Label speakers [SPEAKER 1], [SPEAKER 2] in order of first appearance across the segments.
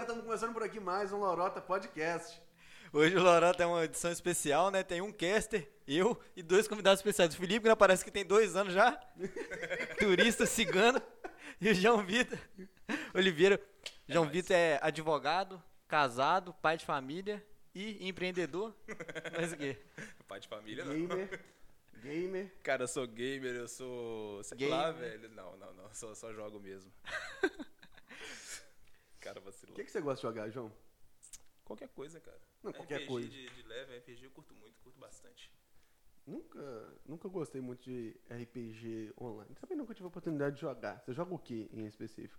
[SPEAKER 1] estamos começando por aqui mais um Lorota Podcast.
[SPEAKER 2] Hoje o Lorota é uma edição especial, né? Tem um caster, eu e dois convidados especiais. O Felipe, que não parece que tem dois anos já. Turista cigano. E o João Vitor Oliveira. João Vitor é advogado, casado, pai de família e empreendedor. Mas o quê?
[SPEAKER 3] Pai de família, não.
[SPEAKER 1] Gamer. Gamer.
[SPEAKER 3] Cara, eu sou gamer, eu sou. sei
[SPEAKER 2] Gamer.
[SPEAKER 3] lá, velho. Não, não, não. Só, só jogo mesmo. cara,
[SPEAKER 1] O
[SPEAKER 3] vacilou.
[SPEAKER 1] que, que você gosta de jogar, João?
[SPEAKER 3] Qualquer coisa, cara.
[SPEAKER 1] Não, qualquer
[SPEAKER 3] RPG
[SPEAKER 1] coisa.
[SPEAKER 3] De, de leve, RPG eu curto muito, curto bastante.
[SPEAKER 1] Nunca, nunca gostei muito de RPG online. Também nunca tive a oportunidade de jogar. Você joga o que em específico?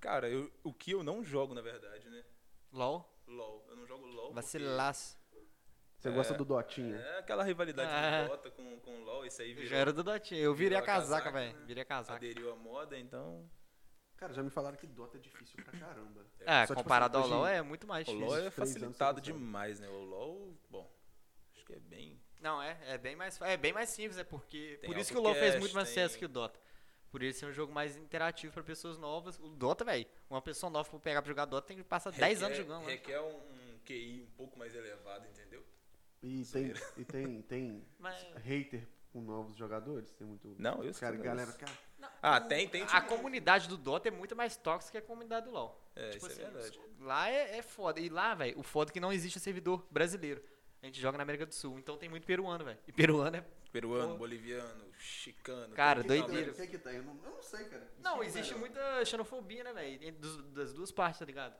[SPEAKER 3] Cara, eu- o que eu não jogo, na verdade, né?
[SPEAKER 2] LOL.
[SPEAKER 3] LOL. Eu não jogo LOL.
[SPEAKER 2] Vacilaço.
[SPEAKER 1] Você
[SPEAKER 3] É,
[SPEAKER 1] gosta do Dotinha?
[SPEAKER 3] É aquela rivalidade
[SPEAKER 2] né? Ah.
[SPEAKER 3] do Dota com, com o LOL, isso aí
[SPEAKER 2] Eu
[SPEAKER 3] virou.
[SPEAKER 2] já era do Dotinha. Eu virei a
[SPEAKER 3] virou a
[SPEAKER 2] casaca,
[SPEAKER 3] casaca,
[SPEAKER 2] velho.
[SPEAKER 3] né?
[SPEAKER 2] Virei a casaca.
[SPEAKER 3] Aderiu à moda, então.
[SPEAKER 1] Cara, já me falaram que Dota é difícil pra caramba.
[SPEAKER 2] É,
[SPEAKER 1] Só, tipo
[SPEAKER 2] comparado
[SPEAKER 1] assim,
[SPEAKER 2] ao LOL
[SPEAKER 1] hoje-
[SPEAKER 2] é muito mais
[SPEAKER 3] O
[SPEAKER 2] difícil.
[SPEAKER 3] LOL é
[SPEAKER 1] três anos você
[SPEAKER 3] facilitado
[SPEAKER 1] consegue.
[SPEAKER 3] demais, né? O LOL, bom, acho que é bem.
[SPEAKER 2] Não, é, é bem mais fa- é bem mais simples, é porque
[SPEAKER 3] Tem
[SPEAKER 2] por isso que é o LoL fez
[SPEAKER 3] autocast,
[SPEAKER 2] muito mais
[SPEAKER 3] tem-
[SPEAKER 2] sucesso que o Dota. Por ele ser um jogo mais interativo pra pessoas novas. O Dota, velho, uma pessoa nova pra pegar pra jogar Dota tem que passar 10 anos
[SPEAKER 3] Requer-
[SPEAKER 2] jogando. né?
[SPEAKER 3] Requer um, um QI um pouco mais elevado, entendeu?
[SPEAKER 1] E tem, e tem, tem
[SPEAKER 2] Mas-
[SPEAKER 1] hater com novos jogadores? Tem muito.
[SPEAKER 3] Não, eu sou
[SPEAKER 1] Cara,
[SPEAKER 3] desse.
[SPEAKER 1] galera, cara,
[SPEAKER 3] Ah, tem, tem.
[SPEAKER 2] A
[SPEAKER 3] tipo-
[SPEAKER 2] comunidade do Dota é muito mais tóxica que a comunidade do LoL. Tipo assim,
[SPEAKER 3] É, isso é verdade.
[SPEAKER 2] Lá é, é foda. E lá, velho, o foda é que não existe servidor brasileiro. A gente joga na América do Sul, então tem muito peruano, velho. E peruano é.
[SPEAKER 3] Peruano,
[SPEAKER 2] Pô.
[SPEAKER 3] boliviano, chicano.
[SPEAKER 2] Cara,
[SPEAKER 3] tem-
[SPEAKER 1] que tá
[SPEAKER 2] doideira.
[SPEAKER 1] que- O que que tem? Eu não, eu não sei, cara.
[SPEAKER 2] Não,
[SPEAKER 1] Desculpa,
[SPEAKER 2] existe
[SPEAKER 1] cara.
[SPEAKER 2] muita xenofobia, né, velho? Das duas partes, tá ligado?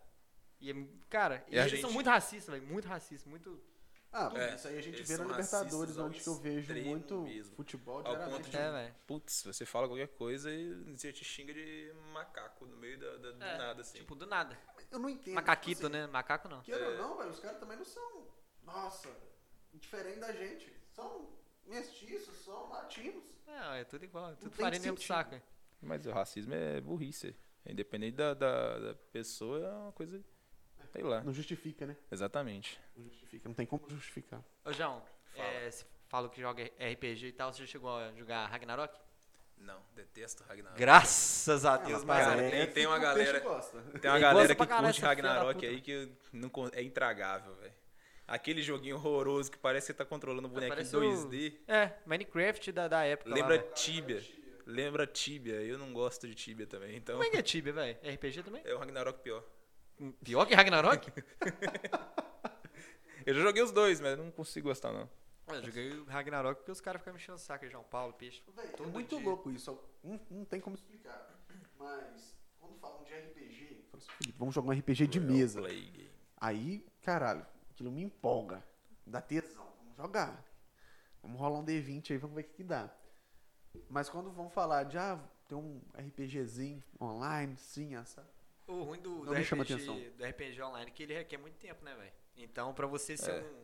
[SPEAKER 2] E, é- cara,
[SPEAKER 3] E
[SPEAKER 2] e
[SPEAKER 3] a
[SPEAKER 2] eles
[SPEAKER 3] gente?
[SPEAKER 2] são muito racistas, velho. Muito racistas, muito.
[SPEAKER 1] Ah,
[SPEAKER 3] É,
[SPEAKER 1] isso aí a gente
[SPEAKER 3] eles
[SPEAKER 1] vê na
[SPEAKER 3] são
[SPEAKER 1] Libertadores,
[SPEAKER 3] racistas ao
[SPEAKER 1] onde que eu vejo
[SPEAKER 3] extremo
[SPEAKER 1] muito
[SPEAKER 3] mesmo.
[SPEAKER 1] futebol
[SPEAKER 3] Ao
[SPEAKER 1] diariamente.
[SPEAKER 3] ponto de-
[SPEAKER 2] É, velho.
[SPEAKER 3] Putz, você fala qualquer coisa e você te xinga de macaco no meio da, da- do
[SPEAKER 2] É,
[SPEAKER 3] nada, assim.
[SPEAKER 2] Tipo, do nada.
[SPEAKER 1] Eu não entendo.
[SPEAKER 2] Macaquito,
[SPEAKER 1] tipo assim,
[SPEAKER 2] né? Macaco não.
[SPEAKER 1] Queira
[SPEAKER 3] É.
[SPEAKER 1] ou não, velho, os caras também não são, nossa, diferente da gente. São mestiços, são latinos.
[SPEAKER 2] Não, é tudo igual. É tudo
[SPEAKER 1] tem
[SPEAKER 2] farinha dentro do
[SPEAKER 1] sentido.
[SPEAKER 2] saco. hein?
[SPEAKER 3] Mas o racismo é burrice. Independente da, da, da pessoa, é uma coisa. Sei lá.
[SPEAKER 1] Não justifica, né?
[SPEAKER 3] Exatamente.
[SPEAKER 1] Não justifica, não tem como justificar.
[SPEAKER 2] Ô, João,
[SPEAKER 3] Fala.
[SPEAKER 2] é, você falou que joga RPG e tal. Você já chegou a jogar Ragnarok?
[SPEAKER 3] Não, detesto Ragnarok.
[SPEAKER 2] Graças
[SPEAKER 1] Ah,
[SPEAKER 2] a Deus, mas.
[SPEAKER 3] cara,
[SPEAKER 2] é.
[SPEAKER 3] tem- tem uma
[SPEAKER 1] o peixe
[SPEAKER 3] galera-
[SPEAKER 1] gosta.
[SPEAKER 3] Tem uma
[SPEAKER 2] Ele gosta
[SPEAKER 3] galera
[SPEAKER 2] pra
[SPEAKER 3] que
[SPEAKER 2] caralho
[SPEAKER 3] curte
[SPEAKER 2] dessa filha da
[SPEAKER 3] Ragnarok
[SPEAKER 2] puta,
[SPEAKER 3] aí que não, con- é intragável, velho. Aquele joguinho horroroso que parece que você tá controlando um bonequinho
[SPEAKER 2] parece
[SPEAKER 3] 2D.
[SPEAKER 2] É, Minecraft da, da época.
[SPEAKER 3] Lembra
[SPEAKER 2] Lá, né? velho.
[SPEAKER 3] Tibia. Lembra Tibia. Eu não gosto de Tibia também, então.
[SPEAKER 2] Como é que é Tibia, velho? É RPG também?
[SPEAKER 3] É o Ragnarok pior.
[SPEAKER 2] Pior que Ragnarok?
[SPEAKER 3] Eu já joguei os dois, mas não consigo gostar, não.
[SPEAKER 2] Eu joguei o Ragnarok porque os caras ficam mexendo o saco. aí, João Paulo, peixe.
[SPEAKER 1] Véi, é
[SPEAKER 2] Todo
[SPEAKER 1] muito
[SPEAKER 2] dia.
[SPEAKER 1] louco isso, não, não tem como explicar. Mas, quando um falam de RPG, falam assim, Felipe, vamos jogar um RPG de mesa.
[SPEAKER 3] é Play game.
[SPEAKER 1] Aí, caralho, aquilo me empolga. Dá tesão. Vamos jogar. Vamos rolar um D20 aí, vamos ver o que, que dá. Mas quando vão falar de, ah, tem um RPGzinho online, sim, essa.
[SPEAKER 2] O ruim do,
[SPEAKER 1] Não
[SPEAKER 2] do
[SPEAKER 1] me
[SPEAKER 2] RPG,
[SPEAKER 1] chama atenção.
[SPEAKER 2] do RPG online é que ele requer muito tempo, né, velho? Então, pra você ser um,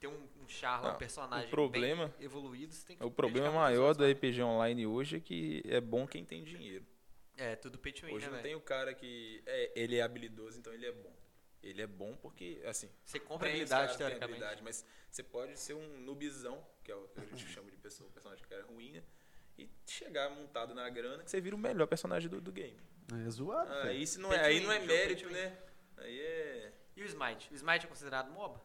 [SPEAKER 2] ter um, um charme, um
[SPEAKER 3] Não,
[SPEAKER 2] personagem
[SPEAKER 3] o problema-
[SPEAKER 2] bem evoluído, você tem que
[SPEAKER 3] O problema
[SPEAKER 2] dedicar muitas
[SPEAKER 3] maior
[SPEAKER 2] horas,
[SPEAKER 3] do
[SPEAKER 2] né?
[SPEAKER 3] RPG online hoje é que é bom quem tem dinheiro.
[SPEAKER 2] É, tudo pay to win, né,
[SPEAKER 3] Hoje não
[SPEAKER 2] velho?
[SPEAKER 3] tem o cara que é, ele é habilidoso, então ele é bom. Ele é bom porque, assim,
[SPEAKER 2] Você compra
[SPEAKER 3] Tem
[SPEAKER 2] habilidade,
[SPEAKER 3] os caras que têm
[SPEAKER 2] teoricamente.
[SPEAKER 3] habilidade, mas você pode ser um noobzão, que é o que a gente chama de pessoa, o personagem que era ruim, né? E chegar montado na grana que você vira o melhor personagem do, do game.
[SPEAKER 1] É zoado. velho.
[SPEAKER 3] Aí, se não
[SPEAKER 2] Pay
[SPEAKER 3] é,
[SPEAKER 2] to
[SPEAKER 3] aí
[SPEAKER 2] win,
[SPEAKER 3] não é
[SPEAKER 2] jogo pay
[SPEAKER 3] mérito,
[SPEAKER 2] to win.
[SPEAKER 3] né? Aí é.
[SPEAKER 2] E o Smite? O Smite é considerado MOBA?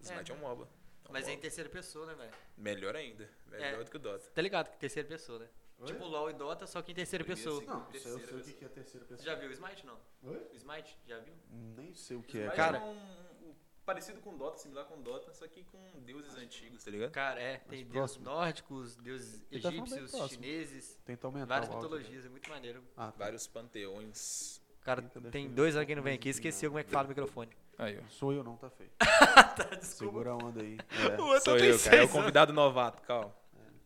[SPEAKER 3] Smite é, um MOBA. É um
[SPEAKER 2] Mas é em
[SPEAKER 3] MOBA.
[SPEAKER 2] terceira pessoa, né, velho?
[SPEAKER 3] Melhor ainda. Melhor
[SPEAKER 2] É.
[SPEAKER 3] do que o Dota.
[SPEAKER 2] Tá ligado que terceira pessoa, né?
[SPEAKER 1] Oi?
[SPEAKER 2] Tipo LoL e Dota, só que em terceira
[SPEAKER 3] Eu ia
[SPEAKER 2] pessoa.
[SPEAKER 3] seguir.
[SPEAKER 1] Não, isso aí eu sei
[SPEAKER 3] Terceira
[SPEAKER 1] o que,
[SPEAKER 3] pessoa.
[SPEAKER 1] que é a terceira pessoa.
[SPEAKER 2] Você já viu o Smite, não?
[SPEAKER 1] Oi?
[SPEAKER 2] O Smite, já viu?
[SPEAKER 1] Nem sei o que é,
[SPEAKER 3] Smite
[SPEAKER 1] cara.
[SPEAKER 3] é um, um- um- parecido com Dota, similar com Dota, só que com deuses antigos, tá ligado?
[SPEAKER 2] Cara, é. Tem deuses
[SPEAKER 1] próximo.
[SPEAKER 2] nórdicos, deuses
[SPEAKER 1] Ele tá falando bem
[SPEAKER 2] egípcios,
[SPEAKER 1] próximo. Tá
[SPEAKER 2] chineses,
[SPEAKER 1] Tenta aumentar
[SPEAKER 2] várias
[SPEAKER 1] o áudio,
[SPEAKER 2] mitologias. É muito maneiro.
[SPEAKER 1] né? Ah, tá.
[SPEAKER 3] Vários panteões.
[SPEAKER 2] Cara,
[SPEAKER 1] Eita, deixa
[SPEAKER 2] tem
[SPEAKER 1] eu
[SPEAKER 2] dois
[SPEAKER 1] ver.
[SPEAKER 2] anos que não vem aqui, esqueceu como é que fala o microfone.
[SPEAKER 3] Aí, ó.
[SPEAKER 1] Sou eu não, tá feio.
[SPEAKER 2] tá, desculpa.
[SPEAKER 1] Segura a onda aí.
[SPEAKER 2] O
[SPEAKER 1] É.
[SPEAKER 2] outro
[SPEAKER 3] Sou
[SPEAKER 2] tem
[SPEAKER 3] eu, É. cara. É o
[SPEAKER 2] seis
[SPEAKER 3] convidado novato, calma.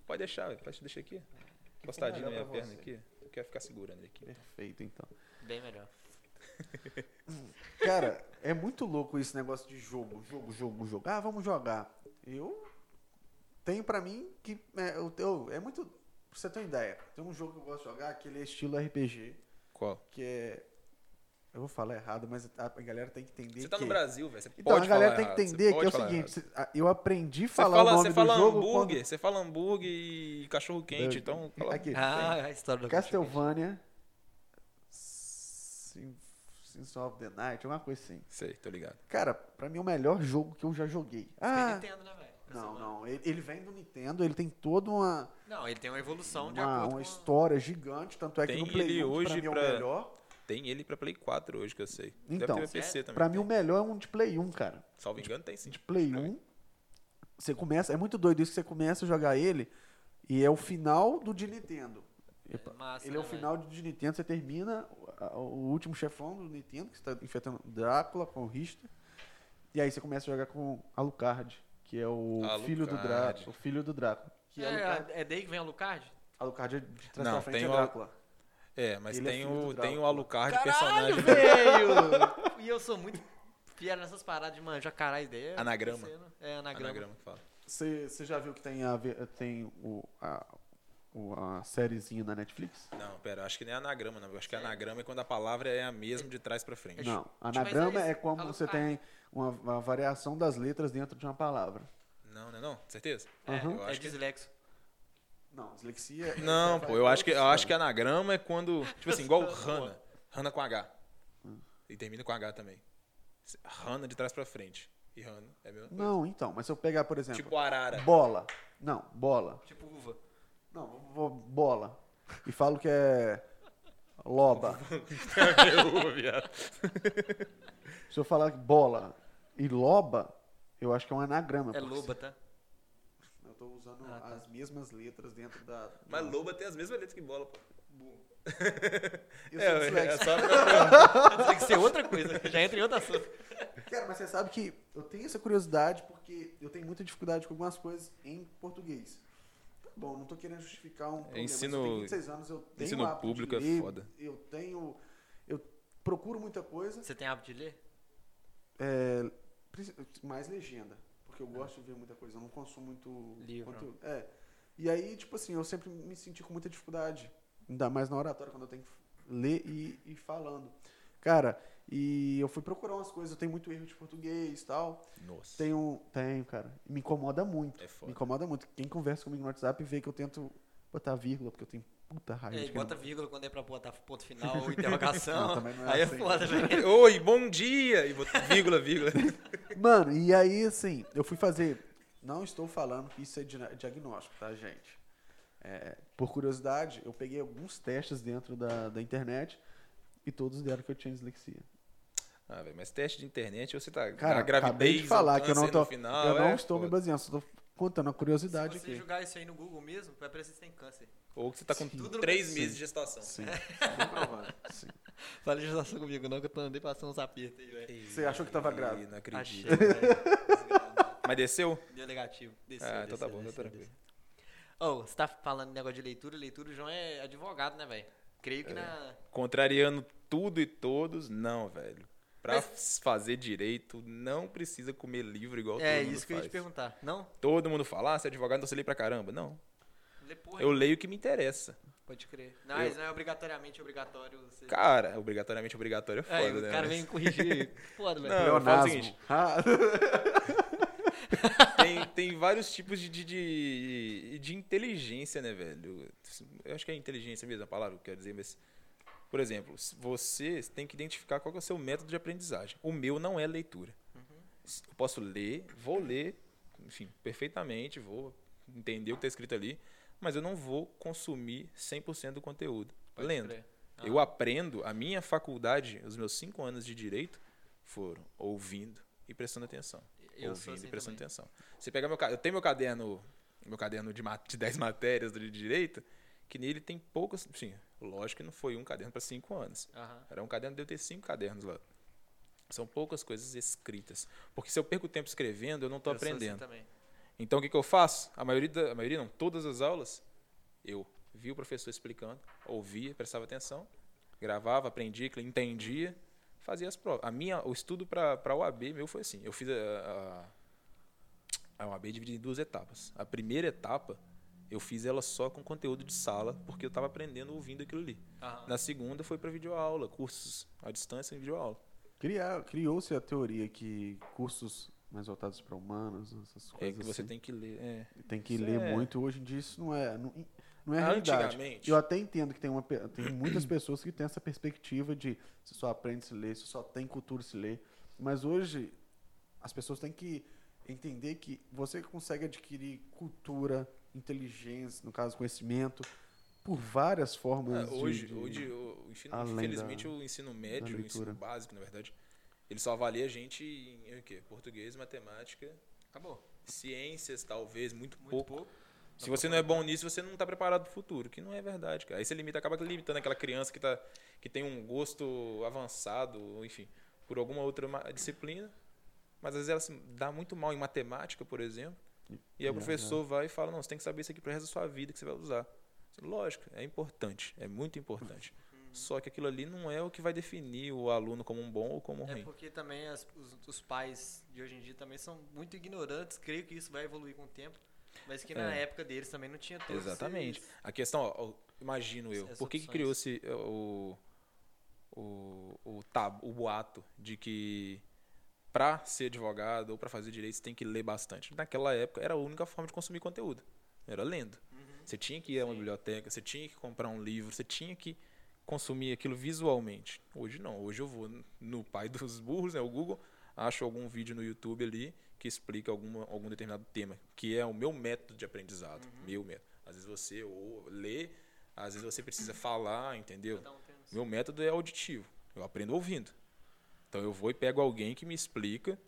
[SPEAKER 3] Pode deixar, velho. Pode deixar aqui. Encostadinho na
[SPEAKER 1] melhor
[SPEAKER 3] minha
[SPEAKER 1] pra
[SPEAKER 3] perna
[SPEAKER 1] você.
[SPEAKER 3] aqui. Eu quero ficar segurando ele aqui.
[SPEAKER 1] Perfeito, então.
[SPEAKER 2] anos. Bem melhor.
[SPEAKER 1] Cara, é muito louco esse negócio de jogo, jogo, jogo, jogo. Ah, vamos jogar. Eu tenho pra mim que é, eu, eu- é muito. Pra você ter uma ideia, tem um jogo que eu gosto de jogar, aquele estilo RPG,
[SPEAKER 3] Qual?
[SPEAKER 1] que é. Eu vou falar errado, mas a a galera tem que entender.
[SPEAKER 3] Você tá
[SPEAKER 1] que...
[SPEAKER 3] no Brasil, velho. Você
[SPEAKER 1] Então,
[SPEAKER 3] pode
[SPEAKER 1] a galera
[SPEAKER 3] falar
[SPEAKER 1] tem que
[SPEAKER 3] errado, você
[SPEAKER 1] entender que
[SPEAKER 3] pode
[SPEAKER 1] é o
[SPEAKER 3] falar
[SPEAKER 1] seguinte:
[SPEAKER 3] errado.
[SPEAKER 1] cê- a- eu aprendi a
[SPEAKER 3] Você
[SPEAKER 1] falar
[SPEAKER 3] fala,
[SPEAKER 1] o nome
[SPEAKER 3] você fala
[SPEAKER 1] do jogo.
[SPEAKER 3] hambúrguer, você fala hambúrguer e cachorro quente,
[SPEAKER 1] Eu-
[SPEAKER 3] então.
[SPEAKER 1] quando... Aqui,
[SPEAKER 2] Ah, a história do
[SPEAKER 1] Castlevania. Sim- Sins of the Night, alguma coisa assim.
[SPEAKER 3] Sei, tô ligado.
[SPEAKER 1] Cara, pra mim é o melhor jogo que eu já joguei.
[SPEAKER 2] Tem
[SPEAKER 1] Ah,
[SPEAKER 2] Nintendo, né, velho?
[SPEAKER 1] não, não. Ele, ele vem do Nintendo, ele tem toda uma,
[SPEAKER 2] Não, ele tem uma evolução Então, de
[SPEAKER 1] uma,
[SPEAKER 2] acordo
[SPEAKER 1] uma
[SPEAKER 2] com...
[SPEAKER 1] história gigante, tanto é que
[SPEAKER 3] Tem
[SPEAKER 1] no Play
[SPEAKER 3] ele
[SPEAKER 1] 1, que pra
[SPEAKER 3] hoje
[SPEAKER 1] mim é o
[SPEAKER 3] pra-
[SPEAKER 1] melhor.
[SPEAKER 3] Tem ele pra Play 4 hoje, que eu sei.
[SPEAKER 1] Então,
[SPEAKER 3] Deve ter pra PC também.
[SPEAKER 1] Pra mim
[SPEAKER 3] tem.
[SPEAKER 1] o melhor é um de Play 1, cara.
[SPEAKER 3] Salvo engano, tem sim.
[SPEAKER 1] de Play 1. Você começa, é muito doido isso que você começa a jogar ele e é o final do de Nintendo.
[SPEAKER 2] É massa,
[SPEAKER 1] ele é o
[SPEAKER 2] né, velho?
[SPEAKER 1] final do de Nintendo, você termina o- a- o último chefão do Nintendo, que está enfrentando Drácula com o Richter. E aí você começa a jogar com Alucard, que é o
[SPEAKER 3] Alucard.
[SPEAKER 1] filho do Drácula, o filho do Drácula. Que é Alucard,
[SPEAKER 2] É, é daí que vem a Lucard?
[SPEAKER 1] Alucard é de trás
[SPEAKER 3] Não,
[SPEAKER 1] pra frente
[SPEAKER 3] tem
[SPEAKER 1] é
[SPEAKER 3] o Alu-
[SPEAKER 1] Drácula.
[SPEAKER 3] É, mas
[SPEAKER 1] Ele é
[SPEAKER 3] tem,
[SPEAKER 1] filho
[SPEAKER 3] o,
[SPEAKER 1] do
[SPEAKER 3] tem o
[SPEAKER 1] Drácula.
[SPEAKER 3] Alucard,
[SPEAKER 2] Caralho,
[SPEAKER 3] personagem.
[SPEAKER 2] velho! e eu sou muito fiel nessas paradas de manjar caralho ideia.
[SPEAKER 3] Anagrama.
[SPEAKER 2] É, anagrama.
[SPEAKER 3] Anagrama que fala.
[SPEAKER 1] Você você já viu que tem a ver- tem o a, o- a sériezinha na Netflix?
[SPEAKER 3] Não, pera, acho que nem é anagrama, não. Eu acho que anagrama é quando a palavra é a mesma de trás pra frente.
[SPEAKER 1] Não,
[SPEAKER 2] mas é
[SPEAKER 1] anagrama
[SPEAKER 2] isso.
[SPEAKER 1] é quando
[SPEAKER 2] Fala-
[SPEAKER 1] você
[SPEAKER 2] ah.
[SPEAKER 1] tem uma, uma variação das letras dentro de uma palavra.
[SPEAKER 3] Não, não, é não? Certeza?
[SPEAKER 2] É,
[SPEAKER 3] Eu
[SPEAKER 2] é
[SPEAKER 3] acho que-
[SPEAKER 2] dislexo.
[SPEAKER 1] Não, dislexia. é-
[SPEAKER 3] Não,
[SPEAKER 1] é-
[SPEAKER 3] pô, eu acho que eu acho que anagrama é quando, tipo assim, igual Hanna, Hanna com H. E termina com H também. Hanna de trás pra frente. E Hanna é a mesma coisa.
[SPEAKER 1] Não, então, mas se eu pegar, por exemplo,
[SPEAKER 3] Tipo Arara.
[SPEAKER 1] bola. Não, bola.
[SPEAKER 2] Tipo uva.
[SPEAKER 1] Não, vou- vou- bola. E falo que é loba.
[SPEAKER 3] Eu, viado.
[SPEAKER 1] Se eu falar bola e loba, eu acho que é um anagrama.
[SPEAKER 2] É
[SPEAKER 1] porque
[SPEAKER 2] loba, tá?
[SPEAKER 1] Eu tô usando
[SPEAKER 2] Ah, tá.
[SPEAKER 1] as mesmas letras dentro da.
[SPEAKER 3] Mas loba tem as mesmas letras que bola, pô.
[SPEAKER 1] Eu
[SPEAKER 3] é,
[SPEAKER 1] sou
[SPEAKER 3] é,
[SPEAKER 1] disléxico.
[SPEAKER 3] só pra...
[SPEAKER 2] Tem que ser outra coisa. Já entra em outro assunto.
[SPEAKER 1] Cara, mas você sabe que eu tenho essa curiosidade porque eu tenho muita dificuldade com algumas coisas em português. Tá bom, não tô querendo justificar um problema. mas
[SPEAKER 3] É, ensino-
[SPEAKER 1] eu tenho 26 anos, eu tenho
[SPEAKER 3] ensino
[SPEAKER 1] o hábito de
[SPEAKER 3] público é
[SPEAKER 1] ler,
[SPEAKER 3] foda.
[SPEAKER 1] Eu tenho eu procuro muita coisa,
[SPEAKER 2] Você tem hábito de ler?
[SPEAKER 1] é, princi- mais legenda, porque eu gosto de ver muita coisa, eu não consumo muito
[SPEAKER 2] Livro.
[SPEAKER 1] conteúdo. É. E aí, tipo assim, eu sempre me senti com muita dificuldade, ainda mais na oratória quando eu tenho que ler e e falando. Cara, e eu fui procurar umas coisas, eu tenho muito erro de português e tal.
[SPEAKER 3] Nossa.
[SPEAKER 1] Tem um. Tenho, cara. E Me incomoda muito.
[SPEAKER 3] É foda.
[SPEAKER 1] me incomoda muito. Quem conversa comigo no WhatsApp vê que eu tento botar vírgula, porque eu tenho puta raiva.
[SPEAKER 2] É,
[SPEAKER 1] de quem
[SPEAKER 2] bota
[SPEAKER 1] não-
[SPEAKER 2] vírgula quando é pra botar ponto final ou interrogação.
[SPEAKER 1] Não, também não é
[SPEAKER 2] Aí é
[SPEAKER 1] assim.
[SPEAKER 2] foda, velho.
[SPEAKER 3] Oi, bom dia! E botou vírgula, vírgula.
[SPEAKER 1] Mano, e aí, assim, eu fui fazer. Não estou falando que isso é dia- diagnóstico, tá, gente? É, por curiosidade, eu peguei alguns testes dentro da, da internet e todos deram que eu tinha dislexia.
[SPEAKER 3] Ah, velho, mas teste de internet, ou você tá
[SPEAKER 1] Cara,
[SPEAKER 3] na gravidez,
[SPEAKER 1] acabei de falar
[SPEAKER 3] no
[SPEAKER 1] que eu não
[SPEAKER 3] câncer no
[SPEAKER 1] tô.
[SPEAKER 3] final,
[SPEAKER 1] eu não
[SPEAKER 3] é
[SPEAKER 1] estou me
[SPEAKER 3] foda.
[SPEAKER 1] baseando, só estou contando a
[SPEAKER 2] Se
[SPEAKER 1] curiosidade
[SPEAKER 2] você
[SPEAKER 1] aqui.
[SPEAKER 2] jogar isso aí no Google mesmo, vai parecer que você tem câncer.
[SPEAKER 3] Ou que você tá com
[SPEAKER 2] Tudo no-
[SPEAKER 3] três
[SPEAKER 2] Sim.
[SPEAKER 3] meses de gestação.
[SPEAKER 1] Sim. bem provável, Sim.
[SPEAKER 2] Fala de gestação comigo não, que eu tô andei passando uns apertos aí, velho.
[SPEAKER 1] Você achou que tava grávida?
[SPEAKER 3] Não
[SPEAKER 2] Achei,
[SPEAKER 3] acredito.
[SPEAKER 2] velho.
[SPEAKER 3] Mas desceu?
[SPEAKER 2] Deu negativo. Desceu,
[SPEAKER 3] Ah, então
[SPEAKER 2] desceu,
[SPEAKER 3] tá bom, tá
[SPEAKER 2] desceu,
[SPEAKER 3] tranquilo.
[SPEAKER 2] desceu. Ô, você tá falando de negócio de leitura, leitura, o João é advogado, né, velho? Creio
[SPEAKER 3] É,
[SPEAKER 2] que na.
[SPEAKER 3] Contrariando tudo e todos, não, velho. Pra
[SPEAKER 2] Mas-
[SPEAKER 3] f- fazer direito, não precisa comer livro igual
[SPEAKER 2] É
[SPEAKER 3] todo mundo
[SPEAKER 2] isso que eu ia te
[SPEAKER 3] faz.
[SPEAKER 2] perguntar. Não?
[SPEAKER 3] Todo mundo fala, ah, você é advogado, então você lê pra caramba. Não,
[SPEAKER 2] Lê porra,
[SPEAKER 3] eu leio o que me interessa.
[SPEAKER 2] pode crer. Não,
[SPEAKER 3] eu-
[SPEAKER 2] mas não é obrigatoriamente obrigatório você.
[SPEAKER 3] Cara, obrigatoriamente obrigatório é foda,
[SPEAKER 2] Aí
[SPEAKER 3] né?
[SPEAKER 2] o cara
[SPEAKER 3] mas
[SPEAKER 2] vem corrigir. Foda, velho.
[SPEAKER 3] Não, eu falo o seguinte.
[SPEAKER 1] Ah,
[SPEAKER 3] Tem, tem vários tipos de, de, de, de inteligência, né, velho? Eu acho que é inteligência mesmo a palavra que eu quero dizer, mas... Por exemplo, se você tem que identificar qual que é o seu método de aprendizagem. O meu não é leitura.
[SPEAKER 2] Uhum.
[SPEAKER 3] Eu posso ler, vou ler, enfim, perfeitamente, vou entender o que está escrito ali, mas eu não vou consumir 100% do conteúdo
[SPEAKER 2] Pode
[SPEAKER 3] lendo.
[SPEAKER 2] crer. Ah.
[SPEAKER 3] Eu aprendo, a minha faculdade, os meus cinco anos de direito foram ouvindo e prestando atenção.
[SPEAKER 2] Eu sou
[SPEAKER 3] ouvindo
[SPEAKER 2] assim
[SPEAKER 3] e prestando
[SPEAKER 2] também.
[SPEAKER 3] atenção. Você pega meu, ca- eu tenho meu caderno, meu caderno de, ma- de 10 matérias de direito, que nele tem poucas, sim, lógico que não foi um caderno para cinco anos.
[SPEAKER 2] Aham.
[SPEAKER 3] Era um caderno, deu ter cinco cadernos lá. São poucas coisas escritas. Porque se eu perco tempo escrevendo, eu não estou
[SPEAKER 2] Eu sou assim
[SPEAKER 3] aprendendo.
[SPEAKER 2] também.
[SPEAKER 3] Então o que, que eu faço? A maioria, da- a maioria não, todas as aulas, eu via o professor explicando, ouvia, prestava atenção, gravava, aprendia, cl- entendia, fazia as provas. A minha, o estudo para a OAB meu foi assim. Eu fiz a, a, a OAB dividida em duas etapas. A primeira etapa, eu fiz ela só com conteúdo de sala, porque eu estava aprendendo ouvindo aquilo ali.
[SPEAKER 2] Aham.
[SPEAKER 3] Na segunda foi para videoaula, cursos à distância em videoaula.
[SPEAKER 1] criar- Criou-se a teoria que cursos mais voltados para humanos, essas
[SPEAKER 3] É
[SPEAKER 1] coisas
[SPEAKER 3] que você
[SPEAKER 1] assim,
[SPEAKER 3] tem que ler. é.
[SPEAKER 1] tem que
[SPEAKER 3] isso
[SPEAKER 1] ler
[SPEAKER 3] é-
[SPEAKER 1] muito. Hoje em dia isso não é... Não, não é a realidade.
[SPEAKER 3] Antigamente.
[SPEAKER 1] Eu até entendo que tem, uma, pe- tem muitas pessoas que têm essa perspectiva de se só aprende se ler, se só tem cultura se ler. Mas hoje as pessoas têm que entender que você consegue adquirir cultura, inteligência, no caso conhecimento, por várias
[SPEAKER 3] Ah,
[SPEAKER 1] formas. de-
[SPEAKER 3] hoje,
[SPEAKER 1] de-
[SPEAKER 3] hoje o o ensino,
[SPEAKER 1] além
[SPEAKER 3] infelizmente,
[SPEAKER 1] da-
[SPEAKER 3] o ensino médio, o
[SPEAKER 1] leitura.
[SPEAKER 3] ensino básico, na verdade, ele só avalia a gente em, em o quê? Português, matemática,
[SPEAKER 2] Acabou.
[SPEAKER 3] ciências, talvez, muito,
[SPEAKER 2] Muito
[SPEAKER 3] pouco.
[SPEAKER 2] pouco.
[SPEAKER 3] Se você não é bom nisso, você não está preparado para o futuro, que não é verdade, cara. Aí você limita, acaba limitando aquela criança que, tá, que tem um gosto avançado, ou enfim, por alguma outra ma- disciplina. Mas às vezes ela se dá muito mal em matemática, por exemplo. E aí o
[SPEAKER 1] É,
[SPEAKER 3] professor vai e fala, não, você tem que saber isso aqui pro resto da sua vida que você vai usar. Lógico, é importante, é muito importante. Só que aquilo ali não é o que vai definir o aluno como um bom ou como um
[SPEAKER 2] É
[SPEAKER 3] ruim.
[SPEAKER 2] porque também as- os, os pais de hoje em dia também são muito ignorantes, creio que isso vai evoluir com o tempo, mas que na
[SPEAKER 3] É.
[SPEAKER 2] época deles também não tinha todo
[SPEAKER 3] Exatamente.
[SPEAKER 2] esse-
[SPEAKER 3] A questão, ó, ó, imagino eu,
[SPEAKER 2] Essas
[SPEAKER 3] por que, que
[SPEAKER 2] opções.
[SPEAKER 3] criou-se ó, o, o, o, tabu, o boato de que para ser advogado ou para fazer direito você tem que ler bastante? Naquela época era a única forma de consumir conteúdo, era lendo. Você tinha que ir a uma biblioteca, você tinha que comprar um livro, você tinha que consumir aquilo visualmente. Hoje não, hoje eu vou no pai dos burros, né, o Google, acho algum vídeo no YouTube ali que explica alguma, algum determinado tema, que é o meu método de aprendizado, meu método. Às vezes você ou lê, às vezes você precisa falar, entendeu?
[SPEAKER 2] Cada um tem um-
[SPEAKER 3] Meu método é auditivo, eu aprendo ouvindo. Então eu vou e pego alguém que me explica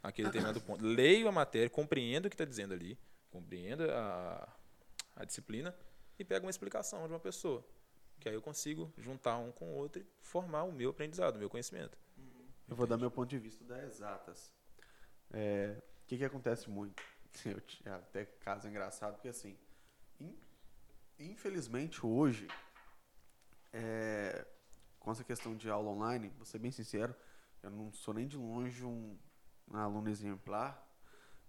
[SPEAKER 3] aquele determinado ponto. Leio a matéria, compreendo o que está dizendo ali, compreendo a, a disciplina e pego uma explicação de uma pessoa. Que aí eu consigo juntar um com o outro e formar o meu aprendizado, o meu conhecimento.
[SPEAKER 1] Eu vou dar meu ponto de vista das exatas. É, o que, que acontece muito? Eu tinha até caso engraçado, porque assim, in- infelizmente hoje, é, com essa questão de aula online, vou ser bem sincero, eu não sou nem de longe um, aluno exemplar,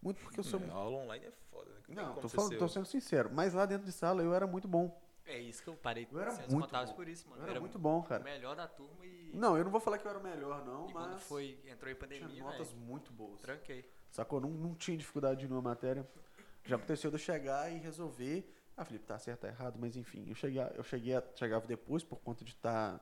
[SPEAKER 1] muito porque eu sou.
[SPEAKER 3] É, a aula online é foda. Né?
[SPEAKER 1] Não,
[SPEAKER 3] como
[SPEAKER 1] tô,
[SPEAKER 3] você
[SPEAKER 1] falando,
[SPEAKER 3] ser-
[SPEAKER 1] tô sendo sincero, mas lá dentro de sala eu era muito bom.
[SPEAKER 2] É isso que eu parei
[SPEAKER 1] Eu era
[SPEAKER 2] sendo
[SPEAKER 1] muito
[SPEAKER 2] contados
[SPEAKER 1] bom.
[SPEAKER 2] por isso,
[SPEAKER 1] Eu
[SPEAKER 2] mano.
[SPEAKER 1] era, muito bom,
[SPEAKER 2] o
[SPEAKER 1] cara.
[SPEAKER 2] melhor da turma e,
[SPEAKER 1] Não, eu não vou falar que eu era o melhor, não,
[SPEAKER 2] e
[SPEAKER 1] mas
[SPEAKER 2] quando foi, entrou
[SPEAKER 1] tinha
[SPEAKER 2] em pandemia,
[SPEAKER 1] notas
[SPEAKER 2] velho,
[SPEAKER 1] muito boas.
[SPEAKER 2] tranquei.
[SPEAKER 1] Sacou? Não, não tinha dificuldade de nenhuma matéria. Já aconteceu de eu chegar e resolver. Ah, Felipe, tá certo, tá errado, mas enfim. Eu, chegar, eu cheguei a- chegava depois por conta de estar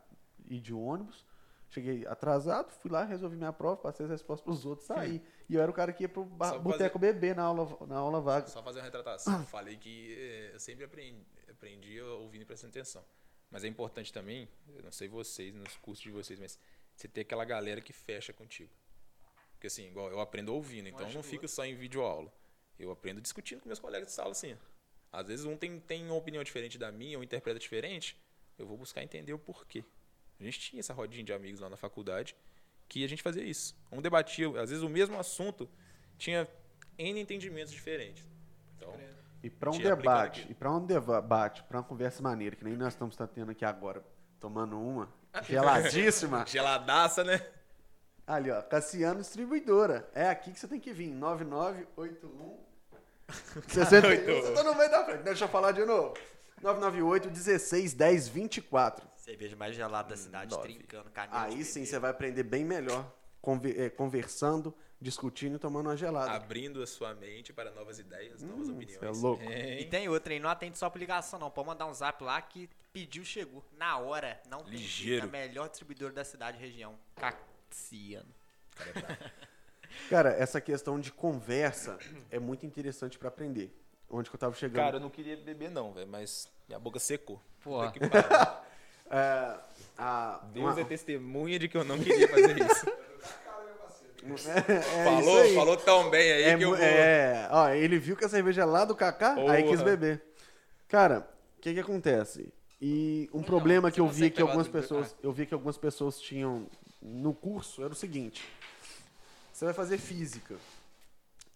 [SPEAKER 1] ir de ônibus. Cheguei atrasado, fui lá, resolvi minha prova, passei as respostas pros outros, saí. E eu era o cara que ia pro ba-
[SPEAKER 3] Só
[SPEAKER 1] boteco beber na aula, na aula vaga.
[SPEAKER 3] Só fazer uma retratação. Falei que eh, eu sempre aprendi, aprendi ouvindo e prestando atenção. Mas é importante também, eu não sei vocês, nos cursos de vocês, mas você ter aquela galera que fecha contigo. Porque assim, igual eu aprendo ouvindo, então eu
[SPEAKER 2] ajuda
[SPEAKER 3] não
[SPEAKER 2] o
[SPEAKER 3] fico só em videoaula. Eu aprendo discutindo com meus colegas de sala, assim. Às vezes um tem, tem uma opinião diferente da minha, ou interpreta diferente, eu vou buscar entender o porquê. A gente tinha essa rodinha de amigos lá na faculdade que a gente fazia isso. Um debatia, às vezes o mesmo assunto tinha N entendimentos diferentes. Então,
[SPEAKER 1] E para um
[SPEAKER 3] Tinha aplicado
[SPEAKER 1] debate,
[SPEAKER 3] aqui.
[SPEAKER 1] e para um debate, para uma conversa maneira, que nem nós estamos tá tendo aqui agora, tomando uma,
[SPEAKER 3] Ah,
[SPEAKER 1] geladíssima.
[SPEAKER 3] geladaça, né?
[SPEAKER 1] Ali, ó, Cassiano Distribuidora. É aqui que você tem que vir, 9981 68. Eu tô um. tá no meio da frente, deixa eu falar de novo. 998 16 10 24.
[SPEAKER 2] Cerveja mais gelada da cidade,
[SPEAKER 3] nove.
[SPEAKER 2] trincando, canela.
[SPEAKER 1] Aí sim você vai aprender bem melhor conver- eh, conversando, discutindo e tomando uma gelada.
[SPEAKER 3] Abrindo a sua mente para novas ideias, novas opiniões.
[SPEAKER 1] cê é louco.
[SPEAKER 3] Hein?
[SPEAKER 2] E tem outra, hein? Não atende só por ligação, não. Pode mandar um zap lá que pediu, chegou. Na hora, não tem
[SPEAKER 3] Ligeiro.
[SPEAKER 2] jeito. É o melhor distribuidor da cidade e região. Cassiano.
[SPEAKER 1] Cara, essa questão de conversa é muito interessante pra aprender. Onde que eu tava chegando?
[SPEAKER 3] Cara, eu não queria beber não, velho, mas minha boca secou.
[SPEAKER 2] Pô.
[SPEAKER 3] Puta que pariu.
[SPEAKER 1] É, a-
[SPEAKER 3] Deus
[SPEAKER 1] uma-
[SPEAKER 3] é testemunha de que eu não queria fazer isso.
[SPEAKER 1] É isso
[SPEAKER 3] falou,
[SPEAKER 1] aí.
[SPEAKER 3] falou tão bem aí
[SPEAKER 1] É,
[SPEAKER 3] que eu
[SPEAKER 1] mu-
[SPEAKER 3] vou...
[SPEAKER 1] é, ó, ele viu que a cerveja é lá do Kaká, aí
[SPEAKER 3] Porra.
[SPEAKER 1] quis beber. Cara, o que que acontece? E um problema que eu
[SPEAKER 3] Então, você
[SPEAKER 1] vi que
[SPEAKER 3] pegar
[SPEAKER 1] algumas
[SPEAKER 3] do-
[SPEAKER 1] pessoas, eu vi que algumas pessoas tinham no curso era o seguinte: você vai fazer física,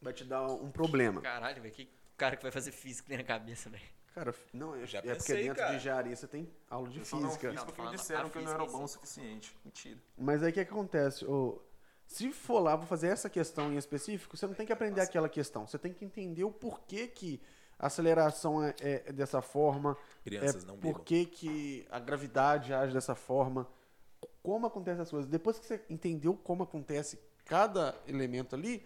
[SPEAKER 1] vai te dar um problema.
[SPEAKER 2] Caralho, velho. Que cara que vai fazer física na cabeça, velho.
[SPEAKER 1] Cara, não, é,
[SPEAKER 3] Já
[SPEAKER 1] é porque
[SPEAKER 3] pensei,
[SPEAKER 1] dentro
[SPEAKER 3] cara.
[SPEAKER 1] de engenharia você tem aula de física.
[SPEAKER 2] fiz porque me disseram que eu não era bom o
[SPEAKER 1] é
[SPEAKER 3] suficiente. Mentira.
[SPEAKER 1] Mas aí o que acontece? Ô, se for lá, vou fazer essa questão em específico, você não tem que aprender aquela questão. Você tem que entender o porquê que a aceleração é, é dessa forma.
[SPEAKER 3] Crianças,
[SPEAKER 1] é
[SPEAKER 3] não bebam.
[SPEAKER 1] Por que que a gravidade age dessa forma. Como acontecem as coisas. Depois que você entendeu como acontece cada elemento ali,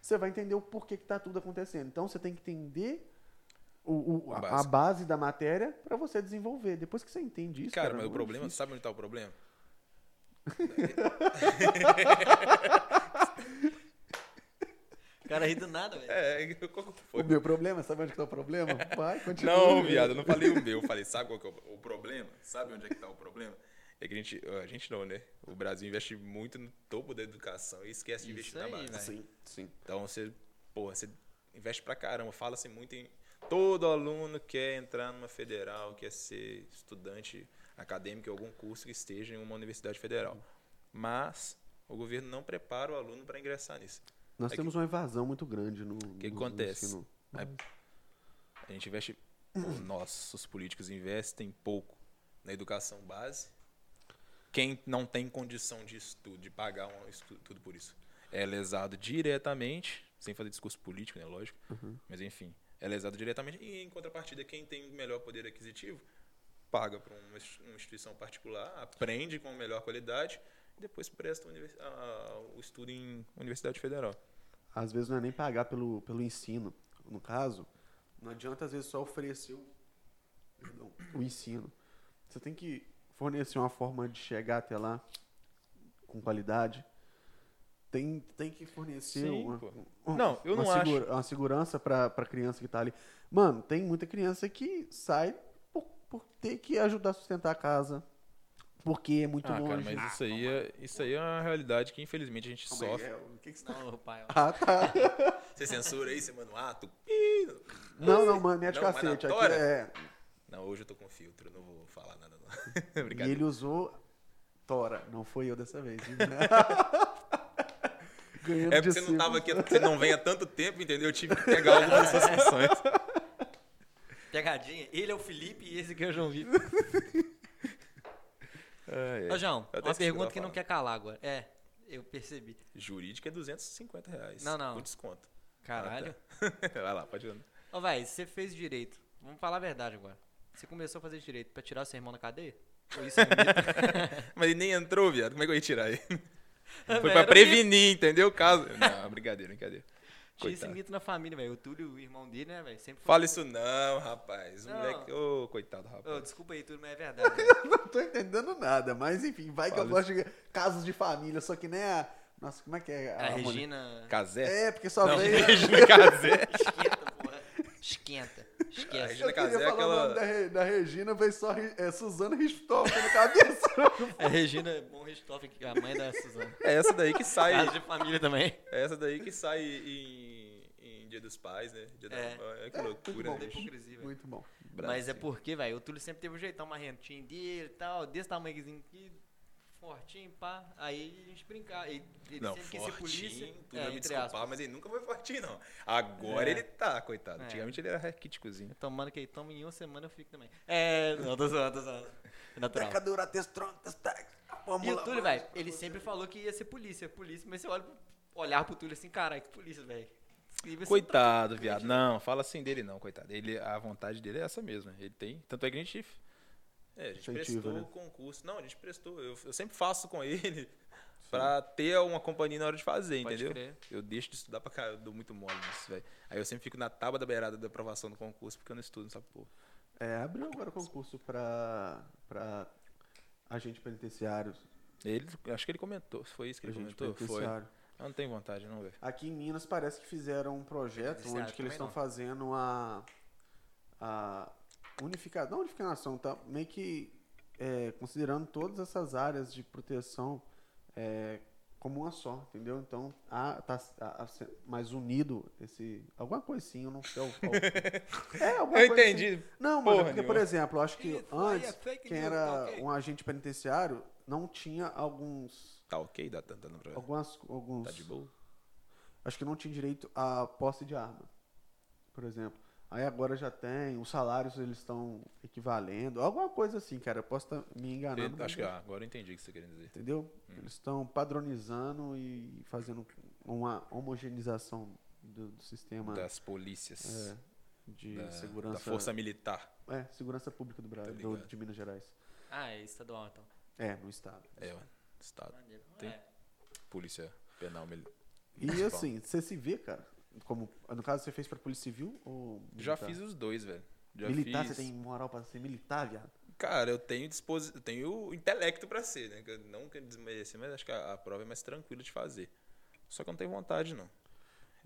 [SPEAKER 1] você vai entender o porquê que tá tudo acontecendo. Então você tem que entender o, o-
[SPEAKER 3] O
[SPEAKER 1] a, a
[SPEAKER 3] básico.
[SPEAKER 1] base da matéria pra você desenvolver. Depois que você entende isso.
[SPEAKER 3] Cara,
[SPEAKER 1] cara
[SPEAKER 3] mas o
[SPEAKER 1] não é
[SPEAKER 3] problema,
[SPEAKER 1] difícil.
[SPEAKER 3] sabe onde tá o problema?
[SPEAKER 2] O cara ri do nada, velho.
[SPEAKER 3] É, qual que foi?
[SPEAKER 1] O meu problema, sabe onde que tá o problema? Vai, continua.
[SPEAKER 2] Tipo,
[SPEAKER 3] Não, viado, eu não falei o meu. Eu falei, sabe qual que é o, o problema? Sabe onde é que tá o problema? É que a gente, a gente não, né? O Brasil investe muito no topo da educação e esquece de
[SPEAKER 2] Isso
[SPEAKER 3] investir na
[SPEAKER 2] aí,
[SPEAKER 3] base.
[SPEAKER 1] Sim, sim.
[SPEAKER 3] Então você, porra, você investe pra caramba. Fala-se muito em. Todo aluno quer entrar numa federal, quer ser estudante acadêmico em algum curso que esteja em uma universidade federal. Mas o governo não prepara o aluno para ingressar nisso.
[SPEAKER 1] Nós
[SPEAKER 3] É
[SPEAKER 1] temos uma evasão muito grande no.
[SPEAKER 3] O que
[SPEAKER 1] no- no
[SPEAKER 3] acontece?
[SPEAKER 1] ensino.
[SPEAKER 3] Aí a gente investe. Nós, os políticos, investem pouco na educação base. Quem não tem condição de estudo, de pagar um estudo tudo por isso, é lesado diretamente, sem fazer discurso político, né? Lógico. Mas enfim, é lesado diretamente. E em contrapartida, quem tem o melhor poder aquisitivo paga para uma ins- uma instituição particular, aprende com melhor qualidade, e depois presta o univers- a- o estudo em Universidade Federal.
[SPEAKER 1] Às vezes não é nem pagar pelo, pelo ensino. No caso, não adianta às vezes só oferecer o, perdão, o ensino. Você tem que fornecer uma forma de chegar até lá com qualidade. Tem, tem que fornecer
[SPEAKER 3] Sim,
[SPEAKER 1] uma,
[SPEAKER 3] pô.
[SPEAKER 1] uma-
[SPEAKER 3] Não, eu
[SPEAKER 1] uma
[SPEAKER 3] não acho.
[SPEAKER 1] segura- uma segurança pra, pra criança que tá ali. Mano, tem muita criança que sai por, por ter que ajudar a sustentar a casa. Porque é muito
[SPEAKER 3] ah,
[SPEAKER 1] longe.
[SPEAKER 3] cara, mas isso aí, é, isso aí é uma realidade que infelizmente a gente
[SPEAKER 1] Calma aí,
[SPEAKER 3] sofre.
[SPEAKER 1] é, o que que você tá-
[SPEAKER 2] Não, pai. ó.
[SPEAKER 1] Ah, tá.
[SPEAKER 3] Você censura aí, você manda um ato.
[SPEAKER 1] Não, não, mano, é de
[SPEAKER 3] Não, mas na
[SPEAKER 1] cacete. Aqui
[SPEAKER 3] tora?
[SPEAKER 1] é,
[SPEAKER 3] Não, hoje eu tô com filtro, não vou falar nada não.
[SPEAKER 1] E
[SPEAKER 3] Brincadeira.
[SPEAKER 1] ele usou Tora, não foi eu dessa vez. viu? Ganhando
[SPEAKER 3] É
[SPEAKER 1] de
[SPEAKER 3] porque você não
[SPEAKER 1] cima.
[SPEAKER 3] tava aqui, você não vem há tanto tempo, entendeu? Eu tive que pegar algumas dessas funções.
[SPEAKER 2] Pegadinha. Ele é o Felipe e esse aqui é o João Vitor. Ô, João,
[SPEAKER 3] É,
[SPEAKER 2] uma
[SPEAKER 3] Eu até esqueci o que
[SPEAKER 2] pergunta
[SPEAKER 3] eu tava
[SPEAKER 2] que não
[SPEAKER 3] falando.
[SPEAKER 2] quer calar agora. É, eu percebi.
[SPEAKER 3] Jurídica é 250 reais.
[SPEAKER 2] Não, não.
[SPEAKER 3] Com desconto.
[SPEAKER 2] Caralho.
[SPEAKER 3] Ah, tá. Vai lá, pode ir.
[SPEAKER 2] Ô, velho, você fez direito. Vamos falar a verdade agora. Você começou a fazer direito pra tirar seu irmão da cadeia? Foi isso mesmo?
[SPEAKER 3] Mas ele nem entrou, viado. Como é que eu ia tirar ele? Foi
[SPEAKER 2] Velho,
[SPEAKER 3] pra
[SPEAKER 2] era
[SPEAKER 3] prevenir, entendeu? O caso. Não, brincadeira, brincadeira.
[SPEAKER 2] Tinha esse
[SPEAKER 3] Coitado.
[SPEAKER 2] mito na família, velho. O Túlio, o irmão dele, né, velho? Sempre foi-
[SPEAKER 3] Fala isso não, rapaz. O
[SPEAKER 2] Não.
[SPEAKER 3] moleque. Ô, coitado, rapaz.
[SPEAKER 2] Ô, desculpa aí, Túlio, mas é verdade. né?
[SPEAKER 1] Não tô entendendo nada, mas enfim, vai que eu
[SPEAKER 3] Fala
[SPEAKER 1] gosto de casos de família, só que nem a. Nossa, como é que é?
[SPEAKER 3] Ah,
[SPEAKER 2] A
[SPEAKER 1] Mônica?
[SPEAKER 3] né?
[SPEAKER 2] Regina.
[SPEAKER 3] Casé.
[SPEAKER 1] É, porque só
[SPEAKER 3] não,
[SPEAKER 1] veio.
[SPEAKER 3] Regina Casé.
[SPEAKER 2] Esquenta, porra. Esquenta. Esquece.
[SPEAKER 1] Eu
[SPEAKER 3] Regina
[SPEAKER 1] queria
[SPEAKER 3] Casé é
[SPEAKER 1] falar o nome
[SPEAKER 3] aquela.
[SPEAKER 1] da, Re- da Regina, veio só Re- é, Suzana Ristoff na cabeça.
[SPEAKER 2] A Regina Bom Ristoff, que é a mãe da Suzana.
[SPEAKER 3] É essa daí que sai.
[SPEAKER 2] Casa de família também.
[SPEAKER 3] É essa daí que sai em, em Dia dos Pais, né? Dia da
[SPEAKER 2] É.
[SPEAKER 3] Mãe. Que loucura,
[SPEAKER 1] bom.
[SPEAKER 3] né,
[SPEAKER 2] Da
[SPEAKER 3] bicho?
[SPEAKER 2] hipocrisia, velho.
[SPEAKER 1] Muito bom.
[SPEAKER 2] Mas é
[SPEAKER 3] Brasil.
[SPEAKER 2] porque, velho, o Túlio sempre teve um jeitão marrentinho dele e tal, desse tamanhozinho aqui, fortinho, pá. Aí a gente brincava. Ele, ele
[SPEAKER 3] Não,
[SPEAKER 2] sempre quis ser polícia.
[SPEAKER 3] fortinho, tu vai
[SPEAKER 2] é,
[SPEAKER 3] me
[SPEAKER 2] entre
[SPEAKER 3] desculpar,
[SPEAKER 2] aspas.
[SPEAKER 3] mas ele nunca foi fortinho, não. Agora
[SPEAKER 2] É.
[SPEAKER 3] ele tá, coitado.
[SPEAKER 2] É.
[SPEAKER 3] Antigamente ele era raquíticozinho.
[SPEAKER 2] Tomando que ele toma em uma semana eu fico também. É, não, tô zoando, tô zoando. É natural.
[SPEAKER 1] Decadura, testron, testac.
[SPEAKER 2] E o Túlio, velho, ele sempre falou que ia ser polícia, polícia, mas você olha, pro- olhava pro Túlio assim, caralho, que polícia, velho. E você-
[SPEAKER 3] Coitado, viado. Não, fala assim dele não, coitado. Ele, a vontade dele é essa mesmo. né? Ele tem. Tanto é que a gente. É, a gente
[SPEAKER 1] Incentiva,
[SPEAKER 3] prestou
[SPEAKER 1] né?
[SPEAKER 3] o concurso. Não, a gente prestou. Eu, eu sempre faço com ele pra ter uma companhia na hora de fazer,
[SPEAKER 2] Pode
[SPEAKER 3] entendeu?
[SPEAKER 2] crer.
[SPEAKER 3] Eu deixo de estudar pra caralho, eu dou muito mole nisso, velho. Aí eu sempre fico na tábua da beirada da aprovação do concurso porque eu não estudo, sabe, pô.
[SPEAKER 1] É, abriu agora o concurso pra, pra agente penitenciário.
[SPEAKER 3] Ele, acho que ele comentou, foi isso que ele
[SPEAKER 1] Agente
[SPEAKER 3] comentou? Foi.
[SPEAKER 1] penitenciário.
[SPEAKER 3] Eu não tenho vontade, não, velho.
[SPEAKER 1] Aqui em Minas parece que fizeram um projeto
[SPEAKER 2] Eles
[SPEAKER 1] onde que eles
[SPEAKER 2] também
[SPEAKER 1] estão
[SPEAKER 2] não.
[SPEAKER 1] fazendo a, a unificação, não unificação, tá meio que é, considerando todas essas áreas de proteção é, como uma só, entendeu? Então, a, tá a- a- mais unido esse alguma coisinha, eu não sei. o- o- é, alguma
[SPEAKER 3] Eu
[SPEAKER 1] coisa assim.
[SPEAKER 3] entendi.
[SPEAKER 1] Não, mano, é
[SPEAKER 3] Porra
[SPEAKER 1] porque, por
[SPEAKER 3] nenhuma.
[SPEAKER 1] exemplo, eu acho que
[SPEAKER 2] Isso aí é
[SPEAKER 1] antes,
[SPEAKER 2] fake
[SPEAKER 1] quem
[SPEAKER 2] news, tá
[SPEAKER 1] era
[SPEAKER 2] ok?
[SPEAKER 1] um agente penitenciário não tinha alguns
[SPEAKER 3] Tá ok, dá tá dando pra.
[SPEAKER 1] algumas alguns
[SPEAKER 3] Tá de boa?
[SPEAKER 1] acho que não tinha direito à posse de arma, por exemplo. Aí agora já tem, os salários eles estão equivalendo, alguma coisa assim, cara. Eu posso estar me enganando.
[SPEAKER 3] Eu-
[SPEAKER 1] mas-
[SPEAKER 3] acho que Hum. ah, agora eu entendi o que você quer dizer.
[SPEAKER 1] Entendeu? Eles estão padronizando e fazendo uma homogeneização do, do sistema
[SPEAKER 3] Das polícias.
[SPEAKER 1] é, de
[SPEAKER 3] da,
[SPEAKER 1] segurança.
[SPEAKER 3] da força militar.
[SPEAKER 1] É, segurança pública do Brasil, do-
[SPEAKER 3] ligado.
[SPEAKER 1] de Minas Gerais.
[SPEAKER 2] Ah, é estadual então.
[SPEAKER 1] É, no estado.
[SPEAKER 3] É, mano. Estado.
[SPEAKER 2] Maneiro.
[SPEAKER 3] Tem-
[SPEAKER 2] É.
[SPEAKER 3] Polícia penal militar.
[SPEAKER 1] E assim, você se vê, cara, Como, no caso, você fez pra Polícia Civil ou.
[SPEAKER 3] Já
[SPEAKER 1] militar?
[SPEAKER 3] fiz os dois, velho. Já
[SPEAKER 1] tá. Militar,
[SPEAKER 3] fiz.
[SPEAKER 1] você tem moral pra ser militar, viado?
[SPEAKER 3] Cara, eu tenho disposi... eu tenho o intelecto pra ser, né? Que eu Não quero desmerecer, mas acho que a, a prova é mais tranquila de fazer. Só que eu não tenho vontade, não.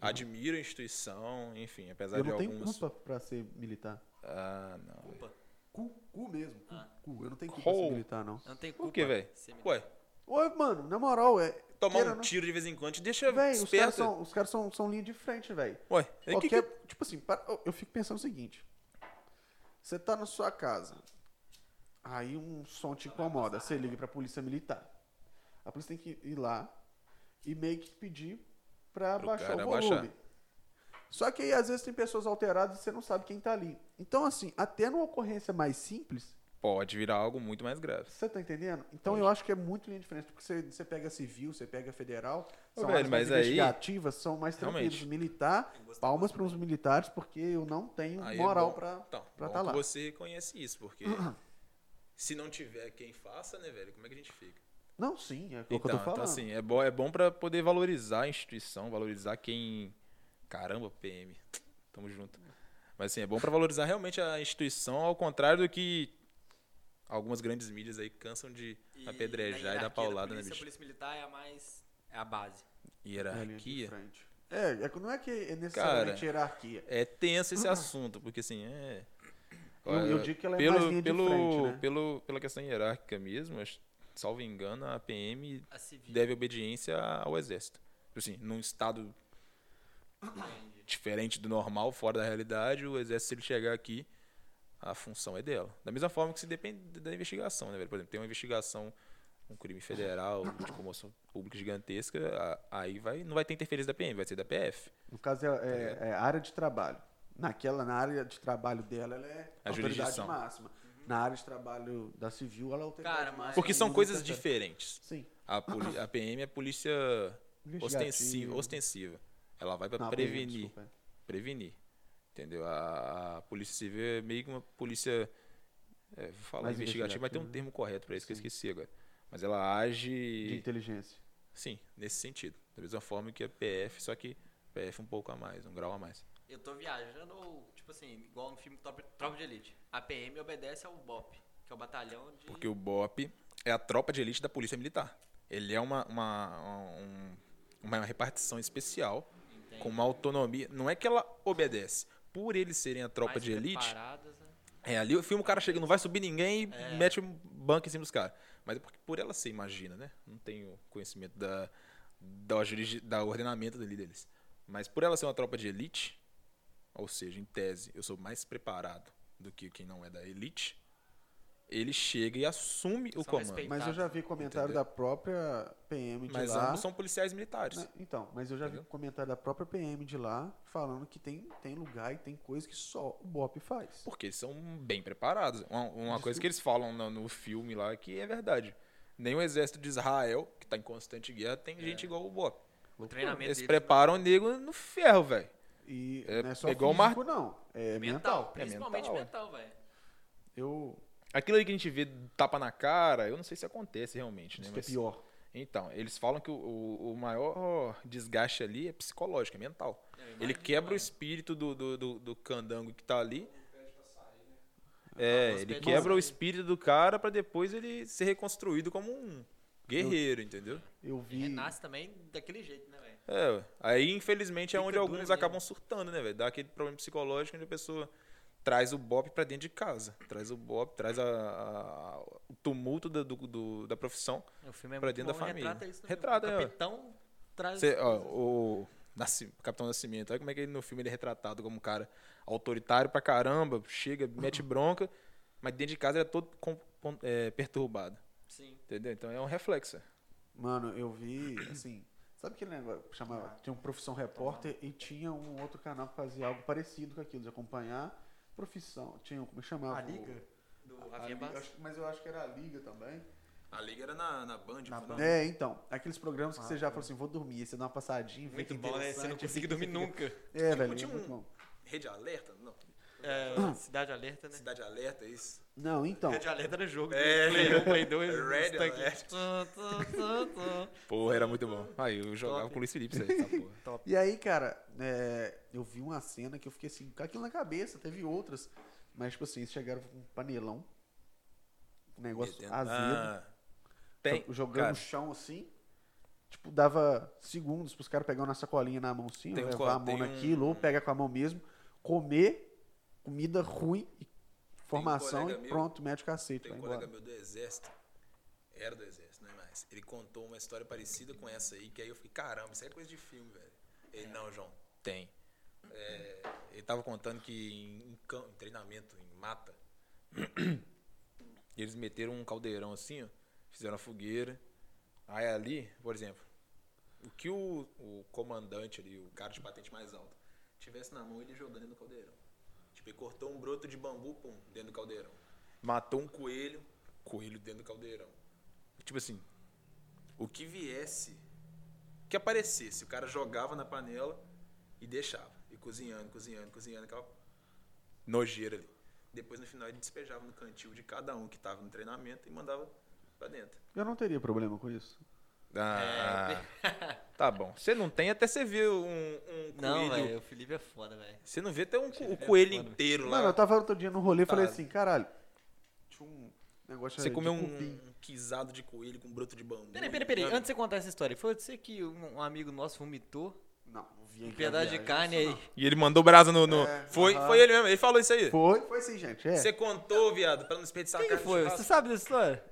[SPEAKER 3] Admiro a instituição, enfim, apesar
[SPEAKER 1] Eu
[SPEAKER 3] de
[SPEAKER 1] não tenho
[SPEAKER 3] alguns.
[SPEAKER 1] culpa pra ser militar.
[SPEAKER 3] Ah, não. velho.
[SPEAKER 2] Culpa.
[SPEAKER 1] Cu, cu mesmo. Cu,
[SPEAKER 2] Ah.
[SPEAKER 1] cu. Eu não tenho culpa pra ser
[SPEAKER 3] Col-
[SPEAKER 1] militar, não.
[SPEAKER 2] Não tem culpa.
[SPEAKER 3] Por quê, velho?
[SPEAKER 2] ser militar.
[SPEAKER 3] Ué,
[SPEAKER 1] Ô, mano, na moral, é.
[SPEAKER 3] tomar
[SPEAKER 1] queira,
[SPEAKER 3] um
[SPEAKER 1] não-
[SPEAKER 3] tiro de vez em quando te deixa
[SPEAKER 1] Véi, os caras
[SPEAKER 3] esperto.
[SPEAKER 1] são, os caras são, são linha de frente, velho.
[SPEAKER 3] Ué, é que-
[SPEAKER 1] Qualquer, tipo assim, para- eu- eu fico pensando o seguinte. Você tá na sua casa. Aí um som te incomoda. Você liga pra polícia militar. A polícia tem que ir lá e meio que pedir pra
[SPEAKER 3] Pro
[SPEAKER 1] baixar o
[SPEAKER 3] cara
[SPEAKER 1] volume.
[SPEAKER 3] abaixar.
[SPEAKER 1] Só que aí às vezes tem pessoas alteradas e você não sabe quem tá ali. Então, assim, até numa ocorrência mais simples,
[SPEAKER 3] Pode virar algo muito mais grave.
[SPEAKER 1] você tá entendendo? Então eu acho que é muito linha de frente, porque você, você pega civil, você pega federal,
[SPEAKER 3] Ô,
[SPEAKER 1] são
[SPEAKER 3] velho,
[SPEAKER 1] áreas mais
[SPEAKER 3] mas aí-
[SPEAKER 1] investigativas, são mais
[SPEAKER 3] Realmente.
[SPEAKER 1] tranquilos. Militar, palmas para os militares, porque eu não tenho
[SPEAKER 3] Aí é
[SPEAKER 1] moral
[SPEAKER 3] bom-
[SPEAKER 1] pra
[SPEAKER 3] então,
[SPEAKER 1] para
[SPEAKER 3] bom
[SPEAKER 1] tá
[SPEAKER 3] que
[SPEAKER 1] lá. Uhum.
[SPEAKER 3] Você reconhece isso, porque se não tiver quem faça, né, velho, como é que a gente fica?
[SPEAKER 1] Não, sim, é o que
[SPEAKER 3] Então,
[SPEAKER 1] eu tô falando.
[SPEAKER 3] então, assim, é bom, é bom para poder valorizar a instituição, valorizar quem. Caramba, PM. Tamo junto. Mas assim, é bom para valorizar realmente a instituição, ao contrário do que algumas grandes mídias aí cansam de
[SPEAKER 2] E- na
[SPEAKER 3] apedrejar e
[SPEAKER 2] hierarquia
[SPEAKER 3] dar paulada, né,
[SPEAKER 2] polícia, A
[SPEAKER 3] bicho?
[SPEAKER 2] polícia militar é a mais. É a base.
[SPEAKER 1] é linha de
[SPEAKER 3] Hierarquia.
[SPEAKER 1] frente. É, é que não é que é necessariamente hierarquia.
[SPEAKER 3] É tenso
[SPEAKER 1] Uhum.
[SPEAKER 3] esse assunto, porque assim, é.
[SPEAKER 1] Eu-
[SPEAKER 3] Olha,
[SPEAKER 1] eu digo que ela é mais linha de frente, né?
[SPEAKER 3] pelo- Pela questão hierárquica mesmo, acho- salvo engano, a PM
[SPEAKER 2] A civil.
[SPEAKER 3] deve obediência ao exército. Tipo Assim, num estado diferente do normal, fora da realidade, o exército, se ele chegar aqui, a função é dela. Da mesma forma que se depende da investigação, né, velho? Por exemplo, tem uma investigação, um crime federal, de comoção pública gigantesca, a- aí vai, não vai ter interferência da PM, vai ser da PF.
[SPEAKER 1] No caso, é, é- é área de trabalho. Naquela, na área de trabalho dela, ela é
[SPEAKER 3] A
[SPEAKER 1] autoridade
[SPEAKER 3] jurisdição.
[SPEAKER 1] máxima. Na área de trabalho da civil, ela é autoridade
[SPEAKER 2] Cara, mas-
[SPEAKER 1] máxima.
[SPEAKER 3] Porque são
[SPEAKER 1] Não
[SPEAKER 3] coisas
[SPEAKER 1] interfere.
[SPEAKER 3] diferentes.
[SPEAKER 1] Sim.
[SPEAKER 3] A, poli- a PM é a polícia
[SPEAKER 1] Investigativa.
[SPEAKER 3] ostensiva, ostensiva. Ela vai
[SPEAKER 1] Não,
[SPEAKER 3] para
[SPEAKER 1] a PM,
[SPEAKER 3] prevenir.
[SPEAKER 1] desculpa, é.
[SPEAKER 3] Prevenir. Entendeu? A, a polícia civil é meio que uma polícia. É, vou falar
[SPEAKER 1] Mais
[SPEAKER 3] investigativa, mas tem um
[SPEAKER 1] investigativa, né?
[SPEAKER 3] termo correto para isso que eu esqueci agora. Mas ela age.
[SPEAKER 1] De inteligência.
[SPEAKER 3] Sim, nesse sentido. Da mesma forma que a PF, só que PF um pouco a mais, um grau a mais.
[SPEAKER 2] Eu tô viajando, ou, tipo assim, igual no filme Top- Tropa de Elite. A PM obedece ao BOP, que é o batalhão de.
[SPEAKER 3] Porque o BOP é a tropa de elite da polícia militar. Ele é uma, uma, um- uma repartição especial,
[SPEAKER 2] Entendi.
[SPEAKER 3] com uma autonomia. Não é que ela obedece. Por eles serem a tropa
[SPEAKER 2] mais
[SPEAKER 3] de elite,
[SPEAKER 2] preparadas, né?
[SPEAKER 3] é ali o filme o cara chega, não vai subir ninguém e mete um banco em cima dos caras. Mas é porque por ela ser, imagina, né? Não tenho conhecimento da, da, jurisdi- da ordenamento ali deles. Mas por ela ser uma tropa de elite, ou seja, em tese, eu sou mais preparado do que quem não é da elite, ele chega e assume
[SPEAKER 2] São
[SPEAKER 3] o comando.
[SPEAKER 2] respeitados.
[SPEAKER 1] Mas eu já vi comentário da
[SPEAKER 3] Entendeu?
[SPEAKER 1] própria PM de
[SPEAKER 3] Mas
[SPEAKER 1] lá.
[SPEAKER 3] ambos são policiais militares.
[SPEAKER 1] Né, Então, mas eu já vi
[SPEAKER 3] Entendeu?
[SPEAKER 1] comentário da própria PM de lá falando que tem, tem lugar e tem coisa que só o BOP faz.
[SPEAKER 3] Porque eles são bem preparados. Uma, uma coisa que eles falam no, no filme lá que é verdade. Nem o exército de Israel, que tá em constante guerra, tem gente igual o Bop.
[SPEAKER 2] O treinamento
[SPEAKER 3] Eles
[SPEAKER 2] deles
[SPEAKER 3] preparam o nego no ferro, velho.
[SPEAKER 1] E
[SPEAKER 3] É-
[SPEAKER 1] não é só
[SPEAKER 3] é igual
[SPEAKER 1] físico,
[SPEAKER 3] o Mar-
[SPEAKER 1] não. É
[SPEAKER 2] é
[SPEAKER 1] mental.
[SPEAKER 2] mental, principalmente
[SPEAKER 3] mental, é.
[SPEAKER 2] mental, velho.
[SPEAKER 1] Eu.
[SPEAKER 3] Aquilo aí que a gente vê tapa na cara, eu não sei se acontece realmente, né?
[SPEAKER 1] Isso que é
[SPEAKER 3] Mas-
[SPEAKER 1] pior.
[SPEAKER 3] Então, eles falam que o, o- o maior desgaste ali é psicológico, é mental. Ele quebra o espírito do, do, do, do candango que tá ali. É,
[SPEAKER 2] Os
[SPEAKER 3] ele
[SPEAKER 2] pede pra
[SPEAKER 3] quebra o
[SPEAKER 2] sair.
[SPEAKER 3] espírito do cara pra depois ele ser reconstruído como um guerreiro, entendeu?
[SPEAKER 1] Eu
[SPEAKER 2] E
[SPEAKER 1] vi.
[SPEAKER 2] renasce também daquele jeito, né, velho?
[SPEAKER 3] É, ué. aí infelizmente é
[SPEAKER 2] Fica
[SPEAKER 3] onde
[SPEAKER 2] dura
[SPEAKER 3] alguns
[SPEAKER 2] mesmo.
[SPEAKER 3] acabam surtando, né, velho? Dá aquele problema psicológico onde a pessoa traz o bop pra dentro de casa, traz o bop, traz a- a- o tumulto da, do- do- da profissão.
[SPEAKER 2] O filme é
[SPEAKER 3] Pra
[SPEAKER 2] muito
[SPEAKER 3] dentro da
[SPEAKER 2] bom,
[SPEAKER 3] família.
[SPEAKER 2] retrata isso. né,
[SPEAKER 3] Retrata,
[SPEAKER 2] velho?
[SPEAKER 3] né,
[SPEAKER 2] O
[SPEAKER 3] ó.
[SPEAKER 2] capitão traz...
[SPEAKER 3] Cê, ó, o Nasci- Capitão Nascimento, olha como é que ele no filme ele é retratado como um cara autoritário pra caramba, chega, mete bronca, mas dentro de casa ele é todo com- com- é, perturbado,
[SPEAKER 2] Sim.
[SPEAKER 3] entendeu? Então é um reflexo.
[SPEAKER 1] Mano, eu vi, assim. Sabe aquele negócio que chamava? Tinha um profissão repórter e tinha um outro canal que fazia algo parecido com aquilo, de acompanhar profissão. Tinha um, como chamava?
[SPEAKER 2] A Liga? Do
[SPEAKER 1] A
[SPEAKER 2] Rafinha
[SPEAKER 1] Liga,
[SPEAKER 2] Bastos.
[SPEAKER 1] acho que- mas eu acho que era a Liga também.
[SPEAKER 3] A liga era na, Band,
[SPEAKER 1] Na Band. É, então. Aqueles programas que
[SPEAKER 3] Ah,
[SPEAKER 1] você
[SPEAKER 3] tá.
[SPEAKER 1] já falou assim, vou dormir, aí você dá uma passadinha, vê que
[SPEAKER 2] Muito bom, né? Você não
[SPEAKER 1] interessante,
[SPEAKER 2] consegue dormir nunca.
[SPEAKER 1] É,
[SPEAKER 3] Tipo,
[SPEAKER 1] velho,
[SPEAKER 3] tinha
[SPEAKER 1] é muito
[SPEAKER 3] um-
[SPEAKER 1] bom.
[SPEAKER 3] Rede Alerta? Não.
[SPEAKER 2] É, Cidade Alerta, né?
[SPEAKER 3] Cidade Alerta, isso.
[SPEAKER 1] Não, então.
[SPEAKER 2] Cidade Alerta era jogo.
[SPEAKER 3] É.
[SPEAKER 2] É. Play 1, Play 2. Red
[SPEAKER 3] Red Alert. Porra, era muito bom. Aí eu jogava
[SPEAKER 2] Top.
[SPEAKER 3] com o Luiz Felipe, isso aí, essa porra.
[SPEAKER 1] E aí, cara, é, eu vi uma cena que eu fiquei assim, com aquilo na cabeça, teve outras. Mas, tipo assim, eles chegaram com um panelão. Um negócio azedo.
[SPEAKER 3] Ah, tem,
[SPEAKER 1] jo- jogando
[SPEAKER 3] cara,
[SPEAKER 1] no chão assim. Tipo, dava segundos pros caras pegar na sacolinha na mão assim,
[SPEAKER 3] Tem um co-
[SPEAKER 1] levar a mão
[SPEAKER 3] tem um-
[SPEAKER 1] naquilo, ou pega com a mão mesmo, comer comida ruim, e formação
[SPEAKER 3] um colega
[SPEAKER 1] e
[SPEAKER 3] meu-
[SPEAKER 1] pronto, mete o cacete.
[SPEAKER 3] Tem
[SPEAKER 1] Vai
[SPEAKER 3] um
[SPEAKER 1] embora.
[SPEAKER 3] colega meu do exército, era do exército, não é mais. Ele contou uma história parecida com essa aí, que aí eu fiquei, caramba, isso é coisa de filme, velho. Ele, não, João, tem. É, ele tava contando que em, em cam- em treinamento, em mata, eles meteram um caldeirão assim, ó, fizeram a fogueira. Aí ali, por exemplo, o que o, o comandante ali, o cara de patente mais alto, tivesse na mão, ele ia jogando dentro do caldeirão. Tipo, ele cortou um broto de bambu, pum, dentro do caldeirão. Matou um coelho, coelho dentro do caldeirão. Tipo assim, o que viesse, o que aparecesse, o cara jogava na panela e deixava. E cozinhando, cozinhando, cozinhando, aquela nojeira ali. Depois, no final, ele despejava no cantil de cada um que tava no treinamento e mandava pra dentro.
[SPEAKER 1] Eu não teria problema com isso.
[SPEAKER 2] É,
[SPEAKER 3] Ah, tá bom. Você não tem até você ver um, um coelho.
[SPEAKER 2] Não, velho, o Felipe é foda, velho.
[SPEAKER 3] Você não vê até um, co- o coelho
[SPEAKER 2] é foda.
[SPEAKER 3] inteiro lá.
[SPEAKER 1] Mano, eu tava outro dia no rolê e falei
[SPEAKER 3] Tá.
[SPEAKER 1] assim, caralho, tinha um negócio
[SPEAKER 3] Você
[SPEAKER 1] de
[SPEAKER 3] comeu um,
[SPEAKER 1] cupim.
[SPEAKER 3] um quisado de coelho com broto de bambu.
[SPEAKER 2] Peraí, peraí, peraí.
[SPEAKER 3] Não,
[SPEAKER 2] Antes de você contar essa história, foi você que um um amigo nosso vomitou
[SPEAKER 1] Não, não vi
[SPEAKER 2] um pedaço de carne aí.
[SPEAKER 3] E ele mandou brasa no. no-
[SPEAKER 1] É,
[SPEAKER 3] foi,
[SPEAKER 1] aham.
[SPEAKER 3] foi ele mesmo, ele falou isso aí.
[SPEAKER 1] Foi, foi sim, gente. É.
[SPEAKER 3] Você contou, viado, pra não
[SPEAKER 1] Tá
[SPEAKER 3] desperdiçar
[SPEAKER 2] Quem
[SPEAKER 3] a
[SPEAKER 2] que
[SPEAKER 3] carne.
[SPEAKER 2] foi?
[SPEAKER 3] no
[SPEAKER 2] Você
[SPEAKER 3] churrasco.
[SPEAKER 2] sabe dessa história?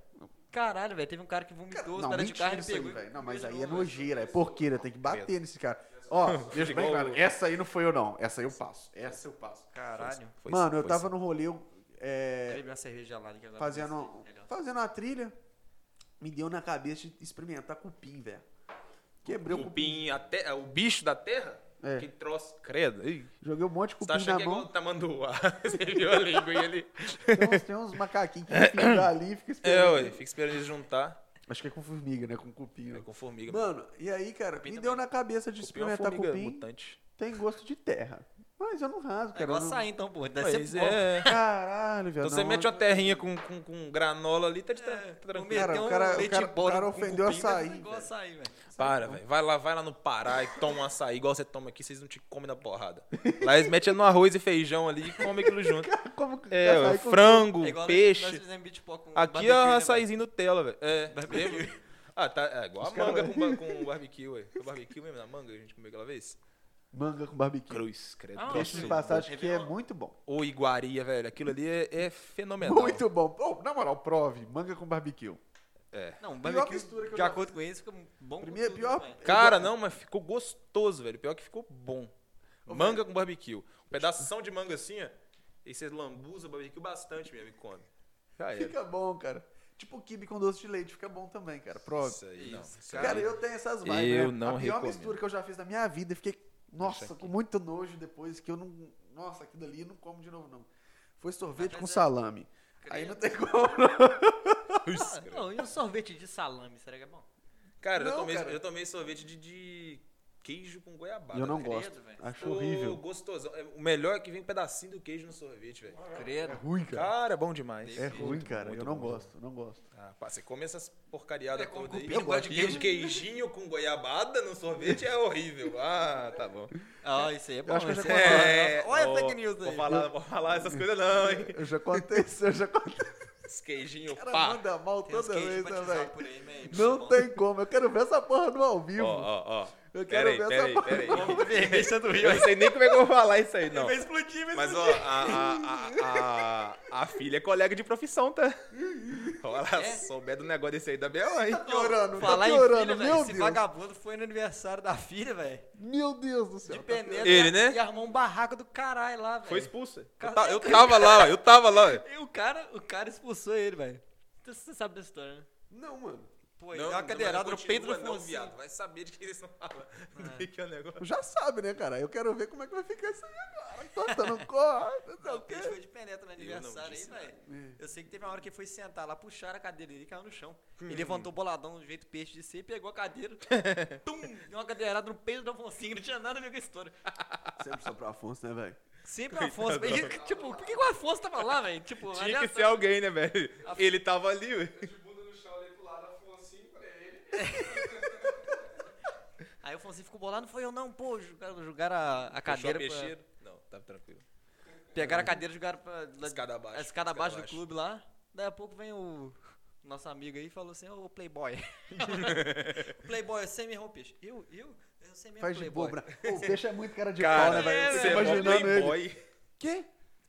[SPEAKER 2] Caralho, velho, teve um cara que
[SPEAKER 1] Cara,
[SPEAKER 2] vomitou os
[SPEAKER 1] não,
[SPEAKER 2] pedaços de
[SPEAKER 1] mentira
[SPEAKER 2] carne e
[SPEAKER 1] isso aí,
[SPEAKER 2] pegou. e um
[SPEAKER 1] velho. Não, mas
[SPEAKER 2] comeu de
[SPEAKER 1] aí é
[SPEAKER 2] novo, velho.
[SPEAKER 1] nojeira, é porqueira, tem que bater nesse cara. Ó, deixa bem
[SPEAKER 3] Igual
[SPEAKER 1] claro,
[SPEAKER 3] o-
[SPEAKER 1] essa aí não foi eu não, essa aí eu passo, essa eu passo.
[SPEAKER 2] Caralho.
[SPEAKER 3] Foi
[SPEAKER 1] Mano,
[SPEAKER 3] sim,
[SPEAKER 1] eu
[SPEAKER 3] foi
[SPEAKER 1] tava
[SPEAKER 3] sim.
[SPEAKER 1] no rolê eu, é,
[SPEAKER 2] Bebi uma cerveja gelada que agora
[SPEAKER 1] fazendo, um
[SPEAKER 2] parece melhor.
[SPEAKER 1] fazendo uma trilha, me deu na cabeça de experimentar cupim, velho. Quebrei o cupim.
[SPEAKER 3] Cupim, a te- o bicho da terra?
[SPEAKER 1] É.
[SPEAKER 3] Que troço. Credo. Ih,
[SPEAKER 1] Joguei um monte de
[SPEAKER 3] Você tá
[SPEAKER 1] cupim
[SPEAKER 3] achando
[SPEAKER 1] na
[SPEAKER 3] que é igual
[SPEAKER 1] mão.
[SPEAKER 3] tamanduá. Você viu a língua e ele.
[SPEAKER 1] Tem uns, tem uns macaquinhos que ficam ali e ficam
[SPEAKER 3] É,
[SPEAKER 1] esperando.
[SPEAKER 3] ué, fica esperando eles juntar.
[SPEAKER 1] Acho que é com formiga, né? Com cupim.
[SPEAKER 3] É
[SPEAKER 1] né?
[SPEAKER 3] com formiga.
[SPEAKER 1] Mano, e aí, cara,
[SPEAKER 2] Cupim
[SPEAKER 1] me
[SPEAKER 2] também.
[SPEAKER 1] deu na cabeça de
[SPEAKER 3] Cupim é uma
[SPEAKER 1] experimentar
[SPEAKER 3] formiga
[SPEAKER 1] cupim.
[SPEAKER 3] mutante.
[SPEAKER 1] Tem gosto de terra. Mas eu não raso,
[SPEAKER 2] É
[SPEAKER 1] cara.
[SPEAKER 2] igual
[SPEAKER 1] eu não-
[SPEAKER 2] açaí, então, pô. Deve ser
[SPEAKER 3] Pois
[SPEAKER 2] bom.
[SPEAKER 3] é.
[SPEAKER 1] Caralho, velho.
[SPEAKER 3] Então você
[SPEAKER 1] não, né?
[SPEAKER 3] mete uma terrinha com, com, com granola ali, tá, de,
[SPEAKER 2] É,
[SPEAKER 3] tá tranquilo.
[SPEAKER 1] Cara,
[SPEAKER 2] Meteu
[SPEAKER 1] o cara- o
[SPEAKER 2] leite
[SPEAKER 1] cara- o
[SPEAKER 2] bora
[SPEAKER 1] cara
[SPEAKER 2] um com
[SPEAKER 1] ofendeu
[SPEAKER 2] cupim, mas
[SPEAKER 1] açaí,
[SPEAKER 2] foi Igual
[SPEAKER 1] velho.
[SPEAKER 2] açaí, velho.
[SPEAKER 3] Para, velho. Vai lá, vai lá no Pará e toma um açaí igual você toma aqui, vocês não te comem na porrada. Lá eles metem no arroz e feijão ali e comem aquilo junto.
[SPEAKER 1] Como que
[SPEAKER 3] É,
[SPEAKER 1] açaí
[SPEAKER 3] ué,
[SPEAKER 1] com-
[SPEAKER 3] frango,
[SPEAKER 2] É igual nós
[SPEAKER 3] peixe.
[SPEAKER 2] fizemos beatbox com
[SPEAKER 3] Aqui
[SPEAKER 2] barbecue,
[SPEAKER 3] é
[SPEAKER 2] né,
[SPEAKER 3] o
[SPEAKER 2] velho?
[SPEAKER 3] açaizinho Nutella, velho. É,
[SPEAKER 2] Barbecue.
[SPEAKER 3] lembra? Ah, tá. É igual
[SPEAKER 1] Os
[SPEAKER 3] a
[SPEAKER 1] cara-
[SPEAKER 3] manga com, ba- com barbecue, ué. Foi barbecue mesmo na manga que a gente comeu aquela vez?
[SPEAKER 1] Mangá com barbecue.
[SPEAKER 3] Cruz, credo.
[SPEAKER 2] Ah,
[SPEAKER 1] Peixe de
[SPEAKER 2] Nossa,
[SPEAKER 1] passagem que é
[SPEAKER 2] Réveillon.
[SPEAKER 1] muito bom.
[SPEAKER 3] Ou iguaria, velho. Aquilo ali é, é fenomenal.
[SPEAKER 1] Muito bom. Ô, na moral, prove. Manga com barbecue.
[SPEAKER 3] É.
[SPEAKER 2] Não, barbecue,
[SPEAKER 1] mistura que eu
[SPEAKER 2] de
[SPEAKER 1] já
[SPEAKER 2] acordo com isso, fica bom. com
[SPEAKER 1] Primeiro,
[SPEAKER 2] tudo,
[SPEAKER 1] pior-
[SPEAKER 2] né, velho?
[SPEAKER 3] Cara, não, mas ficou gostoso, velho. Pior que ficou bom. Manga com barbecue. Um pedação de manga assim, ó. E você lambuza o barbecue bastante mesmo e come. Já era.
[SPEAKER 1] Fica bom, cara. Tipo kibe com doce de leite. Fica bom também, cara. Prove.
[SPEAKER 3] Isso aí, não.
[SPEAKER 2] Isso,
[SPEAKER 3] Isso aí-
[SPEAKER 1] Cara, eu tenho essas vibes.
[SPEAKER 3] Eu
[SPEAKER 1] né?
[SPEAKER 3] não
[SPEAKER 1] A pior
[SPEAKER 3] recomendo.
[SPEAKER 1] mistura que eu já fiz na minha vida. e Fiquei, nossa, com muito nojo depois. Que eu não... Nossa, aquilo ali eu não como de novo, não. Foi sorvete
[SPEAKER 2] Ah, mas
[SPEAKER 1] com
[SPEAKER 2] é-
[SPEAKER 1] salame. Aí
[SPEAKER 2] Credo.
[SPEAKER 1] não tem como, não.
[SPEAKER 3] Isso,
[SPEAKER 2] Ah, Não, e um sorvete de salame, será que é bom?
[SPEAKER 3] Cara, eu,
[SPEAKER 1] Não,
[SPEAKER 3] tomei,
[SPEAKER 1] cara.
[SPEAKER 3] eu tomei sorvete de, de queijo com goiabada.
[SPEAKER 1] E eu não
[SPEAKER 3] velho.
[SPEAKER 1] gosto.
[SPEAKER 2] é velho.
[SPEAKER 1] Acho
[SPEAKER 3] Ô,
[SPEAKER 1] horrível.
[SPEAKER 3] Gostosão. É, O melhor é que vem um pedacinho do queijo no sorvete, velho.
[SPEAKER 1] É
[SPEAKER 2] Credo.
[SPEAKER 1] ruim, cara.
[SPEAKER 3] Cara, bom demais.
[SPEAKER 1] É ruim, cara.
[SPEAKER 3] muito
[SPEAKER 1] Eu não
[SPEAKER 3] bom.
[SPEAKER 1] gosto, não gosto.
[SPEAKER 3] Ah, pá, você come essas
[SPEAKER 2] É,
[SPEAKER 3] porcariadas
[SPEAKER 2] como
[SPEAKER 3] todas aí.
[SPEAKER 2] cupim, Eu
[SPEAKER 3] gosto de
[SPEAKER 2] gosto.
[SPEAKER 3] queijo, queijinho com goiabada no sorvete é horrível. Ah, tá bom.
[SPEAKER 2] Ah, isso aí é bom.
[SPEAKER 1] acho que eu já
[SPEAKER 2] isso aí
[SPEAKER 3] É,
[SPEAKER 2] é bom. Olha
[SPEAKER 3] ó,
[SPEAKER 2] a fake news aí.
[SPEAKER 3] Vou falar, vou falar essas coisas não, hein?
[SPEAKER 1] Eu já contei isso, eu já contei.
[SPEAKER 3] Esse queijinho,
[SPEAKER 1] O cara
[SPEAKER 3] pá.
[SPEAKER 1] manda mal
[SPEAKER 2] Tem uns
[SPEAKER 1] toda
[SPEAKER 2] queijos
[SPEAKER 1] vez, né,
[SPEAKER 2] batizados
[SPEAKER 1] velho?
[SPEAKER 2] por aí, velho. muito
[SPEAKER 1] Não
[SPEAKER 2] bom.
[SPEAKER 1] tem como. Eu quero ver essa porra no ao vivo.
[SPEAKER 3] Ó, ó, ó.
[SPEAKER 1] Eu quero
[SPEAKER 3] Peraí,
[SPEAKER 1] ver
[SPEAKER 3] peraí,
[SPEAKER 1] essa porra.
[SPEAKER 3] peraí.
[SPEAKER 2] Vermelho sendo
[SPEAKER 3] Eu não sei nem como é que eu vou falar isso aí, não.
[SPEAKER 2] Vai explodir, vai
[SPEAKER 3] Mas,
[SPEAKER 2] explodir.
[SPEAKER 3] ó, a, a, a, a, a filha é colega de profissão, tá? Olha,
[SPEAKER 2] É?
[SPEAKER 3] se souber do negócio desse aí da Bel, hein?
[SPEAKER 1] Tá piorando, tá
[SPEAKER 2] Falar em
[SPEAKER 1] piorando,
[SPEAKER 2] filha, velho.
[SPEAKER 1] meu
[SPEAKER 2] Esse
[SPEAKER 1] Deus.
[SPEAKER 2] vagabundo foi no aniversário da filha, velho.
[SPEAKER 1] Meu Deus do
[SPEAKER 2] De
[SPEAKER 1] céu. tá-
[SPEAKER 2] peneira.
[SPEAKER 3] Ele,
[SPEAKER 2] e-
[SPEAKER 3] né?
[SPEAKER 2] E arrumou um barraco do caralho lá, velho.
[SPEAKER 3] Foi expulsa. Eu,
[SPEAKER 2] Cara- é
[SPEAKER 3] ta- eu tava lá, ó, eu tava lá. ó.
[SPEAKER 2] E o cara, o cara expulsou ele, velho. Então, Você sabe dessa história, né?
[SPEAKER 1] Não, mano.
[SPEAKER 2] Pô, ele deu uma cadeirada no peito do Fonseca.
[SPEAKER 3] Vai saber de quem eles não falam.
[SPEAKER 2] Ah.
[SPEAKER 3] que é o negócio.
[SPEAKER 1] Já sabe, né, cara? Eu quero ver como é que vai ficar isso aí agora. Contando corda, não sei
[SPEAKER 2] Não,
[SPEAKER 1] o
[SPEAKER 2] o Pedro
[SPEAKER 1] quê.
[SPEAKER 2] foi de penetra no
[SPEAKER 3] não
[SPEAKER 2] aniversário aí,
[SPEAKER 3] disse
[SPEAKER 2] velho. Eu sei que teve uma hora que ele foi sentar lá, puxaram a cadeira dele e caiu no chão.
[SPEAKER 1] Hum.
[SPEAKER 2] Ele levantou boladão do jeito peixe de ser, pegou a cadeira, tum, deu uma cadeirada no peito do Afonso. Não tinha nada a ver com a história.
[SPEAKER 1] Sempre só pro Afonso, né, velho?
[SPEAKER 2] Sempre o Afonso. E, tipo, por que que o Afonso tava lá, velho? Tipo,
[SPEAKER 3] Tinha que
[SPEAKER 2] aliás,
[SPEAKER 3] ser alguém, né, velho? Ele tava ali, ué.
[SPEAKER 4] Tá De bunda no chão, olhei pro lado, assim, Afonso pra ele.
[SPEAKER 2] Aí o Afonso ficou bolado, não foi eu não, pô. Jogaram, jogaram a, a cadeira.
[SPEAKER 3] Puxou a
[SPEAKER 2] Pra,
[SPEAKER 3] peixeira. Não, tava tranquilo.
[SPEAKER 2] pegaram a cadeira e jogaram pra. lá-
[SPEAKER 3] Escada abaixo.
[SPEAKER 2] a escada abaixo do clube lá. Daí a pouco vem o nosso amigo aí e falou assim, ô Playboy. playboy, você me rompes. Eu, eu? Eu sei mesmo
[SPEAKER 1] Faz de
[SPEAKER 2] Playboy.
[SPEAKER 1] boba. O peixe é muito cara de pau, né,
[SPEAKER 3] Cara,
[SPEAKER 2] é,
[SPEAKER 1] velho?
[SPEAKER 3] você
[SPEAKER 1] Você
[SPEAKER 3] é
[SPEAKER 1] imaginando ele.
[SPEAKER 3] imaginando playboy.
[SPEAKER 1] Quê?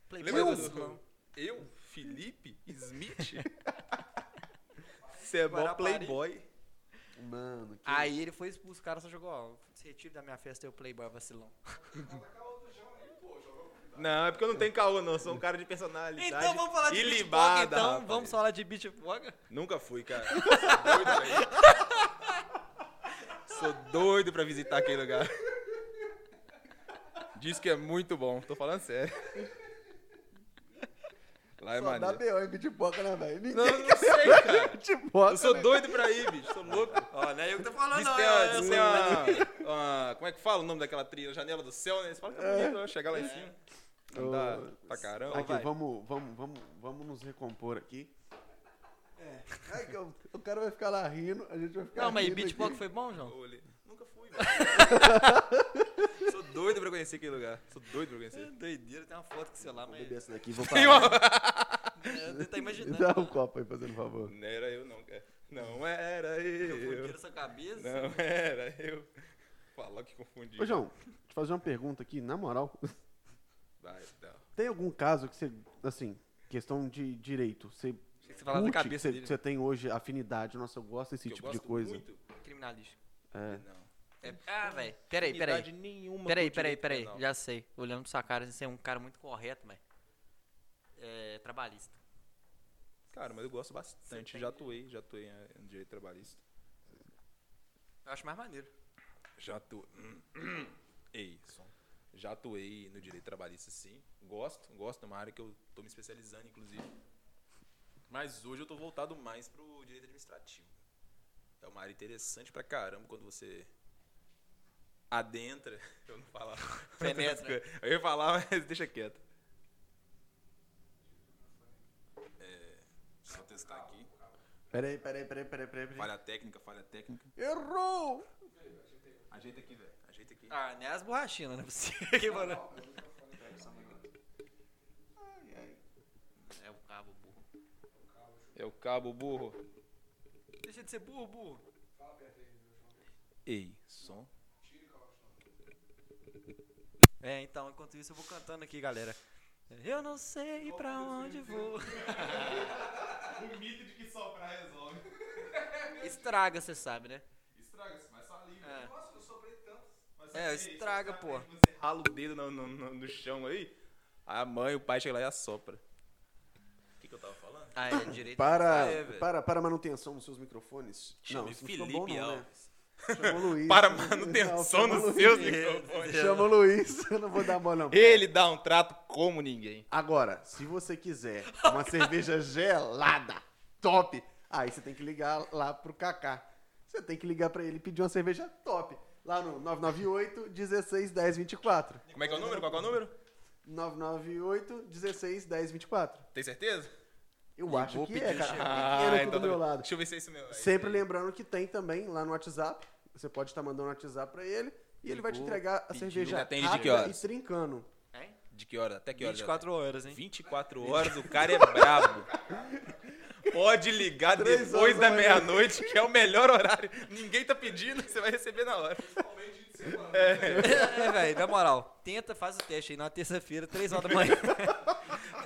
[SPEAKER 2] Playboy é
[SPEAKER 3] Lembra
[SPEAKER 2] do-
[SPEAKER 3] do... Eu, Felipe, Smith? Você é mó
[SPEAKER 2] Guarapari.
[SPEAKER 3] playboy.
[SPEAKER 1] Mano, que...
[SPEAKER 2] Aí ele foi expulso, o cara só jogou, ó, se retire da minha festa, eu Playboy vacilão.
[SPEAKER 3] Não, é porque eu não tenho caô, não. Eu Sou um cara de personalidade.
[SPEAKER 2] Então vamos falar de beach
[SPEAKER 3] ilibada,
[SPEAKER 2] boga, então.
[SPEAKER 3] rapaz.
[SPEAKER 2] Vamos falar de beach boga.
[SPEAKER 3] Nunca fui, cara. Sou doido, velho. Sou doido pra visitar aquele lugar. Diz que é muito bom. Tô falando sério. Lá é
[SPEAKER 1] Só dá
[SPEAKER 3] maneiro.
[SPEAKER 1] B.O. em bitipoca, né, velho? Ninguém
[SPEAKER 3] Não, eu não sei, cara.
[SPEAKER 1] bitipoca,
[SPEAKER 3] Eu sou
[SPEAKER 1] né?
[SPEAKER 3] doido pra ir, bicho. Sou louco.
[SPEAKER 2] Ó, não é assim, eu que tô falando,
[SPEAKER 3] Diz que tem, uma, diz que tem uma- uma- Como é que fala o nome daquela trilha? Janela do céu, né? Eles falam que é bonito, né? Chegar lá em cima. Andar pra caramba.
[SPEAKER 1] Aqui,
[SPEAKER 2] vai.
[SPEAKER 1] vamos, vamos, vamos, vamos nos recompor aqui. É. que eu- o cara vai ficar lá rindo, a gente vai ficar
[SPEAKER 2] Não, mas
[SPEAKER 1] rindo
[SPEAKER 2] beach
[SPEAKER 1] aqui.
[SPEAKER 2] boga foi bom, João?
[SPEAKER 3] Olha, Nunca fui, velho. Sou doido pra conhecer aquele lugar. Sou doido pra conhecer.
[SPEAKER 2] Doideira, tem uma foto que sei lá,
[SPEAKER 1] Vou
[SPEAKER 2] mas
[SPEAKER 1] beber
[SPEAKER 2] é,
[SPEAKER 1] essa daqui, vou parar.
[SPEAKER 2] eu tô imaginando. né?
[SPEAKER 1] Dá um copo aí, fazendo favor.
[SPEAKER 3] Não era eu, não, cara. Não era
[SPEAKER 1] é?
[SPEAKER 2] Confundiram
[SPEAKER 3] eu.
[SPEAKER 2] sua cabeça.
[SPEAKER 3] Não era eu. Falar que confundi.
[SPEAKER 1] Ô, João, te fazer uma pergunta aqui, na moral.
[SPEAKER 3] Vai, então. não.
[SPEAKER 1] Tem algum caso que você, assim, questão de direito, você
[SPEAKER 2] Achei que você falava da
[SPEAKER 1] curte,
[SPEAKER 2] cabeça
[SPEAKER 1] que você,
[SPEAKER 2] dele.
[SPEAKER 1] que você tem hoje afinidade, nossa, eu gosto desse
[SPEAKER 3] Que eu
[SPEAKER 1] tipo de
[SPEAKER 3] gosto
[SPEAKER 1] coisa.
[SPEAKER 3] Muito.
[SPEAKER 2] Criminalístico.
[SPEAKER 1] É.
[SPEAKER 3] Não.
[SPEAKER 2] É, ah, velho. Peraí,
[SPEAKER 3] Afinidade
[SPEAKER 2] peraí.
[SPEAKER 3] nenhuma
[SPEAKER 2] Peraí,
[SPEAKER 3] com
[SPEAKER 2] peraí,
[SPEAKER 3] direito
[SPEAKER 2] peraí.
[SPEAKER 3] penal.
[SPEAKER 2] Já sei. Olhando pra sua cara, você é um cara muito correto, mas. É. Trabalhista.
[SPEAKER 3] Cara, mas eu gosto bastante.
[SPEAKER 2] Você
[SPEAKER 3] Já
[SPEAKER 2] tem-
[SPEAKER 3] atuei, já atuei em em direito trabalhista.
[SPEAKER 2] Eu acho mais maneiro.
[SPEAKER 3] Já atuei. Ei, som. Já atuei no direito trabalhista, sim. Gosto, gosto. É uma área que eu tô me especializando, inclusive. Mas hoje eu tô voltado mais pro direito administrativo. É uma área interessante pra caramba quando você adentra. Eu não falava.
[SPEAKER 2] Penetra.
[SPEAKER 3] Eu ia falar, mas deixa quieto. É, só testar aqui.
[SPEAKER 1] Peraí, peraí, peraí, peraí, peraí. peraí.
[SPEAKER 3] Falha técnica, falha técnica.
[SPEAKER 1] Errou!
[SPEAKER 3] Ajeita aqui, velho. Ajeita aqui.
[SPEAKER 2] Ah, nem as borrachinas, não é possível. Que mano. É o cabo burro.
[SPEAKER 3] É o cabo burro.
[SPEAKER 2] Deixa de ser burro, burro.
[SPEAKER 3] Ei, som.
[SPEAKER 2] É, então, enquanto isso eu vou cantando aqui, galera. Eu não sei pra onde vou.
[SPEAKER 4] O mito de que soprar resolve.
[SPEAKER 2] Estraga, você sabe, né?
[SPEAKER 4] Estraga-se, mas saliva.
[SPEAKER 2] É.
[SPEAKER 4] Nossa, eu soprei tanto. Mas
[SPEAKER 2] É,
[SPEAKER 4] saliva,
[SPEAKER 2] estraga,
[SPEAKER 4] sabe,
[SPEAKER 2] pô.
[SPEAKER 4] Você
[SPEAKER 3] tá Rala o dedo no, no- no- no chão aí. A mãe, o pai chega lá e assopra. O que, que eu tava falando?
[SPEAKER 2] Ah, é direito.
[SPEAKER 1] Para,
[SPEAKER 3] Ah, é, velho.
[SPEAKER 1] para, para manutenção nos seus microfones.
[SPEAKER 3] Chame
[SPEAKER 1] isso
[SPEAKER 3] Felipe
[SPEAKER 1] ficou bom, não, né?
[SPEAKER 3] Alves.
[SPEAKER 1] Chama o Luiz.
[SPEAKER 3] Para
[SPEAKER 1] Não,
[SPEAKER 3] manutenção
[SPEAKER 1] chama o
[SPEAKER 3] nos
[SPEAKER 1] Luiz.
[SPEAKER 3] seus microfones.
[SPEAKER 1] Chama o Luiz, eu não vou dar mole não.
[SPEAKER 3] Ele dá um trato como ninguém.
[SPEAKER 1] Agora, se você quiser uma cerveja gelada, top, aí você tem que ligar lá pro Kaká. Você tem que ligar pra ele e pedir uma cerveja top. Lá no 998 16 10 24.
[SPEAKER 3] Como é que é o número? Qual que é o número?
[SPEAKER 1] 998 16 10 24.
[SPEAKER 3] Tem certeza?
[SPEAKER 1] Eu acho
[SPEAKER 2] vou
[SPEAKER 1] que
[SPEAKER 2] pedir
[SPEAKER 1] é,
[SPEAKER 2] um
[SPEAKER 1] cara.
[SPEAKER 2] cheiro.
[SPEAKER 1] Pequeno aqui do
[SPEAKER 3] tá
[SPEAKER 1] meu
[SPEAKER 3] bem.
[SPEAKER 1] lado.
[SPEAKER 3] Deixa eu ver se é isso mesmo.
[SPEAKER 1] Sempre lembrando que tem também lá no WhatsApp. Você pode estar mandando um WhatsApp pra ele e ele vai te
[SPEAKER 2] Ligou,
[SPEAKER 1] entregar a
[SPEAKER 2] pediu.
[SPEAKER 1] cerveja
[SPEAKER 3] Atende de
[SPEAKER 1] rápida
[SPEAKER 3] que
[SPEAKER 1] e
[SPEAKER 3] horas?
[SPEAKER 1] trincando.
[SPEAKER 2] Hein?
[SPEAKER 3] De que hora? Até que hora? tá?
[SPEAKER 2] 24 horas, é? hein?
[SPEAKER 3] 24 horas, o cara é brabo. Pode ligar
[SPEAKER 1] Três
[SPEAKER 3] depois
[SPEAKER 1] horas
[SPEAKER 3] da
[SPEAKER 1] da
[SPEAKER 3] meia-noite, que é o melhor horário. Ninguém tá pedindo, você vai receber na hora.
[SPEAKER 2] é, velho, na moral, tenta, faz o teste aí na terça-feira, 3 horas da manhã.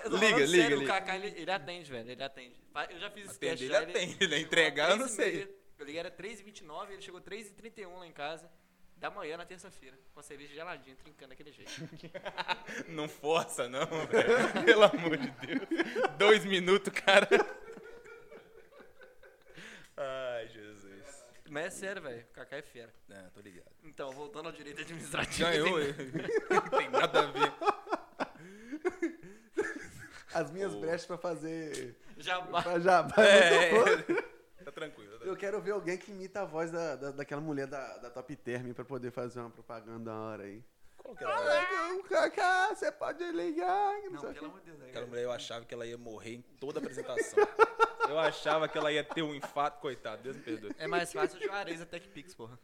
[SPEAKER 2] Eu tô falando
[SPEAKER 3] Liga, liga,
[SPEAKER 2] O
[SPEAKER 3] liga.
[SPEAKER 2] Kaká, ele, ele atende, velho, ele atende. Fa- Eu já fiz esse
[SPEAKER 3] Atender,
[SPEAKER 2] teste.
[SPEAKER 3] ele
[SPEAKER 2] já,
[SPEAKER 3] atende, né? Entregar, eu não
[SPEAKER 2] Três e
[SPEAKER 3] sei.
[SPEAKER 2] meia, Eu liguei, era 3h29, ele chegou 3h31 lá em casa, da manhã na terça-feira, com a cerveja geladinha, trincando daquele jeito.
[SPEAKER 3] Não força, não, velho. Pelo amor de Deus. Dois minutos, cara. Ai, Jesus.
[SPEAKER 2] Mas é sério, velho, o Kaká é fera.
[SPEAKER 3] Não, tô ligado.
[SPEAKER 2] Então, voltando ao direito administrativo.
[SPEAKER 3] Ganhou.
[SPEAKER 2] tem-
[SPEAKER 3] Não tem nada a ver.
[SPEAKER 1] As minhas
[SPEAKER 3] Oh.
[SPEAKER 1] brechas pra fazer.
[SPEAKER 2] Já ba-
[SPEAKER 1] pra jabá.
[SPEAKER 3] É, tá tranquilo. Tá
[SPEAKER 1] Eu
[SPEAKER 3] tranquilo.
[SPEAKER 1] quero ver alguém que imita a voz da, da- daquela mulher da, da Top Term pra poder fazer uma propaganda na hora aí.
[SPEAKER 3] Qual que era? a mulher?
[SPEAKER 1] Cacá, você pode ligar. que não
[SPEAKER 2] Não,
[SPEAKER 1] sei o quê.
[SPEAKER 2] pelo amor de Deus. né,
[SPEAKER 3] Aquela
[SPEAKER 2] cara?
[SPEAKER 3] mulher eu achava que ela ia morrer em toda a apresentação. Eu achava que ela ia ter um infarto, coitado, Deus me perdoe.
[SPEAKER 2] É mais fácil o Juarez até que Pix, porra.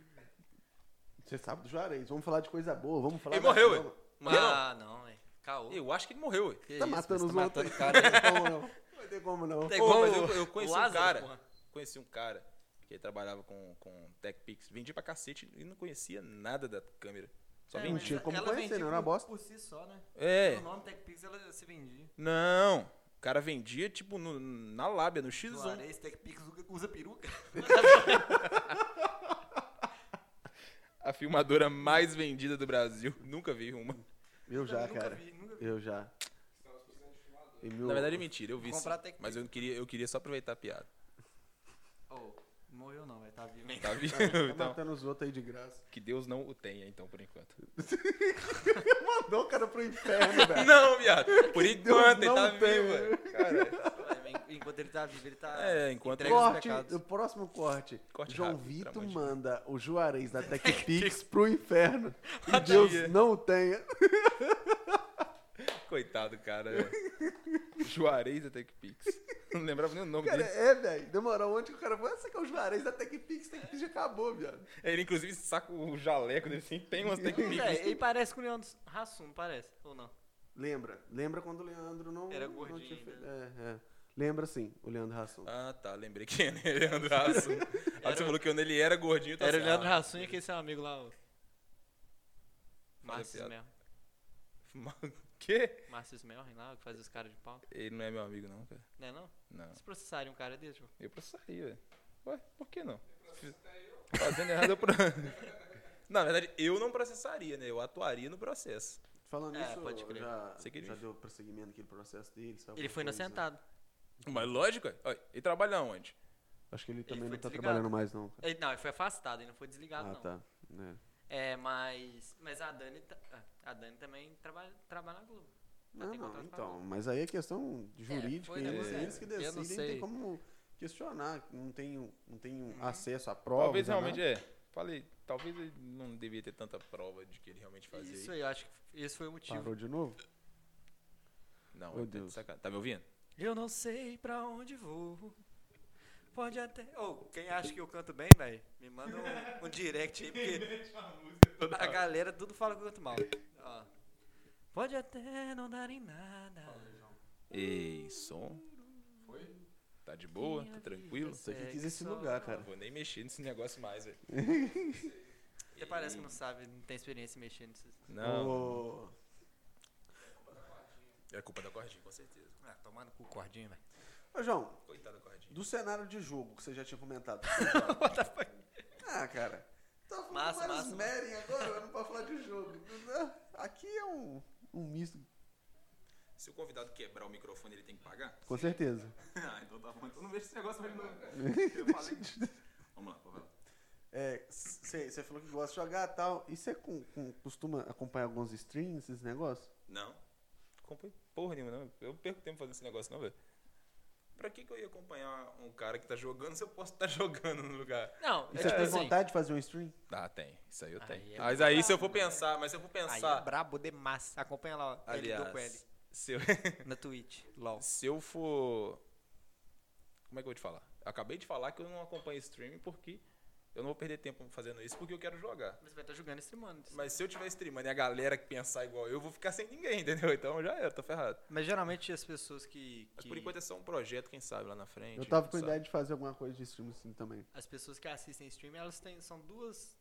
[SPEAKER 1] Você sabe do Juarez. Vamos falar de coisa boa. Vamos falar
[SPEAKER 3] Ele
[SPEAKER 1] da
[SPEAKER 3] morreu,
[SPEAKER 1] Globo.
[SPEAKER 2] Ah, não, velho. Caô.
[SPEAKER 3] Eu acho que ele morreu, ué.
[SPEAKER 2] Que
[SPEAKER 1] Tá
[SPEAKER 2] isso,
[SPEAKER 1] matando
[SPEAKER 2] mas
[SPEAKER 1] os
[SPEAKER 2] tá matando
[SPEAKER 1] outros.
[SPEAKER 2] o cara. né?
[SPEAKER 1] Não, não. Não tem como não.
[SPEAKER 2] Tá
[SPEAKER 3] Ô,
[SPEAKER 2] igual
[SPEAKER 3] mas
[SPEAKER 2] o-
[SPEAKER 3] eu- eu
[SPEAKER 2] o
[SPEAKER 3] conheci um
[SPEAKER 2] Lázaro,
[SPEAKER 3] cara.
[SPEAKER 2] porra.
[SPEAKER 3] Conheci um cara que ele trabalhava com, com TechPix, vendia pra cacete e não conhecia nada da câmera. Só
[SPEAKER 2] É,
[SPEAKER 3] vendia.
[SPEAKER 1] mentiu
[SPEAKER 2] mas
[SPEAKER 1] como
[SPEAKER 2] ela
[SPEAKER 1] conhecer, né?
[SPEAKER 2] vendia
[SPEAKER 1] não era
[SPEAKER 2] por-
[SPEAKER 1] bosta?
[SPEAKER 2] Por si só, né?
[SPEAKER 3] É.
[SPEAKER 2] O nome TechPix, ela se vendia.
[SPEAKER 3] Não, o cara vendia tipo no- na lábia, no X1.
[SPEAKER 2] Juarez, TechPix usa peruca.
[SPEAKER 3] A filmadora mais vendida do Brasil. Nunca vi uma.
[SPEAKER 1] Eu já,
[SPEAKER 2] nunca
[SPEAKER 1] cara.
[SPEAKER 2] vi, nunca vi.
[SPEAKER 1] Eu já. E meu-
[SPEAKER 3] Na verdade é mentira, eu vi
[SPEAKER 2] Vou
[SPEAKER 3] sim.
[SPEAKER 2] comprar TechPix.
[SPEAKER 3] Mas eu queria, eu queria só aproveitar a piada.
[SPEAKER 2] Oh, morreu não, velho. Tá vivo, hein?
[SPEAKER 3] Tá vivo?
[SPEAKER 1] Tá
[SPEAKER 3] Então,
[SPEAKER 1] matando os outros aí de graça.
[SPEAKER 3] que Deus não o tenha, então, por enquanto.
[SPEAKER 1] Mandou o cara pro inferno, velho.
[SPEAKER 3] Não, viado. Por enquanto, ele
[SPEAKER 1] não
[SPEAKER 3] tá
[SPEAKER 1] tenha.
[SPEAKER 3] vivo, velho. Caralho.
[SPEAKER 2] Enquanto ele tá vivo, ele tá...
[SPEAKER 3] É, enquanto
[SPEAKER 2] entrega os
[SPEAKER 1] Corte,
[SPEAKER 2] pecados.
[SPEAKER 1] o próximo corte.
[SPEAKER 3] Corte
[SPEAKER 1] João
[SPEAKER 3] rápido, pelo
[SPEAKER 1] Vitor
[SPEAKER 3] amor de
[SPEAKER 1] manda o Juarez da TechPix pro inferno. E
[SPEAKER 3] Tadinha.
[SPEAKER 1] Deus não o tenha.
[SPEAKER 3] Coitado, cara. velho. Juarez da TechPix. Não lembrava nem o nome
[SPEAKER 1] Cara,
[SPEAKER 3] dele.
[SPEAKER 1] é, velho. Demorou onde que o cara falou, essa que é o Juarez da TechPix, TechPix já acabou, viado.
[SPEAKER 3] Ele, inclusive, saca o jaleco dele assim, tem umas
[SPEAKER 2] Pois
[SPEAKER 3] TechPix.
[SPEAKER 2] é, ele parece com o Leandro Hassum, parece, ou não?
[SPEAKER 1] Lembra? Lembra quando o Leandro não...
[SPEAKER 2] Era
[SPEAKER 1] não
[SPEAKER 2] gordinho,
[SPEAKER 1] tinha feito- É, é. Lembra sim, o Leandro Rassum.
[SPEAKER 3] Ah, tá. Lembrei quem era ele, Leandro Hassum. Aí
[SPEAKER 2] Era
[SPEAKER 3] você
[SPEAKER 2] o-
[SPEAKER 3] falou que quando ele era gordinho, tá
[SPEAKER 2] Era o
[SPEAKER 3] assim,
[SPEAKER 2] Leandro
[SPEAKER 3] ah,
[SPEAKER 2] Hassum e aquele seu amigo lá, o... Márcio Smelling.
[SPEAKER 3] piada. mas- Quê?
[SPEAKER 2] Márcio Smelling lá, que faz os caras de pau.
[SPEAKER 3] Ele não é meu amigo, não, cara.
[SPEAKER 2] Não é não?
[SPEAKER 3] Não.
[SPEAKER 2] Se processarem um cara desse, João.
[SPEAKER 3] Eu processaria, velho. Ué, por que não? Fazendo errado, eu... pro- Na verdade, eu não processaria, né? Eu atuaria no processo.
[SPEAKER 1] Falando
[SPEAKER 2] É,
[SPEAKER 1] nisso,
[SPEAKER 2] pode crer.
[SPEAKER 1] já,
[SPEAKER 3] Você queria-
[SPEAKER 1] já deu prosseguimento aqui no processo dele. sabe,
[SPEAKER 2] Ele
[SPEAKER 1] alguma É
[SPEAKER 2] foi
[SPEAKER 1] coisa.
[SPEAKER 2] inocentado.
[SPEAKER 3] Mas lógico, ué. Olha, ele trabalha onde?
[SPEAKER 1] Acho que ele também
[SPEAKER 2] foi
[SPEAKER 1] não tá
[SPEAKER 2] desligado.
[SPEAKER 1] trabalhando mais, não. cara.
[SPEAKER 2] Ele, não, ele foi afastado, ele não foi desligado,
[SPEAKER 1] ah,
[SPEAKER 2] não.
[SPEAKER 1] tá. É.
[SPEAKER 2] É, mas. Mas a Dani. tá- ah, A Dani também trabalha, trabalha na Globo. Ela
[SPEAKER 1] Não,
[SPEAKER 2] tem
[SPEAKER 1] não,
[SPEAKER 2] contrato com a
[SPEAKER 1] então,
[SPEAKER 2] Globo.
[SPEAKER 1] mas aí é questão jurídica,
[SPEAKER 2] foi
[SPEAKER 1] e eles,
[SPEAKER 2] negociado.
[SPEAKER 1] eles que
[SPEAKER 2] Eu não
[SPEAKER 1] decidem, não,
[SPEAKER 2] sei. Uhum.
[SPEAKER 1] tem como questionar, não tem, não tem acesso a prova.
[SPEAKER 3] Talvez realmente é. Falei, talvez ele não devia ter tanta prova de que ele realmente fazia
[SPEAKER 2] Isso
[SPEAKER 3] isso.
[SPEAKER 2] aí, eu acho que esse foi o motivo.
[SPEAKER 1] Parou de novo?
[SPEAKER 3] Não,
[SPEAKER 1] Meu
[SPEAKER 3] ele tá de
[SPEAKER 1] Deus.
[SPEAKER 3] sacanagem. Tá me ouvindo?
[SPEAKER 2] Eu não sei pra onde vou. Pode até. Ô, quem acha que eu canto bem, velho, me manda um, um direct aí, porque a galera tudo fala que eu canto mal. Ó. Pode até não dar em nada.
[SPEAKER 3] Ei, som. Foi? Tá de boa? Tá tranquilo?
[SPEAKER 1] Você que
[SPEAKER 2] É,
[SPEAKER 1] quis
[SPEAKER 2] que
[SPEAKER 1] esse
[SPEAKER 2] só-
[SPEAKER 1] lugar, cara.
[SPEAKER 3] Vou nem mexer nesse negócio mais, velho.
[SPEAKER 2] Você parece que não sabe, não tem experiência mexendo nesses.
[SPEAKER 3] Não.
[SPEAKER 1] Ô,
[SPEAKER 3] É culpa da cordinha, com certeza.
[SPEAKER 2] Ah, tomando cu cordinho, velho.
[SPEAKER 1] ô, João,
[SPEAKER 3] Coitada da cordinha.
[SPEAKER 1] do cenário de jogo que você já tinha comentado. ah, cara. Tá falando
[SPEAKER 2] Massa,
[SPEAKER 1] vários
[SPEAKER 2] massa,
[SPEAKER 1] Meren agora, não pode falar de jogo. Aqui é um, um misto.
[SPEAKER 3] Se o convidado quebrar o microfone, ele tem que pagar?
[SPEAKER 1] Com certeza.
[SPEAKER 3] Ah, então tá bom. Então não vejo esse negócio mais não. Eu falei. Vamos lá, Pavel.
[SPEAKER 1] Você É, falou que gosta de jogar e tal. E você com- com- costuma acompanhar alguns streams, esses negócios?
[SPEAKER 3] Não. Comprei porra nenhuma, não. Eu perco tempo fazendo esse negócio, não, velho. Pra que, que eu ia acompanhar um cara que tá jogando se eu posso estar jogando no lugar?
[SPEAKER 2] Não,
[SPEAKER 1] E
[SPEAKER 2] é
[SPEAKER 1] você
[SPEAKER 2] tipo
[SPEAKER 1] tem
[SPEAKER 2] assim.
[SPEAKER 1] vontade de fazer um stream?
[SPEAKER 3] Ah, tem. Isso aí eu
[SPEAKER 2] Aí
[SPEAKER 3] tenho.
[SPEAKER 2] é
[SPEAKER 3] mas aí se eu for pensar, mas se eu for
[SPEAKER 2] Aí é
[SPEAKER 3] pensar.
[SPEAKER 2] brabo demais. Acompanha lá, ó. L do com L.
[SPEAKER 3] aliás, se eu,
[SPEAKER 2] Na Twitch. LOL.
[SPEAKER 3] se eu for. Como é que eu vou te falar? Eu acabei de falar que eu não acompanho streaming porque eu não vou perder tempo fazendo isso porque eu quero jogar.
[SPEAKER 2] Mas vai estar jogando e streamando.
[SPEAKER 3] Mas se eu tiver streamando e a galera que pensar igual eu, eu vou ficar sem ninguém, entendeu? Então já era, tô ferrado.
[SPEAKER 2] Mas geralmente as pessoas que.
[SPEAKER 3] Mas
[SPEAKER 2] que-
[SPEAKER 3] por enquanto é só um projeto, quem sabe, lá na frente.
[SPEAKER 1] Eu tava com
[SPEAKER 3] sabe?
[SPEAKER 1] ideia de fazer alguma coisa de stream assim também.
[SPEAKER 2] As pessoas que assistem stream, elas têm, são duas.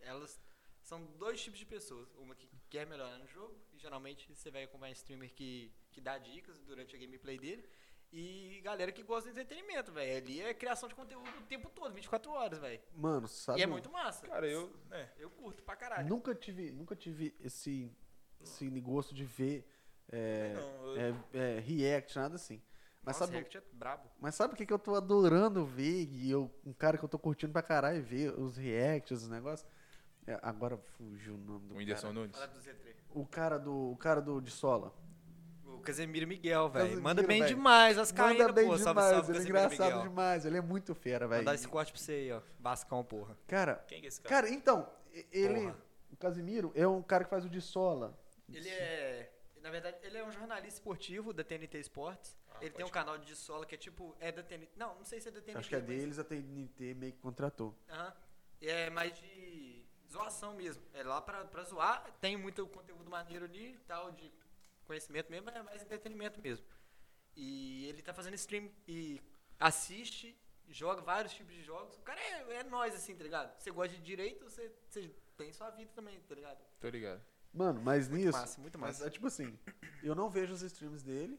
[SPEAKER 2] Elas são dois tipos de pessoas. Uma que quer melhorar no jogo, e geralmente você vai acompanhar streamer que, que dá dicas durante a gameplay dele. E galera que gosta de entretenimento, velho. Ali é criação de conteúdo o tempo todo, 24 horas, velho.
[SPEAKER 1] Mano, sabe?
[SPEAKER 2] E é
[SPEAKER 1] um-
[SPEAKER 2] muito massa.
[SPEAKER 3] Cara, eu. É.
[SPEAKER 2] Eu curto pra caralho.
[SPEAKER 1] Nunca tive, nunca tive esse, esse gosto de ver é,
[SPEAKER 3] Não, eu-
[SPEAKER 1] é, é, react, nada assim. Mas
[SPEAKER 2] Nossa,
[SPEAKER 1] sabe,
[SPEAKER 2] React é brabo.
[SPEAKER 1] mas sabe o que, que eu tô adorando ver? E eu, um cara que eu tô curtindo pra caralho ver os reacts, os negócios. É, agora fugiu o nome do
[SPEAKER 3] O Whindersson
[SPEAKER 1] cara.
[SPEAKER 3] Nunes.
[SPEAKER 2] Fala do Z3.
[SPEAKER 1] O cara do, o cara do de sola.
[SPEAKER 2] O Casemiro Miguel, velho.
[SPEAKER 1] Casemiro,
[SPEAKER 2] Manda bem
[SPEAKER 1] velho.
[SPEAKER 2] demais as caídas,
[SPEAKER 1] Manda bem
[SPEAKER 2] pô.
[SPEAKER 1] demais,
[SPEAKER 2] Salve, salve,
[SPEAKER 1] ele é
[SPEAKER 2] Casemiro
[SPEAKER 1] engraçado
[SPEAKER 2] Miguel.
[SPEAKER 1] demais, ele é muito fera, velho.
[SPEAKER 2] Mandar esse corte pra você aí, ó. Bascão, porra.
[SPEAKER 1] Cara,
[SPEAKER 3] Quem que é esse cara?
[SPEAKER 1] cara, então, e- ele
[SPEAKER 2] Porra.
[SPEAKER 1] O Casimiro é um cara que faz o de sola.
[SPEAKER 2] Ele é. Na verdade, ele é um jornalista esportivo da TNT Esportes.
[SPEAKER 1] Ah,
[SPEAKER 2] ele tem um canal de sola que é tipo. É da TNT. Não, não sei se é da TNT.
[SPEAKER 1] Acho que é
[SPEAKER 2] mas-
[SPEAKER 1] deles, a TNT meio que contratou.
[SPEAKER 2] Aham. E É mais de zoação mesmo. É lá pra, pra zoar. Tem muito conteúdo maneiro ali e tal, de conhecimento mesmo, mas é mais entretenimento mesmo. E ele tá fazendo stream e assiste, joga vários tipos de jogos. O cara é, é nós, assim, tá ligado? Você gosta de direito, você, você tem sua vida também, tá ligado?
[SPEAKER 3] Tô ligado.
[SPEAKER 1] Mano, mas
[SPEAKER 2] Muito
[SPEAKER 1] nisso.
[SPEAKER 2] massa, muito
[SPEAKER 1] Mas
[SPEAKER 2] massa.
[SPEAKER 1] é tipo assim, eu não vejo os streams dele,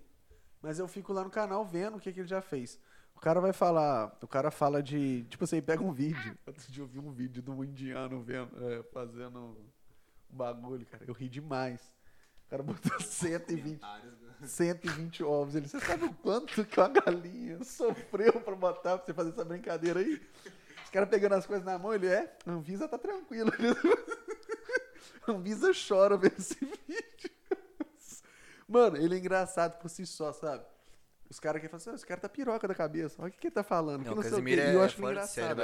[SPEAKER 1] mas eu fico lá no canal vendo o que, que ele já fez. O cara vai falar, o cara fala de, tipo assim, pega um vídeo. Outro dia eu vi um vídeo de um indiano vendo, é, fazendo um bagulho, cara. Eu ri demais. O cara botou 120, 120 ovos. Ele, você sabe o quanto que uma galinha sofreu pra botar, pra você fazer essa brincadeira aí? Os caras pegando as coisas na mão, ele é, a Anvisa tá tranquilo. A Anvisa chora ver esse vídeo. Mano, ele é engraçado por si só, sabe? Os caras que falam assim, "Ah, esse cara tá piroca da cabeça. Olha o que, que ele tá falando. que não é sei o quê.
[SPEAKER 2] é
[SPEAKER 1] E eu acho engraçado.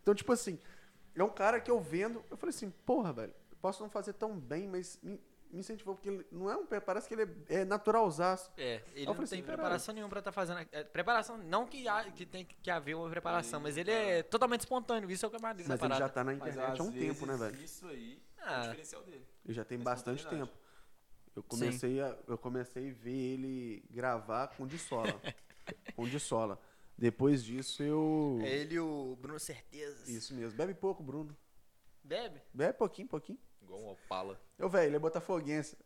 [SPEAKER 1] Então, tipo assim, é um cara que eu vendo, eu falei assim, porra, velho, eu posso não fazer tão bem, mas me, me incentivou, porque ele não é um. pe- Parece que ele é, é naturalzaço.
[SPEAKER 2] É, ele
[SPEAKER 1] Eu
[SPEAKER 2] não
[SPEAKER 1] falei
[SPEAKER 2] tem
[SPEAKER 1] assim,
[SPEAKER 2] preparação nenhuma pra estar fazendo. é, preparação, não que, há- que tem que haver uma preparação, mas ele é totalmente espontâneo. Isso é o que é maneiro na
[SPEAKER 1] Mas ele
[SPEAKER 2] parada.
[SPEAKER 1] já tá na
[SPEAKER 5] Mas
[SPEAKER 1] internet há um
[SPEAKER 5] às
[SPEAKER 1] tempo, né,
[SPEAKER 5] vezes,
[SPEAKER 1] velho?
[SPEAKER 5] Isso aí é
[SPEAKER 2] Ah.
[SPEAKER 5] o diferencial dele.
[SPEAKER 1] Ele já tem
[SPEAKER 5] Essa
[SPEAKER 1] bastante tempo.
[SPEAKER 5] oportunidade.
[SPEAKER 1] Eu comecei, a, eu comecei a ver ele gravar com de sola. com de sola. Depois disso eu.
[SPEAKER 2] É ele e o Bruno Certezas.
[SPEAKER 1] tá- Isso mesmo. Bebe pouco, Bruno.
[SPEAKER 2] Bebe?
[SPEAKER 1] Bebe pouquinho, pouquinho.
[SPEAKER 3] Igual um opala.
[SPEAKER 1] Eu, velho, ele é botafoguense.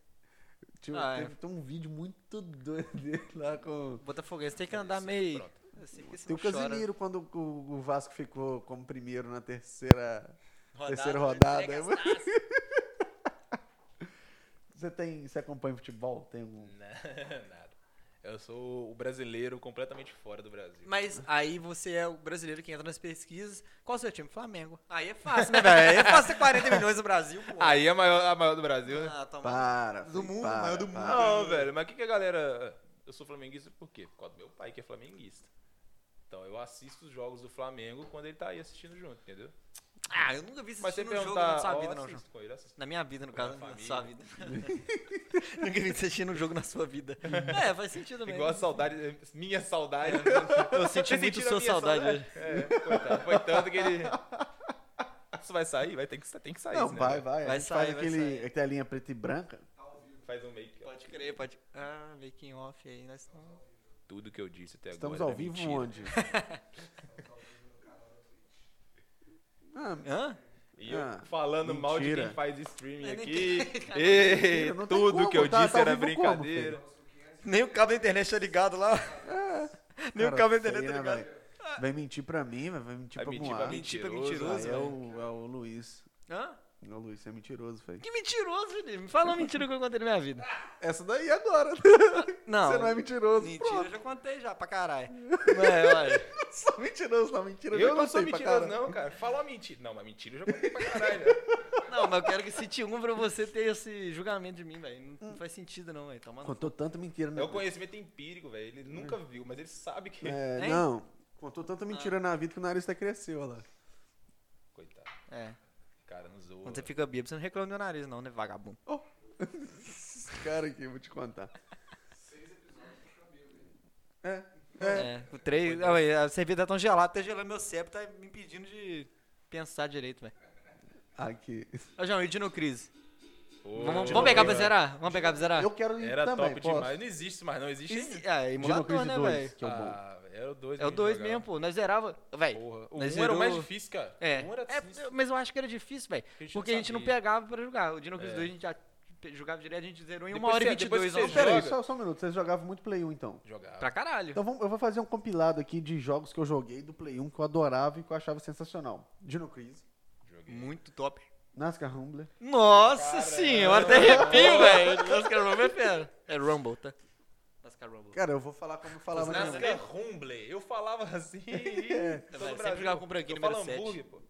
[SPEAKER 1] Tinha,
[SPEAKER 2] Ah, é.
[SPEAKER 1] teve, tem um vídeo muito doido dele lá com.
[SPEAKER 2] Botafoguense tem que andar meio.
[SPEAKER 3] pronto.
[SPEAKER 2] Assim, porque
[SPEAKER 1] É Tem o
[SPEAKER 2] senão chora.
[SPEAKER 1] Casimiro quando o, o Vasco ficou como primeiro na terceira. terceira rodada,
[SPEAKER 2] né? entrega
[SPEAKER 1] é,
[SPEAKER 2] as taças.
[SPEAKER 1] Você tem. Você acompanha futebol? Tem um.
[SPEAKER 3] Nada. Eu sou o brasileiro completamente fora do Brasil.
[SPEAKER 2] Mas aí você é o brasileiro que entra nas pesquisas. Qual o seu time? Flamengo. Aí é fácil, né, velho? Aí é fácil ter 40 milhões no Brasil, pô.
[SPEAKER 3] Aí é a maior, a maior do Brasil, né?
[SPEAKER 2] Ah, toma.
[SPEAKER 1] Para.
[SPEAKER 2] Do
[SPEAKER 1] filho,
[SPEAKER 2] mundo,
[SPEAKER 1] para,
[SPEAKER 2] maior do
[SPEAKER 1] para.
[SPEAKER 2] mundo.
[SPEAKER 3] Não, velho, mas o que, que a galera. Eu sou flamenguista por quê? Por causa do meu pai, que é flamenguista. Então eu assisto os jogos do Flamengo quando ele tá aí assistindo junto, entendeu?
[SPEAKER 2] Ah, eu nunca vi isso
[SPEAKER 3] Mas você
[SPEAKER 2] no jogo na
[SPEAKER 3] perguntar.
[SPEAKER 2] sua
[SPEAKER 3] ó,
[SPEAKER 2] vida, não, João.
[SPEAKER 3] assisto com ele, assisto.
[SPEAKER 2] Na minha vida, no caso, na
[SPEAKER 3] família.
[SPEAKER 2] sua vida. Nunca vi você assistindo um jogo na sua vida. É, faz sentido mesmo.
[SPEAKER 3] Igual a saudade, eh, minha saudade.
[SPEAKER 2] É. Eu senti
[SPEAKER 3] Vocês
[SPEAKER 2] muito
[SPEAKER 3] sentiram a
[SPEAKER 2] sua
[SPEAKER 3] minha
[SPEAKER 2] saudade
[SPEAKER 3] saudade?
[SPEAKER 2] hoje.
[SPEAKER 3] É, coitado. Foi tanto que ele. Isso vai sair? Vai ter que, tem que sair.
[SPEAKER 1] Não,
[SPEAKER 3] esse
[SPEAKER 1] vai,
[SPEAKER 3] negócio.
[SPEAKER 1] vai. A
[SPEAKER 2] Vai
[SPEAKER 1] gente
[SPEAKER 2] sair,
[SPEAKER 1] faz
[SPEAKER 2] vai
[SPEAKER 1] aquele,
[SPEAKER 2] sair.
[SPEAKER 1] aquela linha preta e branca.
[SPEAKER 3] Faz um make. ó.
[SPEAKER 2] Pode crer, pode. Ah, making off aí, nós estamos.
[SPEAKER 3] Tudo que eu disse até
[SPEAKER 1] Estamos ao
[SPEAKER 3] agora. é
[SPEAKER 1] vivo
[SPEAKER 3] mentira.
[SPEAKER 1] onde? Ah,
[SPEAKER 2] Hã?
[SPEAKER 3] E eu
[SPEAKER 1] Ah,
[SPEAKER 3] falando mal de
[SPEAKER 1] mentira.
[SPEAKER 3] quem faz streaming
[SPEAKER 2] Mas é nem
[SPEAKER 3] aqui.
[SPEAKER 2] tem-
[SPEAKER 3] Ê,
[SPEAKER 1] Não tem
[SPEAKER 3] tudo
[SPEAKER 1] como,
[SPEAKER 3] que eu
[SPEAKER 1] tá-
[SPEAKER 3] disse
[SPEAKER 1] tá ao
[SPEAKER 3] era
[SPEAKER 1] vivo como,
[SPEAKER 3] brincadeira.
[SPEAKER 2] Nem o cabo da internet tá ligado lá. Nem o
[SPEAKER 1] cara
[SPEAKER 2] cabo da internet
[SPEAKER 1] feio,
[SPEAKER 2] tá
[SPEAKER 1] né,
[SPEAKER 2] ligado.
[SPEAKER 1] velho? Vai mentir pra mim, vai vai mentir
[SPEAKER 3] Vai
[SPEAKER 1] pra
[SPEAKER 3] mentir
[SPEAKER 1] Moá.
[SPEAKER 3] pra
[SPEAKER 1] Aí
[SPEAKER 2] Mentir pra
[SPEAKER 3] mentiroso,
[SPEAKER 2] Tipo, mentiroso, né?
[SPEAKER 1] é
[SPEAKER 2] velho.
[SPEAKER 1] o, é o Luiz.
[SPEAKER 2] Hã?
[SPEAKER 1] É O Luiz é mentiroso, velho.
[SPEAKER 2] Que mentiroso, Felipe. Me fala uma mentira que eu contei na minha vida.
[SPEAKER 1] Essa
[SPEAKER 2] é
[SPEAKER 1] daí agora.
[SPEAKER 2] Não.
[SPEAKER 1] Você não é mentiroso.
[SPEAKER 2] Mentira, eu
[SPEAKER 1] Pronto.
[SPEAKER 2] já contei já, pra caralho. Não é, olha.
[SPEAKER 1] Eu sou mentiroso, não. Mentira
[SPEAKER 3] Eu,
[SPEAKER 1] já
[SPEAKER 3] não sou
[SPEAKER 1] contei pra
[SPEAKER 3] mentiroso,
[SPEAKER 1] caralho.
[SPEAKER 3] não, cara. Fala uma mentira. Não, mas mentira eu já contei pra caralho. né? velho.
[SPEAKER 2] Não, mas eu quero que se te um pra você ter esse julgamento de mim, velho. Não, não faz sentido, não, velho. Toma no
[SPEAKER 1] Contou tanta mentira
[SPEAKER 3] É
[SPEAKER 1] na
[SPEAKER 3] o conhecimento empírico, velho. Ele nunca viu, mas ele sabe que.
[SPEAKER 1] É,
[SPEAKER 2] Hein?
[SPEAKER 1] Não. Contou tanta
[SPEAKER 3] Ah.
[SPEAKER 1] mentira na vida que o nariz até cresceu, olha lá.
[SPEAKER 3] Coitado.
[SPEAKER 2] É.
[SPEAKER 3] Cara, não zoa.
[SPEAKER 2] Quando você fica bêbado, você não reclama do meu nariz, não, né, vagabundo?
[SPEAKER 1] Esse cara aqui, eu vou te contar. É. É.
[SPEAKER 2] É, o três. Ah, ué, a cerveja tá tão gelada, tá gelando meu cérebro, tá me impedindo de pensar direito, velho.
[SPEAKER 1] Aqui.
[SPEAKER 2] Ô, João, e Dino Crise?
[SPEAKER 3] Ô,
[SPEAKER 2] Vamos, vamos pegar pra
[SPEAKER 3] velho.
[SPEAKER 2] zerar? Vamos pegar pra zerar?
[SPEAKER 1] Eu quero ir
[SPEAKER 3] Ah, Era
[SPEAKER 1] também,
[SPEAKER 3] top
[SPEAKER 1] posso?
[SPEAKER 3] demais. Não existe mais, não existe ainda.
[SPEAKER 2] Isso- É, emulador,
[SPEAKER 1] Dino
[SPEAKER 2] né,
[SPEAKER 1] Crisis 2,
[SPEAKER 2] velho?
[SPEAKER 1] que é o bom.
[SPEAKER 3] Ah, era o 2
[SPEAKER 2] É o 2 mesmo, pô. Nós zerava. Véi.
[SPEAKER 3] Porra. O 1
[SPEAKER 2] nós
[SPEAKER 3] era o
[SPEAKER 2] zerou-
[SPEAKER 3] mais difícil, cara.
[SPEAKER 2] É.
[SPEAKER 3] O 1 era
[SPEAKER 2] É,
[SPEAKER 3] difícil.
[SPEAKER 2] mas eu acho que era difícil, velho.
[SPEAKER 3] a gente
[SPEAKER 2] Porque a
[SPEAKER 3] não
[SPEAKER 2] gente não
[SPEAKER 3] sabia.
[SPEAKER 2] pegava pra jogar. O Dino Crisis
[SPEAKER 3] É.
[SPEAKER 2] 2 a gente já pe- jogava direto, a gente zerou em
[SPEAKER 3] Depois
[SPEAKER 2] 1 hora e
[SPEAKER 3] que você- depois
[SPEAKER 2] 22
[SPEAKER 3] que
[SPEAKER 1] Não,
[SPEAKER 2] horas.
[SPEAKER 3] você
[SPEAKER 1] pera aí,
[SPEAKER 3] joga?
[SPEAKER 1] só, só um minuto. Vocês jogavam muito Play 1, então?
[SPEAKER 3] Jogava.
[SPEAKER 2] Pra caralho.
[SPEAKER 1] Então vamos- eu vou fazer um compilado aqui de jogos que eu joguei do Play 1 que eu adorava e que eu achava sensacional. Dino Crisis,
[SPEAKER 3] Joguei.
[SPEAKER 2] Muito top.
[SPEAKER 1] Nascar Humbler,
[SPEAKER 2] Nossa senhora, até arrepio, velho. Nascar Rumble é fera. É Rumble, tá? Nascar Rumble.
[SPEAKER 1] Cara, eu vou falar como eu falava
[SPEAKER 2] Os
[SPEAKER 1] mesmo.
[SPEAKER 3] Nascar Rumble. Eu falava assim. É,
[SPEAKER 2] velho, sempre jogava com o branquinho
[SPEAKER 3] Eu falo
[SPEAKER 2] número sete.
[SPEAKER 3] hambúrguer, pô.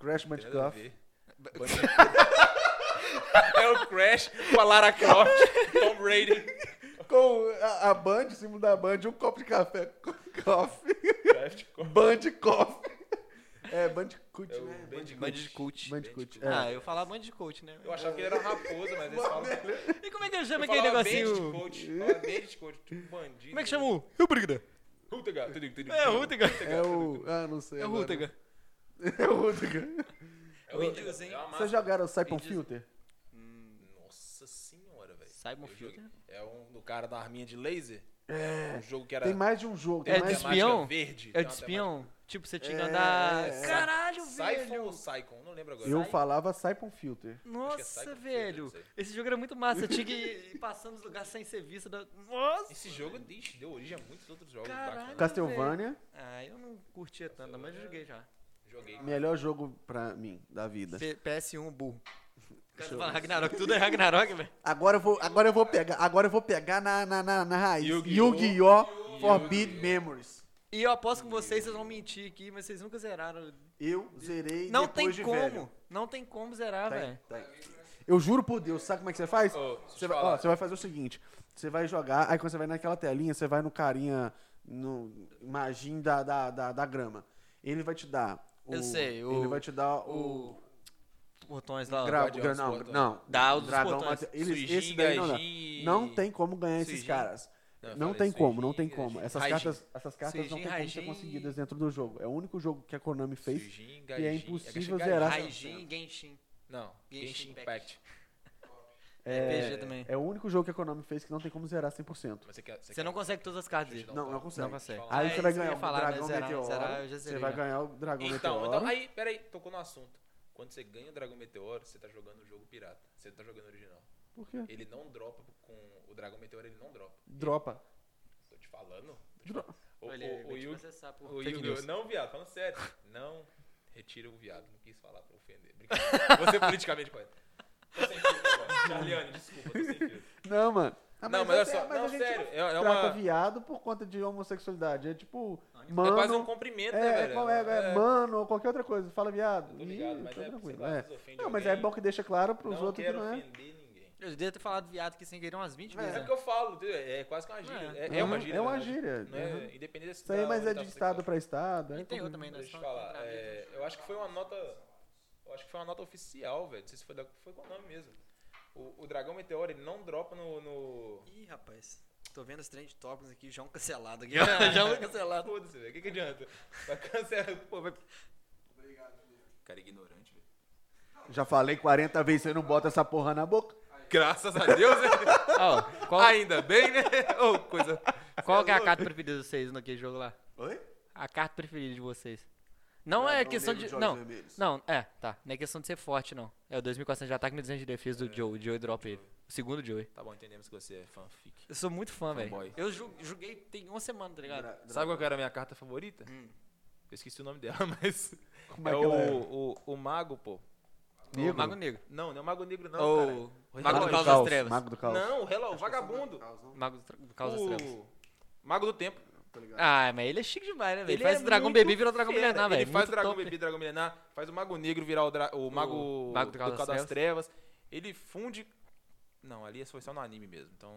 [SPEAKER 1] Crash
[SPEAKER 3] Tem nada a
[SPEAKER 1] Bandicoot.
[SPEAKER 3] ver. é o Crash com a Lara Croft, Tom Brady.
[SPEAKER 1] Com a, a Band, em cima da Band, um copo de café. Coffee.
[SPEAKER 3] Crash com-
[SPEAKER 1] Band Coffee. É, Band Cult,
[SPEAKER 3] É o
[SPEAKER 1] né?
[SPEAKER 3] Bandicoot.
[SPEAKER 2] Bandicoot.
[SPEAKER 1] Bandicoot. É.
[SPEAKER 2] Ah, eu falava Bandicoot, né?
[SPEAKER 3] Eu achava que ele era raposa, mas eles falam.
[SPEAKER 2] E como é que chama
[SPEAKER 3] Eu
[SPEAKER 2] aquele
[SPEAKER 3] falava
[SPEAKER 2] negocinho?
[SPEAKER 3] Bandicoot, falava Bandicoot, tipo bandido.
[SPEAKER 2] Como é que chama o? É o Brigda.
[SPEAKER 3] Rútega, tudo, tudo,
[SPEAKER 2] É o
[SPEAKER 3] tudo.
[SPEAKER 2] Rútega.
[SPEAKER 1] É o. Ah, não sei.
[SPEAKER 2] É o
[SPEAKER 1] agora.
[SPEAKER 2] Rútega.
[SPEAKER 1] É o Rútega.
[SPEAKER 3] É o
[SPEAKER 2] Índiozinho.
[SPEAKER 3] é uma massa.
[SPEAKER 1] Vocês jogaram o Siphon
[SPEAKER 3] Índios-
[SPEAKER 1] Filter?
[SPEAKER 3] Nossa senhora, velho.
[SPEAKER 2] Hum. Simon
[SPEAKER 3] Eu joguei-
[SPEAKER 2] Filter?
[SPEAKER 3] É um do cara da arminha de laser. É. Um jogo que era.
[SPEAKER 1] Tem mais de um jogo. Tem
[SPEAKER 2] É
[SPEAKER 1] mais...
[SPEAKER 2] de espião?
[SPEAKER 3] Verde.
[SPEAKER 2] É o de espião? Tipo, você tinha que
[SPEAKER 1] É,
[SPEAKER 2] andar.
[SPEAKER 1] é, é.
[SPEAKER 2] Caralho,
[SPEAKER 3] Siphon
[SPEAKER 2] velho!
[SPEAKER 3] ou Saicon? Não lembro agora.
[SPEAKER 1] Eu falava Siphon Filter.
[SPEAKER 3] Acho que é
[SPEAKER 2] Nossa,
[SPEAKER 3] Siphon
[SPEAKER 2] velho!
[SPEAKER 3] Filter, não sei.
[SPEAKER 2] Esse jogo era muito massa. Eu tinha que ir passando os lugares sem ser visto. Da... Nossa!
[SPEAKER 3] Esse jogo ixi, deu origem a muitos outros jogos.
[SPEAKER 2] Caralho.
[SPEAKER 3] bacanas.
[SPEAKER 1] Castlevania,
[SPEAKER 2] Ah, eu não curtia tanto, mas eu joguei já.
[SPEAKER 3] Joguei.
[SPEAKER 1] melhor jogo pra mim da vida.
[SPEAKER 2] P- PS1 burro. O cara
[SPEAKER 1] Show.
[SPEAKER 2] fala Ragnarok, tudo é Ragnarok, velho.
[SPEAKER 1] Agora eu vou, agora eu vou pegar, agora eu vou pegar na, na, na, na raiz.
[SPEAKER 3] Yu-Gi-Oh!
[SPEAKER 1] Yu-Gi-Oh! Forbidden Memories.
[SPEAKER 2] E eu aposto com vocês, vocês vão mentir aqui, mas vocês nunca zeraram.
[SPEAKER 1] Eu zerei
[SPEAKER 2] Não
[SPEAKER 1] depois
[SPEAKER 2] tem
[SPEAKER 1] de
[SPEAKER 2] como.
[SPEAKER 1] velho.
[SPEAKER 2] Não tem como zerar,
[SPEAKER 1] Tá aí,
[SPEAKER 2] velho.
[SPEAKER 1] tá aí. Eu juro por Deus, sabe como é que você faz?
[SPEAKER 3] Ô, deixa eu
[SPEAKER 1] Você
[SPEAKER 3] te
[SPEAKER 1] vai,
[SPEAKER 3] falar.
[SPEAKER 1] ó, você vai fazer o seguinte: você vai jogar, aí quando você vai naquela telinha, você vai no carinha, no imagem da, da, da, da grama. Ele vai te dar. O,
[SPEAKER 2] Eu sei, o-
[SPEAKER 1] Ele vai te dar o.
[SPEAKER 2] O. Botões lá.
[SPEAKER 1] gra-
[SPEAKER 3] Guardião
[SPEAKER 1] gra-
[SPEAKER 3] dos
[SPEAKER 1] não,
[SPEAKER 3] Botões.
[SPEAKER 1] não.
[SPEAKER 2] Dá os
[SPEAKER 1] dragão.
[SPEAKER 2] botões.
[SPEAKER 1] mate- eles-
[SPEAKER 3] Suijin,
[SPEAKER 1] esse daí não, dá.
[SPEAKER 3] Gaijin.
[SPEAKER 1] não tem como ganhar esses
[SPEAKER 3] Suijin.
[SPEAKER 1] caras.
[SPEAKER 3] Não, eu
[SPEAKER 1] Não tem
[SPEAKER 3] falei
[SPEAKER 1] como, não
[SPEAKER 3] Suijin,
[SPEAKER 1] tem como.
[SPEAKER 3] Gaijin.
[SPEAKER 1] Essas
[SPEAKER 2] Raijin.
[SPEAKER 1] cartas, essas cartas não
[SPEAKER 2] Suijin,
[SPEAKER 1] tem como ser
[SPEAKER 2] Raijin.
[SPEAKER 1] conseguidas dentro do jogo. É o único jogo que a Konami fez.
[SPEAKER 3] Suijin,
[SPEAKER 1] é
[SPEAKER 3] Gaijin.
[SPEAKER 1] impossível
[SPEAKER 3] Gaijin,
[SPEAKER 1] zerar.
[SPEAKER 3] Gaijin.
[SPEAKER 2] Raijin, Genshin.
[SPEAKER 3] Não,
[SPEAKER 2] Genshin
[SPEAKER 3] Genshin
[SPEAKER 2] Impact.
[SPEAKER 3] Impact.
[SPEAKER 1] É,
[SPEAKER 2] RPG também.
[SPEAKER 1] é o único jogo que a Konami fez que não tem como zerar 100%.
[SPEAKER 3] Mas você quer,
[SPEAKER 2] Você não consegue todas as cartas dele.
[SPEAKER 1] Não, não consegue.
[SPEAKER 2] Não consegue.
[SPEAKER 3] Fala.
[SPEAKER 1] Aí
[SPEAKER 2] É,
[SPEAKER 1] você vai
[SPEAKER 2] isso que eu
[SPEAKER 1] ganhar
[SPEAKER 2] ia
[SPEAKER 1] o
[SPEAKER 2] falar, né?
[SPEAKER 1] Dragão
[SPEAKER 2] Zerar-
[SPEAKER 1] Meteoro.
[SPEAKER 2] zerar, eu já
[SPEAKER 1] você
[SPEAKER 2] zerei
[SPEAKER 1] vai
[SPEAKER 2] já.
[SPEAKER 1] ganhar o Dragão
[SPEAKER 3] Então,
[SPEAKER 1] Meteoro.
[SPEAKER 3] então, aí, peraí, tocou no assunto. Quando você ganha o Dragão Meteoro, você tá jogando o jogo pirata. Você não tá jogando o original.
[SPEAKER 1] Por quê?
[SPEAKER 3] Ele não dropa com. O Dragão Meteoro, ele não dropa.
[SPEAKER 1] Dropa.
[SPEAKER 3] Tô te falando.
[SPEAKER 1] Dropa.
[SPEAKER 3] O,
[SPEAKER 2] Olha,
[SPEAKER 3] o,
[SPEAKER 2] eu
[SPEAKER 3] o
[SPEAKER 2] vou te
[SPEAKER 3] Yu-
[SPEAKER 2] processar por
[SPEAKER 3] o
[SPEAKER 2] fake
[SPEAKER 3] Yu-
[SPEAKER 2] news.
[SPEAKER 3] Não, viado, falando sério. Não retira o viado. Não quis falar pra ofender. Brincadeira. Você é politicamente correto. Tô sem filtro agora. Charliane, desculpa, tô sem filtro.
[SPEAKER 1] Não, mano. Ah,
[SPEAKER 3] não, mas olha
[SPEAKER 1] até-
[SPEAKER 3] só.
[SPEAKER 1] mas
[SPEAKER 3] não,
[SPEAKER 1] a gente
[SPEAKER 3] sério. É, é
[SPEAKER 1] trata
[SPEAKER 3] uma.
[SPEAKER 1] viado por conta de homossexualidade. É tipo,
[SPEAKER 3] É
[SPEAKER 1] mano...
[SPEAKER 3] quase um cumprimento,
[SPEAKER 1] é,
[SPEAKER 3] né,
[SPEAKER 1] é
[SPEAKER 3] velho?
[SPEAKER 1] qual é, é mano ou qualquer outra coisa. Fala viado.
[SPEAKER 3] Tô ligado,
[SPEAKER 1] Ih,
[SPEAKER 3] mas
[SPEAKER 1] tá
[SPEAKER 3] é, sei
[SPEAKER 1] tranquilo.
[SPEAKER 3] lá,
[SPEAKER 1] é.
[SPEAKER 3] às vezes ofende
[SPEAKER 1] Não, mas é
[SPEAKER 3] alguém.
[SPEAKER 1] bom que deixa claro pros
[SPEAKER 3] não
[SPEAKER 1] outros que
[SPEAKER 3] quero
[SPEAKER 1] não é.
[SPEAKER 3] ofender ninguém.
[SPEAKER 2] Eu devia ter falado viado aqui sem querer umas 20
[SPEAKER 3] É
[SPEAKER 2] vezes. né?
[SPEAKER 3] porque eu falo, entendeu? é quase que uma gíria. É, é uma gíria.
[SPEAKER 1] É uma
[SPEAKER 3] na verdade.
[SPEAKER 1] gíria.
[SPEAKER 3] Não é-
[SPEAKER 1] Uhum.
[SPEAKER 3] Independente
[SPEAKER 1] Isso aí,
[SPEAKER 3] da
[SPEAKER 1] mas é de
[SPEAKER 3] orientação
[SPEAKER 1] estado
[SPEAKER 3] sexual.
[SPEAKER 1] pra estado. é
[SPEAKER 2] E tem
[SPEAKER 1] comum.
[SPEAKER 2] outro também, né? nós
[SPEAKER 3] Deixa eu te
[SPEAKER 2] falamos
[SPEAKER 3] falar.
[SPEAKER 2] outra vez,
[SPEAKER 3] é, eu acho que foi uma nota. Eu acho que foi uma nota oficial, velho. Não sei se foi, da, foi com o nome mesmo. O, o Dragão Meteoro, ele não dropa no. no...
[SPEAKER 2] Ih, rapaz. Tô vendo os trend topics aqui, já um cancelado aqui. ó. já um cancelado.
[SPEAKER 3] Foda-se, velho. O que, que adianta? Vai cancelar. Pô, vai. Cara ignorante, velho.
[SPEAKER 1] Já falei 40 vezes, você não bota essa porra na boca.
[SPEAKER 3] Graças a Deus, né?
[SPEAKER 2] Ó, qual,
[SPEAKER 3] Ainda bem, né? Ô, coisa.
[SPEAKER 2] qual que é a carta preferida de vocês naquele jogo lá?
[SPEAKER 1] Oi?
[SPEAKER 2] A carta preferida de vocês. Não é
[SPEAKER 1] Dragão
[SPEAKER 2] questão
[SPEAKER 1] negro
[SPEAKER 2] de.
[SPEAKER 1] de olhos
[SPEAKER 2] Não,
[SPEAKER 1] vermelhos.
[SPEAKER 2] não, é, tá. Não é questão de ser forte, não. É o 2400 de ataque e 1200 de defesa do Joe. O Joe dropa ele. O segundo Joe.
[SPEAKER 3] Tá bom, entendemos que você é fanfic.
[SPEAKER 2] Eu sou muito fã,
[SPEAKER 3] Fanboy.
[SPEAKER 2] velho. Eu ju- joguei tem uma semana, tá ligado?
[SPEAKER 1] Hum.
[SPEAKER 3] Sabe qual que era a minha carta favorita? Eu esqueci o nome dela, mas.
[SPEAKER 1] Como é
[SPEAKER 3] é
[SPEAKER 1] que ela é?
[SPEAKER 3] o, o, o Mago, pô.
[SPEAKER 2] O
[SPEAKER 1] Negro?
[SPEAKER 2] Mago Negro.
[SPEAKER 3] Não, não é o Mago Negro, não.
[SPEAKER 2] Ou
[SPEAKER 3] caralho.
[SPEAKER 2] Mago do
[SPEAKER 3] Relógio.
[SPEAKER 2] Caos das
[SPEAKER 1] Caos,
[SPEAKER 2] Trevas.
[SPEAKER 1] Mago do Caos.
[SPEAKER 3] é Não, o Hello, o vagabundo.
[SPEAKER 2] Mago do Tra- do Caos das
[SPEAKER 3] O
[SPEAKER 2] Trevas.
[SPEAKER 3] Mago do Tempo.
[SPEAKER 2] Ah, mas ele é chique demais, né, velho? Ele
[SPEAKER 3] Ele
[SPEAKER 2] faz
[SPEAKER 3] é
[SPEAKER 2] o dragão
[SPEAKER 3] muito
[SPEAKER 2] bebê e vira o dragão
[SPEAKER 3] fera.
[SPEAKER 2] milenar, velho.
[SPEAKER 3] Ele faz
[SPEAKER 2] Muito
[SPEAKER 3] o Dragão
[SPEAKER 2] top.
[SPEAKER 3] Bebê e Dragão Milenar, faz o Mago Negro virar o, dra- o Mago,
[SPEAKER 2] Mago do Caos das
[SPEAKER 3] das Trevas. Ele funde. Não, ali foi só no anime mesmo, então.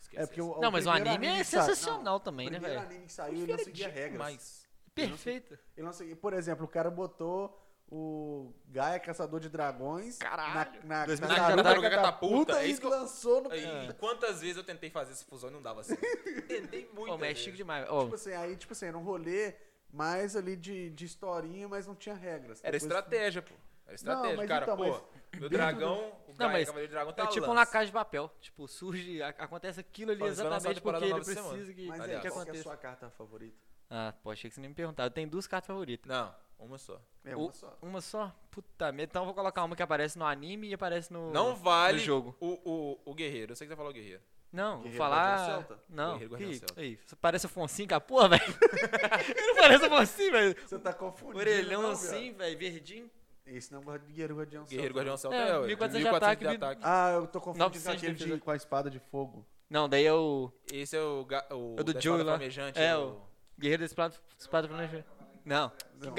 [SPEAKER 3] Esquece.
[SPEAKER 1] É porque o,
[SPEAKER 2] Não, mas o
[SPEAKER 1] primeiro
[SPEAKER 2] anime é
[SPEAKER 1] que saiu-
[SPEAKER 2] sensacional também,
[SPEAKER 1] o
[SPEAKER 2] né,
[SPEAKER 1] primeiro
[SPEAKER 2] velho?
[SPEAKER 1] anime que saiu, ele não seguia regras.
[SPEAKER 3] Mas.
[SPEAKER 2] Perfeito.
[SPEAKER 1] Ele não seguia- por exemplo, o cara botou o Gaia Caçador de Dragões
[SPEAKER 2] Caralho.
[SPEAKER 1] na, na, na
[SPEAKER 2] 2000
[SPEAKER 1] Tartaruga
[SPEAKER 3] Tartaruga
[SPEAKER 1] Catapulta
[SPEAKER 3] Catapulta, é
[SPEAKER 1] e
[SPEAKER 3] isso que eu-
[SPEAKER 1] lançou no...
[SPEAKER 2] É.
[SPEAKER 3] E quantas vezes eu tentei fazer essa fusão e não dava certo? tentei muito.
[SPEAKER 2] Ô, mas é chique demais. Ô,
[SPEAKER 1] Tipo assim, aí tipo assim, era um rolê mais ali de, de historinha, mas não tinha regras.
[SPEAKER 3] Era
[SPEAKER 1] Depois-
[SPEAKER 3] estratégia, pô. Era estratégia.
[SPEAKER 1] Não, mas
[SPEAKER 3] cara,
[SPEAKER 1] então,
[SPEAKER 3] pô,
[SPEAKER 1] mas
[SPEAKER 3] meu dragão, o
[SPEAKER 2] Não,
[SPEAKER 3] Gaia,
[SPEAKER 2] mas
[SPEAKER 3] Cavaleiro do Dragão tá
[SPEAKER 2] é tipo
[SPEAKER 3] lança.
[SPEAKER 2] uma caixa de papel. Tipo, surge, a- acontece aquilo ali
[SPEAKER 3] Fala, isso vai lançar a
[SPEAKER 2] exatamente
[SPEAKER 3] temporada
[SPEAKER 2] porque ele
[SPEAKER 3] nova essa
[SPEAKER 2] precisa
[SPEAKER 3] semana.
[SPEAKER 2] que,
[SPEAKER 1] Mas
[SPEAKER 3] Olha,
[SPEAKER 1] aí,
[SPEAKER 2] que
[SPEAKER 1] qual que é a
[SPEAKER 2] aconteça.
[SPEAKER 1] sua carta favorita?
[SPEAKER 2] Ah, pô, achei que você nem me perguntava. Eu tenho duas cartas favoritas.
[SPEAKER 3] Não, uma só.
[SPEAKER 1] É
[SPEAKER 2] O-
[SPEAKER 1] uma só.
[SPEAKER 2] Uma só? Puta merda. Então eu vou colocar uma que aparece no anime e aparece no,
[SPEAKER 3] Não vale
[SPEAKER 2] no jogo.
[SPEAKER 3] O, o, o guerreiro. Eu sei que você falou guerreiro.
[SPEAKER 2] Não, vou
[SPEAKER 1] Guerreiro Guardião
[SPEAKER 2] falar.
[SPEAKER 1] Celta?
[SPEAKER 2] Não.
[SPEAKER 3] Guerreiro Guardião
[SPEAKER 2] Ih,
[SPEAKER 3] Celta.
[SPEAKER 2] Ih, você parece o Foncinho com a porra, velho. Ele não parece o Foncinho, velho.
[SPEAKER 1] Você tá confundindo.
[SPEAKER 2] Orelhão
[SPEAKER 1] não,
[SPEAKER 2] assim, velho, verdinho.
[SPEAKER 1] viado? Esse não é o Guerreiro Guardião
[SPEAKER 3] Guerreiro
[SPEAKER 1] Celta.
[SPEAKER 3] Guardião Celta
[SPEAKER 2] É,
[SPEAKER 3] é, ué,
[SPEAKER 2] 1400 de
[SPEAKER 3] 1400
[SPEAKER 2] ataque,
[SPEAKER 3] de ataque.
[SPEAKER 1] Ah, eu tô confundindo com
[SPEAKER 2] 900 de
[SPEAKER 1] aquele de,
[SPEAKER 2] defesa.
[SPEAKER 1] com a espada de fogo.
[SPEAKER 2] Não, daí é o
[SPEAKER 3] Esse é o, ga, o
[SPEAKER 2] É do
[SPEAKER 3] da
[SPEAKER 2] Joey
[SPEAKER 3] espada
[SPEAKER 2] lá.
[SPEAKER 3] flamejante,
[SPEAKER 2] É,
[SPEAKER 3] é
[SPEAKER 2] o-
[SPEAKER 3] o...
[SPEAKER 2] Guerreiro da Espada, espada Flamejante. Não.
[SPEAKER 1] Não.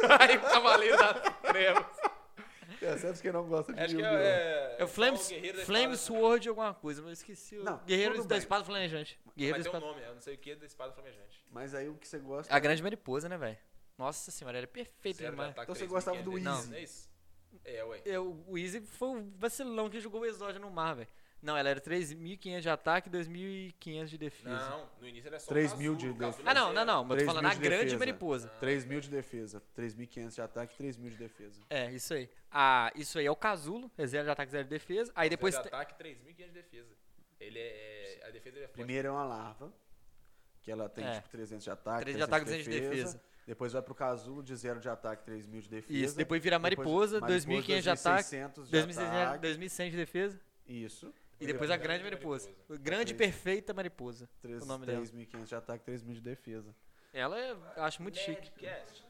[SPEAKER 2] Gai- Cavaleiro da Treva.
[SPEAKER 1] Percebe É, que não gosta de
[SPEAKER 3] Acho que
[SPEAKER 1] Yu-Gi-Oh!
[SPEAKER 3] é...
[SPEAKER 2] É o Flame,
[SPEAKER 3] o guerreiro da
[SPEAKER 2] Flame
[SPEAKER 3] espada-
[SPEAKER 2] Sword alguma coisa, mas eu esqueci. O
[SPEAKER 1] Não,
[SPEAKER 2] Guerreiro
[SPEAKER 1] tudo
[SPEAKER 2] da
[SPEAKER 1] bem.
[SPEAKER 2] Espada Flamejante. Guerreiro
[SPEAKER 3] Mas
[SPEAKER 2] da
[SPEAKER 3] tem um
[SPEAKER 2] Espada...
[SPEAKER 3] nome, eu não sei o que, é da espada flamejante.
[SPEAKER 1] Mas aí o que você gosta
[SPEAKER 2] A Grande Mariposa, né, velho? Nossa senhora, era perfeito
[SPEAKER 3] Zero de
[SPEAKER 2] demais.
[SPEAKER 3] ataque,
[SPEAKER 1] Então você
[SPEAKER 3] três
[SPEAKER 1] gostava
[SPEAKER 3] de defesa.
[SPEAKER 1] do
[SPEAKER 3] Não,
[SPEAKER 1] Easy.
[SPEAKER 3] não é isso? É, ué.
[SPEAKER 2] Eu, o Easy foi o vacilão que jogou o Exódio no mar, velho. Não, ela era 3.500 de ataque e 2.500 de defesa.
[SPEAKER 3] Não, no início era só
[SPEAKER 1] Três
[SPEAKER 3] o
[SPEAKER 1] mil
[SPEAKER 3] Cazu,
[SPEAKER 1] de
[SPEAKER 3] o Cazu
[SPEAKER 2] Ah, não, não,
[SPEAKER 3] zero.
[SPEAKER 2] não. Mas eu tô
[SPEAKER 1] 3.000
[SPEAKER 2] falando a
[SPEAKER 1] de
[SPEAKER 2] grande
[SPEAKER 1] defesa.
[SPEAKER 2] mariposa.
[SPEAKER 3] Ah.
[SPEAKER 1] 3 mil de defesa, 3.500 de ataque, 3 mil de defesa.
[SPEAKER 2] É, isso aí. Ah, isso aí é o casulo, é zero de ataque, zero de defesa. Aí depois.
[SPEAKER 3] Zero de
[SPEAKER 2] tem-
[SPEAKER 3] ataque, 3.500 de defesa. Ele é. é- A defesa dele é forte.
[SPEAKER 1] Primeiro é uma larva, que ela tem
[SPEAKER 2] É.
[SPEAKER 1] tipo 300 de ataque,
[SPEAKER 2] 300 de ataque,
[SPEAKER 1] 300
[SPEAKER 2] 200 de
[SPEAKER 1] Depois vai pro casulo de 0 de ataque, 3 mil de defesa.
[SPEAKER 2] Isso, depois vira mariposa, 2.500 de ataque,
[SPEAKER 1] 2.600 de
[SPEAKER 2] 2.600
[SPEAKER 1] ataque.
[SPEAKER 2] 2.100 de defesa.
[SPEAKER 1] Isso.
[SPEAKER 2] E depois a grande
[SPEAKER 3] grande
[SPEAKER 2] mariposa.
[SPEAKER 3] mariposa.
[SPEAKER 2] O grande e
[SPEAKER 1] Três.
[SPEAKER 2] perfeita mariposa.
[SPEAKER 1] Três-
[SPEAKER 2] o nome dela.
[SPEAKER 1] 3.500 de ataque, 3 mil de defesa.
[SPEAKER 2] Ela é, eu acho muito chique.
[SPEAKER 3] Nerdcast.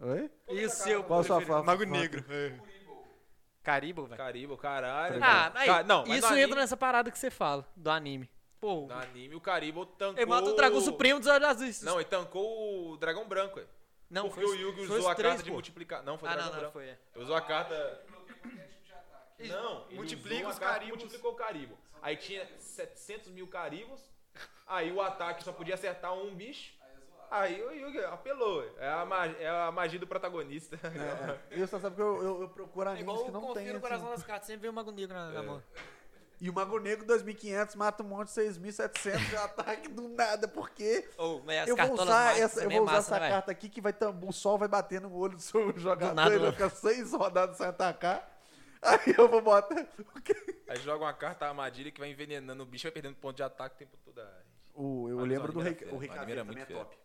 [SPEAKER 1] Oi?
[SPEAKER 2] E o seu?
[SPEAKER 1] Qual a sua
[SPEAKER 2] preferido?
[SPEAKER 1] fa-
[SPEAKER 2] Mago
[SPEAKER 1] fa-
[SPEAKER 2] Negro.
[SPEAKER 3] É.
[SPEAKER 2] Caribo, velho.
[SPEAKER 3] Caribe, o caralho.
[SPEAKER 2] Ah, aí,
[SPEAKER 3] Ca- não, mas
[SPEAKER 2] isso
[SPEAKER 3] no
[SPEAKER 2] entra
[SPEAKER 3] anime,
[SPEAKER 2] nessa parada que você fala, do anime. Pô,
[SPEAKER 3] No anime, o Caribe tancou.
[SPEAKER 2] ele mata o Dragão Supremo dos Olhos Azuis.
[SPEAKER 3] Não, ele tancou o Dragão Branco, ué.
[SPEAKER 2] não
[SPEAKER 3] Porque o Yugi usou a carta de multiplicar. Não, foi o
[SPEAKER 2] Ah,
[SPEAKER 3] Dragão
[SPEAKER 2] não, não,
[SPEAKER 3] Branco.
[SPEAKER 2] foi. é.
[SPEAKER 3] Usou a carta.
[SPEAKER 2] Ele
[SPEAKER 3] Não, ele
[SPEAKER 2] multiplica
[SPEAKER 3] usou a
[SPEAKER 2] os
[SPEAKER 3] carta que
[SPEAKER 2] caribos.
[SPEAKER 3] Multiplicou o caribo. Aí tinha 700 mil caribos. Aí o ataque só podia acertar um bicho. Aí o Yugi apelou. É a magia, é a magia do protagonista.
[SPEAKER 1] É, eu só sabe que eu, eu, eu procuro
[SPEAKER 2] É
[SPEAKER 1] animes
[SPEAKER 2] igual
[SPEAKER 1] que
[SPEAKER 2] eu
[SPEAKER 1] não
[SPEAKER 2] confio
[SPEAKER 1] tem.
[SPEAKER 2] no
[SPEAKER 1] assim.
[SPEAKER 2] coração das cartas, sempre vê o Mago Negro na, na
[SPEAKER 3] É.
[SPEAKER 2] mão.
[SPEAKER 1] E o Mago Negro 2.500 mata um monte, 6.700 de ataque do nada, porque
[SPEAKER 2] Ou, mas as
[SPEAKER 1] eu vou
[SPEAKER 2] cartolas
[SPEAKER 1] usar
[SPEAKER 2] mágicas
[SPEAKER 1] essa, eu
[SPEAKER 2] também
[SPEAKER 1] vou
[SPEAKER 2] é
[SPEAKER 1] usar
[SPEAKER 2] massa,
[SPEAKER 1] essa
[SPEAKER 2] né,
[SPEAKER 1] carta aqui que vai tam- o sol vai bater no olho do seu jogador,
[SPEAKER 2] nada,
[SPEAKER 1] ele
[SPEAKER 2] né?
[SPEAKER 1] vai ficar seis rodadas sem atacar. Aí eu vou botar
[SPEAKER 3] Aí joga uma carta armadilha que vai envenenando o bicho, vai perdendo ponto de ataque o tempo todo. Ai.
[SPEAKER 1] o eu
[SPEAKER 3] Mas
[SPEAKER 1] lembro
[SPEAKER 3] o
[SPEAKER 1] do
[SPEAKER 3] anime
[SPEAKER 1] Rei,
[SPEAKER 3] era
[SPEAKER 1] o Rei
[SPEAKER 3] fera, o anime
[SPEAKER 1] Caveira
[SPEAKER 3] era
[SPEAKER 1] também é
[SPEAKER 3] muito fera.
[SPEAKER 1] top.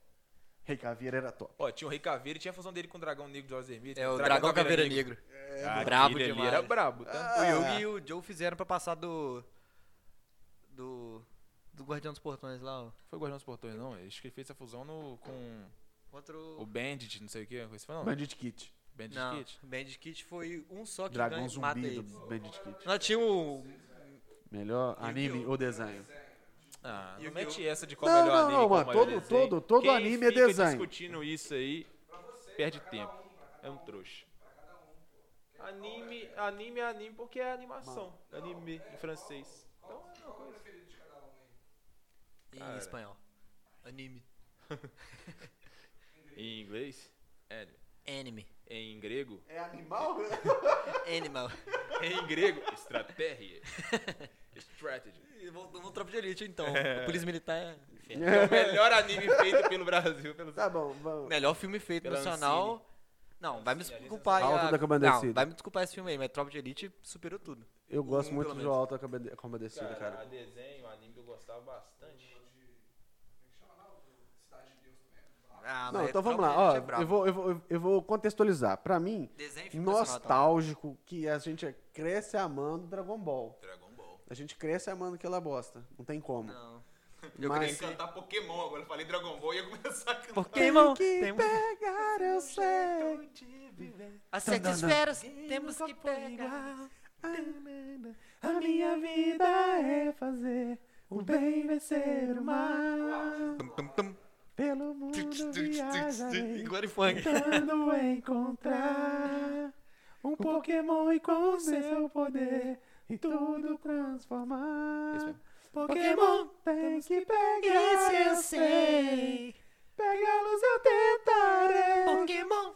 [SPEAKER 1] Rei Caveira era top.
[SPEAKER 3] Ó, tinha o Rei Caveira e tinha a fusão dele com o Dragão Negro de Olhos Vermelhos.
[SPEAKER 2] velho? É o Dragão Caveira Negro.
[SPEAKER 3] Ah,
[SPEAKER 2] Brabo
[SPEAKER 3] aquele ali
[SPEAKER 2] demais.
[SPEAKER 3] era brabo, tá?
[SPEAKER 2] O
[SPEAKER 1] Ah.
[SPEAKER 2] Yugi e o Joe fizeram pra passar do. Do. Do Guardião dos Portões lá, ó.
[SPEAKER 3] Foi o Guardião dos Portões, não. Acho que ele fez essa fusão no, com o
[SPEAKER 2] Outro.
[SPEAKER 3] Bandit, não sei o que. Você falou, não?
[SPEAKER 1] Bandit Kit.
[SPEAKER 3] Bandit
[SPEAKER 2] Não,
[SPEAKER 3] Kid.
[SPEAKER 2] Bandit Kit foi um só que
[SPEAKER 1] Dragão
[SPEAKER 2] ganha, mata
[SPEAKER 1] zumbi
[SPEAKER 2] eles.
[SPEAKER 1] do Bandit Kit.
[SPEAKER 2] Nós tinha um o.
[SPEAKER 1] Melhor anime ou desenho?
[SPEAKER 3] Ah,
[SPEAKER 2] E o
[SPEAKER 3] não
[SPEAKER 2] que
[SPEAKER 3] mete essa de qual
[SPEAKER 1] Não,
[SPEAKER 3] melhor
[SPEAKER 1] não,
[SPEAKER 3] anime.
[SPEAKER 1] não,
[SPEAKER 3] qual
[SPEAKER 1] mano.
[SPEAKER 3] melhor
[SPEAKER 1] Todo-
[SPEAKER 3] desenho.
[SPEAKER 1] todo- todo
[SPEAKER 3] Quem
[SPEAKER 1] anime é
[SPEAKER 3] fica
[SPEAKER 1] desenho.
[SPEAKER 3] discutindo isso aí, perde tempo. É um trouxa. Anime, anime é anime porque é animação. Anime em francês. Então é uma coisa.
[SPEAKER 2] Em
[SPEAKER 3] Cara.
[SPEAKER 2] espanhol. Anime.
[SPEAKER 3] Em inglês? Anime.
[SPEAKER 2] Anime.
[SPEAKER 3] Em grego?
[SPEAKER 1] É animal?
[SPEAKER 2] Animal.
[SPEAKER 3] Em grego, estratégia. Strategy.
[SPEAKER 2] Vamos tropa de elite então. A Polícia Militar é.
[SPEAKER 3] É o melhor anime feito pelo Brasil. Pelo...
[SPEAKER 1] tá bom, vamos.
[SPEAKER 2] Melhor filme feito
[SPEAKER 3] Pela
[SPEAKER 2] nacional. Não, vai me desculpar.
[SPEAKER 1] sensacional.
[SPEAKER 2] aí
[SPEAKER 1] Alta
[SPEAKER 2] a-
[SPEAKER 1] da Comandecida.
[SPEAKER 2] Não, vai me desculpar esse filme aí, mas Tropa de Elite superou tudo.
[SPEAKER 1] Eu gosto
[SPEAKER 2] Um,
[SPEAKER 1] muito
[SPEAKER 2] pelo
[SPEAKER 1] do
[SPEAKER 2] menos.
[SPEAKER 1] Alta Combe- Comedecida, cara.
[SPEAKER 3] desenho, anime que eu gostava bastante.
[SPEAKER 2] Ah,
[SPEAKER 1] Não,
[SPEAKER 2] mas
[SPEAKER 1] então vamos lá.
[SPEAKER 2] Tropa de
[SPEAKER 1] Ó,
[SPEAKER 2] Elite é brabo.
[SPEAKER 1] eu, vou, eu, vou, eu vou contextualizar. Pra mim,
[SPEAKER 3] é
[SPEAKER 2] Desenho e filme
[SPEAKER 3] tá?
[SPEAKER 2] nacional, então.
[SPEAKER 1] nostálgico que a gente cresce amando Dragon Ball.
[SPEAKER 3] Dragon Ball.
[SPEAKER 1] A gente cresce amando aquela bosta. Não tem como.
[SPEAKER 2] Não.
[SPEAKER 1] Mas
[SPEAKER 3] cantar Pokémon agora. Eu falei Dragon Ball e ia começar a cantar.
[SPEAKER 1] tem
[SPEAKER 2] Pokémon!
[SPEAKER 1] que
[SPEAKER 2] Tem... um-
[SPEAKER 1] pegar, eu sei.
[SPEAKER 2] As sete esferas temos
[SPEAKER 1] um
[SPEAKER 2] que pegar.
[SPEAKER 1] A minha vida é fazer o bem vencer o mal.
[SPEAKER 2] Tum, tum, tum.
[SPEAKER 1] Pelo mundo viajarei.
[SPEAKER 2] Agora e funk.
[SPEAKER 1] tentando encontrar um Pokémon e com seu poder e tudo
[SPEAKER 3] Esse
[SPEAKER 1] transformar.
[SPEAKER 3] mesmo.
[SPEAKER 1] Pokémon tem que pegar, eu
[SPEAKER 2] assim.
[SPEAKER 1] sei. Pegá-los eu tentarei.
[SPEAKER 2] Pokémon,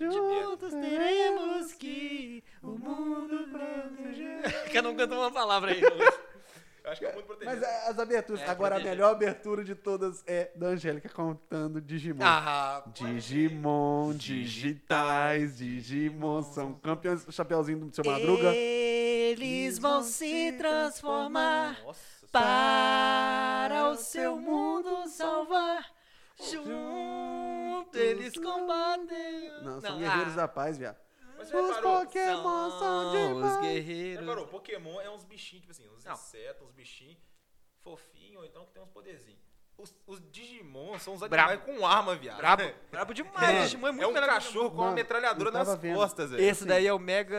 [SPEAKER 1] Juntos teremos que o mundo proteger.
[SPEAKER 2] que eu não canto uma palavra aí.
[SPEAKER 3] Eu acho que é muito protegido.
[SPEAKER 1] Mas a- as aberturas,
[SPEAKER 2] É,
[SPEAKER 1] agora a
[SPEAKER 2] proteger.
[SPEAKER 1] melhor abertura de todas é da Angélica contando Digimon.
[SPEAKER 2] ah,
[SPEAKER 1] Digimon, digitais, Digimon são campeões. Chapeuzinho do seu Madruga.
[SPEAKER 2] Eles vão se transformar
[SPEAKER 3] Nossa,
[SPEAKER 2] para o seu mundo salvar. Juntos eles combatem. ah,
[SPEAKER 1] Não, são guerreiros da paz, viado.
[SPEAKER 3] mas você
[SPEAKER 1] Os
[SPEAKER 3] reparou?
[SPEAKER 1] Pokémon são
[SPEAKER 2] os
[SPEAKER 1] demais.
[SPEAKER 3] Você
[SPEAKER 2] guerreiros.
[SPEAKER 3] reparou? Pokémon é uns bichinhos, tipo assim, uns
[SPEAKER 2] Não.
[SPEAKER 3] insetos, uns bichinhos fofinhos, ou então que tem uns poderzinhos. Os, os Digimon são uns
[SPEAKER 2] Brabo.
[SPEAKER 3] animais com arma, viado.
[SPEAKER 2] Brabo, brabo demais. Digimon é
[SPEAKER 3] É
[SPEAKER 2] muito
[SPEAKER 3] um
[SPEAKER 2] melhor que
[SPEAKER 3] cachorro com uma
[SPEAKER 1] Mano,
[SPEAKER 3] metralhadora
[SPEAKER 1] eu tava
[SPEAKER 3] nas
[SPEAKER 1] vendo.
[SPEAKER 3] costas, velho.
[SPEAKER 2] Esse daí é o Mega.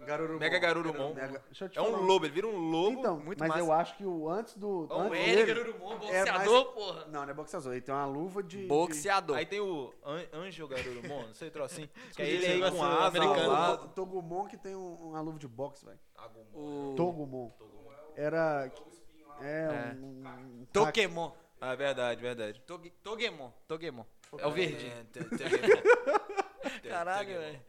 [SPEAKER 1] Garurumon.
[SPEAKER 3] Mega Garurumon.
[SPEAKER 1] Mega- Deixa eu te
[SPEAKER 3] É um
[SPEAKER 1] falar.
[SPEAKER 3] lobo, ele vira um lobo.
[SPEAKER 1] Então,
[SPEAKER 2] muito
[SPEAKER 1] mas
[SPEAKER 2] massa.
[SPEAKER 1] eu acho que o antes do.
[SPEAKER 3] Ou
[SPEAKER 1] antes
[SPEAKER 3] ele,
[SPEAKER 1] dele-
[SPEAKER 2] Garurumon,
[SPEAKER 1] um é mais-
[SPEAKER 2] boxeador, porra.
[SPEAKER 1] Não, não é boxeador. Ele tem uma luva de. de-
[SPEAKER 2] Boxeador.
[SPEAKER 3] Aí tem o An Anjo Garurumon, não sei o troço assim. Que aí
[SPEAKER 2] Escudinho,
[SPEAKER 3] ele
[SPEAKER 2] vai
[SPEAKER 3] é com
[SPEAKER 2] ser
[SPEAKER 3] asa,
[SPEAKER 2] americano.
[SPEAKER 3] alado.
[SPEAKER 1] O Togumon que tem um- uma luva de boxe, velho.
[SPEAKER 3] Agumon.
[SPEAKER 2] O
[SPEAKER 1] Togumon. Era. É,
[SPEAKER 2] É.
[SPEAKER 1] um. um-
[SPEAKER 2] Pokémon.
[SPEAKER 6] Ah, verdade, verdade.
[SPEAKER 2] Toge- Togemon, Togemon.
[SPEAKER 6] É o verdinho.
[SPEAKER 2] É, to- Togemon.
[SPEAKER 6] Caralho,
[SPEAKER 2] Togemon.
[SPEAKER 6] velho.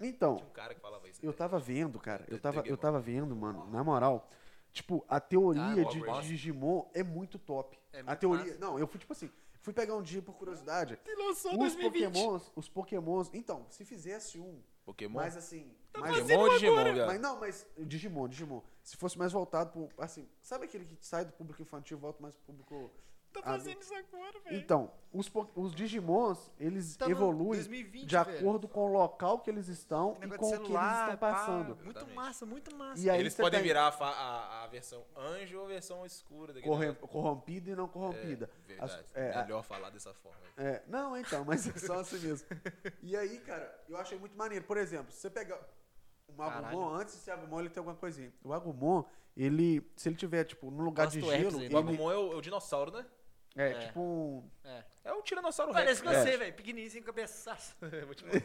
[SPEAKER 1] Então,
[SPEAKER 2] Tinha um cara que falava isso.
[SPEAKER 1] eu
[SPEAKER 2] né?
[SPEAKER 1] tava vendo, cara. Eu
[SPEAKER 2] Eu
[SPEAKER 1] tava,
[SPEAKER 2] peguei
[SPEAKER 1] eu
[SPEAKER 2] mal.
[SPEAKER 1] tava vendo, mano. Na moral, tipo, a teoria
[SPEAKER 2] Ah,
[SPEAKER 1] de,
[SPEAKER 2] Robert.
[SPEAKER 1] de Digimon é muito top.
[SPEAKER 2] É
[SPEAKER 1] a
[SPEAKER 2] muito
[SPEAKER 1] teoria.
[SPEAKER 2] massa.
[SPEAKER 1] Não, eu fui tipo assim, fui pegar um dia por curiosidade.
[SPEAKER 6] lançou
[SPEAKER 1] Os pokémons, os pokémons. Então, se fizesse um,
[SPEAKER 3] Pokémon?
[SPEAKER 1] mais assim.
[SPEAKER 2] Tá
[SPEAKER 1] mais
[SPEAKER 3] Pokémon ou Digimon, viado?
[SPEAKER 1] Mas não, mas Digimon, Digimon. Se fosse mais voltado pro. Assim, sabe aquele que sai do público infantil e volta mais pro público.
[SPEAKER 2] Tá
[SPEAKER 1] adulto?
[SPEAKER 2] fazendo isso agora, velho.
[SPEAKER 1] Então, os, po- os Digimons, eles
[SPEAKER 2] É. Tá no
[SPEAKER 1] evoluem
[SPEAKER 2] 2020,
[SPEAKER 1] de
[SPEAKER 2] velho.
[SPEAKER 1] acordo com o local que eles estão e
[SPEAKER 2] Negócio
[SPEAKER 1] com
[SPEAKER 2] de
[SPEAKER 1] o que eles
[SPEAKER 2] celular,
[SPEAKER 1] estão
[SPEAKER 2] pá.
[SPEAKER 1] passando.
[SPEAKER 2] Muito
[SPEAKER 3] Exatamente.
[SPEAKER 2] massa, muito massa.
[SPEAKER 1] E aí
[SPEAKER 3] Eles
[SPEAKER 1] você
[SPEAKER 3] podem
[SPEAKER 1] tem
[SPEAKER 3] virar a, fa- a- a versão anjo ou a versão escura daquele
[SPEAKER 1] corre-
[SPEAKER 3] negócio.
[SPEAKER 1] corrompida e não corrompida. As-
[SPEAKER 3] Verdade.
[SPEAKER 1] é, a-
[SPEAKER 3] Melhor falar dessa forma. aí.
[SPEAKER 1] é, não, então, mas é só assim mesmo. E aí, cara, eu achei muito maneiro. Por exemplo, se você pegar um Agumon, antes desse Agumon, ele tem alguma coisinha. O Agumon, ele, se ele tiver, tipo, num lugar de
[SPEAKER 2] Blastoise,
[SPEAKER 1] gelo,
[SPEAKER 2] né?
[SPEAKER 1] ele,
[SPEAKER 3] O Agumon é o, é o dinossauro, né?
[SPEAKER 1] é,
[SPEAKER 2] É.
[SPEAKER 1] tipo um...
[SPEAKER 2] É.
[SPEAKER 3] É o Tiranossauro
[SPEAKER 2] Parece
[SPEAKER 3] Rex.
[SPEAKER 2] com você, velho. Pequenininho, sem cabeçaço.
[SPEAKER 3] né? Vou te mandar.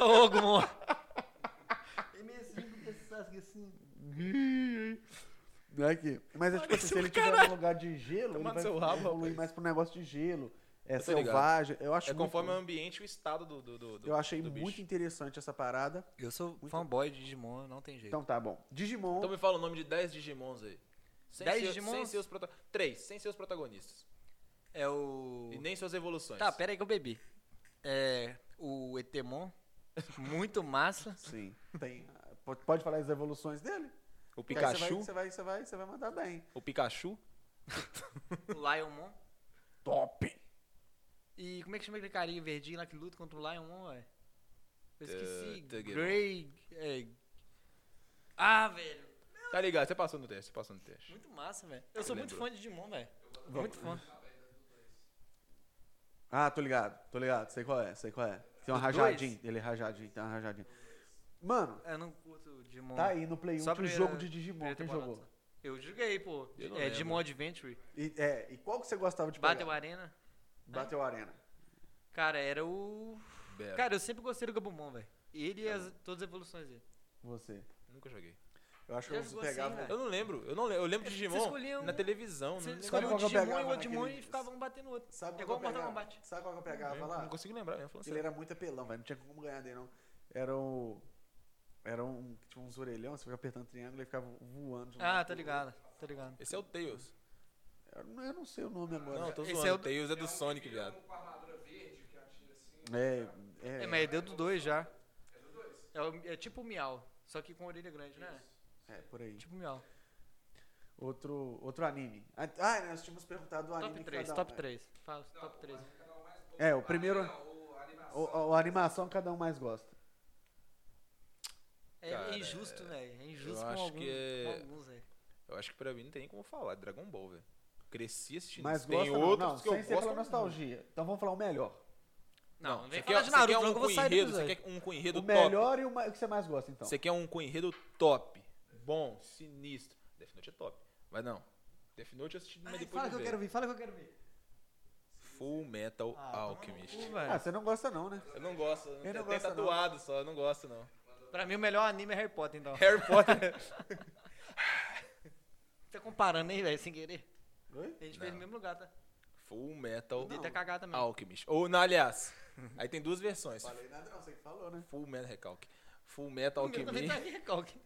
[SPEAKER 2] Ô, Gumon. Imensinho, com cabeçaço, assim.
[SPEAKER 1] Não é que... Mas é tipo assim,
[SPEAKER 2] Parece
[SPEAKER 1] se ele
[SPEAKER 2] um
[SPEAKER 1] tiver num lugar de gelo,
[SPEAKER 3] Tomando
[SPEAKER 1] ele vai
[SPEAKER 3] seu rabo,
[SPEAKER 1] evoluir
[SPEAKER 3] rapaz.
[SPEAKER 1] mais pro negócio de gelo. É
[SPEAKER 3] tô ligado.
[SPEAKER 1] selvagem. Eu acho
[SPEAKER 3] É conforme o
[SPEAKER 1] muito,
[SPEAKER 3] ambiente e o estado do, do, do, do-
[SPEAKER 1] Eu achei
[SPEAKER 3] do bicho.
[SPEAKER 1] muito interessante essa parada.
[SPEAKER 2] Eu sou fanboy de Digimon, não tem jeito.
[SPEAKER 1] Então tá bom. Digimon...
[SPEAKER 3] Então me fala o nome de 10 Digimons aí. Sem
[SPEAKER 2] 10
[SPEAKER 3] ser-
[SPEAKER 2] Digimons?
[SPEAKER 3] Sem seus prota... Três, sem seus protagonistas.
[SPEAKER 2] É o.
[SPEAKER 3] E nem suas evoluções.
[SPEAKER 2] Tá, pera aí que eu bebi. É. O Etemon. Muito massa.
[SPEAKER 1] Sim. Tem. Pode, pode falar as evoluções dele?
[SPEAKER 3] O
[SPEAKER 1] Que aí
[SPEAKER 3] Pikachu,
[SPEAKER 1] Você vai, você vai, você vai, você vai mandar bem.
[SPEAKER 3] o Pikachu,
[SPEAKER 2] O Lionmon.
[SPEAKER 1] Top!
[SPEAKER 2] E como é que chama aquele carinha verdinho lá que luta contra o Lionmon, ué? Eu
[SPEAKER 3] Tug-
[SPEAKER 2] esqueci.
[SPEAKER 3] Tuggemon.
[SPEAKER 2] Grey. é. Ah, velho.
[SPEAKER 3] Tá ligado, você passou no teste, você passou no teste.
[SPEAKER 2] Muito massa, velho. Eu sou muito
[SPEAKER 3] Lembrou.
[SPEAKER 2] fã de Digimon, velho. Muito fã.
[SPEAKER 1] Ah, tô ligado, tô ligado. Sei qual é, sei qual é. Tem um
[SPEAKER 2] Os
[SPEAKER 1] rajadinho. Ele é rajadinho, tem um rajadinho. Mano,
[SPEAKER 2] Eu não curto Digimon.
[SPEAKER 1] tá aí no Play 1
[SPEAKER 2] Só
[SPEAKER 1] tinha
[SPEAKER 2] a
[SPEAKER 1] um
[SPEAKER 2] primeira-
[SPEAKER 1] jogo de Digimon.
[SPEAKER 2] primeira
[SPEAKER 1] Quem
[SPEAKER 2] temporada
[SPEAKER 1] jogou?
[SPEAKER 2] só. Eu joguei, pô.
[SPEAKER 3] Eu não
[SPEAKER 2] É,
[SPEAKER 3] lembro.
[SPEAKER 2] Digimon Adventure.
[SPEAKER 1] E, é, e qual que você gostava de pegar?
[SPEAKER 2] Battle Arena.
[SPEAKER 1] Battle Arena.
[SPEAKER 2] Cara, era o.
[SPEAKER 3] Bera.
[SPEAKER 2] Hum? Cara, eu sempre gostei do Gabumon, velho. Ele
[SPEAKER 1] Tá
[SPEAKER 2] e as- todas as evoluções dele.
[SPEAKER 1] Você.
[SPEAKER 3] Nunca joguei.
[SPEAKER 1] Eu acho que
[SPEAKER 2] Já
[SPEAKER 1] você
[SPEAKER 2] jogou assim,
[SPEAKER 1] pegava.
[SPEAKER 2] velho?
[SPEAKER 3] Eu não lembro, eu não lembro. Eu lembro de
[SPEAKER 2] Você
[SPEAKER 3] Digimon
[SPEAKER 2] escolhia um-
[SPEAKER 3] na televisão.
[SPEAKER 2] Você
[SPEAKER 3] não lembro.
[SPEAKER 2] escolheu
[SPEAKER 1] qual
[SPEAKER 2] um
[SPEAKER 1] que eu
[SPEAKER 2] Digimon e
[SPEAKER 1] pegava
[SPEAKER 2] o Digimon
[SPEAKER 1] naquele-
[SPEAKER 2] e ficava um batendo no outro.
[SPEAKER 1] Sabe
[SPEAKER 2] é
[SPEAKER 1] qual
[SPEAKER 2] igual
[SPEAKER 1] que eu
[SPEAKER 2] Mortal
[SPEAKER 1] pegava?
[SPEAKER 2] Kombat.
[SPEAKER 1] Sabe qual que eu
[SPEAKER 3] Eu
[SPEAKER 1] pegava
[SPEAKER 3] não,
[SPEAKER 1] lá?
[SPEAKER 3] consigo lembrar, eu falando
[SPEAKER 1] Ele
[SPEAKER 3] sério.
[SPEAKER 1] era muito apelão, velho. Não tinha como ganhar dele, não. Era um. Era um. Tinha uns orelhão, você ficava apertando triângulo e ficava voando. de um
[SPEAKER 2] Ah,
[SPEAKER 1] lado
[SPEAKER 2] tá
[SPEAKER 1] pro outro.
[SPEAKER 2] ligado, tá ligado.
[SPEAKER 3] Esse é o Tails.
[SPEAKER 1] Eu não- eu não sei o nome agora.
[SPEAKER 3] Não, eu tô
[SPEAKER 2] Esse
[SPEAKER 3] zoando.
[SPEAKER 2] é o-
[SPEAKER 3] o Tails é do Sonic, viado.
[SPEAKER 7] Com a armadura verde que atira assim.
[SPEAKER 1] É,
[SPEAKER 2] É,
[SPEAKER 1] é,
[SPEAKER 2] mas deu do dois já. É, o- é tipo o Miau, só que com orelha grande, né?
[SPEAKER 1] é, por aí.
[SPEAKER 2] Tipo o Miau.
[SPEAKER 1] Outro, outro anime. Ah, Ah, nós tínhamos perguntado o anime.
[SPEAKER 2] Top
[SPEAKER 1] que
[SPEAKER 2] 3,
[SPEAKER 1] cada um-
[SPEAKER 2] top 3. Fala, top 3.
[SPEAKER 1] É, o primeiro.
[SPEAKER 3] Ah,
[SPEAKER 7] Ou
[SPEAKER 1] O,
[SPEAKER 7] animação.
[SPEAKER 1] o- a animação cada um mais gosta.
[SPEAKER 2] É,
[SPEAKER 3] Cara,
[SPEAKER 2] injusto, velho. É injusto
[SPEAKER 3] eu
[SPEAKER 2] com,
[SPEAKER 3] acho
[SPEAKER 2] algum,
[SPEAKER 3] que é-
[SPEAKER 2] com alguns, velho.
[SPEAKER 3] Eu acho que pra mim não tem nem como falar. Dragon Ball, velho. Cresci assistindo.
[SPEAKER 1] Mas
[SPEAKER 3] isso. tem
[SPEAKER 1] gosta não,
[SPEAKER 3] outros
[SPEAKER 1] não,
[SPEAKER 3] que
[SPEAKER 1] sem
[SPEAKER 3] eu
[SPEAKER 1] ser pela
[SPEAKER 3] gosto.
[SPEAKER 1] nostalgia. Então vamos falar o melhor.
[SPEAKER 2] Não, não vem
[SPEAKER 3] Você
[SPEAKER 2] falar
[SPEAKER 3] quer,
[SPEAKER 2] de
[SPEAKER 3] você
[SPEAKER 2] Naruto,
[SPEAKER 3] quer um
[SPEAKER 2] logo eu vou
[SPEAKER 3] com
[SPEAKER 2] sair do
[SPEAKER 3] enredo, você
[SPEAKER 2] episódio.
[SPEAKER 3] quer um com enredo
[SPEAKER 1] O
[SPEAKER 3] top.
[SPEAKER 1] melhor e o ma- o que você mais gosta, então.
[SPEAKER 3] Você quer um com enredo top. Bom, sinistro. Death Note é top. Mas não. Death Note eu assisti, mas
[SPEAKER 2] Ai,
[SPEAKER 3] depois
[SPEAKER 2] Fala
[SPEAKER 3] de
[SPEAKER 2] que eu
[SPEAKER 3] ver.
[SPEAKER 2] quero ver, fala que eu quero ver.
[SPEAKER 3] Full Metal Alchemist.
[SPEAKER 2] Pô,
[SPEAKER 1] Ah,
[SPEAKER 2] velho.
[SPEAKER 1] você não gosta não, né?
[SPEAKER 3] Eu não gosto. Eu
[SPEAKER 1] não
[SPEAKER 3] tenho
[SPEAKER 1] gosta, não.
[SPEAKER 3] tatuado só, eu não gosto, não.
[SPEAKER 2] Pra mim o melhor anime é Harry Potter, então.
[SPEAKER 3] Harry Potter.
[SPEAKER 2] Tá comparando aí, velho, sem querer.
[SPEAKER 1] Oi?
[SPEAKER 2] A gente fez no mesmo lugar, tá?
[SPEAKER 3] Full Metal
[SPEAKER 2] Dei até cagar também.
[SPEAKER 3] Alchemist. Ou, não, aliás, aí tem duas versões.
[SPEAKER 1] Falei nada não, você que falou, né?
[SPEAKER 3] Full Metal Recalque. Full Metal
[SPEAKER 2] O meu também tá
[SPEAKER 3] Alchemist.
[SPEAKER 2] em recalque.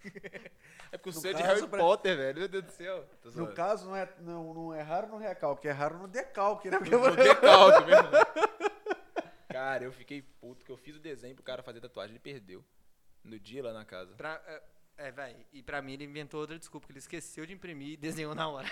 [SPEAKER 3] É porque o
[SPEAKER 1] No
[SPEAKER 3] seu é de
[SPEAKER 1] caso,
[SPEAKER 3] Harry
[SPEAKER 1] pra-
[SPEAKER 3] Potter, velho. Meu Deus do céu. Tô
[SPEAKER 1] No
[SPEAKER 3] zoando.
[SPEAKER 1] caso, não é, não, não é raro no recalque, é raro no decalque, né?
[SPEAKER 3] No decalque mesmo. Cara, eu fiquei puto que eu fiz o desenho pro cara fazer tatuagem, ele perdeu. No dia lá na casa.
[SPEAKER 2] Pra, é, é, velho. E pra mim ele inventou outra desculpa, que ele esqueceu de imprimir e desenhou na hora.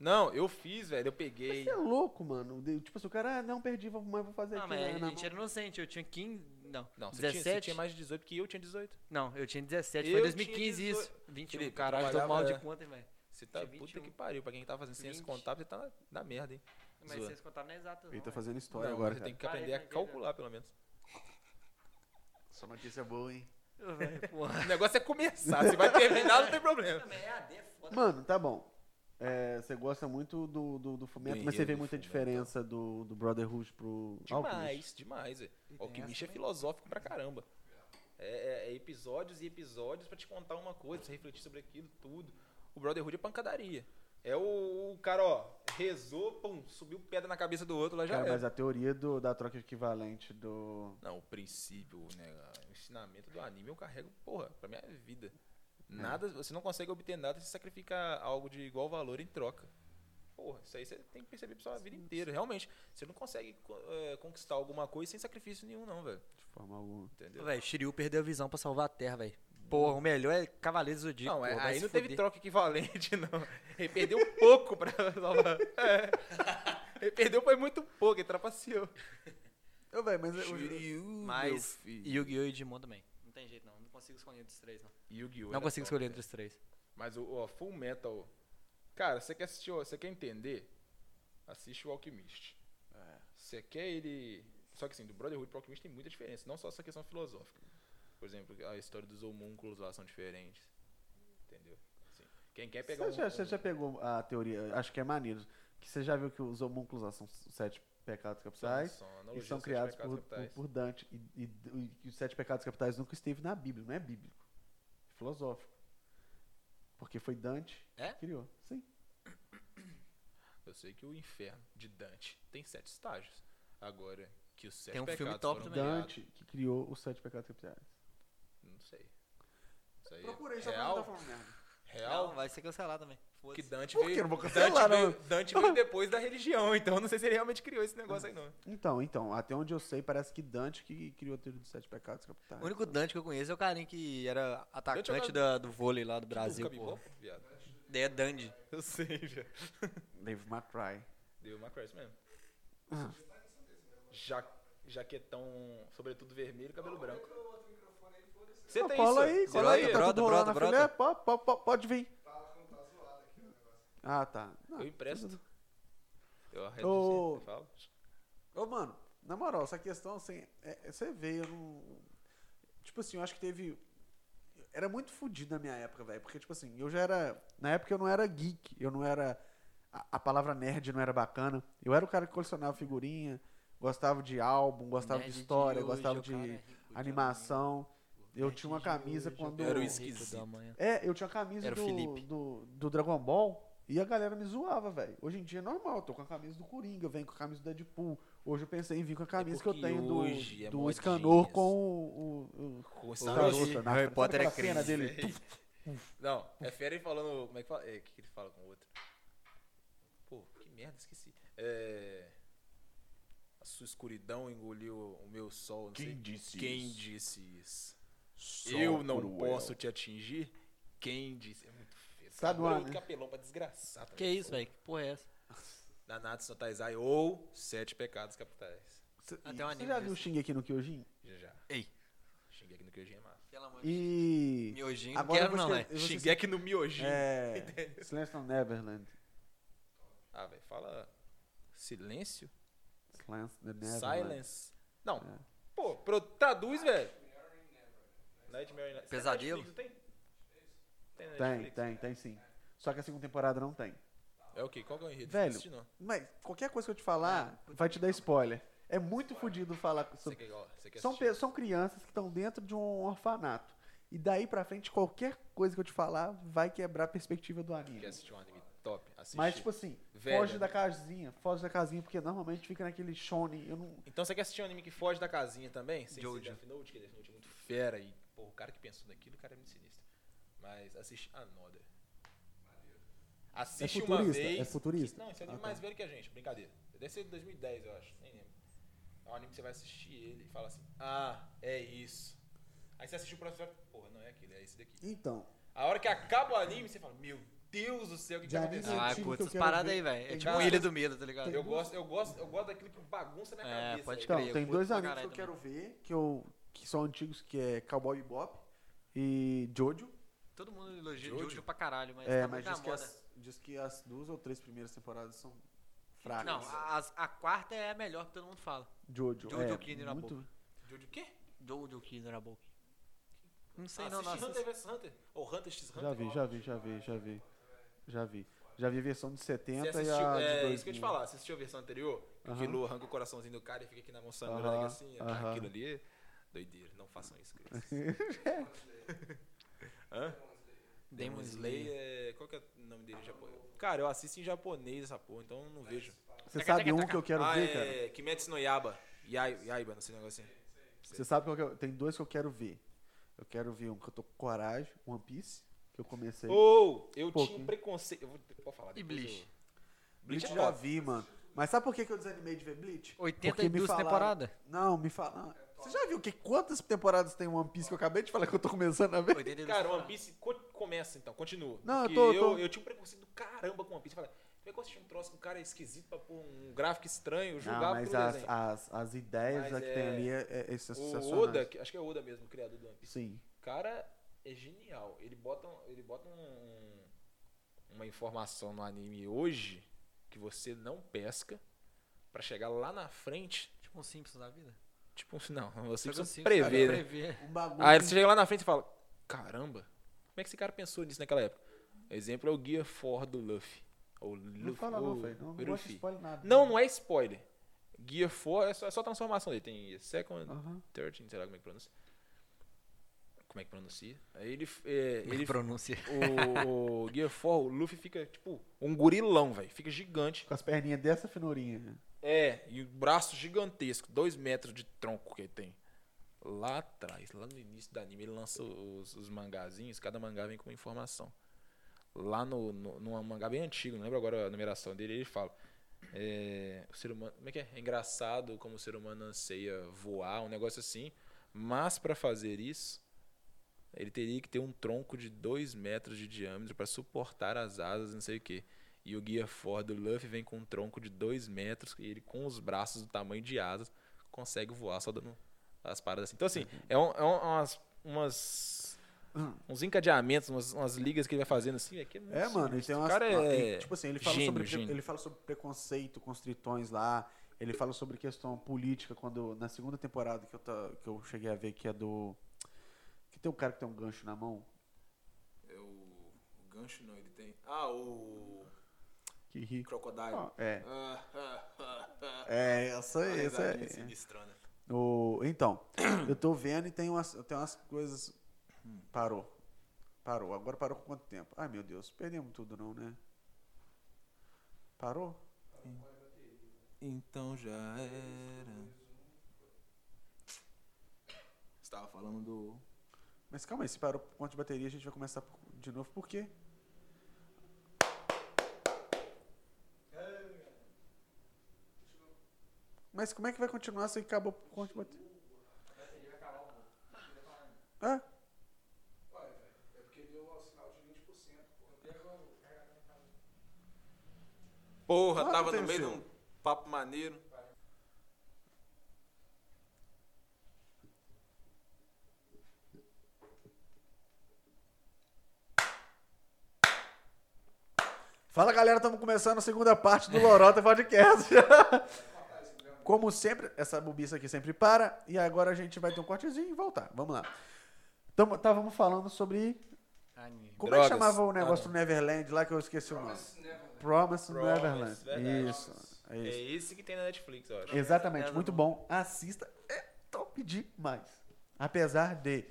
[SPEAKER 3] Não, eu fiz, velho. Eu peguei.
[SPEAKER 1] Você é louco, mano. De- Tipo assim, o cara, ah, não, perdi, vou- mas vou fazer
[SPEAKER 2] Não,
[SPEAKER 1] aqui.
[SPEAKER 2] Ah, mas
[SPEAKER 1] né,
[SPEAKER 2] a
[SPEAKER 1] na
[SPEAKER 2] gente
[SPEAKER 1] mão.
[SPEAKER 2] era inocente. Eu tinha 15. Não,
[SPEAKER 3] Não, você,
[SPEAKER 2] 17.
[SPEAKER 3] Tinha, você tinha mais de 18, porque eu tinha 18.
[SPEAKER 2] Não, eu tinha 17.
[SPEAKER 3] Eu
[SPEAKER 2] foi em 2015
[SPEAKER 3] tinha
[SPEAKER 2] isso. 21.
[SPEAKER 3] Felipe,
[SPEAKER 2] caralho, tô
[SPEAKER 3] trabalhava-
[SPEAKER 2] mal de conta, hein, velho.
[SPEAKER 3] Você tá.
[SPEAKER 2] Tinha
[SPEAKER 3] Puta
[SPEAKER 2] 21.
[SPEAKER 3] que pariu. Pra quem tá fazendo ciência
[SPEAKER 2] 20.
[SPEAKER 3] contábil, você tá na, na merda, hein?
[SPEAKER 2] Mas
[SPEAKER 3] Zoando.
[SPEAKER 2] vocês contaram na exata.
[SPEAKER 1] Ele
[SPEAKER 2] é- Não,
[SPEAKER 1] tá
[SPEAKER 2] velho.
[SPEAKER 1] fazendo
[SPEAKER 3] Não,
[SPEAKER 1] história agora,
[SPEAKER 3] você
[SPEAKER 1] cara.
[SPEAKER 3] tem que aprender a
[SPEAKER 2] Parece, né,
[SPEAKER 3] calcular, pelo menos.
[SPEAKER 1] Essa notícia é boa, hein?
[SPEAKER 2] Ô, velho, porra.
[SPEAKER 3] O negócio é começar. Se vai terminar, não tem problema.
[SPEAKER 2] Também é AD, é foda.
[SPEAKER 1] Mano, tá bom. É, você gosta muito do, do, do Fumeto,
[SPEAKER 3] Do
[SPEAKER 1] mas você vê
[SPEAKER 3] enredo do
[SPEAKER 1] muita
[SPEAKER 3] Fullmetal.
[SPEAKER 1] diferença do, do Brotherhood pro Alchemist.
[SPEAKER 3] Demais, demais, velho. Alquimista é
[SPEAKER 1] né?
[SPEAKER 3] filosófico pra caramba. É, é- é episódios e episódios pra te contar uma coisa, pra você refletir sobre aquilo, tudo. O Brotherhood é pancadaria. É o, o cara, ó, rezou, pum, subiu pedra na cabeça do outro, lá já
[SPEAKER 1] Cara,
[SPEAKER 3] era.
[SPEAKER 1] mas a teoria do- da troca equivalente do.
[SPEAKER 3] Não, o princípio, né, o ensinamento do anime eu carrego, porra, pra minha vida.
[SPEAKER 1] É.
[SPEAKER 3] Nada, você não consegue obter nada se sacrificar algo de igual valor em troca. Porra, isso aí você tem que perceber pra sua vida inteira. Realmente, você não consegue co- eh, conquistar alguma coisa sem sacrifício nenhum, não, velho.
[SPEAKER 1] De forma alguma.
[SPEAKER 3] Entendeu?
[SPEAKER 2] Velho, Shiryu perdeu a visão pra salvar a Terra, velho. Porra, o melhor é Cavaleiro do Zodíaco.
[SPEAKER 3] Não, é-
[SPEAKER 2] porra, vai
[SPEAKER 3] aí
[SPEAKER 2] se
[SPEAKER 3] não teve
[SPEAKER 2] fuder.
[SPEAKER 3] troca equivalente, não. Ele perdeu um pouco pra salvar. É. Ele perdeu foi muito pouco, ele trapaceou.
[SPEAKER 1] Eu, velho, mas. eu-
[SPEAKER 2] Mas Yu-Gi-Oh! e Digimon também. Não tem jeito, não. Não consigo escolher entre os três, não.
[SPEAKER 3] Yu-Gi-Oh!
[SPEAKER 2] Não
[SPEAKER 3] era
[SPEAKER 2] consigo
[SPEAKER 3] top,
[SPEAKER 2] escolher
[SPEAKER 3] velho.
[SPEAKER 2] entre os três.
[SPEAKER 3] Mas o ó, Full Metal. Cara, você quer assistir, ó, você quer entender? Assiste o Alchemist.
[SPEAKER 2] É.
[SPEAKER 3] Você quer ele. Só que assim, do Brotherhood pro Alchemist tem muita diferença, não só essa questão filosófica. Por exemplo, a história dos homúnculos lá são diferentes. Entendeu? Assim, quem quer pegar
[SPEAKER 1] Você,
[SPEAKER 3] um-
[SPEAKER 1] já, você
[SPEAKER 3] um-
[SPEAKER 1] já pegou a teoria? Acho que é maneiro. Que você já viu que os homúnculos lá são os sete pecados
[SPEAKER 3] são,
[SPEAKER 1] capitais.
[SPEAKER 3] são
[SPEAKER 1] E
[SPEAKER 3] analogias
[SPEAKER 1] são
[SPEAKER 3] aos sete
[SPEAKER 1] criados
[SPEAKER 3] pecados
[SPEAKER 1] por, por,
[SPEAKER 3] capitais.
[SPEAKER 1] por Dante. E, e, e os sete pecados capitais nunca esteve na Bíblia, não é bíblico. É filosófico. Porque foi Dante
[SPEAKER 2] É?
[SPEAKER 1] que criou. Sim.
[SPEAKER 3] Eu sei que o inferno de Dante tem sete estágios. Agora, que os sete
[SPEAKER 2] Tem um filme
[SPEAKER 3] pecados
[SPEAKER 2] top
[SPEAKER 3] foram
[SPEAKER 2] também.
[SPEAKER 3] criados,
[SPEAKER 1] Dante que criou os sete pecados capitais.
[SPEAKER 3] Não sei. Isso aí é
[SPEAKER 1] Procurei só pra não
[SPEAKER 3] real,
[SPEAKER 1] tá falando merda.
[SPEAKER 3] real,
[SPEAKER 2] Não, vai ser cancelado também.
[SPEAKER 3] Que
[SPEAKER 2] Foda-se.
[SPEAKER 3] Dante
[SPEAKER 1] Por
[SPEAKER 3] veio.
[SPEAKER 1] quê? Não vou
[SPEAKER 3] Dante
[SPEAKER 1] cancelar,
[SPEAKER 3] veio-
[SPEAKER 1] não.
[SPEAKER 3] Dante veio depois da religião, então não sei se ele realmente criou esse negócio aí, não.
[SPEAKER 1] Então, então, até onde eu sei, parece que Dante que criou a teoria dos sete pecados capitais.
[SPEAKER 2] O único Dante que eu conheço é o carinha que era atacante
[SPEAKER 3] Dante
[SPEAKER 2] da- do vôlei lá do Brasil,
[SPEAKER 3] Tipo,
[SPEAKER 2] porra.
[SPEAKER 3] Cabibó, viado.
[SPEAKER 2] É Dandy.
[SPEAKER 3] Eu sei, viado.
[SPEAKER 1] Dave McRae.
[SPEAKER 3] Deu uma crush mesmo.
[SPEAKER 1] Ah.
[SPEAKER 3] Ja, jaquetão, sobretudo vermelho e cabelo branco. Você
[SPEAKER 1] Não,
[SPEAKER 3] tem isso?
[SPEAKER 1] cola aí,
[SPEAKER 2] Zero
[SPEAKER 1] cola aí.
[SPEAKER 2] aí,
[SPEAKER 1] Tá
[SPEAKER 2] brota,
[SPEAKER 1] tudo rolando
[SPEAKER 2] brota,
[SPEAKER 1] na fila.
[SPEAKER 2] brota.
[SPEAKER 1] É, po- po- po- Pode vir. Ah, tá. Não,
[SPEAKER 3] Eu empresto. Eu arredo
[SPEAKER 1] Ô.
[SPEAKER 3] de você, fala.
[SPEAKER 1] Ô, mano, na moral, essa questão, assim, é- é- você vê, eu não. Tipo assim, eu acho que teve. Era muito fodido na minha época, velho. Porque, tipo assim, eu já era. Na época eu não era geek, eu não era. A, a palavra nerd não era bacana. Eu era o cara que colecionava figurinha, gostava de álbum, gostava
[SPEAKER 2] Nerd
[SPEAKER 1] de história,
[SPEAKER 2] hoje,
[SPEAKER 1] gostava
[SPEAKER 2] o
[SPEAKER 1] de
[SPEAKER 2] cara é rico de
[SPEAKER 1] animação. Eu
[SPEAKER 2] Nerd
[SPEAKER 1] tinha uma
[SPEAKER 2] de
[SPEAKER 1] camisa
[SPEAKER 2] hoje,
[SPEAKER 1] quando.
[SPEAKER 2] cara
[SPEAKER 3] Era o
[SPEAKER 2] é rico
[SPEAKER 3] esquisito.
[SPEAKER 2] da manhã.
[SPEAKER 1] É, eu tinha a camisa
[SPEAKER 2] Era o
[SPEAKER 1] do,
[SPEAKER 2] Felipe.
[SPEAKER 1] do, do Dragon Ball e a galera me zoava, velho. Hoje em dia é normal, eu tô com a camisa do Coringa, eu venho com a camisa do Deadpool. Hoje eu pensei em vir com a camisa que eu
[SPEAKER 3] porque
[SPEAKER 1] tenho do,
[SPEAKER 3] hoje é
[SPEAKER 1] do
[SPEAKER 3] modinha
[SPEAKER 1] Escanor
[SPEAKER 3] isso.
[SPEAKER 1] com o, o, o,
[SPEAKER 3] Com
[SPEAKER 1] o
[SPEAKER 3] o
[SPEAKER 1] Caruso
[SPEAKER 3] Saruji.
[SPEAKER 1] na
[SPEAKER 2] Harry
[SPEAKER 1] frente. Sabe
[SPEAKER 2] Potter é
[SPEAKER 1] aquela cena
[SPEAKER 2] cringe,
[SPEAKER 1] dele.
[SPEAKER 3] Não, é fera ele falando. Como é que fala? É, O que, que ele fala com o outro? Pô, que merda, esqueci. É. A sua escuridão engoliu o meu sol. Não
[SPEAKER 1] Quem
[SPEAKER 3] sei.
[SPEAKER 1] disse
[SPEAKER 3] Quem
[SPEAKER 1] isso?
[SPEAKER 3] disse isso?
[SPEAKER 1] Sol
[SPEAKER 3] Eu não
[SPEAKER 1] cruel.
[SPEAKER 3] posso te atingir? Quem disse? É muito feio. Esse
[SPEAKER 1] Sabe
[SPEAKER 3] cara
[SPEAKER 1] uma,
[SPEAKER 3] é um
[SPEAKER 1] né?
[SPEAKER 3] capelão pra desgraçar.
[SPEAKER 2] Que isso, velho? Que porra é essa?
[SPEAKER 3] Na Natsu Taizai tá ou Sete Pecados Capitais.
[SPEAKER 1] Cê-
[SPEAKER 2] Até um
[SPEAKER 1] Você
[SPEAKER 2] anime
[SPEAKER 1] já viu o
[SPEAKER 2] disso.
[SPEAKER 1] Xing aqui no Kyojin?
[SPEAKER 3] Já já.
[SPEAKER 2] Ei.
[SPEAKER 3] Xinguei aqui no Kyojin é massa.
[SPEAKER 2] Pelo amor de
[SPEAKER 1] E.
[SPEAKER 2] Miojinho, não
[SPEAKER 1] Agora eu vou
[SPEAKER 2] quero não,
[SPEAKER 1] escrever-
[SPEAKER 2] velho.
[SPEAKER 1] eu vou
[SPEAKER 3] Xinguei aqui no Miojin.
[SPEAKER 1] É. Silence on Neverland.
[SPEAKER 3] Ah, velho, fala. Silêncio?
[SPEAKER 1] Silence on Neverland.
[SPEAKER 3] Silence. Não.
[SPEAKER 1] É.
[SPEAKER 3] Pô, pro- traduz, velho. Nightmare in-
[SPEAKER 2] Pesadelo?
[SPEAKER 3] Netflix, Tem? Tem, na
[SPEAKER 1] Tem,
[SPEAKER 3] Netflix?
[SPEAKER 1] tem, tem sim. Só que a segunda temporada não tem.
[SPEAKER 3] É o quê? Qual que é o enredo?
[SPEAKER 1] Velho,
[SPEAKER 3] Assisti, não.
[SPEAKER 1] Mas qualquer coisa que eu te
[SPEAKER 2] Ah,
[SPEAKER 1] falar vai te dar spoiler. É muito fodido falar
[SPEAKER 3] Você
[SPEAKER 1] sobre.
[SPEAKER 3] quer, ó, você quer
[SPEAKER 1] São,
[SPEAKER 3] assistir?
[SPEAKER 1] pe- são crianças que estão dentro de um orfanato. E daí pra frente, qualquer coisa que eu te falar vai quebrar a perspectiva do
[SPEAKER 3] Quer
[SPEAKER 1] anime.
[SPEAKER 3] assistir um anime top? Assiste.
[SPEAKER 1] Mas, tipo assim,
[SPEAKER 3] Velho.
[SPEAKER 1] foge da casinha, foge da casinha, porque normalmente fica naquele shonen. Eu não.
[SPEAKER 3] Então você quer assistir um anime que foge da casinha também? Sem
[SPEAKER 2] Jojo.
[SPEAKER 3] ser Death Note, que Death Note é muito fera e... Pô, o cara que pensou naquilo, o cara é muito sinistro. Mas assiste Another. Assiste uma
[SPEAKER 1] futurista?
[SPEAKER 3] vez...
[SPEAKER 1] É futurista?
[SPEAKER 3] Não, esse é
[SPEAKER 1] Ah,
[SPEAKER 3] anime
[SPEAKER 1] tá.
[SPEAKER 3] mais velho que a gente, brincadeira. Deve ser de 2010, eu acho, nem lembro. É um anime que você vai assistir ele e fala assim, ah, é isso. Aí você assiste o próximo e fala, porra, não é aquele, é esse daqui.
[SPEAKER 1] Então,
[SPEAKER 3] A hora que acaba o anime, você fala, meu Deus do céu, o que, que
[SPEAKER 1] Já
[SPEAKER 3] aconteceu?
[SPEAKER 1] vi-
[SPEAKER 2] Ah,
[SPEAKER 1] antigo que
[SPEAKER 2] curto
[SPEAKER 1] eu
[SPEAKER 2] essas
[SPEAKER 1] quero
[SPEAKER 2] paradas
[SPEAKER 1] ver.
[SPEAKER 2] aí, velho. É
[SPEAKER 1] Tem
[SPEAKER 2] tipo
[SPEAKER 3] vários.
[SPEAKER 2] Ilha do Medo, tá ligado?
[SPEAKER 3] Eu gosto, eu gosto, eu gosto daquilo que bagunça minha
[SPEAKER 2] É, pode
[SPEAKER 3] cabeça. velho.
[SPEAKER 2] crer.
[SPEAKER 1] então tem
[SPEAKER 2] curto
[SPEAKER 1] dois
[SPEAKER 2] pra
[SPEAKER 1] animes que eu
[SPEAKER 2] caralho
[SPEAKER 1] quero ver, que, eu, que são antigos, que é Cowboy Bebop e Jojo.
[SPEAKER 2] Todo mundo elogia
[SPEAKER 3] Jojo?
[SPEAKER 2] Jojo pra caralho, mas
[SPEAKER 1] É,
[SPEAKER 2] tá
[SPEAKER 1] mas
[SPEAKER 2] muito
[SPEAKER 1] diz
[SPEAKER 2] na
[SPEAKER 1] que,
[SPEAKER 2] moda.
[SPEAKER 1] as, diz que as duas ou três primeiras temporadas são fracas.
[SPEAKER 2] Não,
[SPEAKER 3] assim.
[SPEAKER 2] a, as- a quarta é a melhor que todo mundo fala.
[SPEAKER 1] Jojo.
[SPEAKER 2] Jojo
[SPEAKER 1] é,
[SPEAKER 2] Kine na
[SPEAKER 1] muito...
[SPEAKER 3] Jojo, o quê?
[SPEAKER 2] Jojo Kinderabou. Não sei
[SPEAKER 3] Ah,
[SPEAKER 2] não,
[SPEAKER 3] assisti
[SPEAKER 2] nossa.
[SPEAKER 3] Hunter vs Hunter. Ou Hunter x Hunter.
[SPEAKER 1] Já vi,
[SPEAKER 3] ó.
[SPEAKER 1] já vi, já vi, já vi. Já vi. Já vi a versão de
[SPEAKER 3] Você
[SPEAKER 1] 70
[SPEAKER 3] assistiu,
[SPEAKER 1] e a de
[SPEAKER 3] é,
[SPEAKER 1] 2000.
[SPEAKER 3] isso que eu te falar, você assistiu a versão anterior? Que
[SPEAKER 1] Aham.
[SPEAKER 3] Aquilo arranca o coraçãozinho do cara e fica aqui na mão sangrando
[SPEAKER 1] Aham,
[SPEAKER 3] assim.
[SPEAKER 1] aham.
[SPEAKER 3] Aquilo ali é doideira, não façam isso, crianças. Hã? Demon
[SPEAKER 2] Demon
[SPEAKER 3] Slayer, é- qual que é o nome dele em japonês? Cara, eu assisto em japonês essa porra, então eu não vejo.
[SPEAKER 1] Você sabe um que eu quero
[SPEAKER 3] ah,
[SPEAKER 1] ver, cara?
[SPEAKER 3] é Kimetsu no Yaba. Yai- Yaiba, não sei o negocinho.
[SPEAKER 1] Você sabe qual que eu... Tem dois que eu quero ver. Eu quero ver um que eu tô com coragem, One Piece, que eu comecei.
[SPEAKER 3] Ou, eu tinha
[SPEAKER 1] Pouquinho.
[SPEAKER 3] um preconceito. Eu vou, pode falar.
[SPEAKER 5] E
[SPEAKER 3] depois
[SPEAKER 5] Bleach?
[SPEAKER 3] eu- Bleach
[SPEAKER 1] Bleach
[SPEAKER 3] é
[SPEAKER 1] já
[SPEAKER 3] top.
[SPEAKER 1] vi, mano. Mas sabe por que que eu desanimei de ver Bleach? Porque me
[SPEAKER 5] 82
[SPEAKER 1] falaram-
[SPEAKER 5] temporadas.
[SPEAKER 1] Não, me fala. Você já viu que quantas temporadas tem One Piece que eu acabei de falar que eu tô começando a ver?
[SPEAKER 5] 82
[SPEAKER 3] Cara, One
[SPEAKER 5] temporadas.
[SPEAKER 3] Piece co- começa então, continua.
[SPEAKER 1] Não, eu
[SPEAKER 3] Porque
[SPEAKER 1] tô- eu
[SPEAKER 3] eu,
[SPEAKER 1] tô-
[SPEAKER 3] eu tinha um preconceito do caramba com One Piece. Eu Falei, como é que eu assisti um troço com um cara esquisito pra pôr um gráfico estranho? Eu
[SPEAKER 1] Não,
[SPEAKER 3] julgava
[SPEAKER 1] mas
[SPEAKER 3] pelo
[SPEAKER 1] as,
[SPEAKER 3] desenho.
[SPEAKER 1] as, as ideias
[SPEAKER 3] Mas
[SPEAKER 1] que
[SPEAKER 3] é-
[SPEAKER 1] tem ali é, é, é sensacionais.
[SPEAKER 3] O Oda, que- acho que é o Oda mesmo, o criador do One Piece.
[SPEAKER 1] Sim.
[SPEAKER 3] O cara é genial. Ele bota, um- ele bota um- uma informação no anime hoje que você não pesca pra chegar lá na frente.
[SPEAKER 5] Tipo um Simpsons da vida.
[SPEAKER 3] Tipo, não, você
[SPEAKER 5] Tipo um
[SPEAKER 3] precisa
[SPEAKER 5] Simpsons,
[SPEAKER 3] prever, né?
[SPEAKER 5] prever.
[SPEAKER 1] Um bagulho.
[SPEAKER 3] Aí
[SPEAKER 1] que-
[SPEAKER 3] você chega lá na frente e fala: Caramba, como é que esse cara pensou nisso naquela época? Exemplo é o Guia Ford do Luffy. Ou Luffy.
[SPEAKER 1] Não fala não,
[SPEAKER 3] ou
[SPEAKER 1] velho. Não, não gosto de
[SPEAKER 3] Luffy.
[SPEAKER 1] spoiler nada.
[SPEAKER 3] Não, não é spoiler. Gear 4 é só, é só a transformação dele. Tem Second,
[SPEAKER 1] Aham.
[SPEAKER 3] Third, sei lá como é que pronuncia. Como é que pronuncia? Aí ele. é,
[SPEAKER 5] Como é que
[SPEAKER 3] ele
[SPEAKER 5] pronuncia.
[SPEAKER 3] o, o Gear 4, o Luffy fica tipo um gorilão, velho. Fica gigante.
[SPEAKER 1] Com as perninhas dessa finurinha.
[SPEAKER 3] É, e o braço gigantesco, dois metros de tronco que ele tem. Lá atrás, lá no início do anime, ele lança os, os mangazinhos, cada mangá vem com uma informação. Lá no, no numa mangá bem antigo, não lembro agora a numeração dele, ele fala. é, o ser humano. Como é que é? É engraçado como o ser humano anseia voar, um negócio assim. Mas para fazer isso, ele teria que ter um tronco de 2 metros de diâmetro para suportar as asas, não sei o quê. E o Gear 4 do Luffy vem com um tronco de 2 metros e ele, com os braços do tamanho de asas, consegue voar só dando as paradas assim. Então, assim, é, um- é um- umas, umas- uns encadeamentos, umas, umas ligas que ele vai fazendo assim. É, que é, muito
[SPEAKER 1] Hum. É, mano, ele
[SPEAKER 3] sinistro.
[SPEAKER 1] tem
[SPEAKER 3] O
[SPEAKER 1] umas.
[SPEAKER 3] cara
[SPEAKER 1] ah,
[SPEAKER 3] é.
[SPEAKER 1] ele- tipo assim, ele fala,
[SPEAKER 3] gênio,
[SPEAKER 1] sobre, pre-
[SPEAKER 3] gênio.
[SPEAKER 1] ele fala sobre preconceito com os tritões lá. Ele fala sobre questão política quando. Na segunda temporada que eu, tá- que eu cheguei a ver, que é do. Que tem um cara que tem um gancho na mão.
[SPEAKER 3] É o, o gancho, não, ele tem. Ah, o.
[SPEAKER 1] Que ri.
[SPEAKER 3] Crocodile.
[SPEAKER 1] Ó, é.
[SPEAKER 3] Ah, ah, ah, ah.
[SPEAKER 1] É, essa
[SPEAKER 3] Uma
[SPEAKER 1] aí, essa
[SPEAKER 3] risadinha
[SPEAKER 1] aí.
[SPEAKER 3] sinistrona.
[SPEAKER 1] O- então, eu tô vendo e tem umas, tem umas coisas. hum, Parou. Parou. Agora parou com quanto tempo? Ai, meu Deus, perdemos tudo não, né? Parou?
[SPEAKER 3] Então já era. Você tava falando do.
[SPEAKER 1] Mas calma aí, se parou por conta de bateria, a gente vai começar por- de novo, por quê? Mas como é que vai continuar se acabou por conta de bateria? Ah?
[SPEAKER 3] Porra,
[SPEAKER 1] Ah,
[SPEAKER 3] tava
[SPEAKER 1] tem
[SPEAKER 3] no
[SPEAKER 1] o
[SPEAKER 3] meio
[SPEAKER 1] seu.
[SPEAKER 3] de um papo maneiro.
[SPEAKER 1] Fala galera, estamos começando a segunda parte do Lorota Podcast. Como sempre, essa bobiça aqui sempre para. E agora a gente vai ter um cortezinho e voltar. Vamos lá. Tamo, távamos falando sobre.
[SPEAKER 5] Anime.
[SPEAKER 1] Como é
[SPEAKER 3] Drogas.
[SPEAKER 1] que chamava o negócio
[SPEAKER 3] Ah,
[SPEAKER 1] do Neverland lá que eu esqueci o nome? Promise, Neverland.
[SPEAKER 3] verdade.
[SPEAKER 1] Isso. É
[SPEAKER 3] É
[SPEAKER 1] isso.
[SPEAKER 3] esse que tem na Netflix, eu acho.
[SPEAKER 1] Exatamente, muito bom. Assista, é top demais. Apesar de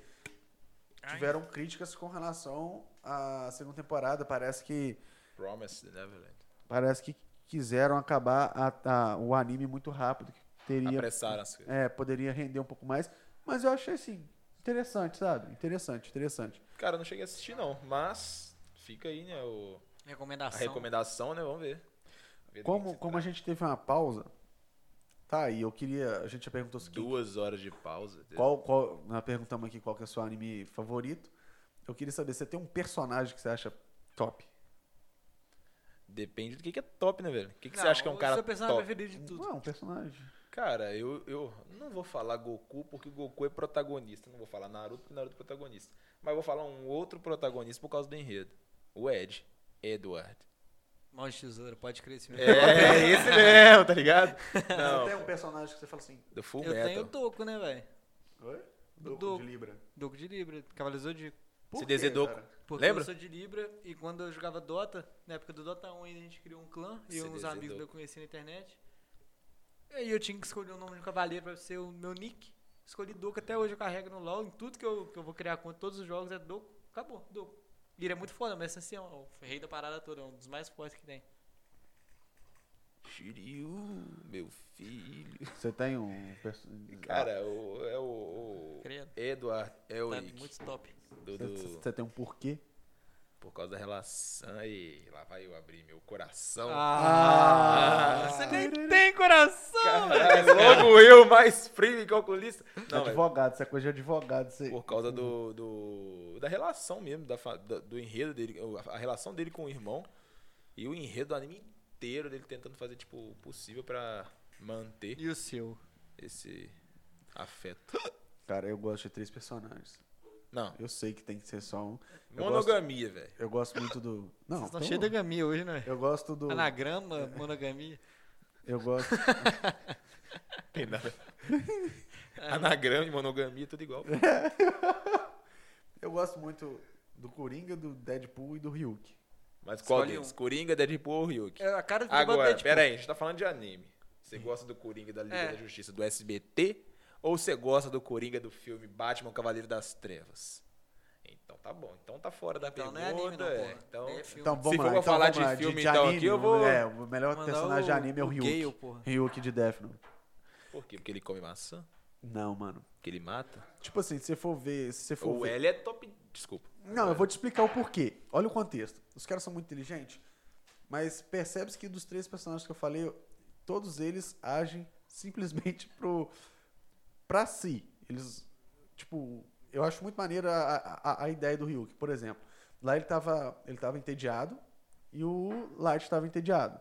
[SPEAKER 1] tiveram críticas com relação à segunda temporada, parece que
[SPEAKER 3] Promise the Neverland.
[SPEAKER 1] parece que quiseram acabar a- a- o anime muito rápido, que teria
[SPEAKER 3] Apressaram as coisas.
[SPEAKER 1] é, poderia render um pouco mais, mas eu achei assim interessante, sabe? Interessante, interessante.
[SPEAKER 3] Cara, eu não cheguei a assistir não, mas fica aí, né? o- a
[SPEAKER 5] Recomendação.
[SPEAKER 3] recomendação, né? Vamos ver. Ver do que que
[SPEAKER 1] Como
[SPEAKER 3] se
[SPEAKER 1] como a
[SPEAKER 3] trata.
[SPEAKER 1] gente teve uma pausa, tá aí, eu queria, a gente já perguntou o seguinte,
[SPEAKER 3] Duas horas de pausa.
[SPEAKER 1] Qual, qual, nós perguntamos aqui qual que é o seu anime favorito. Eu queria saber, você tem um personagem que você acha top?
[SPEAKER 3] Depende do que, que é top, né, velho? O que, que você
[SPEAKER 5] Não,
[SPEAKER 3] acha que é um cara
[SPEAKER 5] O seu personagem
[SPEAKER 3] top?
[SPEAKER 5] preferido de tudo.
[SPEAKER 1] Não, um personagem.
[SPEAKER 3] Cara, eu, eu não vou falar Goku porque o Goku é protagonista. Não vou falar Naruto porque Naruto é protagonista. Mas eu vou falar um outro protagonista por causa do enredo. O Ed. Edward.
[SPEAKER 5] Mão de tesoura, pode crer esse mesmo.
[SPEAKER 3] É, esse mesmo, tá ligado?
[SPEAKER 1] Você tem
[SPEAKER 3] Não,
[SPEAKER 1] um personagem que você fala assim...
[SPEAKER 3] do Full
[SPEAKER 5] Eu tenho o
[SPEAKER 3] Metal.
[SPEAKER 5] Doco, né, velho?
[SPEAKER 1] Oi?
[SPEAKER 5] Do-
[SPEAKER 1] Doku de Libra.
[SPEAKER 5] Doco de Libra, Cavaleiro Zodíaco.
[SPEAKER 1] Por
[SPEAKER 3] Se
[SPEAKER 1] quê,
[SPEAKER 3] desenhou Doku.
[SPEAKER 1] cara?
[SPEAKER 5] Porque
[SPEAKER 3] Lembra?
[SPEAKER 5] eu sou de Libra e quando eu jogava Dota, na época do Dota 1 ainda a gente criou um clã, e
[SPEAKER 3] Você
[SPEAKER 5] uns
[SPEAKER 3] desenhou.
[SPEAKER 5] amigos que eu conheci na internet. E aí eu tinha que escolher o nome de um cavaleiro pra ser o meu nick. Escolhi Doco, até hoje eu carrego no LoL, em tudo que eu, que eu vou criar conta, todos os jogos é Doco. Acabou, Doco.
[SPEAKER 2] Lira é muito foda, mas assim, é
[SPEAKER 5] um,
[SPEAKER 2] o rei da parada toda, é um dos mais fortes que tem.
[SPEAKER 3] Shiryu, meu filho.
[SPEAKER 1] Você tem um. perso-
[SPEAKER 3] Cara, o- é o. o
[SPEAKER 2] Credo.
[SPEAKER 3] Edward
[SPEAKER 2] Tá
[SPEAKER 3] Elric.
[SPEAKER 2] muito top.
[SPEAKER 3] do-
[SPEAKER 1] Você-
[SPEAKER 3] do-
[SPEAKER 1] Você tem um porquê?
[SPEAKER 3] por causa da relação. E lá vai eu abrir meu coração.
[SPEAKER 1] Ah!
[SPEAKER 2] Você nem tem coração, velho.
[SPEAKER 3] Mas logo eu, mais frio e calculista. Não, é
[SPEAKER 1] advogado, isso é coisa de advogado. Você...
[SPEAKER 3] por causa do, do- da relação mesmo, da, fa- da- do enredo dele, a- a relação dele com o irmão e o enredo do anime inteiro dele tentando fazer tipo, o possível pra manter
[SPEAKER 2] E o seu?
[SPEAKER 3] esse afeto.
[SPEAKER 1] Cara, eu gosto de três personagens.
[SPEAKER 3] Não,
[SPEAKER 1] Eu sei que tem que ser só um. Eu gosto,
[SPEAKER 3] monogamia, velho.
[SPEAKER 1] eu gosto muito do. Não,
[SPEAKER 2] Vocês estão
[SPEAKER 1] pelo-
[SPEAKER 2] cheios de gamia hoje, né?
[SPEAKER 1] Eu gosto do.
[SPEAKER 2] Anagrama, monogamia.
[SPEAKER 1] Eu gosto.
[SPEAKER 3] Tem nada. Anagrama e monogamia, tudo igual.
[SPEAKER 1] Eu gosto muito do Coringa, do Deadpool e do Ryuk.
[SPEAKER 3] Mas qual
[SPEAKER 2] Escolhe
[SPEAKER 3] deles?
[SPEAKER 2] um.
[SPEAKER 3] Coringa, Deadpool ou Ryuk?
[SPEAKER 2] É a cara do
[SPEAKER 3] Agora,
[SPEAKER 5] tipo,
[SPEAKER 2] Deadpool.
[SPEAKER 3] pera aí, a gente tá falando de anime. Você gosta do Coringa da Liga
[SPEAKER 2] É.
[SPEAKER 3] da Justiça do SBT? Ou você gosta do Coringa do filme Batman Cavaleiro das Trevas? Então tá bom, então tá fora da
[SPEAKER 2] Então não é
[SPEAKER 3] pergunta.
[SPEAKER 2] anime, não,
[SPEAKER 3] é.
[SPEAKER 2] porra.
[SPEAKER 3] Então,
[SPEAKER 2] É filme.
[SPEAKER 1] Então vamos
[SPEAKER 3] for
[SPEAKER 1] lá.
[SPEAKER 3] pra
[SPEAKER 1] então,
[SPEAKER 3] falar
[SPEAKER 1] vamos
[SPEAKER 3] de
[SPEAKER 1] lá,
[SPEAKER 3] filme,
[SPEAKER 1] de
[SPEAKER 3] então,
[SPEAKER 1] anime,
[SPEAKER 3] aqui eu vou-
[SPEAKER 1] É, o melhor
[SPEAKER 2] Mandar
[SPEAKER 1] personagem de
[SPEAKER 2] o-
[SPEAKER 1] anime é o
[SPEAKER 2] o
[SPEAKER 1] Ryuk.
[SPEAKER 2] Gale, porra.
[SPEAKER 1] Ryuk de Death Note.
[SPEAKER 3] por quê? Porque ele come maçã?
[SPEAKER 1] Não, mano.
[SPEAKER 3] Porque ele mata?
[SPEAKER 1] Tipo assim, se você for ver. Se você for
[SPEAKER 3] O
[SPEAKER 1] ver...
[SPEAKER 3] L é top. Desculpa.
[SPEAKER 1] Não, eu vou te explicar o porquê. Olha o contexto. Os caras são muito inteligentes, mas percebe-se que dos três personagens que eu falei, todos eles agem simplesmente pro, pra si. Eles, tipo, eu acho muito maneiro a, a, a ideia do Ryuk. Por exemplo, lá ele tava, ele tava entediado e o Light tava entediado.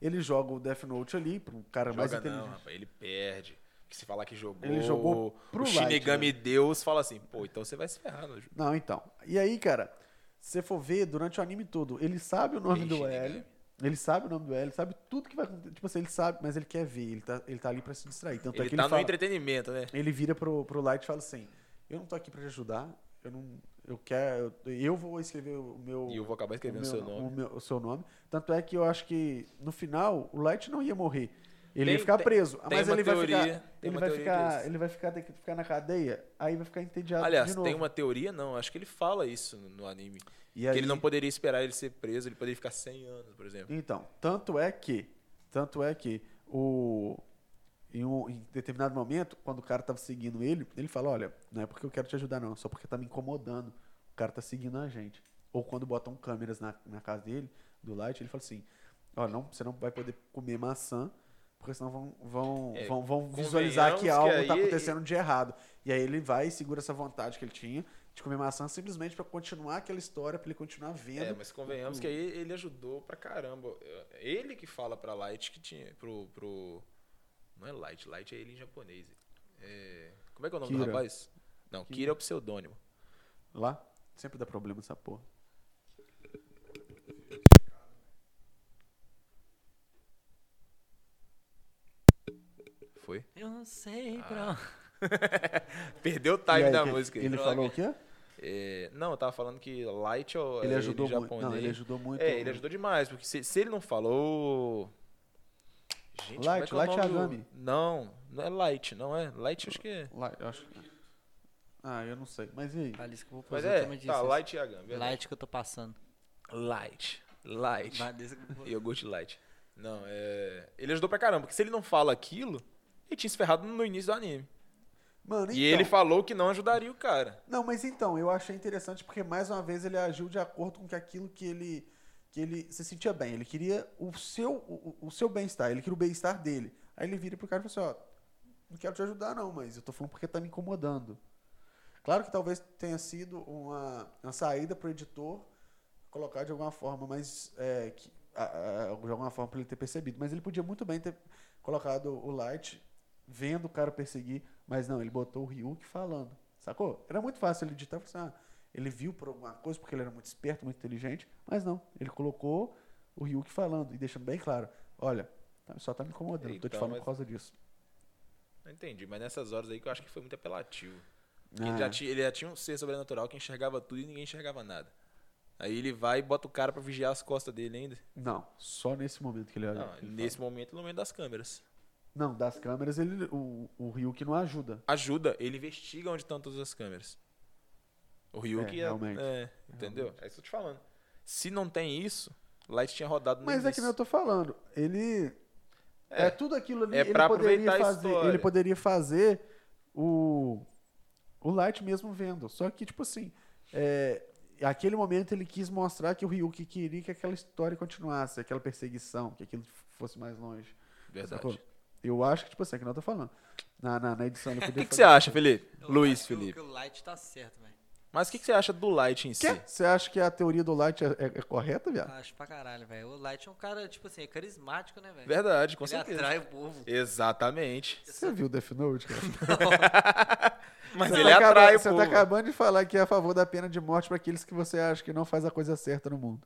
[SPEAKER 1] Ele joga o Death Note ali pro cara mais
[SPEAKER 3] Joga não,
[SPEAKER 1] inteligente.
[SPEAKER 3] rapaz, ele perde. Que se falar que jogou,
[SPEAKER 1] Ele jogou pro
[SPEAKER 3] o
[SPEAKER 1] Light, né?
[SPEAKER 3] Shinigami Deus fala assim, pô, então você vai se ferrar. Meu... ju-
[SPEAKER 1] Não, então. E aí, cara, se você for ver, durante o anime todo, ele sabe o nome
[SPEAKER 3] Ei,
[SPEAKER 1] do
[SPEAKER 3] Shinigami.
[SPEAKER 1] L. Ele sabe o nome do L, ele sabe tudo que vai acontecer. Tipo assim, ele sabe, mas ele quer ver, ele tá, ele tá ali pra se distrair. Tanto é
[SPEAKER 3] Ele
[SPEAKER 1] que
[SPEAKER 3] tá
[SPEAKER 1] ele,
[SPEAKER 3] no
[SPEAKER 1] fala,
[SPEAKER 3] entretenimento, né?
[SPEAKER 1] ele vira pro, pro Light e fala assim: Eu não tô aqui pra te ajudar, eu não. Eu quero. Eu, eu vou escrever o meu.
[SPEAKER 3] E eu vou acabar escrevendo o
[SPEAKER 1] meu-
[SPEAKER 3] seu nome.
[SPEAKER 1] O, meu- o seu nome. Tanto é que eu acho que no final o Light não ia morrer. Ele
[SPEAKER 3] Tem-
[SPEAKER 1] ia ficar
[SPEAKER 3] tem-
[SPEAKER 1] preso.
[SPEAKER 3] tem
[SPEAKER 1] mas
[SPEAKER 3] uma
[SPEAKER 1] ele vai
[SPEAKER 3] teoria-
[SPEAKER 1] ficar.
[SPEAKER 3] tem
[SPEAKER 1] Ele
[SPEAKER 3] uma
[SPEAKER 1] vai
[SPEAKER 3] teoria
[SPEAKER 1] ficar,
[SPEAKER 3] disso.
[SPEAKER 1] ele vai ficar, tem que ficar na cadeia, aí vai ficar entediado
[SPEAKER 3] Aliás,
[SPEAKER 1] tá de novo.
[SPEAKER 3] tem uma teoria, não. Acho que ele fala isso no, no anime.
[SPEAKER 1] E
[SPEAKER 3] que
[SPEAKER 1] aí-
[SPEAKER 3] ele não poderia esperar ele ser preso, ele poderia ficar 100 anos, por exemplo.
[SPEAKER 1] Então, tanto é que, tanto é que o em, um, em determinado momento, quando o cara tava seguindo ele, ele fala: "Olha, não é porque eu quero te ajudar não, é só porque tá me incomodando. O cara tá seguindo a gente". Ou quando botam câmeras na, na casa dele, do Light, ele fala assim: "Ó, não, você não vai poder comer maçã, porque senão vão vão
[SPEAKER 3] É,
[SPEAKER 1] vão, vão visualizar que algo
[SPEAKER 3] convenhamos que
[SPEAKER 1] tá
[SPEAKER 3] aí-
[SPEAKER 1] acontecendo de errado". E aí ele vai e segura essa vontade que ele tinha de comer maçã simplesmente pra continuar aquela história, pra ele continuar vendo.
[SPEAKER 3] É, mas convenhamos que aí ele ajudou pra caramba. Ele que fala pra Light que tinha. Pro, pro. Não é Light, Light é ele em japonês. É, como é que é o nome do
[SPEAKER 1] Kira.
[SPEAKER 3] rapaz? Não, Kira, é o pseudônimo.
[SPEAKER 1] Lá sempre dá problema essa porra.
[SPEAKER 3] Foi?
[SPEAKER 2] Eu não sei,
[SPEAKER 3] Ah.
[SPEAKER 2] bro.
[SPEAKER 3] Perdeu o
[SPEAKER 1] E
[SPEAKER 3] time
[SPEAKER 1] aí,
[SPEAKER 3] da
[SPEAKER 1] que-
[SPEAKER 3] música. aí.
[SPEAKER 1] Ele
[SPEAKER 3] Droga.
[SPEAKER 1] falou o quê?
[SPEAKER 3] É, não, eu tava falando que Light é o-
[SPEAKER 1] Ele
[SPEAKER 3] é
[SPEAKER 1] ajudou
[SPEAKER 3] ele
[SPEAKER 1] muito.
[SPEAKER 3] japonês.
[SPEAKER 1] Não, ele ajudou muito.
[SPEAKER 3] É, ele ajudou demais, porque se, se ele não falou. Gente,
[SPEAKER 1] Light,
[SPEAKER 3] como é
[SPEAKER 1] Light
[SPEAKER 3] que é o nome do-
[SPEAKER 1] Yagami.
[SPEAKER 3] Não, não é Light, não é? Light acho que é.
[SPEAKER 1] Lá, eu acho. Ah, eu não sei. Mas e aí?
[SPEAKER 2] Alice, que eu vou
[SPEAKER 3] Mas
[SPEAKER 2] fazer
[SPEAKER 3] é,
[SPEAKER 2] também
[SPEAKER 3] tá,
[SPEAKER 2] disso.
[SPEAKER 3] Light Yagami. verdade.
[SPEAKER 2] Light que eu tô passando.
[SPEAKER 3] Light. Light.
[SPEAKER 2] Valeu, que eu vou-
[SPEAKER 3] Iogurte Light. Não, é. Ele ajudou pra caramba, porque se ele não fala aquilo, ele tinha se ferrado no início do anime.
[SPEAKER 1] Mano, então,
[SPEAKER 3] E ele falou que não ajudaria o cara.
[SPEAKER 1] Não, mas então, eu achei interessante porque mais uma vez ele agiu de acordo com que aquilo que ele que ele se sentia bem. Ele queria o seu o, o- o seu bem-estar, ele queria o bem-estar dele. Aí ele vira pro cara e fala assim, ó, não quero te ajudar não, mas eu tô falando porque tá me incomodando. Claro que talvez tenha sido uma, uma saída pro editor colocar de alguma forma, mas é, que, a- a- de alguma forma pra ele ter percebido. Mas ele podia muito bem ter colocado o Light vendo o cara perseguir, mas não, ele botou o Ryuk falando, sacou? Era muito fácil ele editar, falar assim, ah, ele viu por alguma coisa porque ele era muito esperto, muito inteligente, mas não, ele colocou o Ryuk falando e deixando bem claro, olha, tá- só tá me incomodando, tô te
[SPEAKER 3] Então,
[SPEAKER 1] falando
[SPEAKER 3] mas-
[SPEAKER 1] por causa disso.
[SPEAKER 3] Não entendi, mas nessas horas aí que eu acho que foi muito apelativo. Porque
[SPEAKER 1] Ah.
[SPEAKER 3] Ele, já tinha, ele já tinha um ser sobrenatural que enxergava tudo e ninguém enxergava nada. Aí ele vai e bota o cara pra vigiar as costas dele ainda.
[SPEAKER 1] Não, só nesse momento que ele olha.
[SPEAKER 3] Não,
[SPEAKER 1] que ele
[SPEAKER 3] nesse momento, no momento das câmeras.
[SPEAKER 1] fala. Não, das câmeras ele o, o Ryuk não ajuda.
[SPEAKER 3] Ajuda, ele investiga onde estão todas as câmeras. O Ryuki
[SPEAKER 1] É,
[SPEAKER 3] é,
[SPEAKER 1] realmente.
[SPEAKER 3] é, entendeu? É isso que eu tô te falando. Se não tem isso, Light tinha rodado no
[SPEAKER 1] Mas é que
[SPEAKER 3] início.
[SPEAKER 1] nem eu tô falando. Ele. É,
[SPEAKER 3] É.
[SPEAKER 1] tudo aquilo ali.
[SPEAKER 3] É
[SPEAKER 1] ele
[SPEAKER 3] pra
[SPEAKER 1] poderia
[SPEAKER 3] aproveitar a
[SPEAKER 1] fazer,
[SPEAKER 3] história.
[SPEAKER 1] Ele poderia fazer o. O Light mesmo vendo. Só que, tipo assim. É, aquele momento ele quis mostrar que o Ryuki queria que aquela história continuasse, aquela perseguição, que aquilo fosse mais longe.
[SPEAKER 3] Verdade.
[SPEAKER 1] sacou?
[SPEAKER 3] O
[SPEAKER 1] Eu acho que, tipo assim, é que não tô falando. Na, na, na edição ele poderia
[SPEAKER 3] que, que você
[SPEAKER 1] fazer
[SPEAKER 3] acha,
[SPEAKER 1] isso.
[SPEAKER 3] Felipe?
[SPEAKER 2] Eu
[SPEAKER 3] Luiz
[SPEAKER 2] acho que o-
[SPEAKER 3] Felipe.
[SPEAKER 2] Que o Light tá certo, velho.
[SPEAKER 3] Mas o que, que você acha do Light em si?
[SPEAKER 1] Quê? Você acha que a teoria do Light é, é- é correta, viado?
[SPEAKER 2] Acho pra caralho, velho. O Light é um cara, tipo assim, é carismático, né, velho?
[SPEAKER 3] Verdade, É, com
[SPEAKER 2] Ele
[SPEAKER 3] certeza.
[SPEAKER 2] atrai o povo.
[SPEAKER 3] Exatamente.
[SPEAKER 1] Você viu Death Note, cara?
[SPEAKER 3] Mas
[SPEAKER 1] Você
[SPEAKER 3] ele
[SPEAKER 1] tá
[SPEAKER 3] atrai
[SPEAKER 1] acabando-
[SPEAKER 3] o
[SPEAKER 1] Você
[SPEAKER 3] povo.
[SPEAKER 1] tá acabando de falar que é a favor da pena de morte pra aqueles que você acha que não faz a coisa certa no mundo.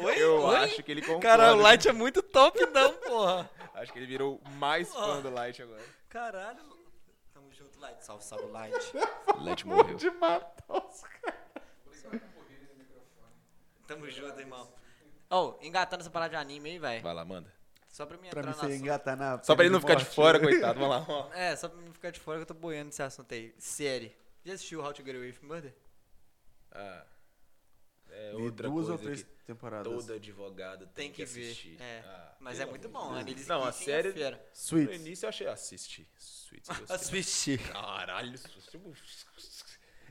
[SPEAKER 2] Oi?
[SPEAKER 3] Eu
[SPEAKER 2] Oi?
[SPEAKER 3] acho que ele concorda.
[SPEAKER 2] Cara, o Light é muito top, não, porra.
[SPEAKER 3] Acho que ele virou mais fã do Light agora.
[SPEAKER 2] Caralho. mano. Tamo junto, Light. Salve, salve, Light.
[SPEAKER 3] Light morreu.
[SPEAKER 1] De matar os caras.
[SPEAKER 2] Tamo junto, irmão. Ô, engatando essa parada de anime aí, velho.
[SPEAKER 3] Vai lá, manda.
[SPEAKER 2] Só pra mim
[SPEAKER 1] Pra
[SPEAKER 2] entrar
[SPEAKER 1] mim
[SPEAKER 2] no
[SPEAKER 1] você
[SPEAKER 2] assunto.
[SPEAKER 1] engatar na.
[SPEAKER 3] Só pra
[SPEAKER 1] pena
[SPEAKER 3] ele não ficar de
[SPEAKER 1] morte.
[SPEAKER 3] fora, coitado. Vamos lá, vamos lá.
[SPEAKER 2] É, só pra mim ficar de fora que eu tô boiando nesse assunto aí. Série. Já assistiu How to Get Away with Murder?
[SPEAKER 3] Ah, é
[SPEAKER 1] Vi
[SPEAKER 3] outra
[SPEAKER 1] duas
[SPEAKER 3] coisa
[SPEAKER 1] ou três
[SPEAKER 3] que
[SPEAKER 1] temporadas.
[SPEAKER 3] todo advogado
[SPEAKER 2] Tem
[SPEAKER 3] tem,
[SPEAKER 2] que, ver.
[SPEAKER 3] assistir.
[SPEAKER 2] É.
[SPEAKER 3] Ah,
[SPEAKER 2] Mas é
[SPEAKER 3] pelo
[SPEAKER 2] muito
[SPEAKER 3] amor
[SPEAKER 2] bom,
[SPEAKER 3] de
[SPEAKER 2] né?
[SPEAKER 3] Deus.
[SPEAKER 2] Eles
[SPEAKER 3] Não, a
[SPEAKER 2] explicam
[SPEAKER 3] série...
[SPEAKER 2] fera.
[SPEAKER 3] No
[SPEAKER 1] Sweets.
[SPEAKER 3] início eu achei... Assisti. Sweets. eu gostei.
[SPEAKER 2] Assisti.
[SPEAKER 3] Caralho. isso- é um-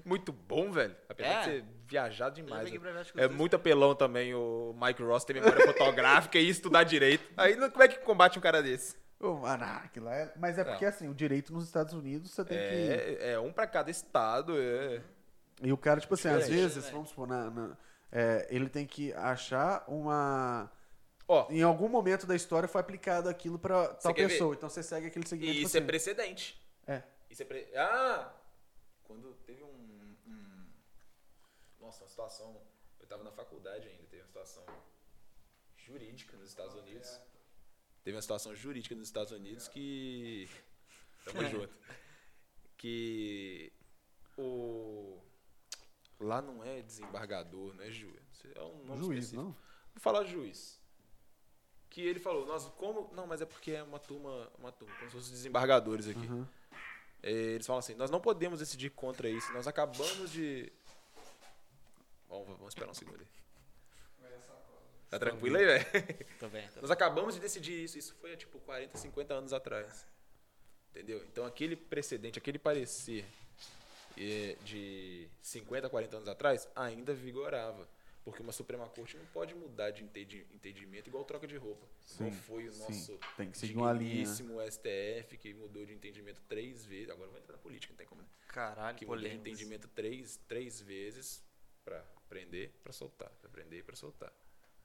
[SPEAKER 3] Muito bom, velho. Apesar
[SPEAKER 2] É?
[SPEAKER 3] de ser viajado demais.
[SPEAKER 2] peguei
[SPEAKER 3] né?
[SPEAKER 2] pra ver, acho que os
[SPEAKER 3] É
[SPEAKER 2] dois-
[SPEAKER 3] muito apelão também o Mike Ross ter memória fotográfica e estudar direito. Aí não- como é que combate um cara desse?
[SPEAKER 1] Ô, mano, ah, aquilo lá é- Mas é porque assim, o direito nos Estados Unidos você tem que.
[SPEAKER 3] Tá. É, é um pra cada estado. É.
[SPEAKER 1] E o cara, tipo assim, às
[SPEAKER 2] Diferente,
[SPEAKER 1] vezes,
[SPEAKER 2] né?
[SPEAKER 1] vamos supor, na- na- é, ele tem que achar uma.
[SPEAKER 3] Ó,
[SPEAKER 1] Em algum momento da história foi aplicado aquilo pra tal
[SPEAKER 3] quer ver?
[SPEAKER 1] pessoa. Então você segue aquele seguimento.
[SPEAKER 3] E
[SPEAKER 1] tipo
[SPEAKER 3] isso é
[SPEAKER 1] assim.
[SPEAKER 3] precedente.
[SPEAKER 1] É.
[SPEAKER 3] Isso é pre... Ah! Quando teve um, um- Nossa, uma situação. Eu tava na faculdade ainda, teve uma situação jurídica nos Estados Unidos. Teve uma situação jurídica nos Estados Unidos que. Tamo junto. Que. O. Lá não é desembargador, não é juiz. É um nome
[SPEAKER 1] Juiz,
[SPEAKER 3] específico.
[SPEAKER 1] não?
[SPEAKER 3] Vou falar juiz. Que ele falou, nós como. Não, mas é porque é uma turma, uma turma, como se fossem desembargadores aqui. É, eles falam assim, nós não podemos decidir contra isso, nós acabamos de. Vamos, vamos esperar um segundo aí. Tá tranquilo aí, velho?
[SPEAKER 2] Tô bem, tô bem.
[SPEAKER 3] Nós acabamos de decidir isso. Isso foi há, tipo 40, 50 anos atrás. Entendeu? Então aquele precedente, aquele parecer eh, de 50, 40 anos atrás ainda vigorava. Porque uma Suprema Corte não pode mudar de entendi- entendimento igual troca de roupa. igual
[SPEAKER 1] Sim,
[SPEAKER 3] foi o
[SPEAKER 1] sim.
[SPEAKER 3] nosso
[SPEAKER 1] Tem que seguir uma linha, né?
[SPEAKER 3] digníssimo STF que mudou de entendimento três vezes. Agora vai entrar na política, não tem como. né?
[SPEAKER 2] Caralho,
[SPEAKER 3] que mudou de
[SPEAKER 2] polêmico.
[SPEAKER 3] entendimento três, três vezes pra prender, pra soltar, pra prender e pra soltar.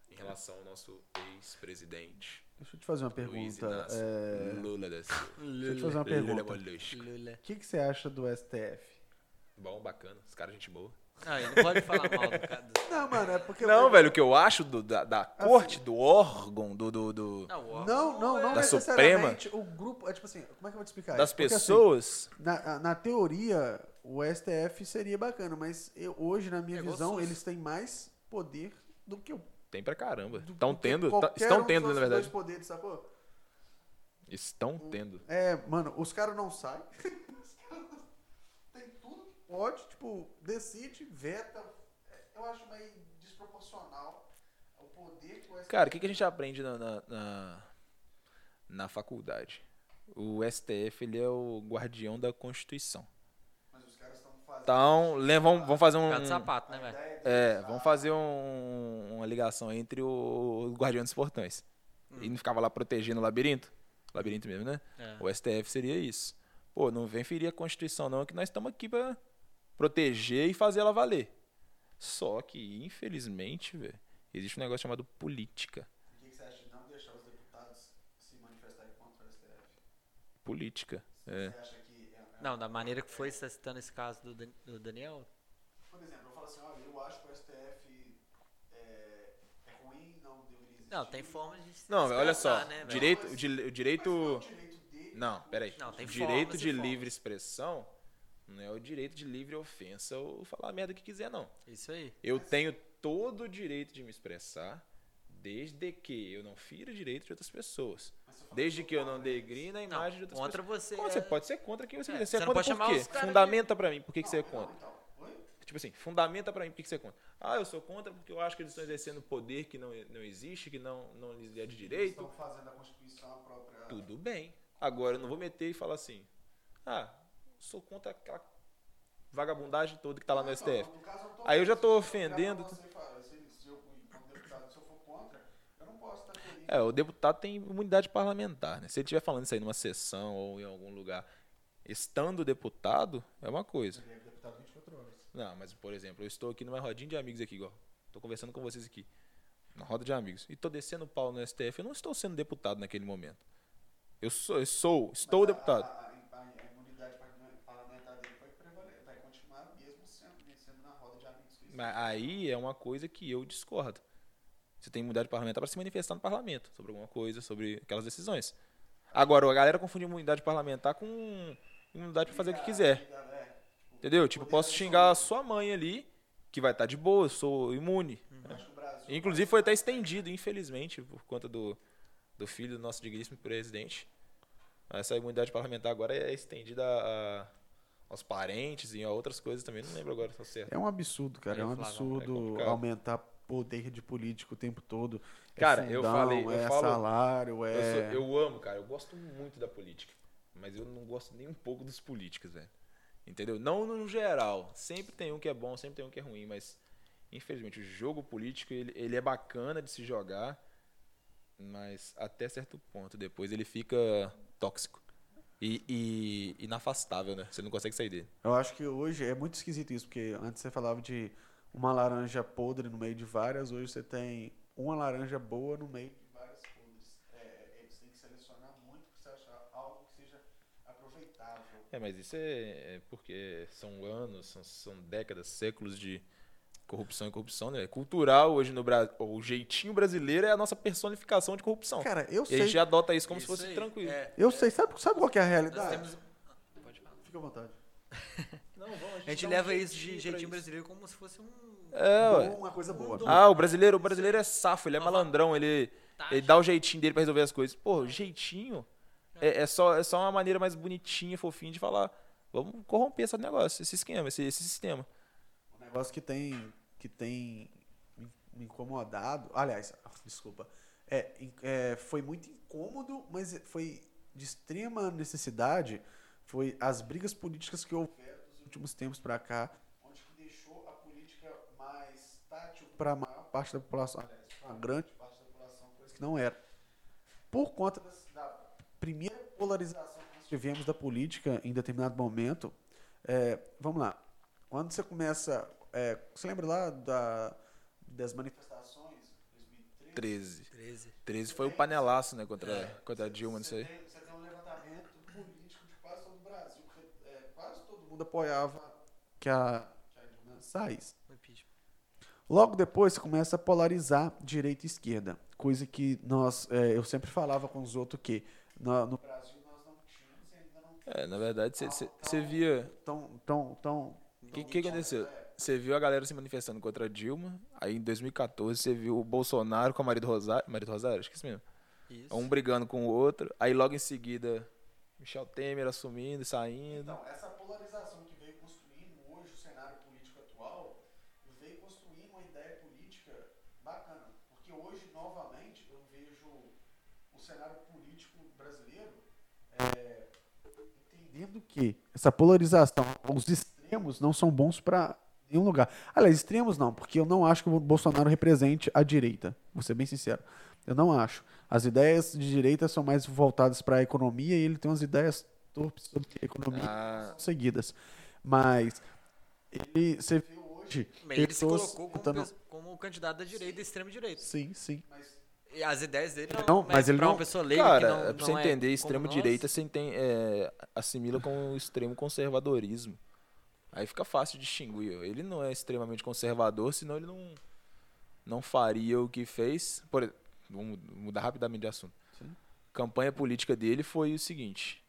[SPEAKER 3] Em relação ao nosso ex-presidente
[SPEAKER 1] Deixa eu te fazer uma
[SPEAKER 3] Luiz
[SPEAKER 1] pergunta.
[SPEAKER 3] Inácio
[SPEAKER 1] é,
[SPEAKER 3] Lula da Silva.
[SPEAKER 1] Deixa eu te fazer uma
[SPEAKER 3] Lula
[SPEAKER 1] pergunta.
[SPEAKER 3] Molusco.
[SPEAKER 2] Lula.
[SPEAKER 1] O que, que você acha do STF?
[SPEAKER 3] Bom, bacana. Os caras, gente boa.
[SPEAKER 2] Ah, ele não pode falar mal do cara. do-
[SPEAKER 1] Não, mano, é porque.
[SPEAKER 3] Não, velho, o que eu acho do- da, da corte, do órgão, do. do, do-
[SPEAKER 2] Não, o órgão
[SPEAKER 1] Assim- Não, não, não
[SPEAKER 2] é-
[SPEAKER 3] Da
[SPEAKER 1] necessariamente. O grupo. É tipo assim, como é que eu vou te explicar?
[SPEAKER 3] das
[SPEAKER 1] isso? Porque, assim,
[SPEAKER 3] pessoas.
[SPEAKER 1] na, na teoria, o STF seria bacana, mas eu- hoje, na
[SPEAKER 3] É
[SPEAKER 1] minha
[SPEAKER 2] Pegou
[SPEAKER 1] visão,
[SPEAKER 2] susto.
[SPEAKER 1] eles têm mais poder do que o.
[SPEAKER 3] Tem pra caramba.
[SPEAKER 1] do-
[SPEAKER 3] Estão
[SPEAKER 1] do que
[SPEAKER 3] tendo. tá-
[SPEAKER 1] qualquer um
[SPEAKER 3] estão
[SPEAKER 1] dos
[SPEAKER 3] tendo, na
[SPEAKER 1] outros
[SPEAKER 3] verdade.
[SPEAKER 1] Dois poderes, sacou?
[SPEAKER 3] Estão tendo.
[SPEAKER 1] É, mano, os caras não saem. Os caras têm tudo que pode, tipo, decide, veta. É, Eu acho meio desproporcional o poder que o STF.
[SPEAKER 3] Cara, o que, que a gente aprende na, na, na, na faculdade? O STF ele é o guardião da Constituição.
[SPEAKER 1] Mas os caras estão fazendo.
[SPEAKER 3] Então, le- vamos, vamos fazer um.
[SPEAKER 2] Cara de sapato, né, velho?
[SPEAKER 1] ideia de-
[SPEAKER 3] É, vamos fazer um- uma ligação entre o Guardião dos Portões. E não ficava lá protegendo o labirinto? Labirinto mesmo, né?
[SPEAKER 2] É.
[SPEAKER 3] O STF seria isso. Pô, não vem ferir a Constituição, não, que nós estamos aqui pra proteger e fazer ela valer. Só que, infelizmente, velho, existe um negócio chamado política.
[SPEAKER 1] O que que você acha de não deixar os deputados se manifestarem contra o STF?
[SPEAKER 3] Política. É.
[SPEAKER 1] Você acha que. é- é-
[SPEAKER 2] Não, da maneira que foi, você tá citando esse caso do, Dan- do Daniel.
[SPEAKER 1] Por exemplo, eu falo assim, olha, eu acho que o STF é, é ruim, não deveria existir.
[SPEAKER 2] Não, tem formas de se
[SPEAKER 3] Não, velho, olha
[SPEAKER 2] expressar,
[SPEAKER 3] só.
[SPEAKER 2] né, velho?
[SPEAKER 3] direito, o di- o
[SPEAKER 1] Mas não é o
[SPEAKER 3] direito.
[SPEAKER 1] direito dele.
[SPEAKER 3] Não, peraí.
[SPEAKER 2] Não, tem
[SPEAKER 3] o direito
[SPEAKER 2] formas e
[SPEAKER 3] de
[SPEAKER 2] formas.
[SPEAKER 3] livre expressão não é o direito de livre ofensa ou falar a merda que quiser, não.
[SPEAKER 2] Isso aí.
[SPEAKER 3] Eu tenho todo o direito de me expressar, Desde que eu não fira direito de outras pessoas. Desde que eu não degrine a
[SPEAKER 5] Não,
[SPEAKER 3] imagem de outras
[SPEAKER 5] contra
[SPEAKER 3] pessoas.
[SPEAKER 5] você.
[SPEAKER 3] Contra, Você
[SPEAKER 5] é-
[SPEAKER 3] pode ser contra quem você quiser. Você,
[SPEAKER 5] você
[SPEAKER 3] é
[SPEAKER 5] não
[SPEAKER 3] contra
[SPEAKER 5] pode
[SPEAKER 3] por
[SPEAKER 5] chamar os
[SPEAKER 3] quê?
[SPEAKER 5] caras de-
[SPEAKER 3] Fundamenta pra mim por que, que
[SPEAKER 1] então,
[SPEAKER 3] você é contra. Tipo assim, fundamenta pra mim por que, que você é contra. Ah, eu sou contra porque eu acho que eles estão exercendo poder que não, não existe, que não, não lhes é de direito.
[SPEAKER 4] Estão fazendo a Constituição a própria. né?
[SPEAKER 3] Tudo bem. Agora eu não vou meter e falar assim: ah, sou contra aquela vagabundagem toda que tá lá no STF.
[SPEAKER 4] No caso, eu tô
[SPEAKER 3] Aí eu já tô
[SPEAKER 4] ofendendo
[SPEAKER 3] ofendendo. tá?
[SPEAKER 4] você, fala, se, se eu, como deputado, se eu for contra, eu não posso estar feliz.
[SPEAKER 3] É, o deputado tem imunidade parlamentar, né? Se ele estiver falando isso aí numa sessão ou em algum lugar, estando deputado, é uma coisa.
[SPEAKER 4] Ele é deputado 24 horas.
[SPEAKER 3] Não, mas, por exemplo, eu estou aqui numa rodinha de amigos aqui, igual. Estou conversando com vocês aqui. Uma roda de amigos. E estou descendo o pau no STF. Eu não estou sendo deputado naquele momento. Eu sou, eu sou, estou
[SPEAKER 4] Mas a-
[SPEAKER 3] deputado.
[SPEAKER 4] A, a, a imunidade parlamentar dele vai prevaler, vai continuar mesmo sendo, sendo na roda de amigos. que ele
[SPEAKER 3] Mas aí é uma coisa que eu discordo. Você tem imunidade parlamentar para se manifestar no parlamento sobre alguma coisa, sobre aquelas decisões. Agora, a galera confunde imunidade parlamentar com imunidade para fazer o que quiser.
[SPEAKER 4] né?
[SPEAKER 3] Entendeu? Tipo, posso xingar a sua mãe ali, que vai estar de boa, eu sou imune.
[SPEAKER 4] Eu acho que o Brasil.
[SPEAKER 3] Uhum. Inclusive foi até estendido, infelizmente, por conta do, do filho do nosso digníssimo presidente. Essa imunidade parlamentar agora é estendida a- a- aos parentes e a outras coisas também, não lembro agora se é certo.
[SPEAKER 1] É um absurdo, cara. É,
[SPEAKER 2] É,
[SPEAKER 1] um
[SPEAKER 2] Flavão,
[SPEAKER 3] é
[SPEAKER 1] absurdo
[SPEAKER 3] complicado.
[SPEAKER 1] aumentar poder de político o tempo todo. É
[SPEAKER 3] Cara, eu
[SPEAKER 1] fundão,
[SPEAKER 3] falei- eu
[SPEAKER 1] é
[SPEAKER 3] falo-
[SPEAKER 1] salário, é.
[SPEAKER 3] Eu, sou- eu amo, cara. Eu gosto muito da política. Mas eu não gosto nem um pouco dos políticos, velho. Entendeu? Não no geral. Sempre tem um que é bom, sempre tem um que é ruim, mas infelizmente o jogo político ele, ele é bacana de se jogar, mas até certo ponto depois ele fica tóxico. E, e inafastável, né? Você não consegue sair dele.
[SPEAKER 1] Eu acho que hoje é muito esquisito isso, porque antes você falava de uma laranja podre no meio de várias, hoje você tem uma laranja boa no meio.
[SPEAKER 4] de várias podres. É, eles têm que selecionar muito para você achar algo que seja aproveitável.
[SPEAKER 3] É, mas isso é, é porque são anos, são, são décadas, séculos de corrupção e corrupção, né? Cultural hoje no Brasil. O jeitinho brasileiro é a nossa personificação de corrupção.
[SPEAKER 1] Cara, eu
[SPEAKER 3] E a gente
[SPEAKER 1] sei.
[SPEAKER 3] adota isso como se
[SPEAKER 5] Isso
[SPEAKER 3] fosse
[SPEAKER 5] aí,
[SPEAKER 3] tranquilo.
[SPEAKER 5] é,
[SPEAKER 1] Eu sei. Sabe, sabe qual que é a
[SPEAKER 5] nós
[SPEAKER 1] realidade?
[SPEAKER 5] temos-
[SPEAKER 1] Fica à vontade.
[SPEAKER 3] Não, tá vamos,
[SPEAKER 5] A gente
[SPEAKER 3] um
[SPEAKER 5] leva isso de jeitinho brasileiro como se fosse um.
[SPEAKER 3] É,
[SPEAKER 1] Bom,
[SPEAKER 3] ué.
[SPEAKER 1] uma coisa boa.
[SPEAKER 3] Ah, o brasileiro, o brasileiro é safo,
[SPEAKER 5] Tá
[SPEAKER 3] ele é malandrão, ele, ele
[SPEAKER 5] Tático.
[SPEAKER 3] dá o jeitinho dele pra resolver as coisas.
[SPEAKER 5] Tá.
[SPEAKER 3] Pô, jeitinho é, é só, é só uma maneira mais bonitinha, fofinha de falar. Vamos corromper esse negócio, esse esquema, esse, esse sistema.
[SPEAKER 1] Um negócio que tem, que tem me- me incomodado. Aliás, desculpa. É, in- é, foi muito incômodo, mas foi de extrema necessidade. Foi as brigas políticas que houveram nos últimos tempos pra cá,
[SPEAKER 4] Onde que deixou a política mais tátil
[SPEAKER 1] pra maior parte da população, aliás, pra uma grande parte da população, coisa que não era. Por conta das- da primeira polarização que nós tivemos da política em determinado momento, é, vamos lá. Quando você começa. é, você lembra lá da, das manifestações?
[SPEAKER 3] 13.
[SPEAKER 5] 13.
[SPEAKER 3] 13 foi o panelaço, né, contra, contra a Dilma, nisso
[SPEAKER 4] Você
[SPEAKER 3] aí.
[SPEAKER 4] tem, você tem um levantamento político de quase todo o Brasil. que, é, quase todo
[SPEAKER 1] Todo
[SPEAKER 4] mundo
[SPEAKER 1] mundo apoiava que a Dilma saísse.
[SPEAKER 5] um impeachment.
[SPEAKER 1] Logo depois você começa a polarizar direita e esquerda, coisa que nós é, eu sempre falava com os outros que na- no
[SPEAKER 4] no Brasil nós não tínhamos e ainda não
[SPEAKER 3] É, na verdade, você via.
[SPEAKER 1] tão tão tão
[SPEAKER 3] O que, que aconteceu? Você viu a galera se manifestando contra a Dilma, aí em 2014 você viu o Bolsonaro com a Marido Rosário. Marido Rosário, acho que é isso mesmo.
[SPEAKER 5] Isso.
[SPEAKER 3] Um brigando com o outro, aí logo em seguida Michel Temer assumindo e saindo.
[SPEAKER 4] Então, essa polarização que veio construindo hoje o cenário político atual, veio construindo uma ideia política bacana. Porque hoje, novamente, eu vejo
[SPEAKER 1] um
[SPEAKER 4] o cenário político brasileiro
[SPEAKER 1] é, entendendo que essa polarização, os extremos não são bons para nenhum lugar. Aliás, extremos não, porque eu não acho que o Bolsonaro represente a direita. Vou ser bem sincero. Eu não acho. As ideias de direita são mais voltadas para a economia e ele tem umas ideias torpes sobre economia
[SPEAKER 3] Ah.
[SPEAKER 1] seguidas. Mas ele você vê hoje
[SPEAKER 5] Mas ele se
[SPEAKER 1] pessoas
[SPEAKER 5] colocou como,
[SPEAKER 1] tentando-
[SPEAKER 5] pe- como
[SPEAKER 2] um
[SPEAKER 5] o candidato da direita e extrema direita.
[SPEAKER 1] Sim, sim.
[SPEAKER 5] E as ideias dele não,
[SPEAKER 1] Não,
[SPEAKER 5] mas,
[SPEAKER 1] mas ele
[SPEAKER 5] pra
[SPEAKER 1] não-
[SPEAKER 5] uma pessoa leiga
[SPEAKER 3] Cara,
[SPEAKER 5] que não,
[SPEAKER 3] é pra você
[SPEAKER 5] não
[SPEAKER 3] entender,
[SPEAKER 5] como
[SPEAKER 3] extremo-direita
[SPEAKER 5] nós,
[SPEAKER 3] você enten- é, assimila com o extremo conservadorismo. Aí fica fácil de distinguir. Ele não é extremamente conservador, senão ele não, não faria o que fez. Por, ex- vamos mudar rapidamente de assunto. Campanha política dele foi o seguinte: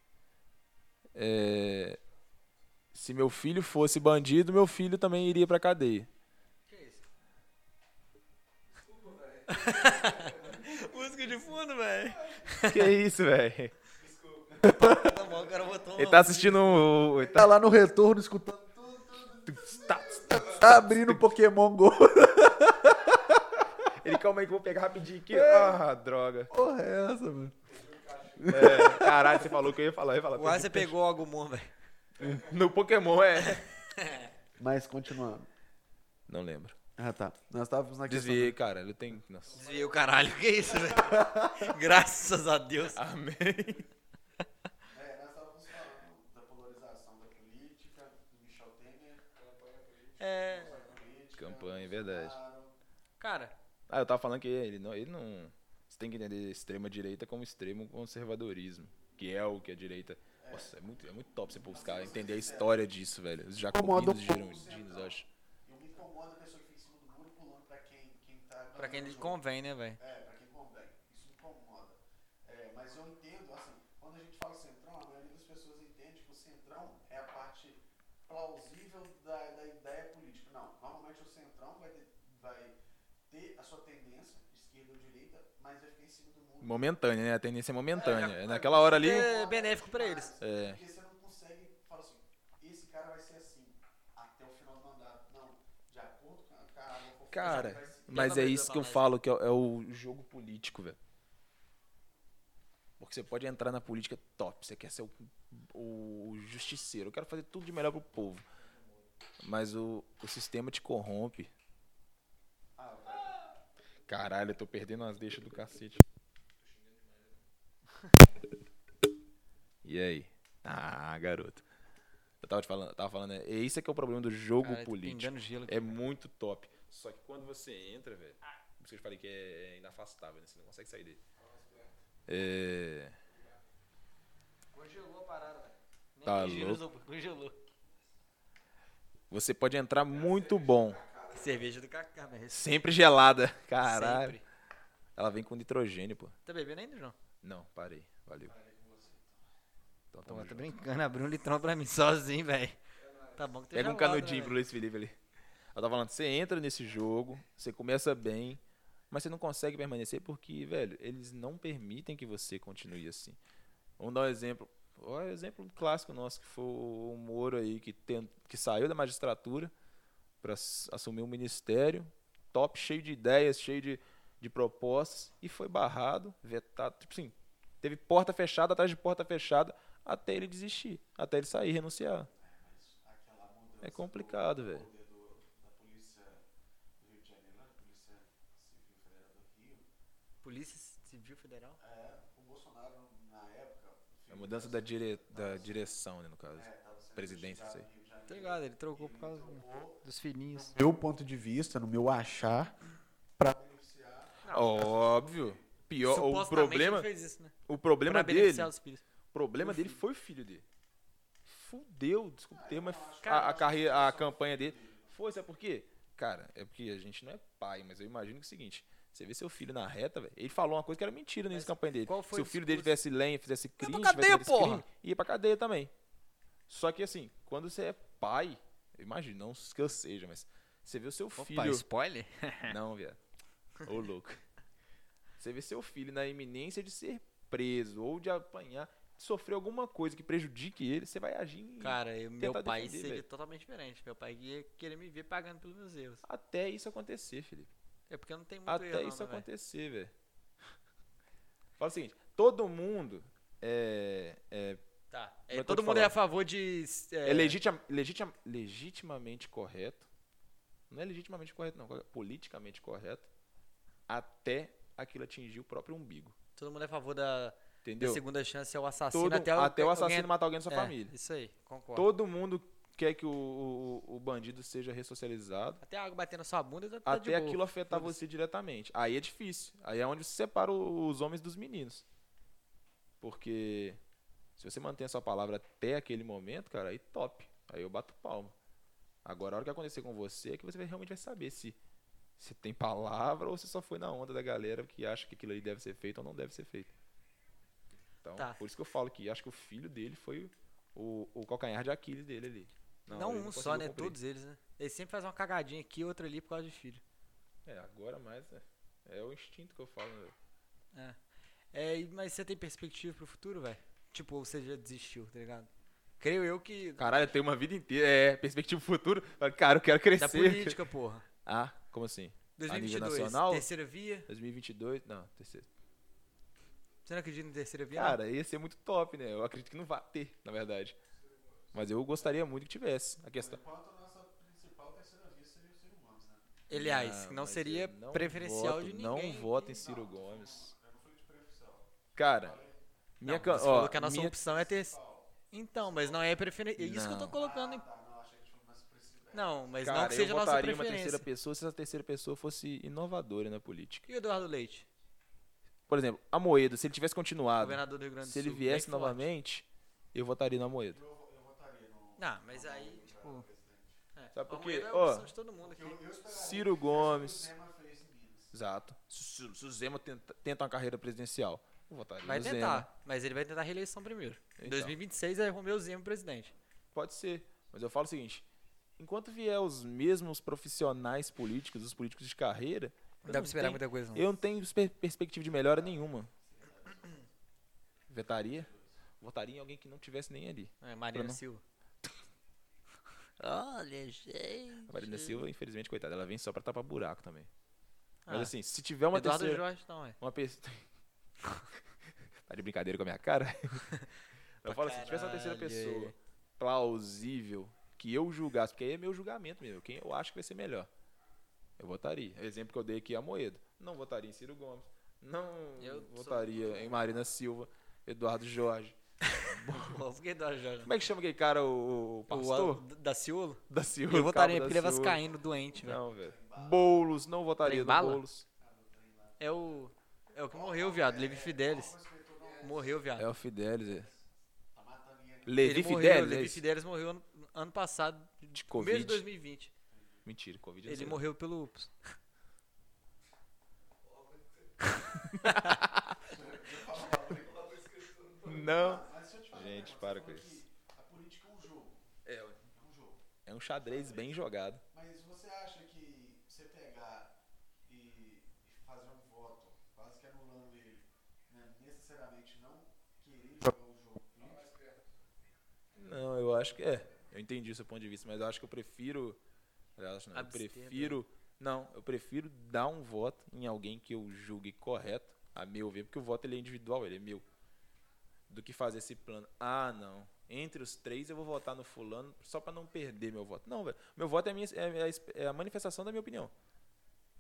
[SPEAKER 3] é, se meu filho fosse bandido, meu filho também iria pra cadeia.
[SPEAKER 5] que é isso?
[SPEAKER 3] é-
[SPEAKER 2] Música de fundo, velho.
[SPEAKER 8] Que isso, velho?
[SPEAKER 2] Tá bom, o cara botou
[SPEAKER 8] Ele tá assistindo um. Ele tá...
[SPEAKER 1] Tá lá no retorno escutando tudo. Tá abrindo o Pokémon Go.
[SPEAKER 8] Ele, calma aí que eu vou pegar rapidinho aqui.
[SPEAKER 3] É.
[SPEAKER 8] Ah, droga.
[SPEAKER 1] Porra, é essa, mano?
[SPEAKER 8] É, caralho, você falou que eu ia falar. Eu ia falar
[SPEAKER 2] O Asa pegou o Agumon, velho.
[SPEAKER 8] No Pokémon, é.
[SPEAKER 1] Mas continuando.
[SPEAKER 3] Não lembro.
[SPEAKER 1] Ah, tá. Nós estávamos na questão.
[SPEAKER 3] Desviei, cara. Ele tem. Nossa.
[SPEAKER 2] Desviei o caralho. Que isso, velho? Graças a Deus.
[SPEAKER 3] Amém.
[SPEAKER 4] É, nós estávamos falando da polarização da política, do Michel Temer, campanha política,
[SPEAKER 2] É.
[SPEAKER 4] política,
[SPEAKER 3] Campanha, é verdade.
[SPEAKER 4] Bolsonaro.
[SPEAKER 2] Cara,
[SPEAKER 3] Ah, eu tava falando que ele não. Ele não você tem que entender extrema-direita como extremo conservadorismo. Que é o que a direita. Nossa, é muito, é muito top você buscar entender a história disso, velho. Os jacobinos e girondinos, eu acho.
[SPEAKER 4] Eu me incomodo a pessoa que fica em cima do muro pulando pra quem, quem tá.
[SPEAKER 2] pra quem lhe
[SPEAKER 4] jogo.
[SPEAKER 2] convém, né, velho?
[SPEAKER 4] É, pra quem convém. Isso me incomoda. É, mas eu entendo, assim, quando a gente fala centrão, a maioria das pessoas entende que o centrão é a parte plausível da, da ideia política. Não, normalmente o centrão vai ter, vai ter a sua tendência, esquerda ou direita, mas vai ficar em cima do muro.
[SPEAKER 3] Momentânea, né? A tendência é momentânea. É naquela hora ali.
[SPEAKER 2] É benéfico pra eles.
[SPEAKER 3] É.
[SPEAKER 4] Porque você não consegue falar assim, esse cara vai ser assim até o final do mandato. Não, de acordo com a com a água fofinha,
[SPEAKER 3] Cara,
[SPEAKER 4] vai ser-
[SPEAKER 2] tá
[SPEAKER 3] mas é isso que eu falo, que é, é o jogo político, velho. Porque você pode entrar na política top, você quer ser o, o justiceiro, eu quero fazer tudo de melhor pro povo. Mas o, o sistema te corrompe. Caralho, eu tô perdendo as deixas do cacete. E aí? Ah, garoto. Eu tava te falando, tava falando, né? Esse é que é o problema do jogo
[SPEAKER 2] Cara, tá
[SPEAKER 3] político.
[SPEAKER 2] pingando gelo aqui.
[SPEAKER 3] É muito top. Só que quando você entra, velho. Por isso que eu te falei que é, é inafastável, né? Você não consegue sair dele. É.
[SPEAKER 2] Congelou a parada, velho. Nem
[SPEAKER 3] Tá
[SPEAKER 2] gelo usou, Congelou.
[SPEAKER 3] Você pode entrar muito bom.
[SPEAKER 2] Cerveja do Cacá, velho.
[SPEAKER 3] Sempre gelada. Caralho.
[SPEAKER 2] Sempre.
[SPEAKER 3] Ela vem com nitrogênio, pô.
[SPEAKER 2] Tá bebendo ainda, João?
[SPEAKER 3] Não, parei. Valeu. Então, tamo
[SPEAKER 2] Pô, tá
[SPEAKER 3] junto.
[SPEAKER 2] brincando. Abriu um litrão pra mim sozinho, velho. Tá bom que tem
[SPEAKER 3] Pega um
[SPEAKER 2] gelado, né,
[SPEAKER 3] canudinho
[SPEAKER 2] velho?
[SPEAKER 3] pro Luiz Felipe ali. Eu tava falando, você entra nesse jogo, você começa bem, mas você não consegue permanecer porque, velho, eles não permitem que você continue assim. Vamos dar um exemplo. Ó, um exemplo clássico nosso, que foi o Moro aí, que, ten- que saiu da magistratura para assumir o ministério, top, cheio de ideias, cheio de, de propostas, e foi barrado, vetado. Tipo assim, teve porta fechada atrás de porta fechada até ele desistir, até ele sair, renunciar. É complicado, velho.
[SPEAKER 2] Polícia Civil Federal?
[SPEAKER 4] O Bolsonaro, na época,
[SPEAKER 3] A mudança da, dire... da direção, né, no caso. Presidência, não sei.
[SPEAKER 2] Tá ligado, ele trocou por causa dos filhinhos.
[SPEAKER 1] Meu ponto de vista, no meu achar,
[SPEAKER 3] Óbvio. Pior, o
[SPEAKER 2] Supostamente
[SPEAKER 3] problema,
[SPEAKER 2] ele fez isso, né?
[SPEAKER 3] o problema
[SPEAKER 2] Pra
[SPEAKER 3] dele,
[SPEAKER 2] beneficiar os filhos.
[SPEAKER 3] o problema dele foi o filho dele. Fudeu, desculpa o termo, mas
[SPEAKER 2] Ah, Cara,
[SPEAKER 3] a, a, carreira, a campanha dele. Foi, sabe por quê? Cara, é porque a gente não é pai, mas eu imagino que é o seguinte, você vê seu filho na reta, velho, ele falou uma coisa que era mentira nessa campanha dele.
[SPEAKER 2] qual foi
[SPEAKER 3] Se o
[SPEAKER 2] o
[SPEAKER 3] filho dele
[SPEAKER 2] discurso?
[SPEAKER 3] tivesse lenha, fizesse crime,
[SPEAKER 2] pra cadeia,
[SPEAKER 3] tivesse cometido esse
[SPEAKER 2] porra!
[SPEAKER 3] crime, ia pra cadeia também. Só que assim, quando você é pai, eu imagino, não que eu seja, mas você vê o seu
[SPEAKER 2] Opa,
[SPEAKER 3] filho...
[SPEAKER 2] spoiler?
[SPEAKER 3] Não, viado. Ô, louco. Você vê seu filho na iminência de ser preso ou de apanhar, de sofrer alguma coisa que prejudique ele, você vai agir em-
[SPEAKER 2] Cara, eu- meu
[SPEAKER 3] Tentar
[SPEAKER 2] pai
[SPEAKER 3] defender,
[SPEAKER 2] seria
[SPEAKER 3] velho.
[SPEAKER 2] totalmente diferente. Meu pai ia querer me ver pagando pelos meus erros.
[SPEAKER 3] até isso acontecer, Felipe.
[SPEAKER 2] É porque eu não tenho muito erro,
[SPEAKER 3] Até
[SPEAKER 2] não,
[SPEAKER 3] isso
[SPEAKER 2] né, velho?
[SPEAKER 3] acontecer, velho. Fala o seguinte, todo mundo é, é,
[SPEAKER 2] Tá.
[SPEAKER 3] Mas
[SPEAKER 2] É,
[SPEAKER 3] eu tô
[SPEAKER 2] todo
[SPEAKER 3] te
[SPEAKER 2] mundo é
[SPEAKER 3] falando.
[SPEAKER 2] a favor de...
[SPEAKER 3] é legitima- legitima- legitimamente correto. Não é legitimamente correto, não. É politicamente correto. Até aquilo atingir o próprio umbigo.
[SPEAKER 2] Todo mundo é a favor da, da
[SPEAKER 3] Entendeu?
[SPEAKER 2] segunda chance ao assassino
[SPEAKER 3] Todo,
[SPEAKER 2] até,
[SPEAKER 3] até,
[SPEAKER 2] o-
[SPEAKER 3] o
[SPEAKER 2] alguém-
[SPEAKER 3] assassino matar alguém da sua
[SPEAKER 2] é,
[SPEAKER 3] família.
[SPEAKER 2] Isso aí, concordo.
[SPEAKER 3] Todo mundo quer que o, o- o bandido seja ressocializado.
[SPEAKER 2] Até a água bater na sua bunda tá, tá de
[SPEAKER 3] até
[SPEAKER 2] boa.
[SPEAKER 3] aquilo afetar
[SPEAKER 2] Foda-se.
[SPEAKER 3] você diretamente. Aí é difícil. Aí é onde se separa o- os homens dos meninos. Porque se você mantém a sua palavra até aquele momento, cara, aí top. Aí eu bato palma. Agora, a hora que acontecer com você é que você vai- realmente vai saber se você tem palavra ou se só foi na onda da galera que acha que aquilo ali deve ser feito ou não deve ser feito. Então,
[SPEAKER 2] Tá.
[SPEAKER 3] por isso que eu falo que acho que o filho dele foi o, o calcanhar de Aquiles dele ali. Na
[SPEAKER 2] Não
[SPEAKER 3] hora ele
[SPEAKER 2] um só,
[SPEAKER 3] conseguiu
[SPEAKER 2] né?
[SPEAKER 3] cumprir.
[SPEAKER 2] Todos eles, né? Ele sempre faz uma cagadinha aqui, outra ali por causa de filho.
[SPEAKER 3] É, agora mais, né? É o instinto que eu falo. né?
[SPEAKER 2] É, e- mas você tem perspectiva pro futuro, velho? Tipo, ou você já desistiu, tá ligado? Creio eu que.
[SPEAKER 8] Caralho, eu tenho uma vida inteira. É, perspectiva futuro. Fala, Cara, eu quero crescer.
[SPEAKER 2] Da política, porra.
[SPEAKER 3] Ah, como assim? A nível
[SPEAKER 2] 2022,
[SPEAKER 3] nacional?
[SPEAKER 2] terceira via.
[SPEAKER 3] 2022? Não, terceiro.
[SPEAKER 2] Você não acredita em terceira via? não?
[SPEAKER 3] Cara, ia ser muito top, né? Eu acredito que não vai ter, na verdade. Mas eu gostaria muito que tivesse. A questão.
[SPEAKER 4] Enquanto a nossa principal terceira via seria os seres humanos, né?
[SPEAKER 2] Aliás, não,
[SPEAKER 3] Ah, mas
[SPEAKER 2] seria
[SPEAKER 3] eu não
[SPEAKER 2] preferencial
[SPEAKER 3] voto-
[SPEAKER 2] de ninguém.
[SPEAKER 3] Não voto em Ciro Gomes. Cara,
[SPEAKER 2] Não,
[SPEAKER 3] minha
[SPEAKER 2] você
[SPEAKER 3] can-
[SPEAKER 2] falou
[SPEAKER 3] ó,
[SPEAKER 2] que a nossa
[SPEAKER 3] minha-
[SPEAKER 2] opção é ter. Então, mas não é preferência. É isso que eu tô
[SPEAKER 3] Não.
[SPEAKER 2] colocando. Em... Não, mas
[SPEAKER 3] cara,
[SPEAKER 2] não que seja
[SPEAKER 3] eu
[SPEAKER 2] a nossa
[SPEAKER 3] votaria uma terceira
[SPEAKER 2] preferência.
[SPEAKER 3] pessoa se essa terceira pessoa fosse inovadora na política.
[SPEAKER 2] E o Eduardo Leite,
[SPEAKER 3] Por exemplo, a Moeda, se ele tivesse continuado,
[SPEAKER 2] governador do Rio Grande do Sul.
[SPEAKER 3] se ele
[SPEAKER 2] bem
[SPEAKER 3] viesse
[SPEAKER 2] forte.
[SPEAKER 3] novamente, eu votaria na Moeda.
[SPEAKER 2] Não, mas aí, tipo. É,
[SPEAKER 3] Sabe por
[SPEAKER 2] a
[SPEAKER 3] quê?
[SPEAKER 2] moeda É
[SPEAKER 3] Ó,
[SPEAKER 2] a opção de todo mundo aqui.
[SPEAKER 3] Ciro Gomes. Exato. Se o- se o Zema tenta, tenta uma carreira presidencial, eu votaria
[SPEAKER 2] Vai
[SPEAKER 3] no
[SPEAKER 2] tentar,
[SPEAKER 3] Zema.
[SPEAKER 2] mas ele vai tentar a reeleição primeiro.
[SPEAKER 3] Então.
[SPEAKER 2] 2026 é Romeu Zema presidente.
[SPEAKER 3] Pode ser. Mas eu falo o seguinte: enquanto vier os mesmos profissionais políticos, os políticos de carreira,
[SPEAKER 2] Não dá pra esperar
[SPEAKER 3] tem-
[SPEAKER 2] muita coisa, não.
[SPEAKER 3] eu não tenho espe- perspectiva de melhora nenhuma. Vetaria? Votaria em alguém que não tivesse nem ali.
[SPEAKER 2] É, Marina
[SPEAKER 3] Pra não-
[SPEAKER 2] Silva. Olha, gente.
[SPEAKER 3] A Marina Silva, infelizmente, coitada, ela vem só pra tapar buraco também. Mas
[SPEAKER 2] Ah,
[SPEAKER 3] assim, se tiver uma
[SPEAKER 2] Eduardo
[SPEAKER 3] terceira.
[SPEAKER 2] Jorge, não, é.
[SPEAKER 3] Uma pessoa. tá de brincadeira com a minha cara? eu
[SPEAKER 2] Pra
[SPEAKER 3] falo assim, se tivesse uma terceira
[SPEAKER 2] caralho,
[SPEAKER 3] pessoa
[SPEAKER 2] aí.
[SPEAKER 3] plausível que eu julgasse, porque aí é meu julgamento mesmo, quem eu acho que vai ser melhor. Eu votaria. Exemplo que eu dei aqui é a Moedo. Não votaria em Ciro Gomes. Não
[SPEAKER 2] Eu sou-
[SPEAKER 3] votaria em Marina Silva, Eduardo Jorge.
[SPEAKER 2] Pô, Por que Eduardo Jorge?
[SPEAKER 3] Como é que chama aquele cara, o, o pastor?
[SPEAKER 2] O, da Ciolo?
[SPEAKER 3] da Silva.
[SPEAKER 2] Eu
[SPEAKER 3] o
[SPEAKER 2] votaria
[SPEAKER 3] cabo
[SPEAKER 2] porque
[SPEAKER 3] da
[SPEAKER 2] ele é
[SPEAKER 3] Silva.
[SPEAKER 2] vascaíno, doente, velho.
[SPEAKER 3] Não, velho. Boulos, não votaria
[SPEAKER 2] Trem
[SPEAKER 3] no
[SPEAKER 2] bala?
[SPEAKER 3] Boulos.
[SPEAKER 2] É o. É o que morreu, viado. Levi Fidelis. Morreu, viado.
[SPEAKER 3] É o Fidelis, é.
[SPEAKER 2] Ele
[SPEAKER 3] Levi
[SPEAKER 2] morreu,
[SPEAKER 3] Fidelis, é
[SPEAKER 2] Levi
[SPEAKER 3] isso?
[SPEAKER 2] Fidelis morreu ano, ano passado,
[SPEAKER 3] De
[SPEAKER 2] mês de
[SPEAKER 3] Covid.
[SPEAKER 2] 2020.
[SPEAKER 3] Mentira, Covid é
[SPEAKER 2] Ele
[SPEAKER 3] zero.
[SPEAKER 2] morreu pelo lupus.
[SPEAKER 3] Não. Gente, para com isso.
[SPEAKER 4] A política é um jogo. É um jogo.
[SPEAKER 3] É um xadrez bem jogado.
[SPEAKER 4] Mas você acha que você pegar e e fazer um voto, quase que anulando ele, né, necessariamente não querer jogar o jogo político?
[SPEAKER 3] Não, eu acho que é. Eu entendi o seu ponto de vista, mas eu acho que eu prefiro. Eu, acho, não, eu
[SPEAKER 2] Abster, né?
[SPEAKER 3] prefiro. Não, eu prefiro dar um voto em alguém que eu julgue correto, a meu ver, porque o voto ele é individual, ele é meu. Do que fazer esse plano. Ah, não. Entre os três eu vou votar no fulano só pra não perder meu voto. Não, velho. Meu voto é a, minha, é, a, exp- é a manifestação da minha opinião.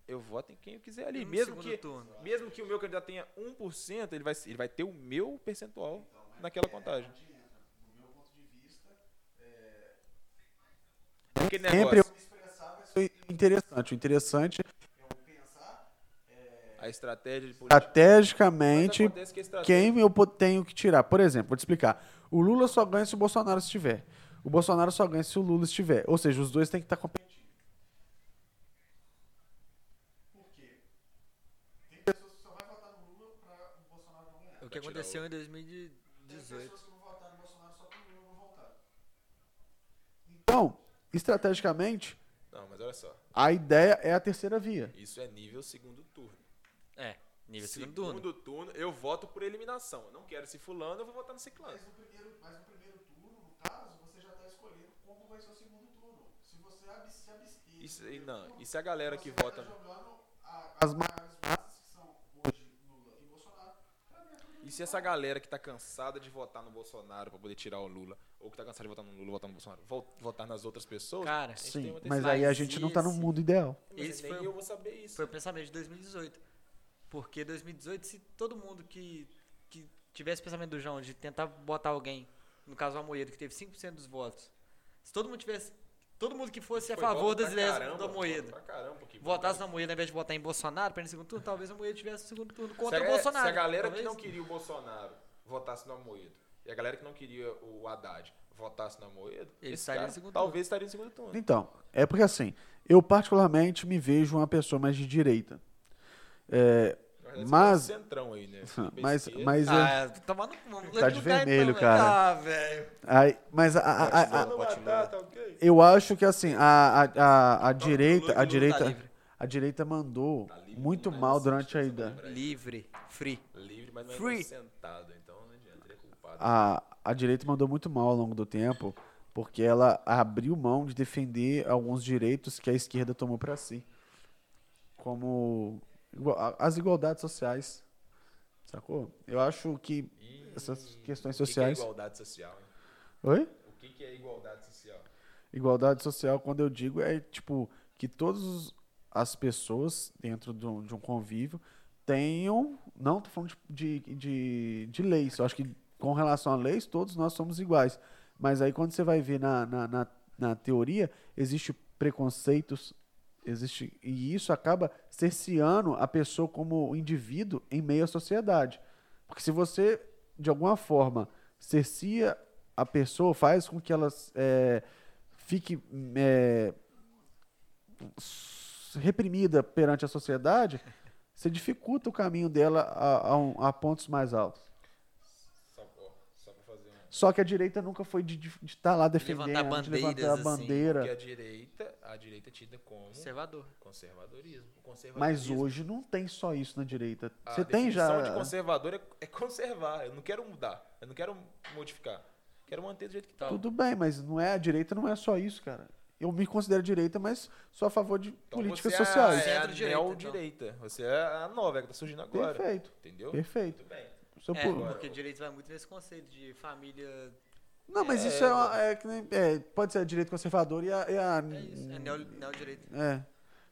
[SPEAKER 3] Eu voto em quem eu quiser ali.
[SPEAKER 2] No
[SPEAKER 3] Mesmo
[SPEAKER 2] segundo
[SPEAKER 3] que,
[SPEAKER 2] turno.
[SPEAKER 3] mesmo que o meu candidato tenha 1%, ele vai, ele vai ter o meu percentual naquela contagem.
[SPEAKER 4] Do meu ponto de vista,
[SPEAKER 3] É Aquele
[SPEAKER 1] Sempre eu
[SPEAKER 3] negócio.
[SPEAKER 1] Foi interessante. O interessante, é
[SPEAKER 3] A estratégia de política. Mas
[SPEAKER 1] estrategicamente,
[SPEAKER 3] acontece que a estratégia-
[SPEAKER 1] quem eu po- tenho que tirar. Por exemplo, vou te explicar. O Lula só ganha se o Bolsonaro estiver. O Bolsonaro só ganha se o Lula estiver. Ou seja, os dois têm que estar competindo.
[SPEAKER 4] por quê? Tem pessoas que só vai votar no Lula para o Bolsonaro não ganhar.
[SPEAKER 2] O que
[SPEAKER 3] tirar
[SPEAKER 2] aconteceu em
[SPEAKER 4] Tem
[SPEAKER 2] 2018.
[SPEAKER 4] pessoas que vão votar no Bolsonaro só para o Lula não voltar.
[SPEAKER 1] Então, estrategicamente,
[SPEAKER 3] Não, mas olha só.
[SPEAKER 1] a ideia é a terceira via.
[SPEAKER 3] Isso é nível segundo turno.
[SPEAKER 2] É, nível segundo turno.
[SPEAKER 3] Segundo turno, eu voto por eliminação. Eu não quero esse fulano, eu vou votar no ciclano.
[SPEAKER 4] Mas no, primeiro, mas no primeiro turno, no caso, você já está escolhendo como vai ser o segundo turno. Se você abs- se abster.
[SPEAKER 3] Isso, e não, isso é a galera que vota.
[SPEAKER 4] jogando a- as maiores massas que são hoje Lula e Bolsonaro.
[SPEAKER 3] E se essa galera que tá cansada de votar no Bolsonaro pra poder tirar o Lula, ou que tá cansada de votar no Lula, votar no Bolsonaro, vo- votar nas outras pessoas,
[SPEAKER 2] Cara,
[SPEAKER 3] a gente tem
[SPEAKER 1] Sim,
[SPEAKER 3] uma
[SPEAKER 1] mas
[SPEAKER 3] decisão.
[SPEAKER 1] aí a
[SPEAKER 2] Mas
[SPEAKER 1] gente não tá no
[SPEAKER 2] esse-
[SPEAKER 1] mundo ideal.
[SPEAKER 3] Mas
[SPEAKER 2] esse
[SPEAKER 3] nem
[SPEAKER 2] foi o-
[SPEAKER 3] eu vou saber isso.
[SPEAKER 2] Foi o pensamento de 2018. Porque 2018, se todo mundo que, que tivesse o pensamento do João de tentar botar alguém, no caso o Amoedo, que teve 5% dos votos, se todo mundo tivesse. Todo mundo que fosse a
[SPEAKER 3] Foi voto
[SPEAKER 2] é favor
[SPEAKER 3] pra
[SPEAKER 2] das ideias
[SPEAKER 3] caramba,
[SPEAKER 2] do Amoedo.
[SPEAKER 3] voto pra caramba, que
[SPEAKER 2] Votasse no Amoedo ao invés de votar em Bolsonaro para ir no segundo turno, talvez o Amoedo tivesse o segundo turno
[SPEAKER 3] se
[SPEAKER 2] contra
[SPEAKER 3] a,
[SPEAKER 2] o
[SPEAKER 3] ga-
[SPEAKER 2] Bolsonaro.
[SPEAKER 3] Se a galera
[SPEAKER 2] talvez.
[SPEAKER 3] que não queria o Bolsonaro votasse no Amoedo e a galera que não queria o Haddad votasse no Amoedo,
[SPEAKER 2] Ele
[SPEAKER 3] esse
[SPEAKER 2] estaria
[SPEAKER 3] cara
[SPEAKER 2] no segundo
[SPEAKER 3] talvez estaria no segundo turno.
[SPEAKER 1] Então, é porque assim, eu particularmente me vejo uma pessoa mais de direita. É,
[SPEAKER 3] Na verdade,
[SPEAKER 1] Mas-
[SPEAKER 3] você é um centrão aí, né?
[SPEAKER 1] mas,
[SPEAKER 3] Esquerda.
[SPEAKER 1] mas, é,
[SPEAKER 2] Ah, tomando
[SPEAKER 1] Tá de vermelho, cara.
[SPEAKER 2] Ah, velho.
[SPEAKER 1] aí- mas a- a- a- a-
[SPEAKER 3] é Não, não, tá, tá, ok.
[SPEAKER 1] eu acho que assim, a, a, a, a direita,
[SPEAKER 3] Lula-
[SPEAKER 1] a
[SPEAKER 3] Lula tá
[SPEAKER 1] direita,
[SPEAKER 2] livre.
[SPEAKER 1] a direita mandou muito mal durante a ida.
[SPEAKER 2] Livre, free.
[SPEAKER 3] Livre, mas nós
[SPEAKER 2] Free.
[SPEAKER 3] estamos sentado, então não adianta, ele é culpado.
[SPEAKER 1] A, a direita mandou muito mal ao longo do tempo, porque ela abriu mão de defender alguns direitos que a esquerda tomou para si, como igua- a- as igualdades sociais. Sacou? Eu acho que essas questões
[SPEAKER 3] O que que é
[SPEAKER 1] sociais.
[SPEAKER 3] igualdade social, hein?
[SPEAKER 1] Oi?
[SPEAKER 3] O que, que é igualdade social?
[SPEAKER 1] Igualdade social, quando eu digo, é tipo que todas as pessoas dentro de um, de um convívio tenham. Não tô falando de, de, de, de leis. Eu acho que com relação a leis, todos nós somos iguais. Mas aí quando você vai ver na, na, na, na teoria, existe preconceitos, existe. E isso acaba cerceando a pessoa como indivíduo em meio à sociedade. Porque se você, de alguma forma, cercia a pessoa, faz com que ela é, fique é, s- reprimida perante a sociedade, você dificulta o caminho dela a, a um- a pontos mais altos.
[SPEAKER 3] Só, ó, só pra fazer um.
[SPEAKER 1] Só que a direita nunca foi de estar lá defendendo,
[SPEAKER 2] levantar
[SPEAKER 1] de levantar a
[SPEAKER 2] bandeiras, assim.
[SPEAKER 1] bandeira.
[SPEAKER 3] Porque é a direita, a direita é tida como
[SPEAKER 2] Conservador.
[SPEAKER 3] conservadorismo. O
[SPEAKER 1] Mas
[SPEAKER 3] conservadorismo
[SPEAKER 1] hoje não tem só isso na direita.
[SPEAKER 3] tipo A
[SPEAKER 1] Você tem já.
[SPEAKER 3] definição de conservador é, é conservar. Eu não quero mudar. Eu não quero modificar. Quero manter do jeito que tá.
[SPEAKER 1] Tudo bem, mas não é a direita, não é só isso, cara. Eu me considero direita, mas sou a favor de
[SPEAKER 3] Então,
[SPEAKER 1] políticas
[SPEAKER 3] você é a-
[SPEAKER 1] sociais.
[SPEAKER 3] É a
[SPEAKER 2] Centro-direita,
[SPEAKER 3] neo-direita. Você é a nova que tá surgindo agora.
[SPEAKER 1] Perfeito,
[SPEAKER 3] Entendeu?
[SPEAKER 1] perfeito.
[SPEAKER 3] Tudo bem.
[SPEAKER 1] Seu
[SPEAKER 2] É,
[SPEAKER 1] povo-
[SPEAKER 2] porque direito vai muito nesse conceito de família.
[SPEAKER 1] Não, mas isso é, uma- é que nem- é, pode ser a direita conservadora e a. e a-
[SPEAKER 2] É isso, é neo- neodireito.
[SPEAKER 1] É.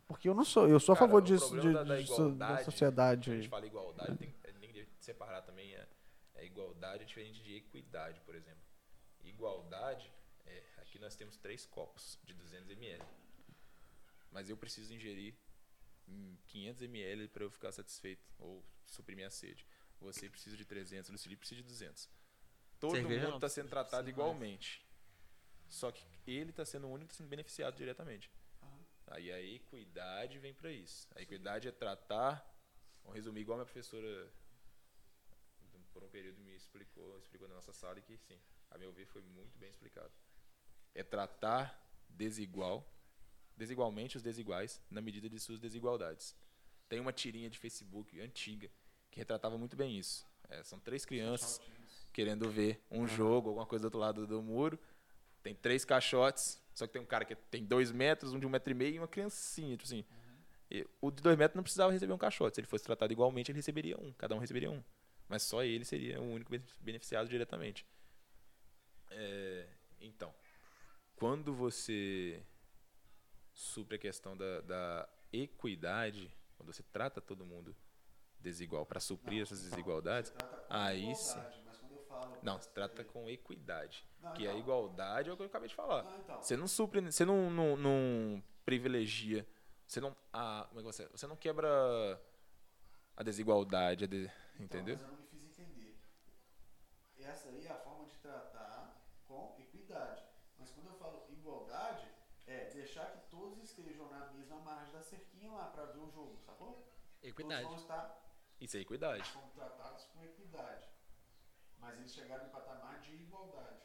[SPEAKER 1] Porque eu não sou. Eu sou a
[SPEAKER 3] Cara,
[SPEAKER 1] favor
[SPEAKER 3] o
[SPEAKER 1] disso,
[SPEAKER 3] problema
[SPEAKER 1] de,
[SPEAKER 3] da- da
[SPEAKER 1] de so- da,
[SPEAKER 3] igualdade, A gente
[SPEAKER 1] sociedade.
[SPEAKER 3] fala igualdade, tem, tem que separar também a, a igualdade é diferente de equidade, por exemplo. Igualdade, é, aqui nós temos três copos de 200 ml. Mas eu preciso ingerir hum, 500 ml para eu ficar satisfeito ou suprimir a sede. Você precisa de 300, o Lucili precisa de 200. Todo
[SPEAKER 2] Cerveja
[SPEAKER 3] mundo tá
[SPEAKER 2] não,
[SPEAKER 3] está sendo
[SPEAKER 2] precisa
[SPEAKER 3] tratado
[SPEAKER 2] mais.
[SPEAKER 3] igualmente. Só que ele está sendo o único sendo beneficiado diretamente. Aí a equidade vem para isso. A equidade é tratar, vamos resumir igual minha professora por um período me explicou, explicou na nossa sala e que sim, a meu ver foi muito bem explicado. É tratar desigual, desigualmente os desiguais na medida de suas desigualdades. Tem uma tirinha de Facebook antiga que retratava muito bem isso. É, são três crianças querendo ver um jogo, alguma coisa do outro lado do muro. Tem três caixotes, só que tem um cara que tem dois metros, um de um metro e meio e uma criancinha, tipo assim. E o de dois metros não precisava receber um caixote. Se ele fosse tratado igualmente, ele receberia um. Cada um receberia um. Mas só ele seria o único bene- beneficiado diretamente. É, então, quando você supre a questão da, da equidade, quando você trata todo mundo desigual para suprir essas desigualdades, aí sim.
[SPEAKER 9] Mas quando eu falo.
[SPEAKER 3] Não, se trata com equidade.
[SPEAKER 9] Não,
[SPEAKER 3] que
[SPEAKER 9] então.
[SPEAKER 3] a igualdade é o que eu acabei de falar.
[SPEAKER 9] Não, então.
[SPEAKER 3] Você não supre, você não, não, não privilegia, você não, ah, como é que você, você não quebra a desigualdade, a de- entendeu?
[SPEAKER 9] então, Mas eu não me fiz entender. Essa aí é a forma de tratar com equidade. Mas quando eu falo igualdade, é deixar que todos estejam na mesma margem da cerquinha lá para ver o jogo, sacou?
[SPEAKER 10] Equidade.
[SPEAKER 9] Todos vão estar
[SPEAKER 3] Isso é equidade.
[SPEAKER 9] são tratados com equidade. Mas eles chegaram em um patamar de igualdade.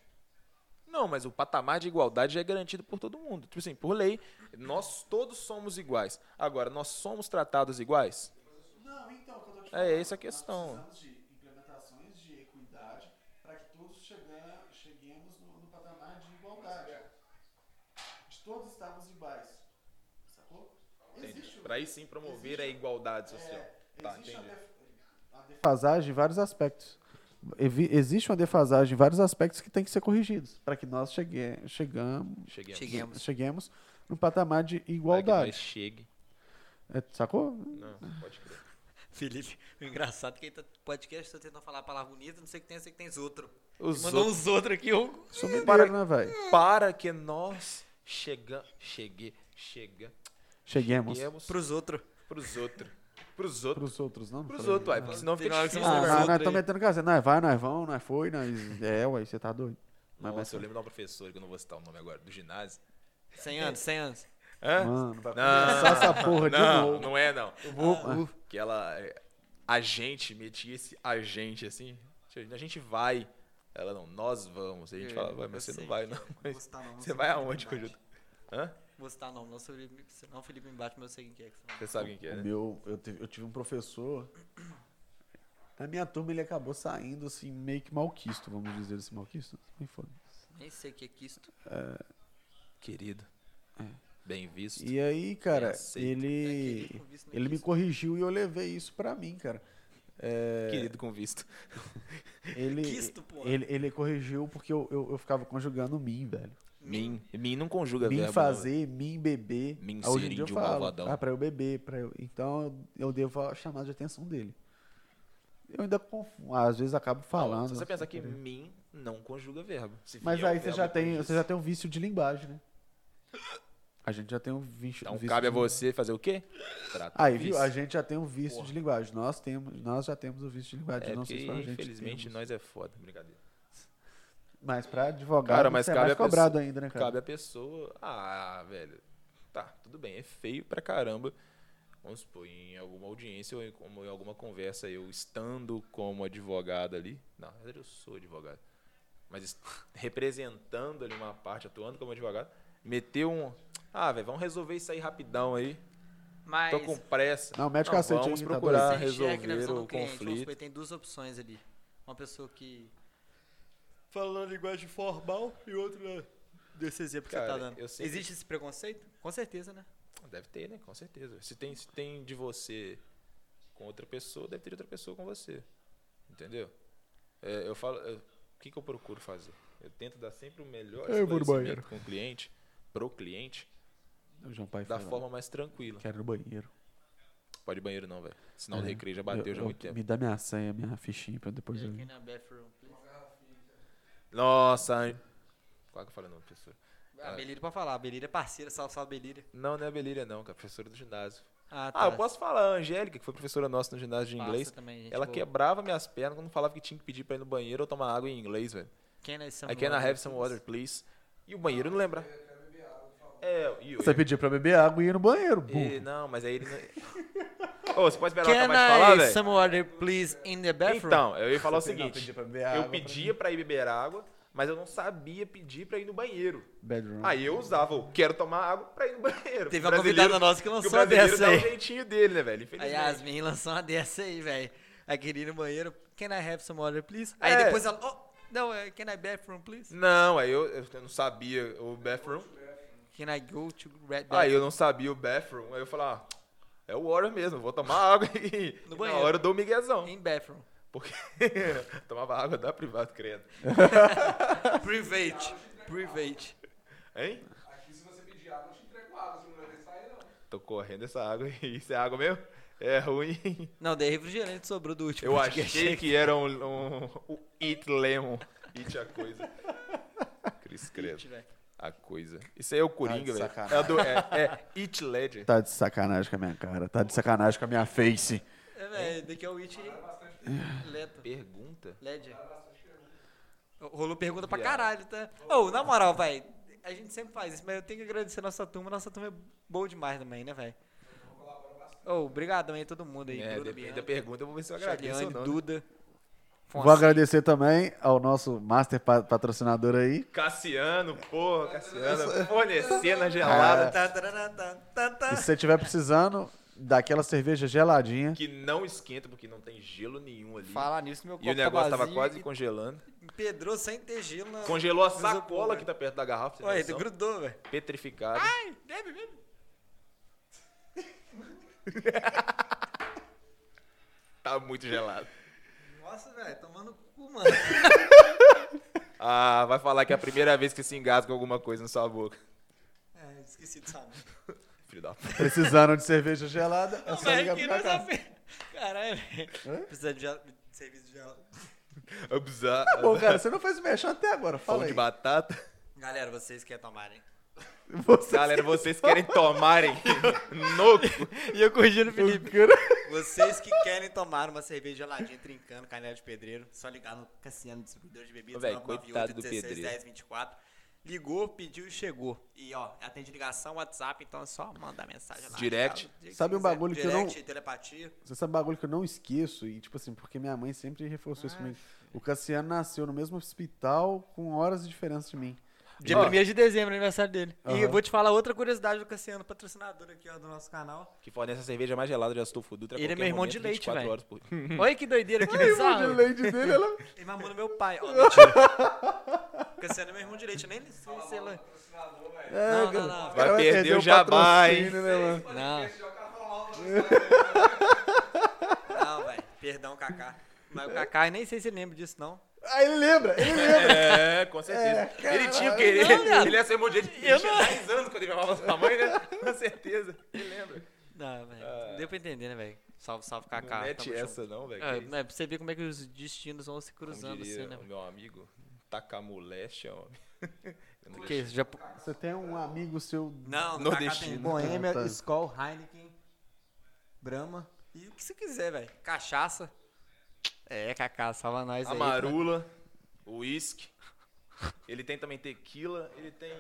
[SPEAKER 3] Não, mas o patamar de igualdade já é garantido por todo mundo. Tipo assim, por lei, nós todos somos iguais. Agora, nós somos tratados iguais?
[SPEAKER 9] Não, então, o que eu tô te
[SPEAKER 3] É,
[SPEAKER 9] falando,
[SPEAKER 3] essa a
[SPEAKER 9] nós
[SPEAKER 3] questão.
[SPEAKER 9] precisamos de implementações de equidade para que todos chega- cheguemos no, no patamar de igualdade. De todos estarmos iguais. Sacou? Existe, um-
[SPEAKER 3] Para aí sim promover a igualdade social.
[SPEAKER 9] é,
[SPEAKER 3] Tá,
[SPEAKER 9] existe a
[SPEAKER 3] entendi.
[SPEAKER 9] def- a def-
[SPEAKER 1] Defasagem em vários aspectos. Evi- Existe uma defasagem em vários aspectos que tem que ser corrigidos para que nós chegue,
[SPEAKER 9] um-
[SPEAKER 1] chegamos,
[SPEAKER 3] Cheguei.
[SPEAKER 2] Cheguemos.
[SPEAKER 1] cheguemos no patamar de
[SPEAKER 3] Para que nós
[SPEAKER 1] igualdade.
[SPEAKER 3] chegue.
[SPEAKER 1] É, sacou?
[SPEAKER 3] Não, pode crer.
[SPEAKER 2] Felipe, o engraçado é que ele tá podcast, tô tentando falar a palavra bonita, não sei o que tem, eu sei que tem os outros.
[SPEAKER 3] Os
[SPEAKER 2] Mandou
[SPEAKER 3] outros-
[SPEAKER 2] uns outros aqui, um eu
[SPEAKER 1] Sou mineiro, né, velho?
[SPEAKER 3] para que nós chegamos, chegue, chega,
[SPEAKER 1] Cheguemos.
[SPEAKER 3] cheguemos
[SPEAKER 2] pros outros.
[SPEAKER 3] pros outros, pros outros,
[SPEAKER 1] Pros outros, não? Não
[SPEAKER 3] pros
[SPEAKER 1] falei.
[SPEAKER 3] outros, uai, porque senão
[SPEAKER 2] Tem
[SPEAKER 3] fica
[SPEAKER 2] hora que você
[SPEAKER 3] difícil, né,
[SPEAKER 1] Ah,
[SPEAKER 2] Pros
[SPEAKER 1] nós
[SPEAKER 3] velho?
[SPEAKER 2] outros
[SPEAKER 1] estamos
[SPEAKER 2] aí.
[SPEAKER 1] metendo casa. Nós vai, nós vamos, nós foi, nós. É, ué, você tá doido. Mas vai
[SPEAKER 3] Nossa,
[SPEAKER 1] ser.
[SPEAKER 3] eu lembro de uma professora, que eu não vou citar o nome agora, do ginásio.
[SPEAKER 2] 100 anos, 100 anos.
[SPEAKER 3] Hã?
[SPEAKER 1] Mano, vai
[SPEAKER 3] Não,
[SPEAKER 1] começar essa porra de
[SPEAKER 3] não,
[SPEAKER 1] novo.
[SPEAKER 3] não é não.
[SPEAKER 1] Ah.
[SPEAKER 3] Que ela, é, a gente, metia esse a gente assim, a gente vai, ela não, nós vamos. Aí a gente
[SPEAKER 2] É,
[SPEAKER 3] fala, vai, mas
[SPEAKER 2] eu
[SPEAKER 3] você não
[SPEAKER 2] sei
[SPEAKER 3] vai não, mas
[SPEAKER 9] Gostar, não, não
[SPEAKER 3] você
[SPEAKER 9] sei
[SPEAKER 3] vai
[SPEAKER 9] qual é a
[SPEAKER 3] aonde,
[SPEAKER 9] verdade.
[SPEAKER 3] Conjunto? Hã?
[SPEAKER 2] vou citar nome, não, se o Felipe- senão o Felipe me bate, mas eu sei quem que é. que você
[SPEAKER 3] Você sabe quem que é,
[SPEAKER 1] O
[SPEAKER 3] né?
[SPEAKER 1] meu, eu, tive, eu tive um professor. Na minha turma ele acabou saindo assim, meio que malquisto, vamos dizer assim, malquisto. Me foda.
[SPEAKER 2] fala. Nem sei o que é que isto.
[SPEAKER 3] Querido. Bem visto.
[SPEAKER 1] E aí, cara,
[SPEAKER 3] aceito. né,
[SPEAKER 1] ele.
[SPEAKER 2] É, querido,
[SPEAKER 1] Ele me corrigiu e eu levei isso pra mim, cara. É,
[SPEAKER 3] Querido com visto.
[SPEAKER 1] ele,
[SPEAKER 2] Quisto, porra.
[SPEAKER 1] ele, ele corrigiu porque eu, eu, eu ficava conjugando mim, velho.
[SPEAKER 3] Min. Min não conjuga
[SPEAKER 1] Mim
[SPEAKER 3] verbo, né,
[SPEAKER 1] fazer, mim beber.
[SPEAKER 3] Mim
[SPEAKER 1] Ah, Hoje
[SPEAKER 3] ser
[SPEAKER 1] em dia eu
[SPEAKER 3] índio
[SPEAKER 1] falo,
[SPEAKER 3] malvadão.
[SPEAKER 1] Ah, pra eu beber. Pra eu... Então eu, eu devo a chamada de atenção dele. Eu ainda confundo. Às vezes acabo
[SPEAKER 3] Não,
[SPEAKER 1] falando.
[SPEAKER 3] se você pensar que é
[SPEAKER 1] entendeu?
[SPEAKER 3] min não conjuga verbo. Se
[SPEAKER 1] Mas
[SPEAKER 3] vier o
[SPEAKER 1] aí você
[SPEAKER 3] verbo
[SPEAKER 1] já, tem,
[SPEAKER 3] depois
[SPEAKER 1] você já tem um vício de linguagem, né? A gente já tem um vício.
[SPEAKER 3] Então
[SPEAKER 1] vício
[SPEAKER 3] cabe a
[SPEAKER 1] de-
[SPEAKER 3] você fazer o quê? Tratar
[SPEAKER 1] Aí,
[SPEAKER 3] o
[SPEAKER 1] viu?
[SPEAKER 3] vício.
[SPEAKER 1] A gente já tem um vício de linguagem. Nós temos, nós já temos o vício de linguagem.
[SPEAKER 3] É
[SPEAKER 1] não
[SPEAKER 3] porque,
[SPEAKER 1] sei se pra gente
[SPEAKER 3] infelizmente,
[SPEAKER 1] temos.
[SPEAKER 3] nós é foda. Brincadeira.
[SPEAKER 1] Mas pra advogado,
[SPEAKER 3] Cara,
[SPEAKER 1] você
[SPEAKER 3] mas
[SPEAKER 1] é
[SPEAKER 3] cabe
[SPEAKER 1] mais
[SPEAKER 3] a pessoa-
[SPEAKER 1] cobrado ainda, né, cara?
[SPEAKER 3] Cabe a pessoa... Ah, velho. Tá, tudo bem. É feio pra caramba. Vamos supor, em alguma audiência ou em, como em alguma conversa, eu estando como advogado ali... Não, na verdade eu sou advogado. Mas est- representando ali uma parte, atuando como advogado, meter um... Ah, velho, vamos resolver isso aí rapidão aí.
[SPEAKER 2] Mas
[SPEAKER 3] Tô com pressa.
[SPEAKER 1] Não, mete cacete aí,
[SPEAKER 3] Vamos
[SPEAKER 1] tá
[SPEAKER 3] procurar
[SPEAKER 2] Ah, você enxerga na
[SPEAKER 3] resolver
[SPEAKER 2] visão do
[SPEAKER 3] o
[SPEAKER 2] cliente, vamos
[SPEAKER 3] conflito.
[SPEAKER 2] supor, tem duas opções ali. Uma pessoa que fala na linguagem formal e outra desse exemplo que
[SPEAKER 3] Cara,
[SPEAKER 2] você tá dando.
[SPEAKER 3] eu sei que-
[SPEAKER 2] Existe esse preconceito? Com certeza, né?
[SPEAKER 3] Deve ter, né? Com certeza. Se tem, se tem de você com outra pessoa, deve ter de outra pessoa com você. Entendeu? É, eu falo. eu- o que, que eu procuro fazer? Eu tento dar sempre o melhor
[SPEAKER 1] É, Eu vou no
[SPEAKER 3] esclarecimento com o cliente, pro cliente,
[SPEAKER 1] O João Pai
[SPEAKER 3] da
[SPEAKER 1] foi lá.
[SPEAKER 3] forma mais tranquila.
[SPEAKER 1] Quero ir no banheiro.
[SPEAKER 3] Pode ir banheiro não, velho. Sinal do
[SPEAKER 1] É.
[SPEAKER 3] recreio já bateu
[SPEAKER 1] Eu-
[SPEAKER 3] já há
[SPEAKER 1] eu-
[SPEAKER 3] muito tempo.
[SPEAKER 1] Me dá minha senha, minha fichinha pra depois eu
[SPEAKER 2] Check in
[SPEAKER 1] ir.
[SPEAKER 2] na bathroom, é please.
[SPEAKER 3] Nossa, an- qual que eu falei o nome, professor? Ah.
[SPEAKER 2] A Belíria pode falar, a Belíria é parceira, salve, salve Belíria.
[SPEAKER 3] Não, não é a Belíria, não, cara. Professora do ginásio.
[SPEAKER 2] Ah,
[SPEAKER 1] tá.
[SPEAKER 3] Ah, eu posso falar, a Angélica, que foi professora nossa no ginásio de
[SPEAKER 2] Passa
[SPEAKER 3] inglês.
[SPEAKER 2] também, gente
[SPEAKER 3] Ela
[SPEAKER 2] boa.
[SPEAKER 3] quebrava minhas pernas quando falava que tinha que pedir pra ir no banheiro ou tomar água em inglês, velho.
[SPEAKER 2] Can I, some
[SPEAKER 3] I É can
[SPEAKER 2] water,
[SPEAKER 3] have some
[SPEAKER 2] please?
[SPEAKER 3] water, please. E o banheiro eu não lembra. É, e o.
[SPEAKER 1] Você pediu pra beber água e ir no banheiro,
[SPEAKER 3] e-
[SPEAKER 1] burro.
[SPEAKER 3] É, Não, mas aí ele não. Ô, você pode esperar ela
[SPEAKER 2] Can
[SPEAKER 3] acabar de tá falar,
[SPEAKER 2] I
[SPEAKER 3] velho?
[SPEAKER 2] some water, please, in the bathroom?
[SPEAKER 3] Então, eu ia falar o
[SPEAKER 1] Você não
[SPEAKER 3] seguinte.
[SPEAKER 1] pedia pra beber água
[SPEAKER 3] Eu
[SPEAKER 1] pra
[SPEAKER 3] pedia pra ir beber água, mas eu não sabia pedir pra ir no banheiro.
[SPEAKER 1] Bedroom.
[SPEAKER 3] Aí eu usava o quero tomar água pra ir no banheiro.
[SPEAKER 2] Teve
[SPEAKER 3] O
[SPEAKER 2] uma
[SPEAKER 3] brasileiro-
[SPEAKER 2] convidada nossa que
[SPEAKER 3] que o
[SPEAKER 2] lançou uma
[SPEAKER 3] brasileiro
[SPEAKER 2] dessa
[SPEAKER 3] dá o
[SPEAKER 2] aí.
[SPEAKER 3] jeitinho dele, né, velho?
[SPEAKER 2] A
[SPEAKER 3] Infelizmente.
[SPEAKER 2] Yasmin lançou uma dessa aí, velho. A querida no banheiro, can I have some water, please? Aí
[SPEAKER 3] É.
[SPEAKER 2] depois ela, oh, no, uh, can I bathroom, please?
[SPEAKER 3] Não, aí eu, eu não sabia o bathroom.
[SPEAKER 2] Can I go to red
[SPEAKER 3] Aí eu não sabia o bathroom. Aí eu falava, ah, é o water mesmo, eu vou tomar água e
[SPEAKER 2] No
[SPEAKER 3] e na
[SPEAKER 2] banheiro.
[SPEAKER 3] hora eu dou o miguezão.
[SPEAKER 2] In bathroom.
[SPEAKER 3] Porque tomava água da privada, credo.
[SPEAKER 2] Private. Private.
[SPEAKER 3] Hein?
[SPEAKER 11] Aqui, se você pedir água, eu te entrego água. Você não vai pensar aí, não.
[SPEAKER 3] Tô correndo essa água aí. Isso é água mesmo? É ruim.
[SPEAKER 2] Não, daí refrigerante sobrou do último.
[SPEAKER 3] Eu
[SPEAKER 2] podcast.
[SPEAKER 3] achei que era um, um, um It Lemon. It a coisa. Cris credo.
[SPEAKER 2] velho.
[SPEAKER 3] A coisa. Isso aí é o Coringa,
[SPEAKER 1] de
[SPEAKER 3] velho.
[SPEAKER 1] sacanagem.
[SPEAKER 3] É, a do- é, é It Ledger.
[SPEAKER 1] Tá de sacanagem com a minha cara, tá de sacanagem com a minha face.
[SPEAKER 2] É, velho, daqui a o It. Leto.
[SPEAKER 3] Pergunta?
[SPEAKER 2] Ledger. Rolou pergunta pra caralho, tá? Ô, na moral, velho, a gente sempre faz isso, mas eu tenho que agradecer a nossa turma. Nossa turma é boa demais também, né, velho? Ô, obrigadão aí a todo mundo aí.
[SPEAKER 3] É,
[SPEAKER 2] Bruno
[SPEAKER 3] depende da
[SPEAKER 2] Bianca,
[SPEAKER 3] pergunta, eu vou ver se eu agradeço ou
[SPEAKER 2] Charliane,
[SPEAKER 3] não. né?
[SPEAKER 2] Duda.
[SPEAKER 1] Vou agradecer também ao nosso master pa- patrocinador aí.
[SPEAKER 3] Cassiano, porra, Cassiano, fornecendo a
[SPEAKER 1] É.
[SPEAKER 3] gelada
[SPEAKER 2] Tá, tá, tá, tá, tá, tá.
[SPEAKER 1] E se você estiver precisando daquela cerveja geladinha,
[SPEAKER 3] que não esquenta porque não tem gelo nenhum ali.
[SPEAKER 2] Falar nisso, meu copo
[SPEAKER 3] E o
[SPEAKER 2] tá
[SPEAKER 3] negócio tava
[SPEAKER 2] vazio
[SPEAKER 3] quase congelando.
[SPEAKER 2] e Pedrou sem ter gelo na...
[SPEAKER 3] Congelou a
[SPEAKER 2] Mas eu
[SPEAKER 3] sacola
[SPEAKER 2] como,
[SPEAKER 3] que tá perto da garrafa, pra
[SPEAKER 2] Ué,
[SPEAKER 3] você ter
[SPEAKER 2] tu
[SPEAKER 3] noção,
[SPEAKER 2] grudou, velho.
[SPEAKER 3] petrificado.
[SPEAKER 2] Ai, bebe, bebe.
[SPEAKER 3] Tá muito gelado.
[SPEAKER 2] Nossa, velho, é tomando cu, mano.
[SPEAKER 3] Ah, vai falar que é a primeira vez que se engasga com alguma coisa na sua boca.
[SPEAKER 2] É, esqueci de saber.
[SPEAKER 3] Filho da puta.
[SPEAKER 1] precisando de cerveja gelada, é só
[SPEAKER 2] Mas
[SPEAKER 1] ligar
[SPEAKER 2] que
[SPEAKER 1] pra
[SPEAKER 2] nós
[SPEAKER 1] cá.
[SPEAKER 2] afe- Caralho, velho. Precisa de, gel- de serviço de gel.
[SPEAKER 3] Abusar.
[SPEAKER 1] Pô, cara, você não fez o mexer até agora, fala
[SPEAKER 3] Pão de
[SPEAKER 1] aí.
[SPEAKER 3] batata.
[SPEAKER 2] Galera, vocês querem tomarem.
[SPEAKER 1] Você-
[SPEAKER 3] Galera, vocês querem tomarem noco?
[SPEAKER 2] E eu corrigindo o Felipe.
[SPEAKER 1] Cara,
[SPEAKER 2] Vocês que querem tomar uma cerveja geladinha, trincando, canela de pedreiro, só ligar no Cassiano, distribuidor de bebidas,
[SPEAKER 3] Ô, velho, coitado do pedreiro.
[SPEAKER 2] 10, 24. Ligou, pediu e chegou. E, ó, atende ligação, WhatsApp, então é só mandar mensagem lá.
[SPEAKER 3] Direct.
[SPEAKER 2] Fala o dia
[SPEAKER 1] Sabe um
[SPEAKER 2] quiser.
[SPEAKER 1] bagulho que eu
[SPEAKER 2] Direct,
[SPEAKER 1] não-
[SPEAKER 2] telepatia.
[SPEAKER 1] Você sabe é bagulho que eu não esqueço, e tipo assim, porque minha mãe sempre reforçou isso comigo. O Cassiano nasceu no mesmo hospital com horas de diferença de mim.
[SPEAKER 2] Dia 1 de dezembro, aniversário dele. E eu vou te falar outra curiosidade do Cassiano, patrocinador aqui ó, do nosso canal.
[SPEAKER 3] Que fornece a cerveja mais gelada de Astolfo Dutra. a
[SPEAKER 2] Ele é
[SPEAKER 3] qualquer
[SPEAKER 2] meu irmão
[SPEAKER 3] momento,
[SPEAKER 2] de leite,
[SPEAKER 3] 24
[SPEAKER 2] velho.
[SPEAKER 3] horas por-
[SPEAKER 2] Olha que doideira, que
[SPEAKER 1] irmão de
[SPEAKER 2] bizarro.
[SPEAKER 1] leite dele, ela...
[SPEAKER 2] Ele mamou no meu pai. Ó, mentira. Cassiano é meu irmão de leite, eu nem sei se ela...
[SPEAKER 1] É,
[SPEAKER 2] Não, não,
[SPEAKER 1] cara,
[SPEAKER 2] não.
[SPEAKER 1] o
[SPEAKER 3] Vai
[SPEAKER 1] cara
[SPEAKER 3] perder o
[SPEAKER 1] o
[SPEAKER 3] jabá,
[SPEAKER 1] patrocínio, né, mano?
[SPEAKER 2] Não. Não, velho. Perdão, Kaká. Mas o Kaká, eu nem sei se ele lembra disso, não.
[SPEAKER 1] Ah, ele lembra, ele lembra.
[SPEAKER 3] É, com certeza. ele tinha o quê? Ele,
[SPEAKER 2] Não, cara.
[SPEAKER 3] ele ia ser um monte de gente.
[SPEAKER 2] Eu
[SPEAKER 3] Ele tinha 10 anos quando ele chamava sua mãe, né? Com certeza. Ele lembra.
[SPEAKER 2] Não, velho. Deu pra entender, né, velho? Salve, salve,
[SPEAKER 3] Não
[SPEAKER 2] Kaká.
[SPEAKER 3] Ah. mete
[SPEAKER 2] tamo junto.
[SPEAKER 3] essa não, velho.
[SPEAKER 2] É,
[SPEAKER 3] que isso?
[SPEAKER 2] né, pra você ver como é que os destinos vão se
[SPEAKER 3] Como
[SPEAKER 2] cruzando,
[SPEAKER 3] diria
[SPEAKER 2] assim, né?
[SPEAKER 3] o meu amigo, Takamuleste, ó.
[SPEAKER 2] Porque Japo...
[SPEAKER 1] Você tem um amigo seu...
[SPEAKER 2] Não,
[SPEAKER 3] do Nordestino. Kaká
[SPEAKER 2] Boêmia,
[SPEAKER 1] Ah, tá.
[SPEAKER 2] Skol, Heineken, Brahma e o que você quiser, velho. Cachaça. É, Kaká, salva nós aí.
[SPEAKER 3] Amarula, uísque. Ele tem também tequila, ele tem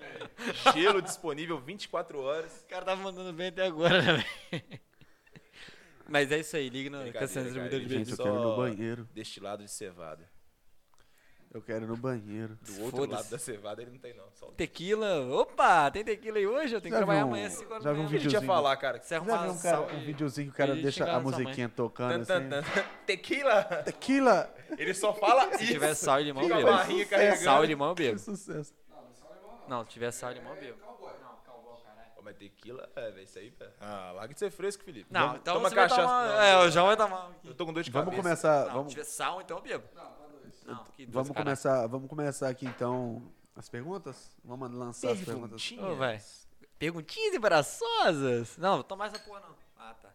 [SPEAKER 3] gelo disponível 24 horas.
[SPEAKER 2] O cara tá mandando bem até agora, né, velho? Mas é isso aí, liga no
[SPEAKER 3] Brincadeira,
[SPEAKER 2] Cassiano
[SPEAKER 3] cara,
[SPEAKER 2] Distribuidor de
[SPEAKER 3] ele-
[SPEAKER 2] Bebidas.
[SPEAKER 1] Gente, eu quero ir no
[SPEAKER 3] Só-
[SPEAKER 1] banheiro.
[SPEAKER 3] Destilado de cevada.
[SPEAKER 1] Eu quero ir no banheiro.
[SPEAKER 3] Do outro
[SPEAKER 2] Foda-se.
[SPEAKER 3] lado da cevada ele não tem, não. Só o
[SPEAKER 2] Tequila, opa, tem tequila aí hoje? Eu tenho
[SPEAKER 1] Já
[SPEAKER 2] que trabalhar
[SPEAKER 1] viu um-
[SPEAKER 2] amanhã às 5 horas
[SPEAKER 1] já
[SPEAKER 2] da
[SPEAKER 1] viu um
[SPEAKER 2] manhã.
[SPEAKER 3] que ele ia
[SPEAKER 1] videozinho.
[SPEAKER 3] falar, cara?
[SPEAKER 2] Você
[SPEAKER 1] Já
[SPEAKER 2] arrumar
[SPEAKER 1] viu
[SPEAKER 2] um
[SPEAKER 1] um, cara, um videozinho que o cara
[SPEAKER 2] Ele
[SPEAKER 1] deixa
[SPEAKER 2] xingar
[SPEAKER 1] a
[SPEAKER 2] sua mãe.
[SPEAKER 1] musiquinha tocando
[SPEAKER 3] Tan, tan,
[SPEAKER 1] assim?
[SPEAKER 3] tan. Tequila!
[SPEAKER 1] Tequila!
[SPEAKER 3] Ele só fala
[SPEAKER 2] é Se
[SPEAKER 3] isso.
[SPEAKER 2] tiver sal e limão,
[SPEAKER 3] Fica a
[SPEAKER 2] eu
[SPEAKER 3] barrinha
[SPEAKER 2] bebo.
[SPEAKER 3] carregando.
[SPEAKER 2] Sal e limão, eu
[SPEAKER 1] Que
[SPEAKER 2] bebo.
[SPEAKER 1] sucesso.
[SPEAKER 2] Não, se tiver sal é e limão, eu bebo.
[SPEAKER 3] Ô, mas tequila, é, velho, isso aí, velho. Ah, larga de ser fresco, Felipe.
[SPEAKER 2] Não,
[SPEAKER 3] Vamos-
[SPEAKER 2] então
[SPEAKER 3] Toma
[SPEAKER 2] você
[SPEAKER 3] cachaça.
[SPEAKER 2] vai tomar...
[SPEAKER 3] Não,
[SPEAKER 2] É, o João vai tomar.
[SPEAKER 3] Eu tô com dor de
[SPEAKER 1] Vamos
[SPEAKER 3] cabeça.
[SPEAKER 1] começar,
[SPEAKER 2] Não,
[SPEAKER 1] Tá, vamos,
[SPEAKER 2] se tiver sal, então eu bebo. Não, Não, que doce,
[SPEAKER 1] vamos
[SPEAKER 2] caralho.
[SPEAKER 1] começar, vamos começar aqui então as perguntas? Vamos lançar as perguntas.
[SPEAKER 2] Ô, velho. Perguntinhas embaraçosas? Não, vou tomar essa porra não. Ah, tá.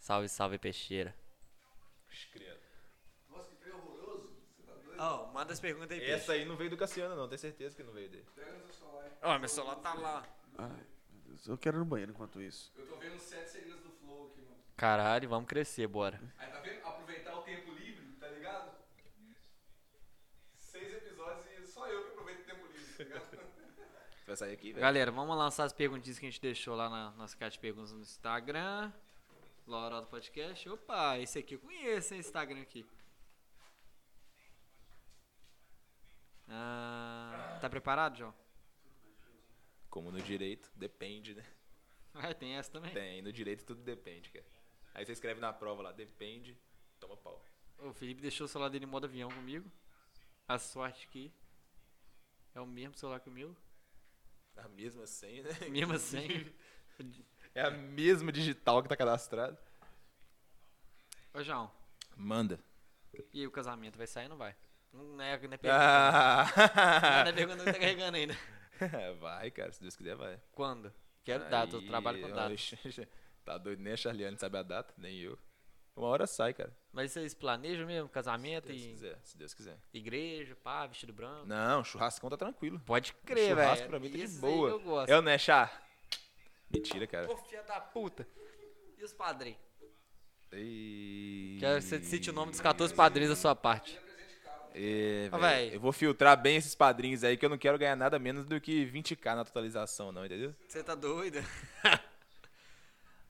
[SPEAKER 2] Salve, salve, peixeira. Ó, manda as perguntas aí, peixe.
[SPEAKER 3] Essa aí não veio do Cassiano, não. Tenho certeza que não veio dele.
[SPEAKER 2] Ó, meu celular tá lá.
[SPEAKER 1] Eu quero ir no banheiro enquanto isso.
[SPEAKER 4] Eu tô vendo os sete segredos do Flow aqui, mano.
[SPEAKER 2] Caralho, vamos crescer, bora.
[SPEAKER 4] Aí tá vendo? Aproveitar o tempo livre, tá ligado? Seis episódios e só eu que aproveito o tempo livre, tá ligado?
[SPEAKER 3] Você vai sair aqui, velho?
[SPEAKER 2] Galera, vamos lançar as perguntinhas que a gente deixou lá na nossa caixa de perguntas no Instagram. Laurado Podcast. Opa, esse aqui eu conheço, hein, esse Instagram aqui. Ah, tá preparado, João?
[SPEAKER 3] Como no direito, depende, né?
[SPEAKER 2] Ah, tem essa também.
[SPEAKER 3] Tem, no direito tudo depende, cara. Aí você escreve na prova lá, depende, toma pau.
[SPEAKER 2] O Felipe deixou o celular dele em modo avião comigo. A sorte que é o mesmo celular que o meu.
[SPEAKER 3] É A mesma senha, né?
[SPEAKER 2] Mesmo assim.
[SPEAKER 3] É a mesma digital que tá cadastrada.
[SPEAKER 2] Ô, João,
[SPEAKER 3] Manda.
[SPEAKER 2] e aí, o casamento vai sair ou não vai? Não é, não é pergunta.
[SPEAKER 3] Ah.
[SPEAKER 2] Não é pergunta que tá carregando ainda.
[SPEAKER 3] vai, cara, se Deus quiser, vai.
[SPEAKER 2] Quando? Quero data, eu
[SPEAKER 3] Aí,
[SPEAKER 2] trabalho com data.
[SPEAKER 3] oxe, tá doido, nem a Charliane sabe a data, nem eu. Uma hora sai, cara.
[SPEAKER 2] Mas vocês planejam mesmo
[SPEAKER 3] Se
[SPEAKER 2] casamento
[SPEAKER 3] Deus
[SPEAKER 2] e
[SPEAKER 3] quiser, se Deus quiser.
[SPEAKER 2] igreja, pá, vestido branco?
[SPEAKER 3] Não, churrascão tá tranquilo.
[SPEAKER 2] Pode crer, velho.
[SPEAKER 3] churrasco pra mim tá de
[SPEAKER 2] Isso aí
[SPEAKER 3] boa.
[SPEAKER 2] que eu gosto.
[SPEAKER 3] Eu, né, Chá? Mentira, cara.
[SPEAKER 2] Ô, filha da puta. E os padrinhos?
[SPEAKER 3] E...
[SPEAKER 2] Quero que você cite o nome dos 14 padrinhos da sua parte.
[SPEAKER 3] É,
[SPEAKER 2] Ah,
[SPEAKER 3] véi,
[SPEAKER 2] véi.
[SPEAKER 3] Eu vou filtrar bem esses padrinhos aí, que eu não quero ganhar nada menos do que 20k na totalização, não, entendeu?
[SPEAKER 2] Você tá doido?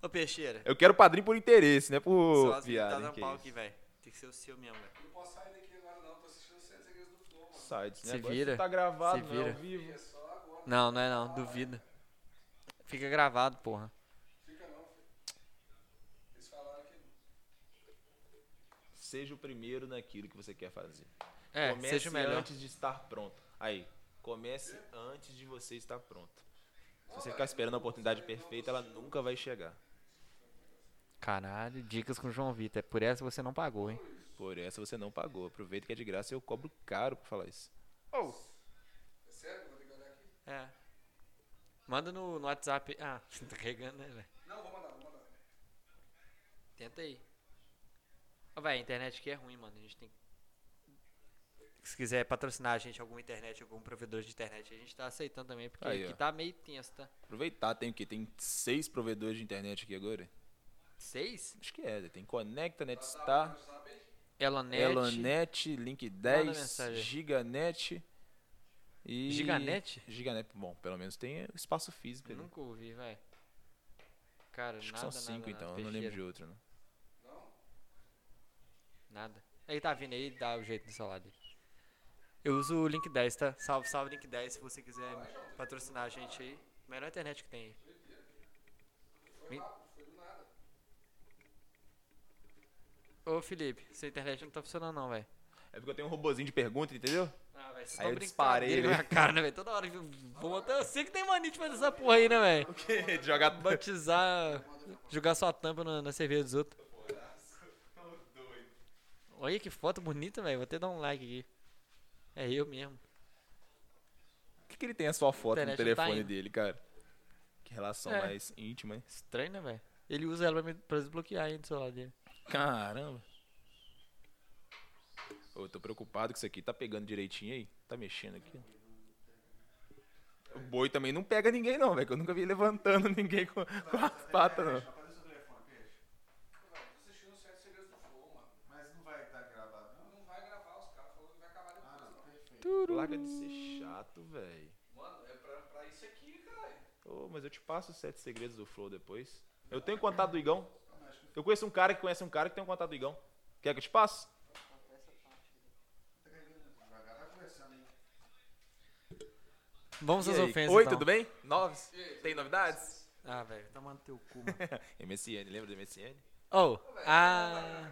[SPEAKER 2] Ô, Peixeira.
[SPEAKER 3] Eu quero padrinho por interesse, né?
[SPEAKER 2] Só
[SPEAKER 3] Por
[SPEAKER 2] as tá
[SPEAKER 3] viado.
[SPEAKER 2] dando pau aqui, velho. Tem que ser o seu mesmo, velho.
[SPEAKER 4] Não posso sair daqui agora não, tô assistindo os sete segredos do Flow, mano.
[SPEAKER 3] Sites, né?
[SPEAKER 2] Se
[SPEAKER 3] Agora
[SPEAKER 2] vira,
[SPEAKER 3] Tá gravado,
[SPEAKER 2] se
[SPEAKER 3] não
[SPEAKER 2] vira.
[SPEAKER 3] é ao vivo.
[SPEAKER 2] Não, não é não. Duvido. Fica gravado, porra.
[SPEAKER 4] Fica não, filho. Eles falaram que
[SPEAKER 3] Seja o primeiro naquilo que você quer fazer.
[SPEAKER 2] É,
[SPEAKER 3] comece
[SPEAKER 2] seja o melhor.
[SPEAKER 3] antes de estar pronto. Aí, comece antes de você estar pronto. Se você ficar esperando a oportunidade perfeita, ela nunca vai chegar.
[SPEAKER 2] Caralho, dicas com o João Vitor. É Por essa você não pagou, hein?
[SPEAKER 3] Por essa você não pagou. Aproveita que é de graça e eu cobro caro pra falar isso.
[SPEAKER 2] É. Manda no, no WhatsApp. Ah, tá regando, né, velho? Não, vou mandar, vou mandar. Tenta aí. Ó, velho, a internet aqui é ruim, mano. A gente tem que- Se quiser patrocinar a gente, alguma internet, algum provedor de internet, a gente tá aceitando também, porque
[SPEAKER 3] Aí,
[SPEAKER 2] aqui
[SPEAKER 3] ó.
[SPEAKER 2] tá meio tenso, tá?
[SPEAKER 3] Aproveitar, tem o quê? Tem seis provedores de internet aqui agora?
[SPEAKER 2] Seis?
[SPEAKER 3] Acho que é, tem Conecta, Netstar,
[SPEAKER 2] Elonet.
[SPEAKER 3] Elonet, Link
[SPEAKER 2] Manda
[SPEAKER 3] 10,
[SPEAKER 2] mensagem.
[SPEAKER 3] Giganet e.
[SPEAKER 2] Giganet?
[SPEAKER 3] Giganet, bom, pelo menos tem espaço físico
[SPEAKER 2] Eu
[SPEAKER 3] ali.
[SPEAKER 2] nunca ouvi, velho. Cara,
[SPEAKER 3] Acho que
[SPEAKER 2] nada,
[SPEAKER 3] são cinco
[SPEAKER 2] nada,
[SPEAKER 3] então,
[SPEAKER 2] nada,
[SPEAKER 3] eu não lembro
[SPEAKER 2] Peixeira,
[SPEAKER 3] de outro, não.
[SPEAKER 2] Nada. Ele tá vindo aí, dá o jeito no celular dele. Eu uso o Link 10, tá? Salve, salve Link 10 se você quiser patrocinar a gente aí. Melhor internet que tem aí. Me- Ô Felipe, sua internet não tá funcionando não, velho.
[SPEAKER 3] É porque eu tenho um robozinho de pergunta, entendeu?
[SPEAKER 2] Ah, velho, vocês
[SPEAKER 3] Aí
[SPEAKER 2] tão
[SPEAKER 3] eu
[SPEAKER 2] brincando
[SPEAKER 3] disparei,
[SPEAKER 2] dele na
[SPEAKER 3] velho.
[SPEAKER 2] minha cara, né, velho? Toda hora eu vou botar. Eu sei que tem mania de fazer essa porra aí, né, velho?
[SPEAKER 3] Jogar
[SPEAKER 2] Batizar, jogar sua tampa na, na cerveja dos outros. Olha que foto bonita, velho. Vou até dar um like aqui. É eu mesmo.
[SPEAKER 3] Por que, que ele tem a sua foto no
[SPEAKER 2] Internet não tá
[SPEAKER 3] telefone
[SPEAKER 2] indo.
[SPEAKER 3] dele, cara? Que relação
[SPEAKER 2] É.
[SPEAKER 3] mais íntima, hein?
[SPEAKER 2] Estranho, né, velho? Ele usa ela pra, me, pra desbloquear aí do celular dele.
[SPEAKER 3] Caramba. Ô, eu tô preocupado que isso aqui tá pegando direitinho aí. Tá mexendo aqui. O boi também não pega ninguém, não, velho. que Eu nunca vi levantando ninguém com, com as patas, não.
[SPEAKER 4] Cadê seu telefone, Peixe? Não, tô assistindo o Sete Segredos do Flow, mano. Mas não vai estar gravado, não? Não vai gravar, os caras falaram que vai acabar depois. Ah, não, perfeito.
[SPEAKER 3] Larga de ser chato, velho.
[SPEAKER 4] Mano, é pra, pra isso aqui, caralho.
[SPEAKER 3] Ô, mas eu te passo os sete segredos do Flow depois. Eu tenho contato do Igão. Eu conheço um cara que conhece um cara que tem um contato do Igão. Quer que eu te passe?
[SPEAKER 4] Devagar, vai conversando aí.
[SPEAKER 2] Vamos às
[SPEAKER 3] E aí?
[SPEAKER 2] ofensas,
[SPEAKER 3] Oi,
[SPEAKER 2] então.
[SPEAKER 3] tudo bem? Novos? Tem novidades?
[SPEAKER 2] Ah, velho, tá mandando teu cu, mano.
[SPEAKER 3] MSN, lembra do MSN?
[SPEAKER 2] Oh, ah...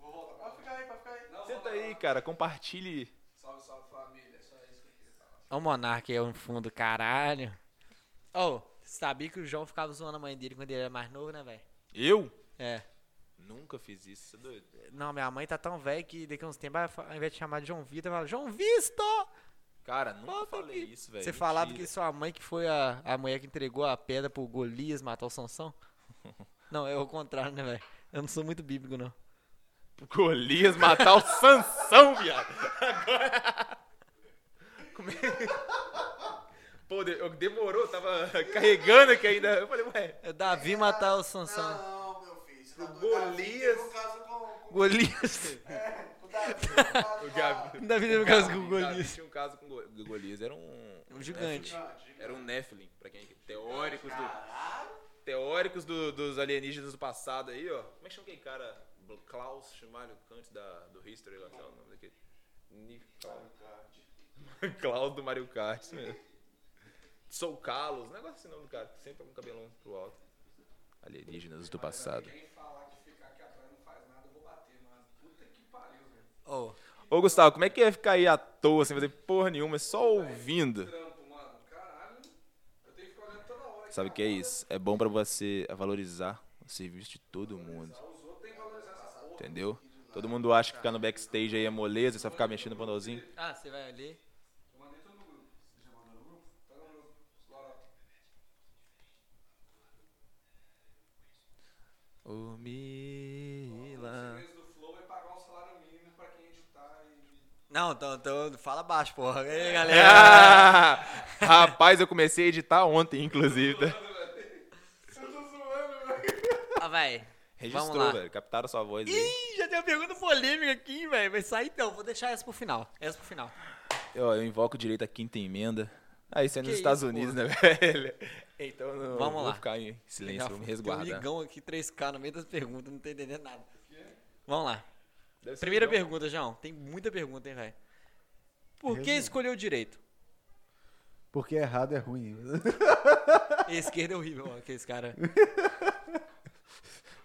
[SPEAKER 4] Pode ficar aí, pode ficar aí. Não,
[SPEAKER 3] Senta aí, cara, compartilhe.
[SPEAKER 4] salve, salve família. Só isso que eu queria falar.
[SPEAKER 2] Olha o Monark aí no fundo, caralho. Ô, oh, sabia que o João ficava zoando a mãe dele quando ele era mais novo, né, velho?
[SPEAKER 3] Eu?
[SPEAKER 2] É.
[SPEAKER 3] Nunca fiz isso, você é doido.
[SPEAKER 2] Não, minha mãe tá tão velha que daqui a uns tempos, ela fa- ao invés de chamar de João Vitor, ela fala, João Visto!
[SPEAKER 3] Cara, nunca
[SPEAKER 2] Volta
[SPEAKER 3] falei
[SPEAKER 2] aqui.
[SPEAKER 3] isso, velho.
[SPEAKER 2] Você falava que
[SPEAKER 3] Mentira.
[SPEAKER 2] sua mãe que foi a, a mulher que entregou a pedra pro Golias matar o Sansão? Não, é o contrário, né, velho? Eu não sou muito bíblico, não.
[SPEAKER 3] Golias matar o Sansão, viado. Agora. Como é- Pô, de- eu- demorou, tava carregando aqui ainda. Eu falei, ué.
[SPEAKER 2] É Davi matar o Sansão.
[SPEAKER 4] Não, meu filho. Você tá
[SPEAKER 3] Do
[SPEAKER 4] doido. Davi
[SPEAKER 3] Golias.
[SPEAKER 4] teve um caso com, com
[SPEAKER 2] Golias.
[SPEAKER 4] o Davi. com
[SPEAKER 3] O Gabi.
[SPEAKER 2] Davi teve um caso com o
[SPEAKER 3] Ah, Gabi
[SPEAKER 2] Golias.
[SPEAKER 3] Tinha um caso com o Go- o Golias. Era um.
[SPEAKER 2] Um gigante.
[SPEAKER 4] Gigante.
[SPEAKER 3] Era um Nephilim, pra quem. Teóricos do. Teóricos do- dos alienígenas do passado aí, ó. Como é que chama aquele cara? Klaus Schmalho Kant da, do History lá, que é o nome daquele. Ni- Klaus do Mario Kart, isso mesmo. Sou Carlos, um negócio assim, nome do cara. Sempre com o cabelão pro alto. Alienígenas do passado.
[SPEAKER 2] Oh,
[SPEAKER 3] Ô, Gustavo, como é que é ficar aí à toa, sem fazer porra nenhuma, só ouvindo? Sabe o que é isso? É bom pra você valorizar o serviço de todo mundo. Entendeu? Todo mundo acha que ficar no backstage aí é moleza, é só ficar mexendo no bundlezinho.
[SPEAKER 2] Ah, você vai ali.
[SPEAKER 3] Ô, Mila.
[SPEAKER 4] é um
[SPEAKER 2] Não, então, então fala baixo, porra. Ei, galera.
[SPEAKER 3] Ah, rapaz, eu comecei a editar ontem, inclusive. Tá?
[SPEAKER 2] Ah, vai. Vamos
[SPEAKER 3] Registrou,
[SPEAKER 2] lá.
[SPEAKER 3] velho. Captaram sua voz aí.
[SPEAKER 2] Ih, já tem uma pergunta polêmica aqui, velho. Vai sair então. Vou deixar essa pro final. Essa pro final.
[SPEAKER 3] Ó, eu invoco o direito à quinta emenda. Aí isso é nos
[SPEAKER 2] Que
[SPEAKER 3] Estados
[SPEAKER 2] isso,
[SPEAKER 3] Unidos, né, velho? Então eu não
[SPEAKER 2] Vamos
[SPEAKER 3] vou
[SPEAKER 2] lá.
[SPEAKER 3] ficar em silêncio, vou me
[SPEAKER 2] Tem um
[SPEAKER 3] resguardar.
[SPEAKER 2] ligão aqui, 3K, no meio das perguntas, não tô entendendo nada. Vamos lá.
[SPEAKER 3] Deve ser
[SPEAKER 2] Primeira
[SPEAKER 3] ligão.
[SPEAKER 2] pergunta, João. Tem muita pergunta, hein, velho. Por que escolheu o direito?
[SPEAKER 1] Porque errado é ruim.
[SPEAKER 2] A esquerda é horrível, ó, aqueles cara.
[SPEAKER 3] Eu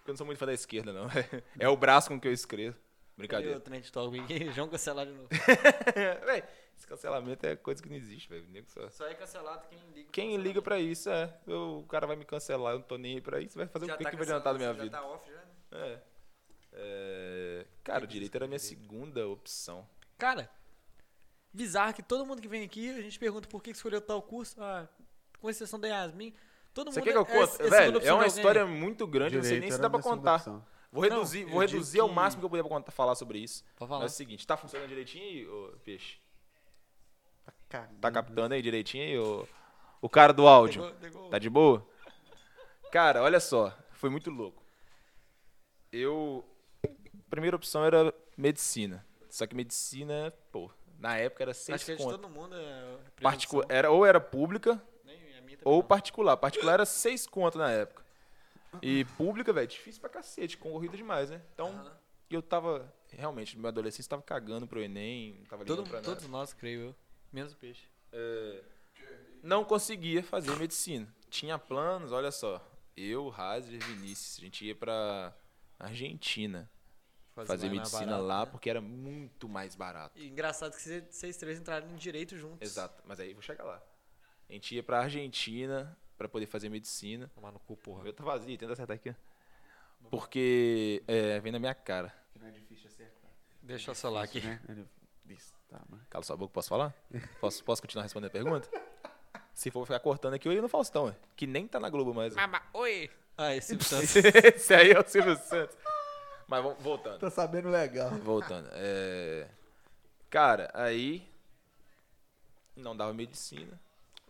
[SPEAKER 3] não sou muito fã da esquerda, não. É o braço com que eu escrevo.
[SPEAKER 2] Cadê
[SPEAKER 3] Brincadeira.
[SPEAKER 2] o trend talk aqui? João cancelado de novo.
[SPEAKER 3] Véi, esse cancelamento é coisa que não existe, velho. Nego só-
[SPEAKER 2] Só é cancelado quem liga.
[SPEAKER 3] Quem liga pra isso é. eu- o cara vai me cancelar, eu não tô nem aí pra isso. Vai fazer o
[SPEAKER 2] tá
[SPEAKER 3] que, que vai adiantar da minha vida?
[SPEAKER 2] Já tá off já, né?
[SPEAKER 3] É. É, Cara, o direito era a minha segunda opção.
[SPEAKER 2] Cara, bizarro que todo mundo que vem aqui, a gente pergunta por que que escolheu tal curso, ah, com exceção da Yasmin. Todo
[SPEAKER 3] Você
[SPEAKER 2] mundo
[SPEAKER 3] quer que eu
[SPEAKER 2] é-
[SPEAKER 3] conte?
[SPEAKER 2] é a segunda
[SPEAKER 3] velho,
[SPEAKER 2] opção
[SPEAKER 3] é uma
[SPEAKER 2] de alguém.
[SPEAKER 3] história muito grande, eu não sei nem
[SPEAKER 1] Direito
[SPEAKER 3] se
[SPEAKER 1] era
[SPEAKER 3] dá
[SPEAKER 1] a
[SPEAKER 3] pra
[SPEAKER 1] minha segunda
[SPEAKER 3] contar.
[SPEAKER 1] opção.
[SPEAKER 3] Vou
[SPEAKER 2] Não,
[SPEAKER 3] reduzir,
[SPEAKER 2] eu
[SPEAKER 3] vou
[SPEAKER 2] digo
[SPEAKER 3] reduzir ao
[SPEAKER 2] que-
[SPEAKER 3] máximo que eu puder pra contar- falar sobre isso.
[SPEAKER 2] Pode falar.
[SPEAKER 3] Mas é o seguinte, tá funcionando direitinho aí, ô, peixe?
[SPEAKER 1] Cagando.
[SPEAKER 2] Hum.
[SPEAKER 3] Tá captando aí direitinho aí, ô, o cara do áudio?
[SPEAKER 2] Pegou- pegou.
[SPEAKER 3] Tá de boa? Cara, olha só, foi muito louco. Eu. Primeira opção era medicina. Só que medicina, pô, na época era
[SPEAKER 2] Acho
[SPEAKER 3] seis
[SPEAKER 2] que a de
[SPEAKER 3] conto.
[SPEAKER 2] todo mundo é
[SPEAKER 3] Particu- era, ou era pública,
[SPEAKER 2] Nem a minha também
[SPEAKER 3] ou
[SPEAKER 2] não.
[SPEAKER 3] particular. Particular era seis conto na época. E pública, velho, difícil pra cacete, concorrida demais, né? Então, E eu tava, realmente, na minha adolescência, estava cagando pro Enem, não tava ligando
[SPEAKER 2] Todo,
[SPEAKER 3] pra nada.
[SPEAKER 2] todos nós, creio eu. Menos o peixe.
[SPEAKER 3] É, não conseguia fazer medicina. Tinha planos, olha só. Eu, Hasler, Vinícius, a gente ia pra Argentina fazer,
[SPEAKER 2] mais
[SPEAKER 3] medicina
[SPEAKER 2] barato,
[SPEAKER 3] lá
[SPEAKER 2] né?
[SPEAKER 3] porque era muito mais barato.
[SPEAKER 2] E engraçado que cê- vocês três entraram em direito juntos.
[SPEAKER 3] Exato, mas aí eu vou chegar lá. A gente ia pra Argentina pra poder fazer medicina.
[SPEAKER 2] Tomar no cu,
[SPEAKER 3] O
[SPEAKER 2] porra.
[SPEAKER 3] meu tá vazio, tenta acertar aqui. ó. Porque, é, vem na minha cara.
[SPEAKER 2] Deixa eu solar aqui.
[SPEAKER 1] né? Isso, tá, mas...
[SPEAKER 3] Cala sua boca, posso falar? Posso, posso continuar respondendo a pergunta? Se for ficar cortando aqui, eu ia no Faustão, ué, que nem tá na Globo mais.
[SPEAKER 5] oi!
[SPEAKER 2] Ah, esse Santos.
[SPEAKER 3] Esse aí é o Silvio Santos. Mas vamos, voltando.
[SPEAKER 1] Tá sabendo legal.
[SPEAKER 3] Voltando. É, Cara, aí não dava medicina,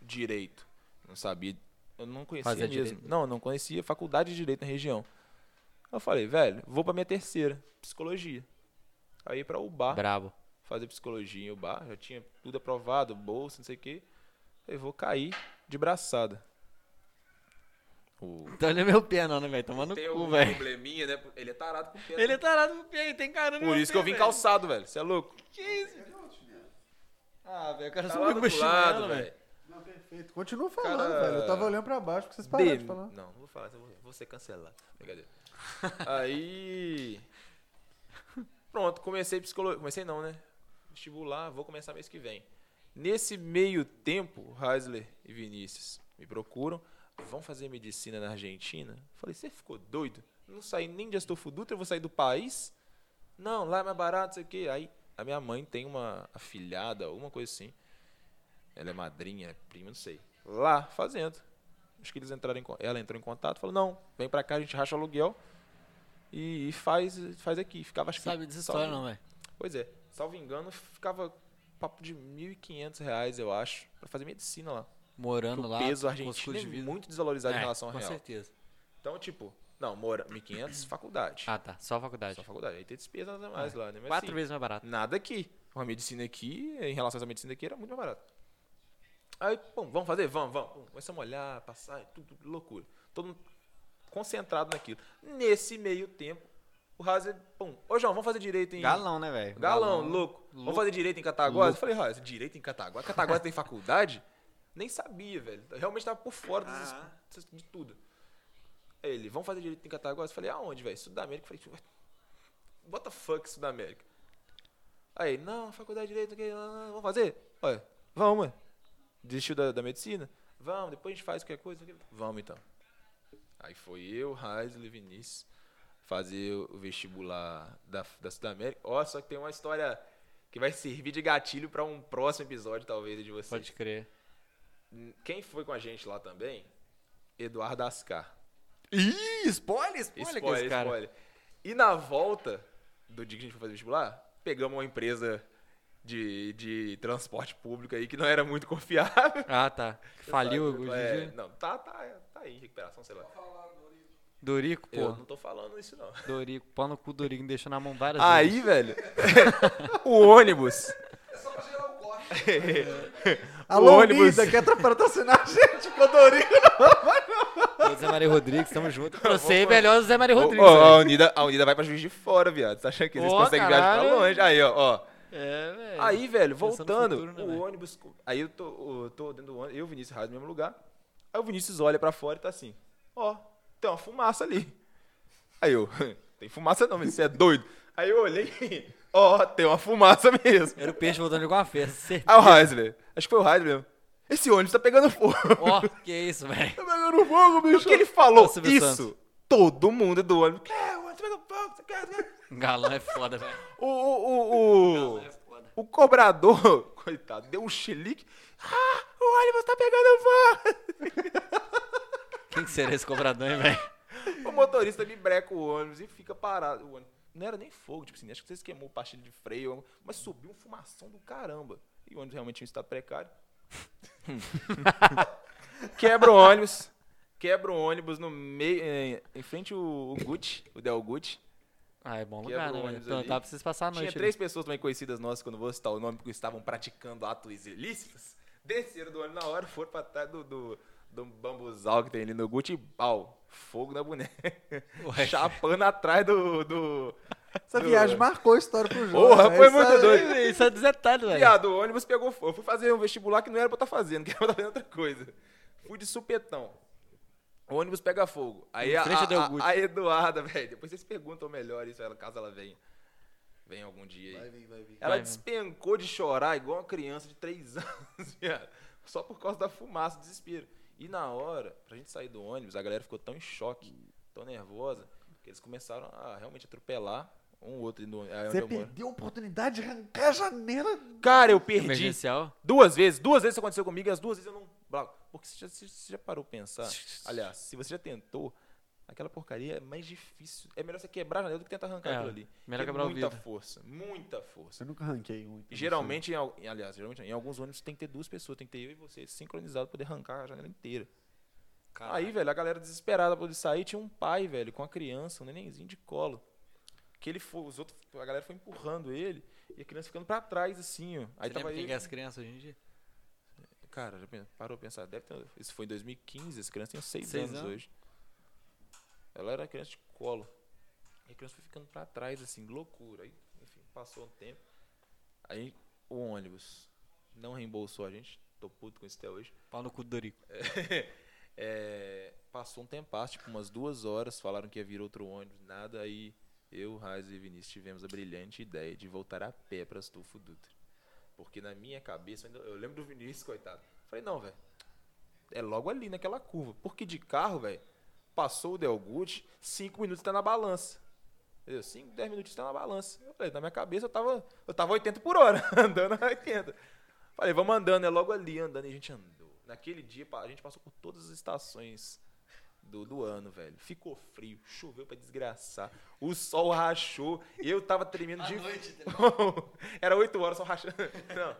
[SPEAKER 3] direito. Não sabia. Eu não conhecia
[SPEAKER 2] Fazia
[SPEAKER 3] mesmo.
[SPEAKER 2] direito?
[SPEAKER 3] Não, não conhecia faculdade de direito na região. Eu falei, velho, vou pra minha terceira, psicologia. Aí pra UBA,
[SPEAKER 2] Brabo.
[SPEAKER 3] fazer psicologia em UBA, já tinha tudo aprovado, bolsa, não sei o quê. Eu vou cair de braçada. O
[SPEAKER 2] Então ele é meu pé, não, né, velho? Tomar no
[SPEAKER 3] tem
[SPEAKER 2] cu,
[SPEAKER 3] algum
[SPEAKER 2] velho.
[SPEAKER 3] probleminha, né? Ele é tarado com pena.
[SPEAKER 2] Ele é tarado pro pé, ele tem cara no
[SPEAKER 3] Por
[SPEAKER 2] meu
[SPEAKER 3] isso que eu
[SPEAKER 2] pé,
[SPEAKER 3] vim
[SPEAKER 2] velho.
[SPEAKER 3] calçado, velho. Você é louco?
[SPEAKER 2] Que isso? velho? Ah, velho, o cara
[SPEAKER 3] Tá
[SPEAKER 2] subiu
[SPEAKER 3] lá
[SPEAKER 2] com o
[SPEAKER 3] do
[SPEAKER 2] chinelo,
[SPEAKER 3] lado,
[SPEAKER 2] velho.
[SPEAKER 3] velho.
[SPEAKER 1] Não, perfeito. Continua falando,
[SPEAKER 3] Cara-
[SPEAKER 1] velho. Eu tava olhando pra baixo porque vocês pararam de
[SPEAKER 3] Dele.
[SPEAKER 1] falar.
[SPEAKER 3] Não, não vou falar, senão eu vou, vou ser cancelado. Brincadeira. Aí. Pronto, comecei psicologia. Comecei não, né? Vestibular, vou começar mês que vem. Nesse meio tempo, Heisler e Vinícius me procuram. Vão fazer medicina na Argentina? Eu Falei, você ficou doido? Não saí nem de Astolfo Dutra, eu vou sair do país? Não, lá é mais barato, sei o quê. Aí a minha mãe tem uma afilhada, alguma coisa assim. Ela é madrinha, é prima, não sei. Lá fazendo. Acho que eles entraram em, con- ela entrou em contato, falou: "Não, vem pra cá, a gente racha o aluguel e, e faz faz aqui". Ficava acho que
[SPEAKER 2] Sabe dessa
[SPEAKER 3] salvo-
[SPEAKER 2] história, não, velho.
[SPEAKER 3] Pois é. Salvo engano, ficava papo de 1.500 reais, eu acho, pra fazer medicina lá.
[SPEAKER 2] Morando
[SPEAKER 3] o
[SPEAKER 2] lá.
[SPEAKER 3] peso
[SPEAKER 2] com os custos
[SPEAKER 3] argentino
[SPEAKER 2] de
[SPEAKER 3] é
[SPEAKER 2] vida.
[SPEAKER 3] muito desvalorizado em relação ao
[SPEAKER 2] com
[SPEAKER 3] real.
[SPEAKER 2] certeza.
[SPEAKER 3] Então, tipo, não, mora 1.500 faculdade.
[SPEAKER 2] Ah, tá. Só a faculdade.
[SPEAKER 3] Só faculdade, aí tem despesa nada mais lá, né? Mas,
[SPEAKER 2] Quatro
[SPEAKER 3] assim,
[SPEAKER 2] vezes mais barato.
[SPEAKER 3] Nada aqui. Uma medicina aqui, em relação a essa medicina aqui, era muito mais barato. Aí, bom, vamos fazer? Vamos, vamos. Pum, Começamos a olhar, passar, tudo, tudo, loucura. Todo mundo concentrado naquilo. Nesse meio tempo, o Razer, pum, ô João, vamos fazer direito em.
[SPEAKER 5] Galão, né, velho?
[SPEAKER 3] Galão, louco. Vamos fazer direito em Cataguás? Eu falei, Razer, direito em Cataguás? Cataguás tem faculdade? Nem sabia, velho. Eu realmente tava por fora dessas- dessas- de tudo. Aí ele, vamos fazer direito em Cataguás? Eu falei, aonde, velho? Sudamérica. Eu falei, what the fuck, Sudamérica? Aí, ele, não, faculdade de direito, ok, não, não, não, vamos fazer? Olha, vamos, ué. Desistiu da, da medicina? Vamos, depois a gente faz qualquer coisa. ok? Vamos então. Aí foi eu, Raisley, Vinícius, fazer o vestibular da, da Sudamérica. Ó, só que tem uma história que vai servir de gatilho para um próximo episódio, talvez, de vocês.
[SPEAKER 2] Pode crer.
[SPEAKER 3] Quem foi com a gente lá também? Eduardo Ascar.
[SPEAKER 2] Ih, spoiler,
[SPEAKER 3] Spoiler,
[SPEAKER 2] spoiler, com esse cara.
[SPEAKER 3] spoiler. E na volta do dia que a gente foi fazer vestibular, pegamos uma empresa de, de transporte público aí que não era muito confiável.
[SPEAKER 2] Ah, tá. Faliu hoje
[SPEAKER 3] É,
[SPEAKER 2] em dia.
[SPEAKER 3] Não, tá, tá, tá aí, recuperação, sei lá.
[SPEAKER 2] Dorico, pô.
[SPEAKER 3] Eu não tô falando isso, não.
[SPEAKER 2] Dorico. Pau no cu do Dorico, me deixou na mão várias vezes.
[SPEAKER 3] Aí, velho, o ônibus.
[SPEAKER 1] Alô,
[SPEAKER 3] ônibus-
[SPEAKER 1] Lida, quer patrocinar a gente, Codorinho?
[SPEAKER 2] Ô, Zé Maria Rodrigues, tamo junto. Pra você, melhor o Zé Maria
[SPEAKER 3] Ô,
[SPEAKER 2] Rodrigues. né?
[SPEAKER 3] ô,
[SPEAKER 2] velho.
[SPEAKER 3] a, Unida, a Unida vai pra Juiz de Fora, viado. Você acha que eles
[SPEAKER 2] Ô,
[SPEAKER 3] conseguem viajar pra
[SPEAKER 2] caralho.
[SPEAKER 3] longe? Aí, ó, ó.
[SPEAKER 2] É, velho.
[SPEAKER 3] Aí,
[SPEAKER 2] Pensando
[SPEAKER 3] velho,
[SPEAKER 2] no
[SPEAKER 3] voltando,
[SPEAKER 2] futuro, né,
[SPEAKER 3] o
[SPEAKER 2] velho?
[SPEAKER 3] ônibus. co- Aí eu tô, eu tô dentro do ônibus, eu e o Vinícius Raiz no mesmo lugar. Aí o Vinícius olha pra fora e tá assim: Ó, tem uma fumaça ali. Aí eu: Tem fumaça não, Vinícius, você é doido. Aí eu olhei: Ó, tem uma fumaça mesmo.
[SPEAKER 2] Era o peixe voltando de alguma festa. certeza.
[SPEAKER 3] Aí o Heisler, acho que foi o Heisler mesmo. Esse ônibus tá pegando fogo.
[SPEAKER 2] Ó, que isso, velho.
[SPEAKER 3] Tá pegando fogo, bicho. que ele falou
[SPEAKER 2] Ô, Silvio
[SPEAKER 3] isso,
[SPEAKER 2] Santos.
[SPEAKER 3] todo mundo do ônibus. Quer, o ônibus pegando fogo, você quer, você quer.
[SPEAKER 2] Galão é foda, velho.
[SPEAKER 3] O, o,
[SPEAKER 2] é
[SPEAKER 3] o, o, o cobrador, coitado, deu um chilique. Ah, o ônibus tá pegando
[SPEAKER 2] Quem que seria esse cobrador, hein, velho?
[SPEAKER 3] fogo. O motorista me breca o ônibus e fica parado. O ônibus. Não era nem fogo, tipo assim, acho que vocês queimou o pastilho de freio, mas subiu um fumação do caramba. E o ônibus realmente tinha um estado precário. quebra o ônibus, quebra o ônibus no meio, eh, em frente o, o Gucci, o Del Gucci.
[SPEAKER 2] Ah, é bom
[SPEAKER 3] Quebra
[SPEAKER 2] lugar,
[SPEAKER 3] o
[SPEAKER 2] né, velho?
[SPEAKER 3] ônibus
[SPEAKER 2] Então,
[SPEAKER 3] ali.
[SPEAKER 2] dá pra vocês passar a
[SPEAKER 3] Tinha
[SPEAKER 2] noite
[SPEAKER 3] três pessoas também conhecidas nossas, quando vou citar o nome, que estavam praticando atos ilícitos. Desceram do ônibus na hora, foram pra trás do, do, do bambuzal que tem ali no Gucci e pau, fogo na boneca.
[SPEAKER 2] Ué.
[SPEAKER 3] Chapando atrás do, do,
[SPEAKER 1] Essa viagem marcou a história pro João.
[SPEAKER 3] Porra,
[SPEAKER 1] né?
[SPEAKER 3] foi
[SPEAKER 1] Isso
[SPEAKER 3] muito
[SPEAKER 1] aí-
[SPEAKER 3] doido.
[SPEAKER 2] Isso é detalhe, velho.
[SPEAKER 3] Viado, o ônibus pegou fogo. Eu fui fazer um vestibular que não era pra eu estar fazendo, que era pra eu estar fazendo outra coisa. Fui de supetão. O ônibus pega fogo. Aí a,
[SPEAKER 2] frente
[SPEAKER 3] a-
[SPEAKER 2] do
[SPEAKER 3] a-
[SPEAKER 2] Augusto.
[SPEAKER 3] a Eduarda, velho, depois vocês perguntam melhor isso, ela, caso ela venha. Vem algum dia aí. Ela
[SPEAKER 2] Vai vir.
[SPEAKER 3] despencou de chorar igual uma criança de 3 anos, viado. Só por causa da fumaça, desespero. E na hora, pra gente sair do ônibus, a galera ficou tão em choque, tão nervosa, que eles começaram a realmente atropelar um outro. No, aí onde
[SPEAKER 1] Você
[SPEAKER 3] eu moro.
[SPEAKER 1] perdeu a oportunidade de arrancar a janela.
[SPEAKER 3] Cara, eu perdi.
[SPEAKER 2] Emergencial.
[SPEAKER 3] Duas vezes, duas vezes isso aconteceu comigo e as duas vezes eu não. blago. Porque você já, você já parou pra pensar. Aliás, se você já tentou, aquela porcaria é mais difícil. É melhor você quebrar a janela do que tentar arrancar
[SPEAKER 2] É,
[SPEAKER 3] aquilo ali.
[SPEAKER 2] melhor
[SPEAKER 3] Tem
[SPEAKER 2] quebrar o
[SPEAKER 3] Muita
[SPEAKER 2] vidro. É
[SPEAKER 3] força, muita força.
[SPEAKER 1] Eu nunca arranquei um. então
[SPEAKER 3] E geralmente, em, al- em- aliás, geralmente, em alguns ônibus tem que ter duas pessoas, tem que ter eu e você sincronizado pra poder arrancar a janela inteira. Aí, velho, a galera desesperada pra poder sair, tinha um pai, velho, com a criança, um nenenzinho de colo. Que ele foi, os outros, a galera foi empurrando ele e a criança ficando pra trás, assim, ó. Aí
[SPEAKER 2] Você lembra
[SPEAKER 3] ele-
[SPEAKER 2] quem é as crianças hoje em dia?
[SPEAKER 3] Cara, já pen- parou pra pensar. Deve ter, um, isso foi em 2015, essa criança tem 6
[SPEAKER 2] Seis
[SPEAKER 3] anos,
[SPEAKER 2] anos.
[SPEAKER 3] hoje. Ela era criança de colo. E a criança foi ficando pra trás, assim, loucura. Aí, enfim, passou um tempo. Aí o ônibus não reembolsou a gente. Tô puto com isso até hoje.
[SPEAKER 2] Pau no cu do Dorico.
[SPEAKER 3] É, passou um tempo, tipo umas duas horas, falaram que ia vir outro ônibus, nada. Aí eu, Raiz e Vinícius tivemos a brilhante ideia de voltar a pé para Astolfo Dutra. Porque na minha cabeça, ainda- eu lembro do Vinícius, coitado. Falei, não, velho, é logo ali naquela curva. Porque de carro, velho, passou o Delgut, cinco minutos tá na balança. Entendeu? 5, 10 minutos tá na balança. Eu falei, na minha cabeça eu tava, eu tava 80 por hora, andando a 80. Falei, vamos andando, é logo ali, andando, e a gente andou. Naquele dia, pa- a gente passou por todas as estações do, do ano, velho. Ficou frio, choveu pra desgraçar, o sol rachou, eu tava tremendo de fome. Era 8 horas, só rachando. Não.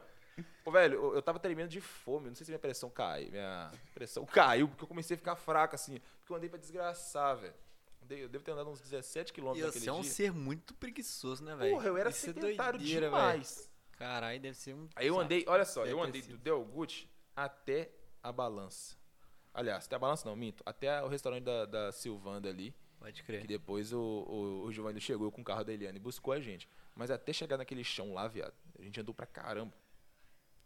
[SPEAKER 3] Pô, velho, eu, eu tava tremendo de fome, não sei se minha pressão caiu, minha pressão caiu, porque eu comecei a ficar fraco, assim, porque eu andei pra desgraçar, velho. Andei- Eu devo ter andado uns 17
[SPEAKER 2] E
[SPEAKER 3] quilômetros naquele
[SPEAKER 2] você é
[SPEAKER 3] dia.
[SPEAKER 2] um ser muito preguiçoso, né, velho?
[SPEAKER 3] Porra, eu era
[SPEAKER 2] Isso é
[SPEAKER 3] sedentário
[SPEAKER 2] doideira, velho.
[SPEAKER 3] demais.
[SPEAKER 2] Caralho, deve ser um.
[SPEAKER 3] Aí eu
[SPEAKER 2] saco.
[SPEAKER 3] andei, olha só, eu andei
[SPEAKER 2] Depressivo.
[SPEAKER 3] do Delgut até a balança. Aliás, até a balança não, minto. Até o restaurante da, da Silvanda ali.
[SPEAKER 2] Pode
[SPEAKER 3] Que
[SPEAKER 2] crer.
[SPEAKER 3] depois o, o, o Giovanni chegou com o carro da Eliane e buscou a gente. Mas até chegar naquele chão lá, viado, a gente andou pra caramba.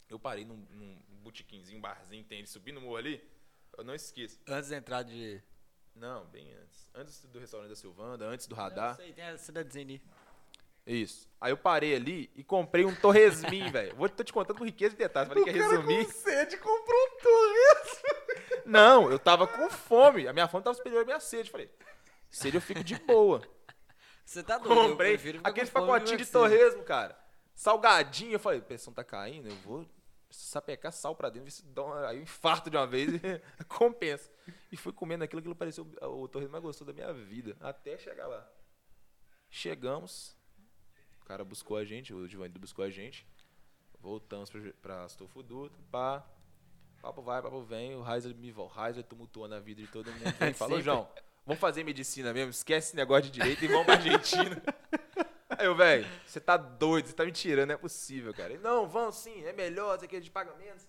[SPEAKER 3] Eu parei num, num botiquinzinho, um barzinho que tem ele subindo no morro ali. Eu não esqueço.
[SPEAKER 2] Antes da entrada de.
[SPEAKER 3] Não, bem antes. Antes do restaurante da Silvanda, antes do
[SPEAKER 2] Não
[SPEAKER 3] radar.
[SPEAKER 2] sei, tem a cidadezinha ali.
[SPEAKER 3] Isso. Aí eu parei ali e comprei um torresmin, velho. Vou tô te contando com riqueza de detalhes. Falei que ia resumir.
[SPEAKER 1] sede comprou um torres.
[SPEAKER 2] é
[SPEAKER 3] Não, eu tava com fome. A minha fome tava superior à minha sede. Falei, sede eu fico de boa.
[SPEAKER 2] Você tá doido? eu
[SPEAKER 3] Comprei
[SPEAKER 2] prefiro ficar
[SPEAKER 3] aquele
[SPEAKER 2] com fome
[SPEAKER 3] pacotinho
[SPEAKER 2] que
[SPEAKER 3] de
[SPEAKER 2] você.
[SPEAKER 3] torresmo, cara. Salgadinho. Eu falei, a pressão tá caindo, eu vou sapecar sal pra dentro, ver se dá um, aí um infarto de uma vez e compensa. E fui comendo aquilo, aquilo pareceu o torresmo mais gostoso da minha vida. Até chegar lá. Chegamos. O cara buscou a gente, o Giovanni buscou a gente. Voltamos pra, pra Astolfo Dutra, pá. Papo vai, papo vem. O Heiser me vol- Heiser tumultuou na vida de todo mundo. Ele falou,
[SPEAKER 2] Sempre.
[SPEAKER 3] João, vamos fazer medicina mesmo, esquece esse negócio de direito e vamos pra Argentina. Aí eu, velho, você tá doido, você tá me tirando, não é possível, cara. Ele, não, vamos sim, é melhor, isso aqui é de pagamentos.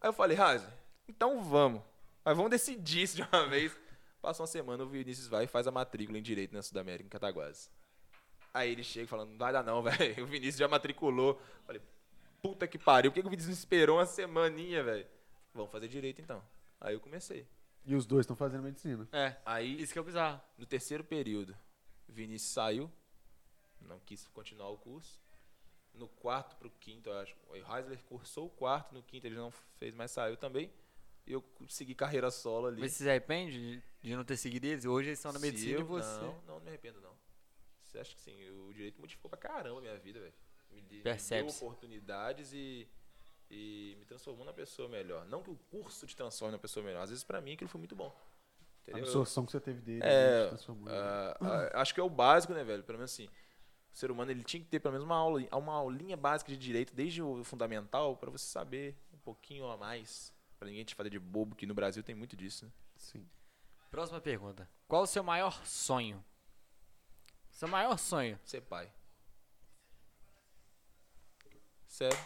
[SPEAKER 3] Aí eu falei, Heiser, então vamos. Mas vamos decidir isso de uma vez. Passa uma semana, o Vinícius vai e faz a matrícula em direito na Sudamérica, em Cataguases. Aí ele chega falando, não vai dar não, velho. O Vinícius já matriculou. Falei, puta que pariu, por que, que o Vinícius esperou uma semaninha, velho? Vamos fazer direito então. Aí eu comecei.
[SPEAKER 1] E os dois estão fazendo medicina.
[SPEAKER 2] É.
[SPEAKER 3] Aí,
[SPEAKER 2] Isso que é o bizarro.
[SPEAKER 3] no terceiro período, o Vinícius saiu, não quis continuar o curso. No quarto pro quinto, eu acho. O Heisler cursou o quarto, no quinto ele não fez mais, saiu também. E eu segui carreira solo ali.
[SPEAKER 2] Mas você se arrepende de- de não ter seguido eles? Hoje eles estão na
[SPEAKER 3] Se
[SPEAKER 2] medicina e
[SPEAKER 3] eu-
[SPEAKER 2] você.
[SPEAKER 3] Não, não me arrependo, não. Você acha que sim? O direito modificou pra caramba a minha vida, velho. Me de- me deu
[SPEAKER 2] Percebe-se.
[SPEAKER 3] oportunidades e, e me transformou numa pessoa melhor. Não que o curso te transforme numa pessoa melhor. Às vezes, pra mim, aquilo foi muito bom.
[SPEAKER 1] A
[SPEAKER 3] Entendeu?
[SPEAKER 1] absorção que você teve dele
[SPEAKER 3] É,
[SPEAKER 1] né, te transformou.
[SPEAKER 3] Ah, ah, acho que é o básico, né, velho? Pelo menos assim, o ser humano ele tinha que ter pelo menos uma aula, uma aulinha básica de direito desde o fundamental pra você saber um pouquinho a mais, Pra ninguém te fazer de bobo, que no Brasil tem muito disso. Né?
[SPEAKER 1] Sim.
[SPEAKER 2] Próxima pergunta. Qual o seu maior sonho? Seu maior sonho.
[SPEAKER 3] Ser pai. Sério?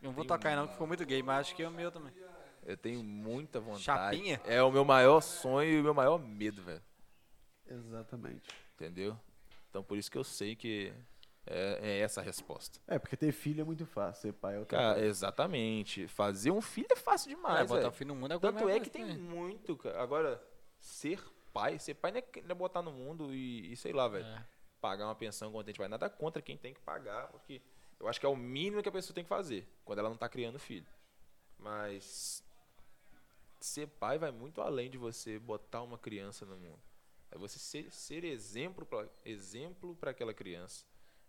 [SPEAKER 2] Não vou
[SPEAKER 3] um
[SPEAKER 2] tocar aí não, que ficou muito gay, mas acho que é o meu também.
[SPEAKER 3] Eu tenho muita vontade.
[SPEAKER 2] Chapinha?
[SPEAKER 3] É o meu maior sonho e o meu maior medo, velho.
[SPEAKER 1] Exatamente.
[SPEAKER 3] Entendeu? Então por isso que eu sei que é, é essa a resposta.
[SPEAKER 1] É, porque ter filho é muito fácil, ser pai é outra
[SPEAKER 3] Cara,
[SPEAKER 1] coisa.
[SPEAKER 3] exatamente. Fazer um filho é fácil demais.
[SPEAKER 2] é, botar
[SPEAKER 3] velho.
[SPEAKER 2] o filho no mundo é coisa
[SPEAKER 3] Tanto
[SPEAKER 2] mais
[SPEAKER 3] é que tem
[SPEAKER 2] fácil, né?
[SPEAKER 3] muito, cara. Agora, ser pai, ser pai não é, que- não é botar no mundo e, e sei lá, velho.
[SPEAKER 2] É.
[SPEAKER 3] Pagar uma pensão quando a gente vai. Nada contra quem tem que pagar, porque eu acho que é o mínimo que a pessoa tem que fazer quando ela não tá criando filho. Mas ser pai vai muito além de você botar uma criança no mundo. É você ser, ser exemplo para exemplo pra aquela criança.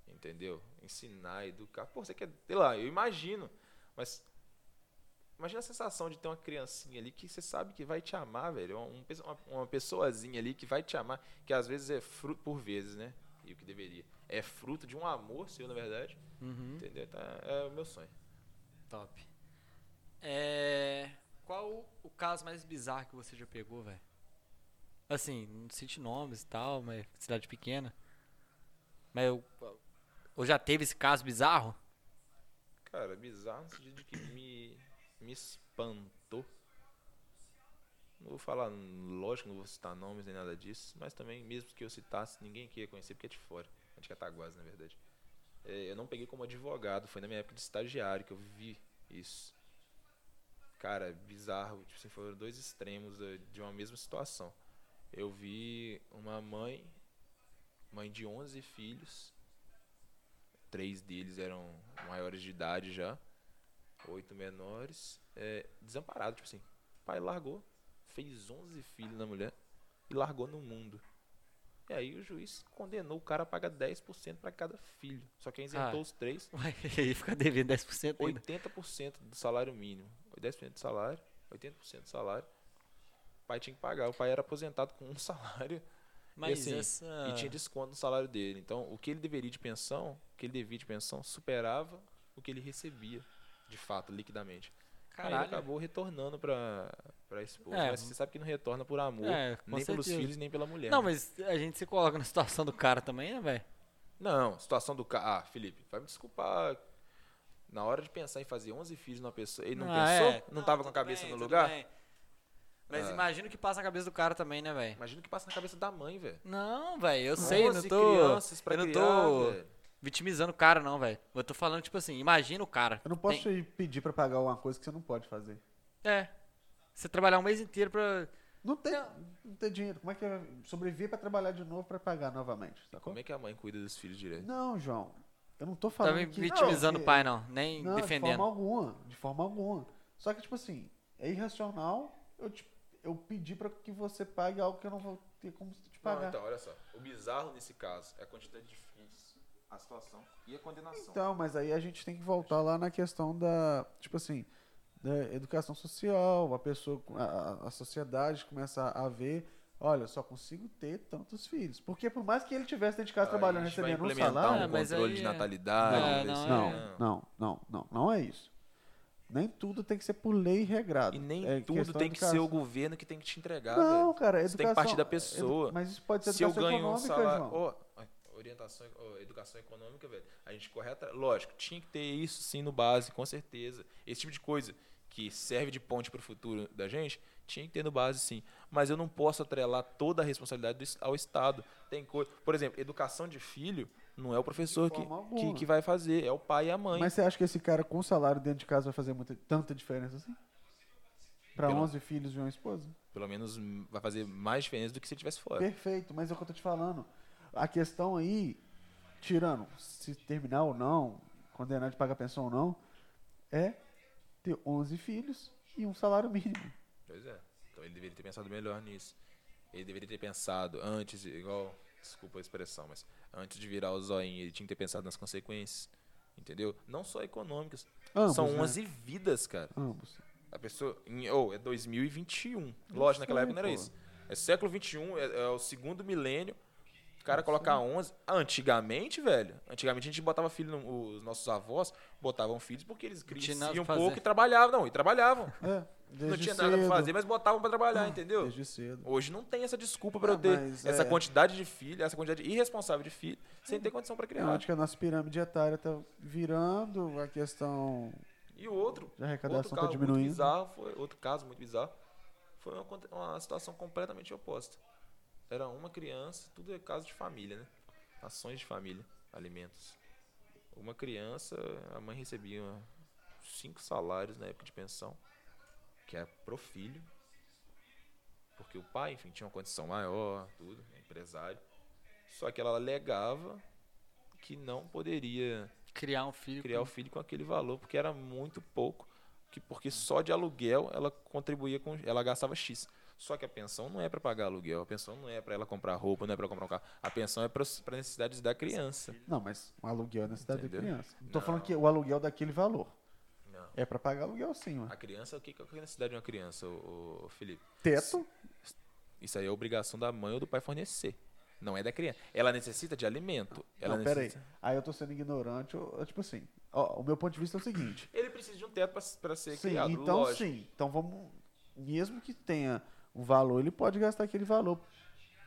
[SPEAKER 3] Entendeu? Ensinar, educar. Pô, você quer. Sei lá, eu imagino. Mas Imagina a sensação de ter uma criancinha ali que você sabe que vai te amar, velho. Um- um- uma, uma pessoazinha ali que vai te amar, que às vezes é fruto, por vezes, né? E o que deveria. É fruto de um amor seu, na verdade.
[SPEAKER 2] Uhum.
[SPEAKER 3] Entendeu? Então, é o meu sonho.
[SPEAKER 2] Top. É, qual o caso mais bizarro que você já pegou, velho? Assim, não cite nomes e tal, mas cidade pequena. Mas eu, ou já teve esse caso bizarro?
[SPEAKER 3] Cara, bizarro no sentido de que me, me espantou. Não vou falar, lógico, não vou citar nomes nem nada disso, mas também, mesmo que eu citasse, ninguém queria conhecer porque é de fora. É de Cataguases, na verdade. É, eu não peguei como advogado, foi na minha época de estagiário que eu vi isso. Cara, bizarro. Tipo assim, foram dois extremos eh, de uma mesma situação. Eu vi uma mãe, mãe de 11 filhos, três deles eram maiores de idade já, oito menores, é, desamparado, tipo assim. O pai largou, fez 11 filhos na mulher e largou no mundo. E aí o juiz condenou o cara a pagar 10% para cada filho. Só que aí isentou
[SPEAKER 2] Ah.
[SPEAKER 3] os três,
[SPEAKER 2] Ué, Aí fica devendo 10% ainda.
[SPEAKER 3] 80% do salário mínimo. 10% do salário, 80% do salário. O pai tinha que pagar. O pai era aposentado com um salário
[SPEAKER 2] Mas
[SPEAKER 3] assim,
[SPEAKER 2] essa.
[SPEAKER 3] e tinha desconto no salário dele. Então, o que ele deveria de pensão, o que ele devia de pensão, superava o que ele recebia, de fato, liquidamente. Aí ele
[SPEAKER 2] Caralho.
[SPEAKER 3] acabou retornando pra, pra esposa.
[SPEAKER 2] É,
[SPEAKER 3] mas você sabe que não retorna por amor,
[SPEAKER 2] É, com
[SPEAKER 3] nem pelos
[SPEAKER 2] certeza.
[SPEAKER 3] filhos, nem pela mulher.
[SPEAKER 2] Não,
[SPEAKER 3] né?
[SPEAKER 2] mas a gente se coloca na situação do cara também, né, velho?
[SPEAKER 3] Não, situação do cara. Ah, Felipe, vai me desculpar. Na hora de pensar em fazer 11 filhos numa pessoa. Ele não
[SPEAKER 2] Ah,
[SPEAKER 3] pensou?
[SPEAKER 2] é.
[SPEAKER 3] Não, tava com a
[SPEAKER 2] tudo
[SPEAKER 3] cabeça
[SPEAKER 2] bem,
[SPEAKER 3] no
[SPEAKER 2] tudo
[SPEAKER 3] lugar?
[SPEAKER 2] bem. Mas
[SPEAKER 3] Ah.
[SPEAKER 2] imagina o que passa na cabeça do cara também, né, velho?
[SPEAKER 3] Imagina o que passa na cabeça da mãe, velho.
[SPEAKER 2] Não, velho, eu sei, eu não
[SPEAKER 3] 11
[SPEAKER 2] tô.
[SPEAKER 3] crianças pra
[SPEAKER 2] eu não
[SPEAKER 3] criar,
[SPEAKER 2] tô
[SPEAKER 3] velho.
[SPEAKER 2] vitimizando o cara, não, velho. Eu tô falando, tipo assim, imagina o cara.
[SPEAKER 1] Eu não posso te pedir pra pagar uma coisa que você não pode fazer.
[SPEAKER 2] Tem- É. Você trabalhar um mês inteiro pra.
[SPEAKER 1] Não tem, não tem dinheiro. Como é que é sobreviver pra trabalhar de novo pra pagar novamente? Sacou?
[SPEAKER 3] Como é que a mãe cuida dos filhos direito?
[SPEAKER 1] Não, João. Eu não tô
[SPEAKER 2] Tá
[SPEAKER 1] falando
[SPEAKER 2] me
[SPEAKER 1] que...
[SPEAKER 2] vitimizando
[SPEAKER 1] Não,
[SPEAKER 2] o pai, não. Nem
[SPEAKER 1] Não, é de
[SPEAKER 2] defendendo.
[SPEAKER 1] forma alguma. De forma alguma. Só que, tipo assim, é irracional eu, te, eu pedir pra que você pague algo que eu não vou ter como te pagar.
[SPEAKER 3] Não, então, olha só. O bizarro nesse caso é a quantidade de filhos, a situação e a condenação.
[SPEAKER 1] Então, mas aí a gente tem que voltar lá na questão da, tipo assim, da educação social, a pessoa, a- a, a sociedade começar a ver, olha, eu só consigo ter tantos filhos. Porque por mais que ele tivesse dentro de
[SPEAKER 2] tá
[SPEAKER 1] casa trabalhando,
[SPEAKER 3] A gente vai
[SPEAKER 1] recebendo um
[SPEAKER 3] implementar
[SPEAKER 1] salário,
[SPEAKER 2] Ah,
[SPEAKER 3] um
[SPEAKER 2] mas
[SPEAKER 3] controle
[SPEAKER 2] aí
[SPEAKER 3] de
[SPEAKER 2] é-
[SPEAKER 3] natalidade.
[SPEAKER 2] Não,
[SPEAKER 3] desse-
[SPEAKER 1] não,
[SPEAKER 2] é.
[SPEAKER 1] não, não, não, não é isso. Nem tudo tem que ser por lei regrado.
[SPEAKER 3] E nem
[SPEAKER 1] É
[SPEAKER 3] tudo
[SPEAKER 1] questão
[SPEAKER 3] tem
[SPEAKER 1] de
[SPEAKER 3] que
[SPEAKER 1] casa.
[SPEAKER 3] ser o governo que tem que te entregar, velho.
[SPEAKER 1] Não, cara,
[SPEAKER 3] Isso
[SPEAKER 1] educação.
[SPEAKER 3] tem que partir da pessoa.
[SPEAKER 1] edu- Mas isso pode ser
[SPEAKER 3] se eu
[SPEAKER 1] educação
[SPEAKER 3] ganho um
[SPEAKER 1] econômica,
[SPEAKER 3] salário.
[SPEAKER 1] João.
[SPEAKER 3] Ô, orientação, ô, educação econômica, velho. A gente corre atrás. Lógico, tinha que ter isso sim no base, com certeza. Esse tipo de coisa que serve de ponte para o futuro da gente, tinha que ter no base sim. Mas eu não posso atrelar toda a responsabilidade do es- ao Estado. Tem coisa. Por exemplo, educação de filho não é o professor que,
[SPEAKER 1] forma
[SPEAKER 3] que,
[SPEAKER 1] alguma.
[SPEAKER 3] que vai fazer, é o pai e a mãe.
[SPEAKER 1] Mas você acha que esse cara com salário dentro de casa vai fazer muita, tanta diferença assim? Pra
[SPEAKER 3] Pelo-
[SPEAKER 1] 11 filhos de uma esposa?
[SPEAKER 3] Pelo menos hum, vai fazer mais diferença do que se ele estivesse fora.
[SPEAKER 1] Perfeito, mas é o que eu tô te falando. A questão aí, tirando se terminar ou não, condenar de pagar pensão ou não, é ter 11 filhos e um salário mínimo.
[SPEAKER 3] Pois é. Então ele deveria ter pensado melhor nisso. Ele deveria ter pensado antes, igual, desculpa a expressão, mas antes de virar o zoinho, ele tinha que ter pensado nas consequências. Entendeu? Não só econômicas.
[SPEAKER 1] Ambos,
[SPEAKER 3] São
[SPEAKER 1] né?
[SPEAKER 3] 11 vidas, cara.
[SPEAKER 1] Ambos.
[SPEAKER 3] A pessoa. em- Ou é 2021. Lógico, naquela
[SPEAKER 1] sei,
[SPEAKER 3] época não era
[SPEAKER 1] pô.
[SPEAKER 3] isso. É século 21, é, é o segundo milênio. O cara colocar 11. Ah, Antigamente, velho. Antigamente a gente botava filho. no- os nossos avós botavam filhos porque eles
[SPEAKER 2] tinha nada
[SPEAKER 3] cresciam um
[SPEAKER 2] pra
[SPEAKER 3] pouco
[SPEAKER 2] fazer.
[SPEAKER 3] e trabalhavam. Não, e trabalhavam.
[SPEAKER 1] É,
[SPEAKER 3] não
[SPEAKER 1] desde
[SPEAKER 3] tinha
[SPEAKER 1] cedo,
[SPEAKER 3] nada pra fazer, mas botavam pra trabalhar, entendeu?
[SPEAKER 1] Desde cedo.
[SPEAKER 3] Hoje não tem essa desculpa pra
[SPEAKER 1] Ah,
[SPEAKER 3] eu ter
[SPEAKER 1] mas
[SPEAKER 3] essa
[SPEAKER 1] é. Hum.
[SPEAKER 3] quantidade de filho, essa quantidade irresponsável de filho, sem ter condição pra
[SPEAKER 1] Eu
[SPEAKER 3] criar.
[SPEAKER 1] acho É que a nossa pirâmide etária tá virando, a questão
[SPEAKER 3] E o outro,
[SPEAKER 1] de arrecadação
[SPEAKER 3] outro
[SPEAKER 1] tá
[SPEAKER 3] caso muito
[SPEAKER 1] diminuindo.
[SPEAKER 3] bizarro, foi outro caso muito bizarro, foi uma, conta- uma situação completamente oposta. Era uma criança, tudo é caso de família, né? Ações de família, alimentos. Uma criança, a mãe recebia cinco salários na época de pensão, que era pro filho, porque o pai, enfim, tinha uma condição maior, tudo, é empresário. Só que ela alegava que não poderia
[SPEAKER 5] Criar um filho.
[SPEAKER 3] criar o filho com aquele valor, porque era muito pouco, que porque só de aluguel ela contribuía com, ela gastava X. Só que a pensão não é para pagar aluguel, a pensão não é para ela comprar roupa, não é para comprar um carro. A pensão é para necessidades da criança.
[SPEAKER 1] Não, mas o aluguel é na cidade
[SPEAKER 3] Entendeu?
[SPEAKER 1] da criança. Não tô
[SPEAKER 3] Não.
[SPEAKER 1] falando que o aluguel daquele valor.
[SPEAKER 3] Não.
[SPEAKER 1] É pra pagar aluguel sim, mano.
[SPEAKER 3] A criança, o que, qual que é a necessidade de uma criança, o, Felipe?
[SPEAKER 1] Teto,
[SPEAKER 3] Isso aí é obrigação da mãe ou do pai fornecer. Não é da criança. Ela necessita de alimento. Ela
[SPEAKER 1] não, pera aí.
[SPEAKER 3] necessita...
[SPEAKER 1] Aí eu tô sendo ignorante, eu- eu, tipo assim, ó, o meu ponto de vista é o seguinte.
[SPEAKER 3] Ele precisa de um teto para ser
[SPEAKER 1] Sim,
[SPEAKER 3] criado,
[SPEAKER 1] então
[SPEAKER 3] lógico.
[SPEAKER 1] sim. Então vamos, mesmo que tenha um valor, ele pode gastar aquele valor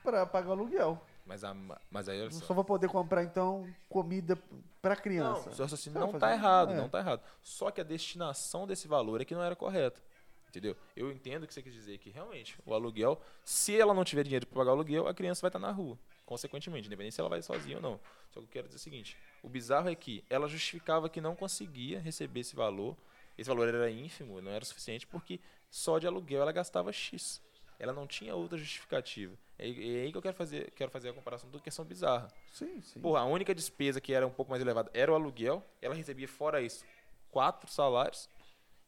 [SPEAKER 1] pra pagar o aluguel.
[SPEAKER 3] Mas, a, ma- mas aí, olha
[SPEAKER 1] Só vou poder comprar então comida pra criança.
[SPEAKER 3] Não, seu raciocínio
[SPEAKER 1] Não,
[SPEAKER 3] não
[SPEAKER 1] faz-
[SPEAKER 3] tá errado,
[SPEAKER 1] é.
[SPEAKER 3] não tá errado. Só que a destinação desse valor é que não era correta. Entendeu? Eu entendo o que você quis dizer que realmente o aluguel, se ela não tiver dinheiro para pagar o aluguel, a criança vai estar na rua. Consequentemente, independente se ela vai sozinha ou não. Só que eu quero dizer o seguinte: o bizarro é que ela justificava que não conseguia receber esse valor. Esse valor era ínfimo, não era suficiente, porque só de aluguel ela gastava X. Ela não tinha outra justificativa. É é aí que eu quero fazer, quero fazer a comparação do questão bizarra.
[SPEAKER 1] Sim, sim.
[SPEAKER 3] Porra, a única despesa que era um pouco mais elevada era o aluguel. Ela recebia, fora isso, quatro salários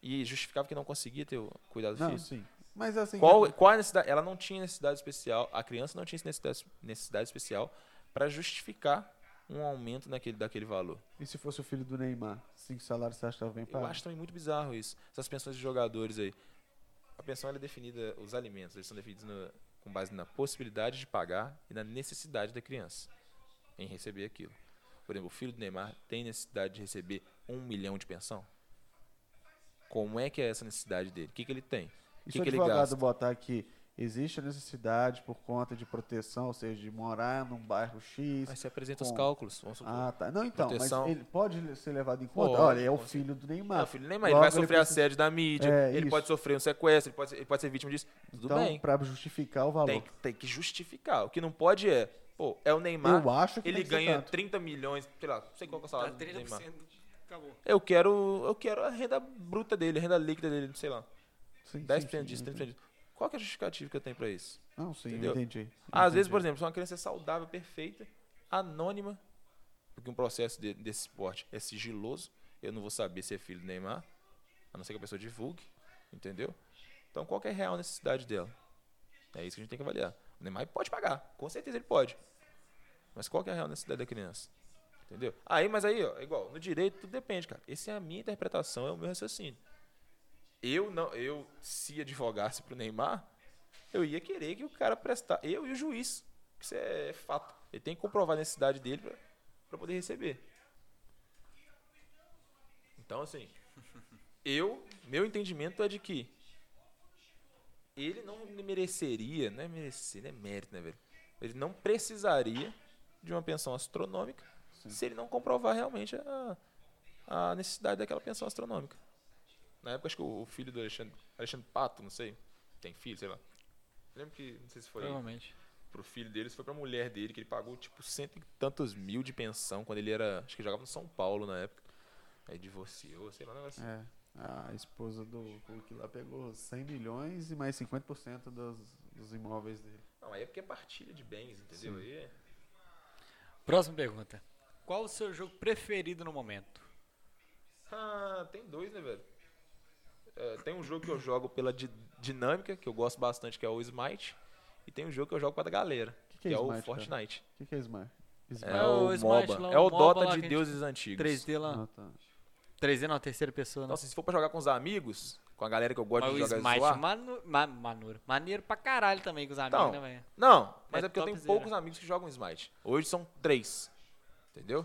[SPEAKER 3] e justificava que não conseguia ter o cuidado do
[SPEAKER 1] não,
[SPEAKER 3] filho.
[SPEAKER 1] sim. Mas assim,
[SPEAKER 3] Qual, qual a necessidade? Ela não tinha necessidade especial, a criança não tinha necessidade, necessidade especial para justificar um aumento naquele, daquele valor.
[SPEAKER 1] e se fosse o filho do Neymar, cinco salários, você acha que ela vem
[SPEAKER 3] é- Eu
[SPEAKER 1] pagar?
[SPEAKER 3] acho também muito bizarro isso. Essas pensões de jogadores aí. A pensão ela é definida, os alimentos, eles são definidos no- com base na possibilidade de pagar e na necessidade da criança em receber aquilo. Por exemplo, o filho do Neymar tem necessidade de receber um milhão de pensão? Como é que é essa necessidade dele? O que, que ele tem?
[SPEAKER 1] E se
[SPEAKER 3] O que,
[SPEAKER 1] o
[SPEAKER 3] que ele
[SPEAKER 1] é advogado
[SPEAKER 3] gasta?
[SPEAKER 1] botar que existe a necessidade por conta de proteção, ou seja, de morar num bairro X.
[SPEAKER 3] Aí você apresenta os
[SPEAKER 1] com-
[SPEAKER 3] cálculos. Vamos supor.
[SPEAKER 1] Ah, tá. Não, então,
[SPEAKER 3] Proteção.
[SPEAKER 1] mas ele pode ser levado em conta?
[SPEAKER 3] Pode,
[SPEAKER 1] Olha, é o
[SPEAKER 3] pode
[SPEAKER 1] filho do Neymar.
[SPEAKER 3] Ah, o filho do Neymar, ele
[SPEAKER 1] Logo,
[SPEAKER 3] vai
[SPEAKER 1] ele
[SPEAKER 3] sofrer
[SPEAKER 1] precisa-
[SPEAKER 3] assédio da mídia,
[SPEAKER 1] É,
[SPEAKER 3] ele
[SPEAKER 1] isso.
[SPEAKER 3] pode sofrer um sequestro, ele pode ser, ele pode ser vítima disso. Tudo
[SPEAKER 1] Então,
[SPEAKER 3] bem.
[SPEAKER 1] pra justificar o valor.
[SPEAKER 3] Tem, que- tem que justificar. O que não pode é, pô, é o Neymar,
[SPEAKER 1] Eu acho que
[SPEAKER 3] ele
[SPEAKER 1] tem que ser
[SPEAKER 3] ganha
[SPEAKER 1] tanto.
[SPEAKER 3] 30 milhões, sei lá, não sei qual que é o salário do Neymar.
[SPEAKER 5] 30%. Acabou.
[SPEAKER 3] Eu quero, eu quero a renda bruta dele, a renda líquida dele, sei lá.
[SPEAKER 1] Sim,
[SPEAKER 3] 10%
[SPEAKER 1] sim, sim,
[SPEAKER 3] disso, 30% disso. Qual que é a justificativa que eu tenho pra isso?
[SPEAKER 1] Não, sim,
[SPEAKER 3] Entendeu?
[SPEAKER 1] eu entendi.
[SPEAKER 3] Às vezes, por exemplo, se uma criança é saudável, perfeita, anônima, porque um processo de- desse esporte é sigiloso, eu não vou saber se é filho do Neymar, a não ser que a pessoa divulgue, entendeu? Então, qual que é a real necessidade dela? É isso que a gente tem que avaliar. O Neymar pode pagar, com certeza ele pode. Mas qual que é a real necessidade da criança? Entendeu? Aí, mas aí, ó, é igual, no direito tudo depende, cara. Essa é a minha interpretação, é o meu raciocínio. Eu não, eu se advogasse pro Neymar, eu ia querer que o cara prestasse. Eu e o juiz. que Isso é fato. Ele tem que comprovar a necessidade dele pra, pra poder receber. Então, assim, eu, meu entendimento é de que ele não mereceria, não é merecer, não é mérito, né, velho? Ele não precisaria de uma pensão astronômica se ele não comprovar realmente a, a necessidade daquela pensão astronômica. Na época, acho que o o filho do Alexandre, Alexandre Pato, não sei, tem filho, sei lá. Lembro que, não sei se foi
[SPEAKER 5] Provavelmente.
[SPEAKER 3] pro filho dele, se foi pra mulher dele, que ele pagou tipo cento e tantos mil de pensão quando ele era. Acho que jogava no São Paulo na época. Aí divorciou, sei lá, um negócio.
[SPEAKER 1] É. A esposa do Hulk lá pegou 100 milhões e mais 50% dos, dos imóveis dele.
[SPEAKER 3] Não, aí é porque é partilha de bens, entendeu? Aí é-
[SPEAKER 5] Próxima pergunta. Qual o seu jogo preferido no momento?
[SPEAKER 3] Ah, tem dois, né, velho? É, tem um jogo que eu jogo pela di- dinâmica, que eu gosto bastante, que é o Smite. E tem um jogo que eu jogo pra da galera, que,
[SPEAKER 1] que é
[SPEAKER 3] é, o
[SPEAKER 1] Smite, cara?
[SPEAKER 3] Fortnite.
[SPEAKER 1] O que, que é Smart?
[SPEAKER 3] É,
[SPEAKER 1] Smart.
[SPEAKER 5] o
[SPEAKER 3] o
[SPEAKER 5] Smite
[SPEAKER 3] MOBA.
[SPEAKER 5] lá,
[SPEAKER 3] é
[SPEAKER 5] o
[SPEAKER 3] o
[SPEAKER 5] MOBA
[SPEAKER 3] Dota
[SPEAKER 5] lá
[SPEAKER 3] de
[SPEAKER 5] que a gente-
[SPEAKER 3] deuses antigos.
[SPEAKER 5] 3D lá.
[SPEAKER 1] Ah, tá.
[SPEAKER 5] 3D não, terceira pessoa, não.
[SPEAKER 3] Nossa, se for pra jogar com os amigos, com a galera que eu gosto
[SPEAKER 5] Mas
[SPEAKER 3] de
[SPEAKER 5] o
[SPEAKER 3] jogar e
[SPEAKER 5] Smite
[SPEAKER 2] é
[SPEAKER 3] zoar,
[SPEAKER 5] manu, ma, maneiro. Maneiro pra caralho também com os amigos,
[SPEAKER 3] Então,
[SPEAKER 5] né, velho?
[SPEAKER 3] Não, mas
[SPEAKER 5] É
[SPEAKER 3] é, porque eu tenho
[SPEAKER 5] topzera.
[SPEAKER 3] poucos amigos que jogam Smite. Hoje são três. Entendeu?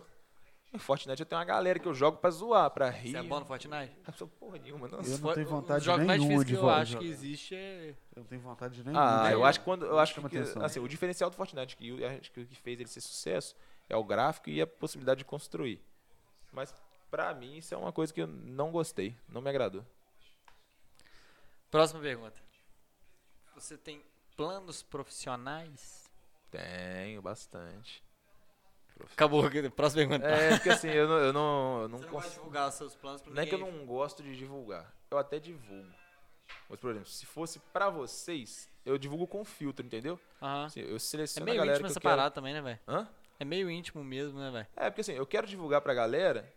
[SPEAKER 3] Em Fortnite eu tenho uma galera que eu jogo pra zoar, pra rir.
[SPEAKER 5] Você é bom no Fortnite?
[SPEAKER 3] Eu sou porra nenhuma, não.
[SPEAKER 1] Eu não
[SPEAKER 5] Fo-
[SPEAKER 1] tenho
[SPEAKER 5] o-
[SPEAKER 1] vontade
[SPEAKER 5] o jogo mais difícil
[SPEAKER 1] nenhuma de
[SPEAKER 5] que eu
[SPEAKER 1] jogar.
[SPEAKER 5] acho que existe é...
[SPEAKER 1] Eu não tenho vontade nenhuma.
[SPEAKER 3] Ah,
[SPEAKER 1] de
[SPEAKER 3] eu
[SPEAKER 1] jogar.
[SPEAKER 3] acho que quando. Eu acho
[SPEAKER 1] Chama
[SPEAKER 3] que.
[SPEAKER 1] atenção.
[SPEAKER 3] Assim, o diferencial do Fortnite, que eu acho que o que fez ele ser sucesso, é o gráfico e a possibilidade de construir. Mas, pra mim, isso é uma coisa que eu não gostei. Não me agradou.
[SPEAKER 5] Próxima pergunta. Você tem planos profissionais?
[SPEAKER 3] Tenho bastante.
[SPEAKER 2] Acabou. Próxima pergunta.
[SPEAKER 3] É, porque assim, eu não, eu não, eu não
[SPEAKER 2] Você não gosta de
[SPEAKER 3] consigo.
[SPEAKER 2] divulgar os seus planos pra
[SPEAKER 3] Não é que eu
[SPEAKER 2] ninguém.
[SPEAKER 3] não gosto de divulgar. Eu até divulgo. Mas, por exemplo, se fosse pra vocês, eu divulgo com filtro, entendeu?
[SPEAKER 2] Aham.
[SPEAKER 3] Assim, eu
[SPEAKER 2] É
[SPEAKER 3] seleciono a
[SPEAKER 2] meio
[SPEAKER 3] galera
[SPEAKER 2] íntimo
[SPEAKER 3] que eu
[SPEAKER 2] essa
[SPEAKER 3] quero...
[SPEAKER 2] parada também, né, velho?
[SPEAKER 3] Hã?
[SPEAKER 2] É meio íntimo mesmo, né, velho?
[SPEAKER 3] É, porque assim, eu quero divulgar pra galera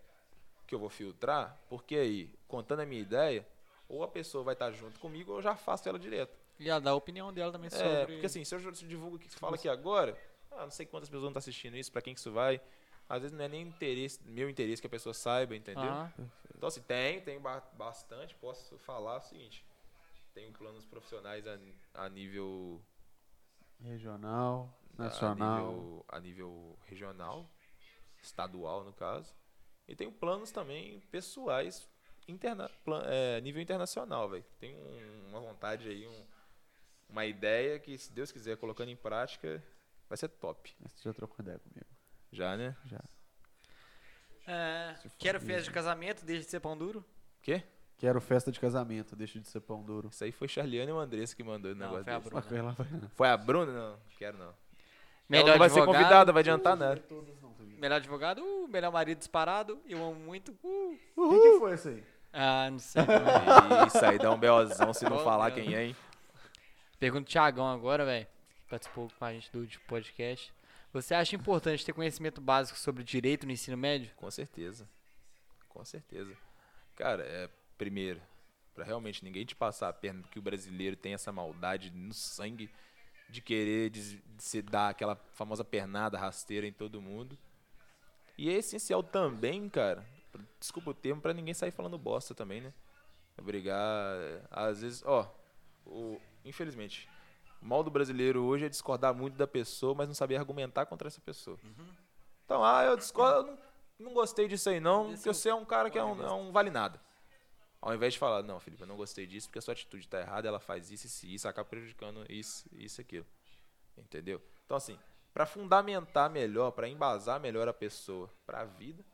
[SPEAKER 3] que eu vou filtrar, porque aí, contando a minha ideia, ou a pessoa vai estar junto comigo, ou eu já faço ela direto.
[SPEAKER 2] E a da opinião dela também sobre...
[SPEAKER 3] É, porque assim, se eu ju- se eu divulgo o que fala aqui agora, ah, não sei quantas pessoas vão estar assistindo isso, pra quem que isso vai. Às vezes não é nem interesse, meu interesse que a pessoa saiba, entendeu?
[SPEAKER 2] Aham.
[SPEAKER 3] Então, assim, tenho, tenho ba- bastante. Posso falar o seguinte: tenho planos profissionais a, ni- a nível.
[SPEAKER 1] Regional,
[SPEAKER 2] Tá,
[SPEAKER 3] a
[SPEAKER 1] nacional.
[SPEAKER 3] nível- A nível, regional, estadual, no caso. E tenho planos também pessoais, interna, plan- é, nível internacional, velho. Tenho um- uma vontade aí, um- uma ideia que, se Deus quiser, colocando em prática, vai ser top.
[SPEAKER 1] Você já trocou ideia comigo.
[SPEAKER 3] Já, né?
[SPEAKER 2] É, quero festa de casamento, deixa de ser pão duro.
[SPEAKER 3] Quê?
[SPEAKER 1] Quero festa de casamento, deixa de ser pão duro.
[SPEAKER 3] Isso aí foi Charliane e o Andressa que mandou o
[SPEAKER 2] Não,
[SPEAKER 3] negócio
[SPEAKER 2] foi a
[SPEAKER 3] desse.
[SPEAKER 2] Bruna.
[SPEAKER 1] Ela vai...
[SPEAKER 3] Foi a Bruna? Não, quero não.
[SPEAKER 2] Melhor
[SPEAKER 3] Ela não vai
[SPEAKER 2] advogado,
[SPEAKER 3] ser convidada, vai adiantar
[SPEAKER 1] é
[SPEAKER 3] nada.
[SPEAKER 2] Melhor advogado, uh, melhor marido disparado, eu amo muito. uh.
[SPEAKER 1] O que, que foi isso aí?
[SPEAKER 2] Ah, não sei. não.
[SPEAKER 3] Isso aí dá um beozão se não
[SPEAKER 2] Bom,
[SPEAKER 3] falar
[SPEAKER 2] cara.
[SPEAKER 3] quem é, hein?
[SPEAKER 2] Pergunta o Thiagão agora, velho. que Participou com a gente do último podcast. Você acha importante ter conhecimento básico sobre direito no ensino médio?
[SPEAKER 3] Com certeza. Com certeza. Cara, é, primeiro, pra realmente ninguém te passar a perna, porque o brasileiro tem essa maldade no sangue de querer des- de se dar aquela famosa pernada rasteira em todo mundo. E é essencial também, cara, pra- desculpa o termo, pra ninguém sair falando bosta também, né? Obrigar, é, às vezes, ó, o- infelizmente, o mal do brasileiro hoje é discordar muito da pessoa, mas não saber argumentar contra essa pessoa. Então, ah, eu discordo, eu não, não gostei disso aí não, porque você é um cara que é um, é um vale nada. Ao invés de falar, não, Felipe, eu não gostei disso porque a sua atitude tá errada, ela faz isso, isso, e isso, acaba prejudicando isso, isso, e aquilo. Entendeu? Então, assim, para fundamentar melhor, para embasar melhor a pessoa para a vida,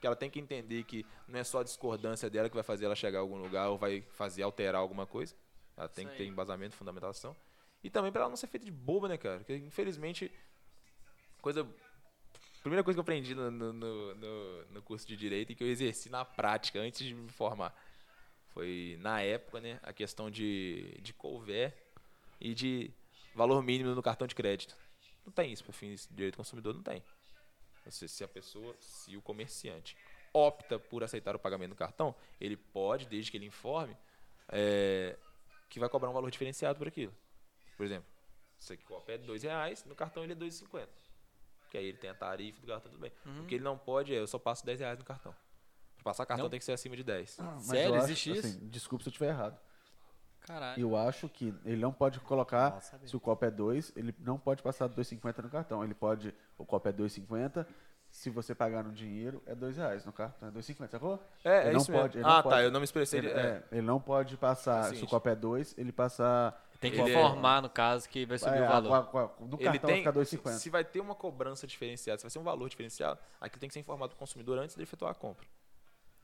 [SPEAKER 3] que ela tem que entender que não é só a discordância dela que vai fazer ela chegar a algum lugar ou vai fazer alterar alguma coisa. Ela tem que ter embasamento, fundamentação. E também para ela não ser feita de boba, né, cara? Porque, infelizmente, coisa. Primeira coisa que eu aprendi no, no, no- no- no curso de direito e que eu exerci na prática antes de me formar foi, na época, né, a questão de, de couvé e de valor mínimo no cartão de crédito. Não tem isso para fins de direito do consumidor, não tem. Você, se a pessoa, se o comerciante opta por aceitar o pagamento no cartão, ele pode, desde que ele informe, é, que vai cobrar um valor diferenciado por aquilo. Por exemplo, isso aqui copa é R$ 2,00, no cartão ele é R$ 2,50. Que aí ele tem a tarifa do cartão, tudo bem. O que ele não pode é, eu só passo R$ 10 reais no cartão. Pra passar cartão
[SPEAKER 2] Não. Ah,
[SPEAKER 3] tem que ser acima de 10.
[SPEAKER 1] Ah, Mas eu
[SPEAKER 2] Sério?
[SPEAKER 1] acho,
[SPEAKER 2] Existe isso?
[SPEAKER 1] assim, Desculpa se eu estiver errado.
[SPEAKER 2] Caralho.
[SPEAKER 1] Eu acho que ele não pode colocar,
[SPEAKER 2] Mal saber.
[SPEAKER 1] se o copo é 2, ele não pode passar de 2,50 no cartão. Ele pode, o copo é 2,50, se você pagar no dinheiro, é 2 reais no cartão, é 2,50, sacou?
[SPEAKER 3] É,
[SPEAKER 1] Ele
[SPEAKER 3] é
[SPEAKER 1] não
[SPEAKER 3] isso mesmo.
[SPEAKER 1] pode, ele não
[SPEAKER 3] ah,
[SPEAKER 1] pode.
[SPEAKER 3] tá, eu não me expressei.
[SPEAKER 1] Ele,
[SPEAKER 3] é.
[SPEAKER 1] é, ele não pode passar, se o
[SPEAKER 3] seguinte.
[SPEAKER 1] copo é 2, ele passar...
[SPEAKER 2] Tem que um
[SPEAKER 3] Ele é-
[SPEAKER 2] informar, no caso, que vai subir
[SPEAKER 1] é,
[SPEAKER 2] o valor.
[SPEAKER 1] a- a- a- no
[SPEAKER 3] Ele
[SPEAKER 1] cartão vai
[SPEAKER 3] tem,
[SPEAKER 1] ficar
[SPEAKER 3] se,
[SPEAKER 1] 2,50.
[SPEAKER 3] se vai ter uma cobrança diferenciada, se vai ser um valor diferenciado, aquilo tem que ser informado para o consumidor antes de efetuar a compra.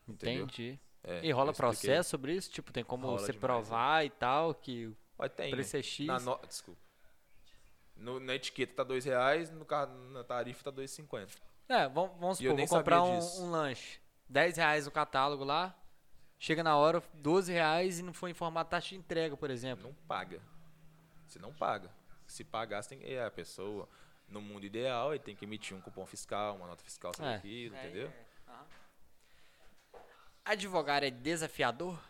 [SPEAKER 3] Entendeu?
[SPEAKER 2] Entendi.
[SPEAKER 3] É,
[SPEAKER 2] e rola
[SPEAKER 3] eu expliquei.
[SPEAKER 2] processo sobre isso? Tipo, tem como
[SPEAKER 3] Rola
[SPEAKER 2] você
[SPEAKER 3] demais,
[SPEAKER 2] provar e tal, que
[SPEAKER 3] Mas tem. né?
[SPEAKER 2] o preço é X.
[SPEAKER 3] Na no- Desculpa. No- na etiqueta tá dois reais, no car- na tarifa tá 2,50.
[SPEAKER 2] É, vamos, vamos
[SPEAKER 3] E eu
[SPEAKER 2] supor,
[SPEAKER 3] nem
[SPEAKER 2] vou comprar
[SPEAKER 3] sabia
[SPEAKER 2] um,
[SPEAKER 3] disso.
[SPEAKER 2] um lanche. 10 reais no catálogo lá, chega na hora, 12 reais e não foi informar a taxa de entrega, por exemplo.
[SPEAKER 3] Não paga. Você não paga. Se pagar, você tem que. É, a pessoa, no mundo ideal, ele tem que emitir um cupom fiscal, uma nota fiscal sobre
[SPEAKER 2] É.
[SPEAKER 3] aquilo, entendeu?
[SPEAKER 2] Advogar é desafiador?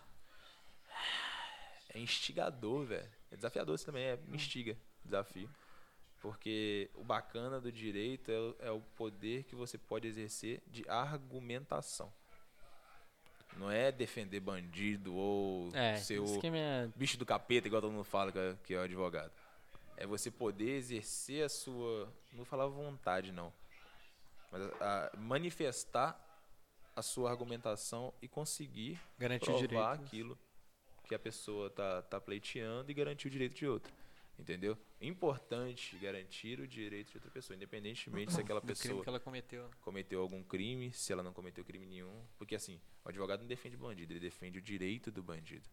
[SPEAKER 3] É instigador, velho. É desafiador isso também, é me instiga, desafio. Porque o bacana do direito é, o- é o poder que você pode exercer de argumentação. Não é defender bandido ou
[SPEAKER 2] É,
[SPEAKER 3] ser
[SPEAKER 2] isso
[SPEAKER 3] o
[SPEAKER 2] que é minha-
[SPEAKER 3] bicho do capeta, igual todo mundo fala que é, que é o advogado. É você poder exercer a sua. Não vou falar vontade, não. Mas a- a- manifestar a sua argumentação e conseguir
[SPEAKER 2] Garantir o
[SPEAKER 3] provar
[SPEAKER 2] direito.
[SPEAKER 3] aquilo que a pessoa tá, tá pleiteando e garantir o direito de outro. Entendeu? Importante garantir o direito de outra pessoa, independentemente se aquela
[SPEAKER 2] do crime
[SPEAKER 3] pessoa
[SPEAKER 2] que ela cometeu.
[SPEAKER 3] cometeu algum crime, se ela não cometeu crime nenhum. Porque assim, o advogado não defende bandido, ele defende o direito do bandido.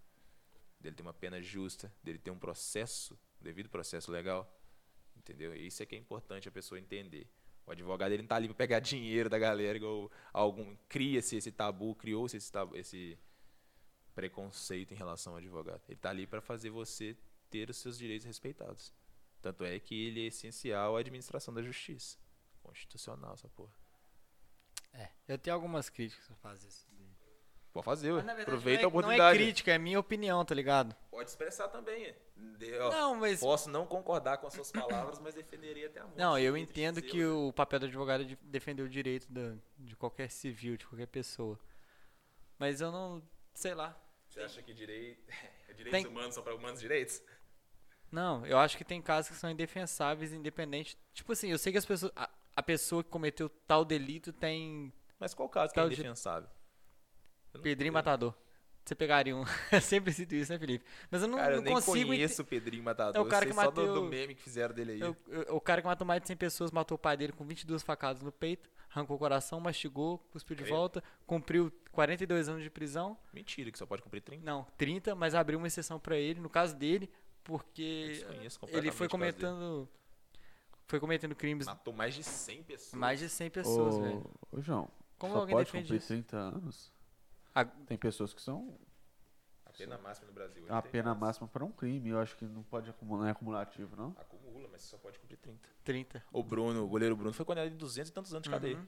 [SPEAKER 3] Dele ter uma pena justa, dele ter um processo, um devido processo legal. Entendeu? E Isso é que é importante a pessoa entender. O advogado ele não tá ali para pegar dinheiro da galera, igual algum. Cria-se esse tabu, criou-se esse, tabu- esse preconceito em relação ao advogado. Ele tá ali para fazer você ter os seus direitos respeitados. Tanto é que ele é essencial à administração da justiça. Constitucional, essa porra.
[SPEAKER 2] É, eu tenho algumas críticas pra fazer assim. isso.
[SPEAKER 3] Pode fazer, ué.
[SPEAKER 2] Mas, na verdade,
[SPEAKER 3] aproveita
[SPEAKER 2] não é,
[SPEAKER 3] a oportunidade.
[SPEAKER 2] Não é crítica, é minha opinião, tá ligado?
[SPEAKER 3] Pode expressar também. é. De- ó,
[SPEAKER 2] Não, mas.
[SPEAKER 3] Posso não concordar com as suas palavras, mas defenderia até a morte.
[SPEAKER 2] Não, eu
[SPEAKER 3] Entre
[SPEAKER 2] entendo
[SPEAKER 3] seus.
[SPEAKER 2] que o papel do advogado é de defender o direito da- de qualquer civil, de qualquer pessoa. Mas eu não. Sei lá.
[SPEAKER 3] Você acha que direi- é direitos
[SPEAKER 2] Tem-
[SPEAKER 3] humanos são para humanos direitos?
[SPEAKER 2] Não, eu acho que tem casos que são indefensáveis, independente. Tipo assim, eu sei que as pessoas. A, a pessoa que cometeu tal delito tem
[SPEAKER 3] Mas qual caso que
[SPEAKER 2] Tal
[SPEAKER 3] é
[SPEAKER 2] de-
[SPEAKER 3] indefensável? Eu não
[SPEAKER 2] Tá, Pedrinho
[SPEAKER 3] entendo.
[SPEAKER 2] Matador. Você pegaria um. Eu sempre cito isso, né, Felipe? Mas eu não,
[SPEAKER 3] Cara, eu
[SPEAKER 2] não
[SPEAKER 3] nem
[SPEAKER 2] consigo. ente-
[SPEAKER 3] conheço o Pedrinho Matador.
[SPEAKER 2] É o cara
[SPEAKER 3] eu sei
[SPEAKER 2] que
[SPEAKER 3] só do,
[SPEAKER 2] matou-
[SPEAKER 3] do meme que fizeram dele aí.
[SPEAKER 2] Eu- eu- o cara que matou mais de 100 pessoas matou o pai dele com 22 facadas no peito, arrancou o coração, mastigou, cuspiu de
[SPEAKER 3] Credo.
[SPEAKER 2] volta, cumpriu 42 anos de prisão.
[SPEAKER 3] Mentira, que só pode cumprir 30.
[SPEAKER 2] Não, 30, mas abriu uma exceção pra ele, no caso dele, porque
[SPEAKER 3] desconheço
[SPEAKER 2] ele foi
[SPEAKER 3] É completamente o caso dele.
[SPEAKER 2] cometendo foi cometendo crimes
[SPEAKER 3] Matou mais de 100 pessoas.
[SPEAKER 2] mais de 100 pessoas,
[SPEAKER 1] Ô,
[SPEAKER 2] velho.
[SPEAKER 1] Ô, João,
[SPEAKER 2] Como
[SPEAKER 1] só
[SPEAKER 2] alguém
[SPEAKER 1] pode
[SPEAKER 2] defende
[SPEAKER 1] cumprir
[SPEAKER 2] isso?
[SPEAKER 1] 30 anos?
[SPEAKER 2] A-
[SPEAKER 1] Tem pessoas que são
[SPEAKER 3] A pena máxima no Brasil.
[SPEAKER 1] a
[SPEAKER 3] 80
[SPEAKER 1] pena
[SPEAKER 3] anos.
[SPEAKER 1] máxima para um crime. Eu acho que não pode acumular, não é acumulativo, não.
[SPEAKER 3] Acumula, mas só pode cumprir 30.
[SPEAKER 2] 30.
[SPEAKER 3] O Bruno, o goleiro Bruno, foi condenado em 200 e tantos
[SPEAKER 2] Uhum.
[SPEAKER 3] anos de cadeia.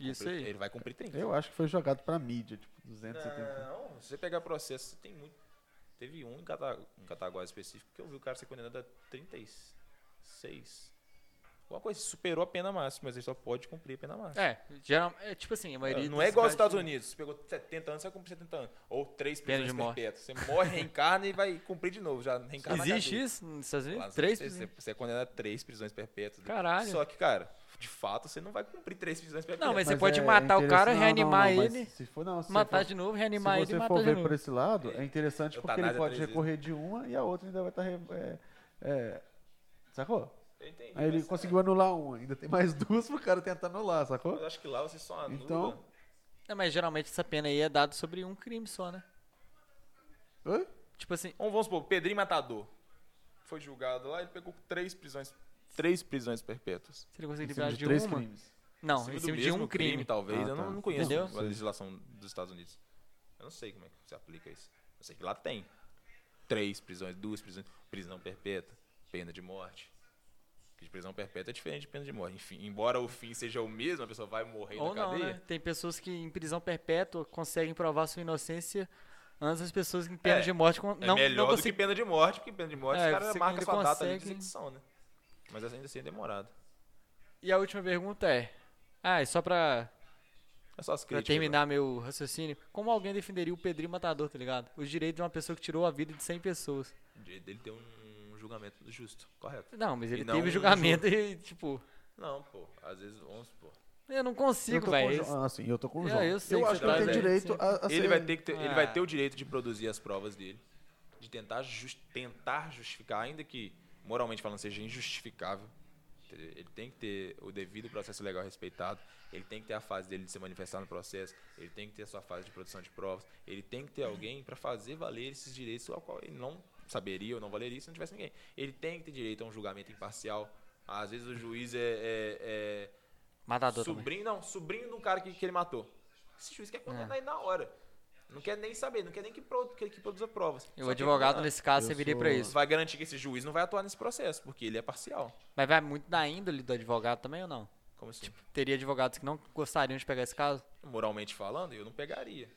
[SPEAKER 2] Isso
[SPEAKER 3] Cumpriu-
[SPEAKER 2] aí.
[SPEAKER 3] Ele vai cumprir 30.
[SPEAKER 1] Eu acho que foi jogado pra mídia, tipo, 270.
[SPEAKER 3] Não, se você pegar processo, tem muito. Teve um em Cata- em Cataguá específico que eu vi o cara ser condenado a 36. Alguma coisa, superou a pena máxima, mas ele só pode cumprir a pena máxima.
[SPEAKER 2] É, geral, é tipo assim, a maioria
[SPEAKER 3] não é
[SPEAKER 2] dos
[SPEAKER 3] igual aos
[SPEAKER 2] casos
[SPEAKER 3] Estados
[SPEAKER 2] de-
[SPEAKER 3] Unidos. Você pegou 70 anos, você vai cumprir 70 anos. Ou 3
[SPEAKER 2] Pena de
[SPEAKER 3] prisões
[SPEAKER 2] morte.
[SPEAKER 3] perpétuas. Você morre, reencarna e vai cumprir de novo. Já reencarna
[SPEAKER 2] Existe isso nos Estados
[SPEAKER 3] Lá
[SPEAKER 2] Unidos?
[SPEAKER 3] nos
[SPEAKER 2] 3
[SPEAKER 3] Estados Unidos, Você, você é condenado a 3 prisões perpétuas.
[SPEAKER 2] Caralho.
[SPEAKER 3] Só que, cara, de fato, você não vai cumprir 3 prisões perpétuas.
[SPEAKER 2] Não, mas você
[SPEAKER 1] Mas
[SPEAKER 2] pode
[SPEAKER 1] é- é
[SPEAKER 2] matar o
[SPEAKER 1] interessante-
[SPEAKER 2] cara,
[SPEAKER 1] não,
[SPEAKER 2] reanimar
[SPEAKER 1] não, não, mas
[SPEAKER 2] ele,
[SPEAKER 1] Se for, não, se
[SPEAKER 2] matar
[SPEAKER 1] for-
[SPEAKER 2] de novo, reanimar
[SPEAKER 1] Se
[SPEAKER 2] ele e
[SPEAKER 1] você
[SPEAKER 2] matar
[SPEAKER 1] for
[SPEAKER 2] de
[SPEAKER 1] ver por
[SPEAKER 2] novo.
[SPEAKER 1] esse lado, é interessante
[SPEAKER 3] Eu
[SPEAKER 1] porque ele
[SPEAKER 3] tanado
[SPEAKER 1] pode
[SPEAKER 3] três vezes.
[SPEAKER 1] recorrer de uma e a outra ainda vai tá estar. é, sacou?
[SPEAKER 3] Eu entendi,
[SPEAKER 1] Aí ele
[SPEAKER 3] mas,
[SPEAKER 1] conseguiu anular uma, ainda tem mais duas pro cara tentar anular,
[SPEAKER 3] é,
[SPEAKER 1] sacou?
[SPEAKER 3] Eu acho que lá você só anula.
[SPEAKER 1] Então-
[SPEAKER 2] É, mas geralmente essa pena aí é dada sobre um crime só, né?
[SPEAKER 1] Oi?
[SPEAKER 2] Tipo assim,
[SPEAKER 3] Vamos, vamos supor, Pedrinho Matador. Foi julgado lá, ele pegou três prisões. Três prisões perpétuas.
[SPEAKER 2] se ele conseguir
[SPEAKER 1] Em cima
[SPEAKER 2] liberar
[SPEAKER 1] de,
[SPEAKER 2] de,
[SPEAKER 1] três
[SPEAKER 2] uma.
[SPEAKER 1] crimes.
[SPEAKER 2] Não,
[SPEAKER 3] Em
[SPEAKER 2] em
[SPEAKER 3] cima do
[SPEAKER 2] cima de
[SPEAKER 3] mesmo
[SPEAKER 2] um crime.
[SPEAKER 3] talvez.
[SPEAKER 1] Ah,
[SPEAKER 3] eu
[SPEAKER 1] tá.
[SPEAKER 3] não, não conheço
[SPEAKER 2] Entendeu?
[SPEAKER 3] a legislação dos Estados Unidos. Eu não sei como é que se aplica isso. Eu sei que lá tem. Três prisões, duas prisões, prisão perpétua, pena de morte. Porque de prisão perpétua é diferente de pena de morte. Enfim, embora o fim seja o mesmo, a pessoa vai morrer
[SPEAKER 2] Ou
[SPEAKER 3] na
[SPEAKER 2] não,
[SPEAKER 3] cadeia.
[SPEAKER 2] né? Tem pessoas que em prisão perpétua conseguem provar sua inocência antes das pessoas que em pena
[SPEAKER 3] É,
[SPEAKER 2] de morte con-
[SPEAKER 3] É
[SPEAKER 2] não,
[SPEAKER 3] melhor
[SPEAKER 2] não
[SPEAKER 3] do
[SPEAKER 2] conseguem.
[SPEAKER 3] que pena de morte, porque pena de morte
[SPEAKER 2] É,
[SPEAKER 3] os caras
[SPEAKER 2] você
[SPEAKER 3] marcam
[SPEAKER 2] ainda
[SPEAKER 3] sua data ali de
[SPEAKER 2] consegue-
[SPEAKER 3] execução, né? Mas ainda assim é demorado.
[SPEAKER 2] E a última pergunta é... Ah, e só pra,
[SPEAKER 3] É só as
[SPEAKER 2] pra
[SPEAKER 3] críticas.
[SPEAKER 2] terminar meu raciocínio, como alguém defenderia o Pedrinho Matador, tá ligado? Os direitos de uma pessoa que tirou a vida de 100 pessoas.
[SPEAKER 3] O direito dele ter um julgamento justo, correto?
[SPEAKER 2] Não, mas ele
[SPEAKER 3] E não
[SPEAKER 2] teve
[SPEAKER 3] um
[SPEAKER 2] julgamento e, tipo...
[SPEAKER 3] Não, pô. Às vezes, vamos pô.
[SPEAKER 2] Eu não
[SPEAKER 1] Eu
[SPEAKER 2] consigo,
[SPEAKER 1] tô com o
[SPEAKER 2] velho.
[SPEAKER 1] João- ah, sim, eu tô com o
[SPEAKER 2] É,
[SPEAKER 1] João.
[SPEAKER 2] eu sei que
[SPEAKER 1] acho
[SPEAKER 2] você
[SPEAKER 1] que ele
[SPEAKER 2] tá
[SPEAKER 1] tem
[SPEAKER 2] velho.
[SPEAKER 1] direito
[SPEAKER 2] Sim.
[SPEAKER 1] a, a
[SPEAKER 3] Ele
[SPEAKER 1] ser-
[SPEAKER 3] vai ter, que ter, ele
[SPEAKER 2] Ah.
[SPEAKER 3] vai ter o direito de produzir as provas dele, de tentar, jus- tentar justificar, ainda que moralmente falando seja injustificável. entendeu? Ele tem que ter o devido processo legal respeitado, ele tem que ter a fase dele de se manifestar no processo, ele tem que ter a sua fase de produção de provas, ele tem que ter alguém para fazer valer esses direitos ao qual ele não saberia ou não valeria se não tivesse ninguém. Ele tem que ter direito a um julgamento imparcial. Às vezes o juiz é- é- é
[SPEAKER 2] Matador também.
[SPEAKER 3] Sobrinho, não, sobrinho do cara que, que ele matou. Esse juiz quer condenar
[SPEAKER 2] É.
[SPEAKER 3] ele na hora. Não quer nem saber, não quer nem que, pro, que, que ah, produza provas.
[SPEAKER 2] E o
[SPEAKER 3] Só quer
[SPEAKER 2] advogado
[SPEAKER 3] condenar.
[SPEAKER 2] nesse caso
[SPEAKER 1] Eu
[SPEAKER 2] serviria
[SPEAKER 1] sou-
[SPEAKER 2] pra isso.
[SPEAKER 3] Vai garantir que esse juiz não vai atuar nesse processo, porque ele é parcial.
[SPEAKER 2] Mas vai muito da índole do advogado também ou não?
[SPEAKER 3] Como assim?
[SPEAKER 2] Teria advogados que não gostariam de pegar esse caso?
[SPEAKER 3] moralmente falando, eu não pegaria.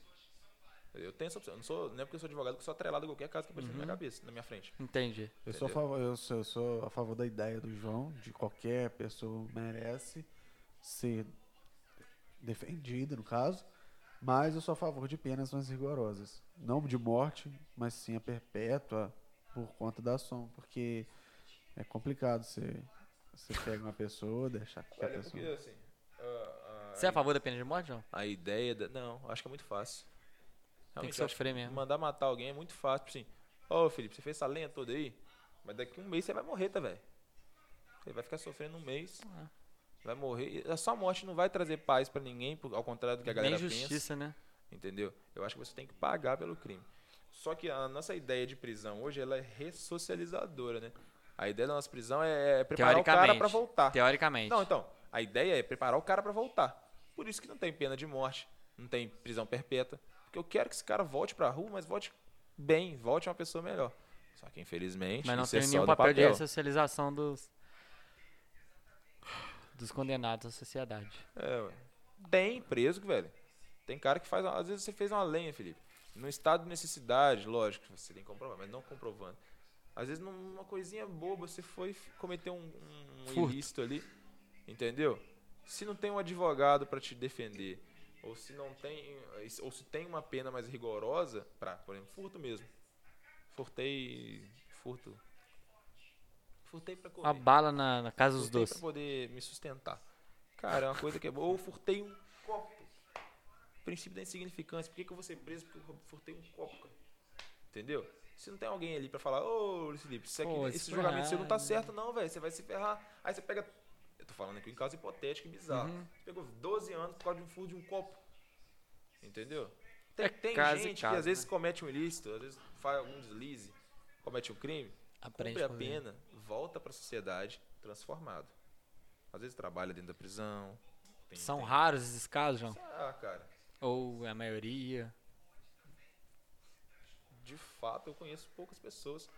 [SPEAKER 3] Eu tenho essa opção. Eu não, sou, não é porque eu sou advogado que eu sou atrelado a qualquer caso que aparecer
[SPEAKER 2] Uhum.
[SPEAKER 3] na minha cabeça, na minha frente.
[SPEAKER 2] Entendi.
[SPEAKER 1] Eu sou, a favor, eu, sou, eu sou a favor da ideia do João, de qualquer pessoa merece ser defendida, no caso, mas eu sou a favor de penas mais rigorosas. Não de morte, mas sim a perpétua por conta da ação, porque é complicado você, você pega uma pessoa, deixar que a pessoa...
[SPEAKER 3] assim. ah,
[SPEAKER 2] Você é a favor da pena de morte, João?
[SPEAKER 3] A ideia da. Não, acho que é muito fácil.
[SPEAKER 2] Tem que
[SPEAKER 3] eu acho
[SPEAKER 2] sofrer mesmo.
[SPEAKER 3] Mandar matar alguém é muito fácil. Tipo assim, ô Felipe, você fez essa lenha toda aí, mas daqui um mês você vai morrer, tá, velho? Você vai ficar sofrendo um mês.
[SPEAKER 2] Ah.
[SPEAKER 3] Vai morrer. E A sua morte não vai trazer paz pra ninguém, por- ao contrário do que a galera
[SPEAKER 2] Nem
[SPEAKER 3] pensa.
[SPEAKER 2] justiça, né?
[SPEAKER 3] Entendeu? Eu acho que você tem que pagar pelo crime. Só que a nossa ideia de prisão hoje ela é ressocializadora, né? A ideia da nossa prisão é preparar o cara
[SPEAKER 2] Teoricamente.
[SPEAKER 3] pra voltar.
[SPEAKER 2] Teoricamente.
[SPEAKER 3] Não, então. A ideia é preparar o cara para voltar. Por isso que não tem pena de morte, não tem prisão perpétua. Porque eu quero que esse cara volte para a rua, mas volte bem, volte uma pessoa melhor. Só que infelizmente.
[SPEAKER 2] Mas não
[SPEAKER 3] isso é
[SPEAKER 2] tem
[SPEAKER 3] só
[SPEAKER 2] nenhum
[SPEAKER 3] do
[SPEAKER 2] papel, de ressocialização dos. dos condenados à sociedade.
[SPEAKER 3] É, ué. Tem preso, velho. Tem cara que faz. Às vezes você fez uma lenha, Felipe. Num estado de necessidade, lógico, você tem que comprovar, mas não comprovando. Às vezes, numa coisinha boba, você foi f- cometer um, um
[SPEAKER 2] Furto.
[SPEAKER 3] ilícito ali. Entendeu? Se não tem um advogado pra te defender, ou se não tem. Ou se tem uma pena mais rigorosa, pra, por exemplo, furto mesmo. Furtei. Furto. Furtei pra correr
[SPEAKER 2] Uma bala na, na casa dos
[SPEAKER 3] furtei pra
[SPEAKER 2] dois.
[SPEAKER 3] poder me sustentar. Cara, é uma coisa que é boa. Ou eu furtei um copo. Princípio da insignificância. Por que, que eu vou ser preso? Porque eu furtei um copo, cara. Entendeu? Se não tem alguém ali pra falar, ô Luiz Felipe, isso aqui-
[SPEAKER 2] Pô, isso
[SPEAKER 3] esse
[SPEAKER 2] foi
[SPEAKER 3] julgamento seu não tá
[SPEAKER 2] errado.
[SPEAKER 3] certo, não, velho. Você vai se ferrar. Aí você pega. Eu tô falando aqui em caso hipotético e bizarro.
[SPEAKER 2] Uhum.
[SPEAKER 3] Você pegou 12 anos por causa de um furto de um copo. Entendeu? Tem, tem
[SPEAKER 2] caso É e né?
[SPEAKER 3] gente que
[SPEAKER 2] caso,
[SPEAKER 3] às vezes comete um ilícito, às vezes faz algum deslize, comete um crime
[SPEAKER 2] Aprende
[SPEAKER 3] cumpre
[SPEAKER 2] a
[SPEAKER 3] a
[SPEAKER 2] conviver.
[SPEAKER 3] pena, volta pra sociedade transformado. Às vezes trabalha dentro da prisão. tem-
[SPEAKER 2] São
[SPEAKER 3] tem-
[SPEAKER 2] raros esses casos, João?
[SPEAKER 3] Ah, cara.
[SPEAKER 2] Ou é a maioria?
[SPEAKER 3] De fato, eu conheço poucas pessoas.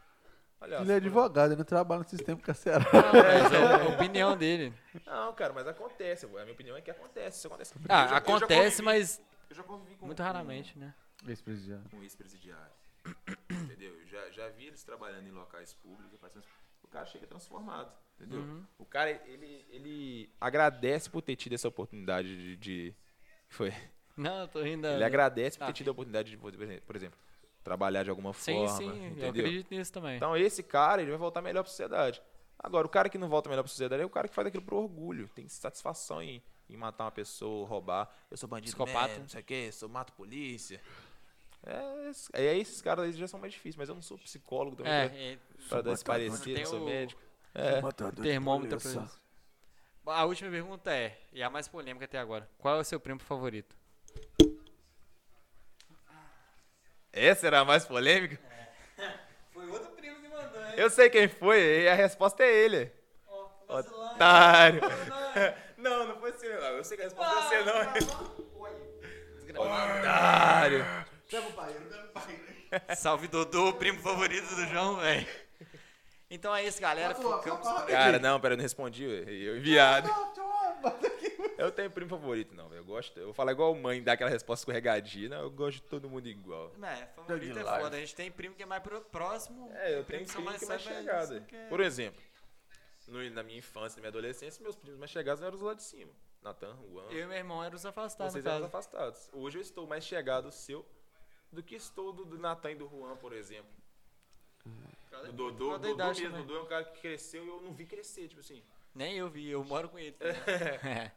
[SPEAKER 3] Aliás,
[SPEAKER 1] Ele é
[SPEAKER 3] por-
[SPEAKER 1] advogado, ele não trabalha no sistema carcerário.
[SPEAKER 2] Não, mas é a opinião dele.
[SPEAKER 3] Não, cara, mas acontece. A minha opinião é que acontece. Isso acontece. Eu
[SPEAKER 2] Ah,
[SPEAKER 3] já- eu já
[SPEAKER 2] acontece,
[SPEAKER 3] convivi-
[SPEAKER 2] mas
[SPEAKER 3] Eu já convivi com
[SPEAKER 2] muito raramente, né?
[SPEAKER 1] Ex-presidiário.
[SPEAKER 3] com ex-presidiário. entendeu? Eu já, já vi eles trabalhando em locais públicos. fazendo- O cara chega transformado, entendeu?
[SPEAKER 2] Uhum.
[SPEAKER 3] O cara, ele, ele agradece por ter tido essa oportunidade de- de... Foi...
[SPEAKER 2] Não, eu tô ainda.
[SPEAKER 3] Ele agradece por
[SPEAKER 2] Ah,
[SPEAKER 3] ter tido a oportunidade de, poder, por exemplo, trabalhar de alguma
[SPEAKER 2] Sim,
[SPEAKER 3] forma.
[SPEAKER 2] sim, eu
[SPEAKER 3] entendeu?
[SPEAKER 2] acredito nisso também.
[SPEAKER 3] Então esse cara, ele vai voltar melhor pra sociedade. Agora, o cara que não volta melhor pra sociedade é o cara que faz aquilo por orgulho. Tem satisfação em, em matar uma pessoa, roubar. Eu sou bandido
[SPEAKER 2] Psicopata.
[SPEAKER 3] mesmo, não sei o quê, sou mato polícia. É, es- é, esses caras aí já são mais difíceis, mas eu não sou psicólogo também pra-
[SPEAKER 2] é, é,
[SPEAKER 3] pra dar esse parecer,
[SPEAKER 2] tem
[SPEAKER 3] não sou
[SPEAKER 2] o-
[SPEAKER 3] médico.
[SPEAKER 2] termômetro pra isso. Bom, A última pergunta é, e a mais polêmica até agora: Qual é o seu primo favorito?
[SPEAKER 3] Essa era a mais polêmica?
[SPEAKER 2] É. Foi outro primo que mandou, hein?
[SPEAKER 3] Eu sei quem foi, e a resposta é ele. Otário.
[SPEAKER 2] é.
[SPEAKER 3] Não, não foi assim, não. Eu sei que a resposta é
[SPEAKER 2] Ah, tá,
[SPEAKER 3] você, não. Otário.
[SPEAKER 2] Salve Dodô, primo favorito do João, velho. Então é isso, galera. Ficamos.
[SPEAKER 3] Cara, não, pera, eu não respondi, ué. eu enviado. Eu tenho primo favorito, não, velho. Eu gosto. Eu falo igual mãe, dá aquela resposta escorregadia. Não, eu gosto de todo mundo igual.
[SPEAKER 2] É, favorito é foda. A gente tem primo que é mais pro- próximo.
[SPEAKER 3] É, eu
[SPEAKER 2] primo
[SPEAKER 3] tenho primo que é mais
[SPEAKER 2] sérios,
[SPEAKER 3] chegado.
[SPEAKER 2] que é-
[SPEAKER 3] Por exemplo, no- na minha infância, na minha adolescência, meus primos mais chegados eram os lá de cima. Natan, Juan,
[SPEAKER 2] Eu e meu irmão éramos afastados,
[SPEAKER 3] vocês
[SPEAKER 2] no
[SPEAKER 3] eram os
[SPEAKER 2] caso.
[SPEAKER 3] afastados. Hoje eu estou mais chegado seu do que estou do, do Natan e do Juan, por exemplo. Do Dodô,
[SPEAKER 2] causa da
[SPEAKER 3] Dodô
[SPEAKER 2] idade
[SPEAKER 3] mesmo,
[SPEAKER 2] também.
[SPEAKER 3] Dodô é um cara que cresceu e eu não vi crescer, tipo assim.
[SPEAKER 2] Nem eu vi, eu moro com ele. É.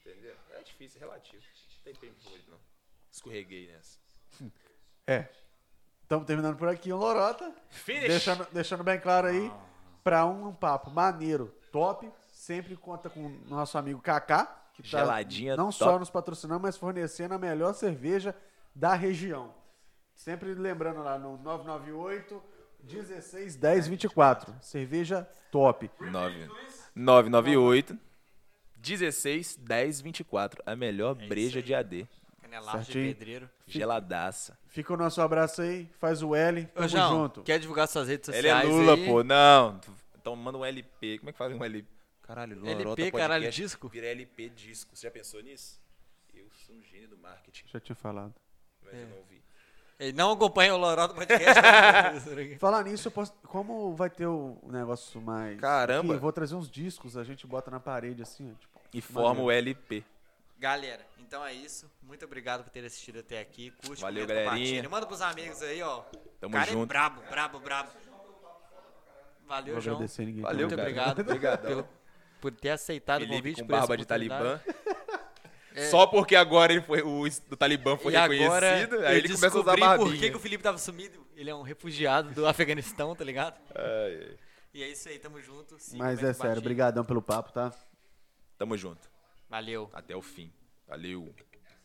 [SPEAKER 3] Entendeu? É difícil, é relativo. Não tem tempo hoje, não. Escorreguei nessa.
[SPEAKER 1] É. Estamos terminando por aqui, um Lorota.
[SPEAKER 3] Finish!
[SPEAKER 1] Deixando, deixando bem claro aí, pra um, um papo maneiro, top. Sempre conta com o nosso amigo Kaká, que tá
[SPEAKER 3] Geladinha
[SPEAKER 1] não
[SPEAKER 3] top.
[SPEAKER 1] só nos patrocinando, mas fornecendo a melhor cerveja da região. Sempre lembrando lá no 998 16 10 24. Cerveja top.
[SPEAKER 3] 998 16 10 24. A melhor breja de AD.
[SPEAKER 2] Canelada de
[SPEAKER 1] Certinho.
[SPEAKER 2] pedreiro.
[SPEAKER 3] Geladaça.
[SPEAKER 1] Fica o nosso abraço aí, faz o L,
[SPEAKER 2] Ô,
[SPEAKER 1] tamo
[SPEAKER 2] João,
[SPEAKER 1] junto.
[SPEAKER 2] quer divulgar suas redes
[SPEAKER 3] Ele é
[SPEAKER 2] sociais
[SPEAKER 3] Lula,
[SPEAKER 2] aí?
[SPEAKER 3] pô. Não. Então manda um LP. Como é que faz um LP? Caralho, Lorota
[SPEAKER 2] LP,
[SPEAKER 3] podcast
[SPEAKER 2] caralho, disco?
[SPEAKER 3] Vira LP disco. Você já pensou nisso? Eu sou um gênio do marketing,
[SPEAKER 1] Já tinha falado.
[SPEAKER 3] mas eu não ouvi.
[SPEAKER 2] Ele não acompanha o Lorota Podcast. né?
[SPEAKER 1] Falar nisso, eu posso- como vai ter o negócio mais.
[SPEAKER 3] Caramba.
[SPEAKER 1] Aqui, eu vou trazer uns discos, a gente bota na parede assim, ó, tipo.
[SPEAKER 3] E forma o LP.
[SPEAKER 2] Galera, então é isso. Muito obrigado por ter assistido até aqui. Curte,
[SPEAKER 3] Valeu,
[SPEAKER 2] comenta,
[SPEAKER 3] galerinha.
[SPEAKER 2] compartilha. Manda pros amigos aí, ó. O
[SPEAKER 3] Tamo
[SPEAKER 2] cara é
[SPEAKER 3] junto.
[SPEAKER 2] brabo, brabo, brabo.
[SPEAKER 1] Não
[SPEAKER 2] Valeu,
[SPEAKER 1] vou
[SPEAKER 2] João.
[SPEAKER 1] agradecer ninguém.
[SPEAKER 3] Valeu,
[SPEAKER 2] Muito
[SPEAKER 3] cara.
[SPEAKER 2] obrigado
[SPEAKER 3] Obrigadão.
[SPEAKER 2] pelo- por ter aceitado o
[SPEAKER 3] Felipe
[SPEAKER 2] convite.
[SPEAKER 3] com
[SPEAKER 2] por essa
[SPEAKER 3] barba de
[SPEAKER 2] oportunidade.
[SPEAKER 3] Talibã. Só porque agora ele foi, o, es- o Talibã foi
[SPEAKER 2] e agora
[SPEAKER 3] reconhecido, aí
[SPEAKER 2] eu
[SPEAKER 3] ele começa a usar
[SPEAKER 2] descobri
[SPEAKER 3] barbinha.
[SPEAKER 2] por que, que o Felipe tava sumido. Ele é um refugiado do Afeganistão, tá ligado?
[SPEAKER 3] Ai, ai.
[SPEAKER 2] E é isso aí, tamo junto. Siga,
[SPEAKER 1] Mas é
[SPEAKER 2] comenta,
[SPEAKER 1] sério,
[SPEAKER 2] compartilha.
[SPEAKER 1] brigadão pelo papo, tá?
[SPEAKER 3] Tamo junto.
[SPEAKER 2] Valeu.
[SPEAKER 3] Até o fim. Valeu.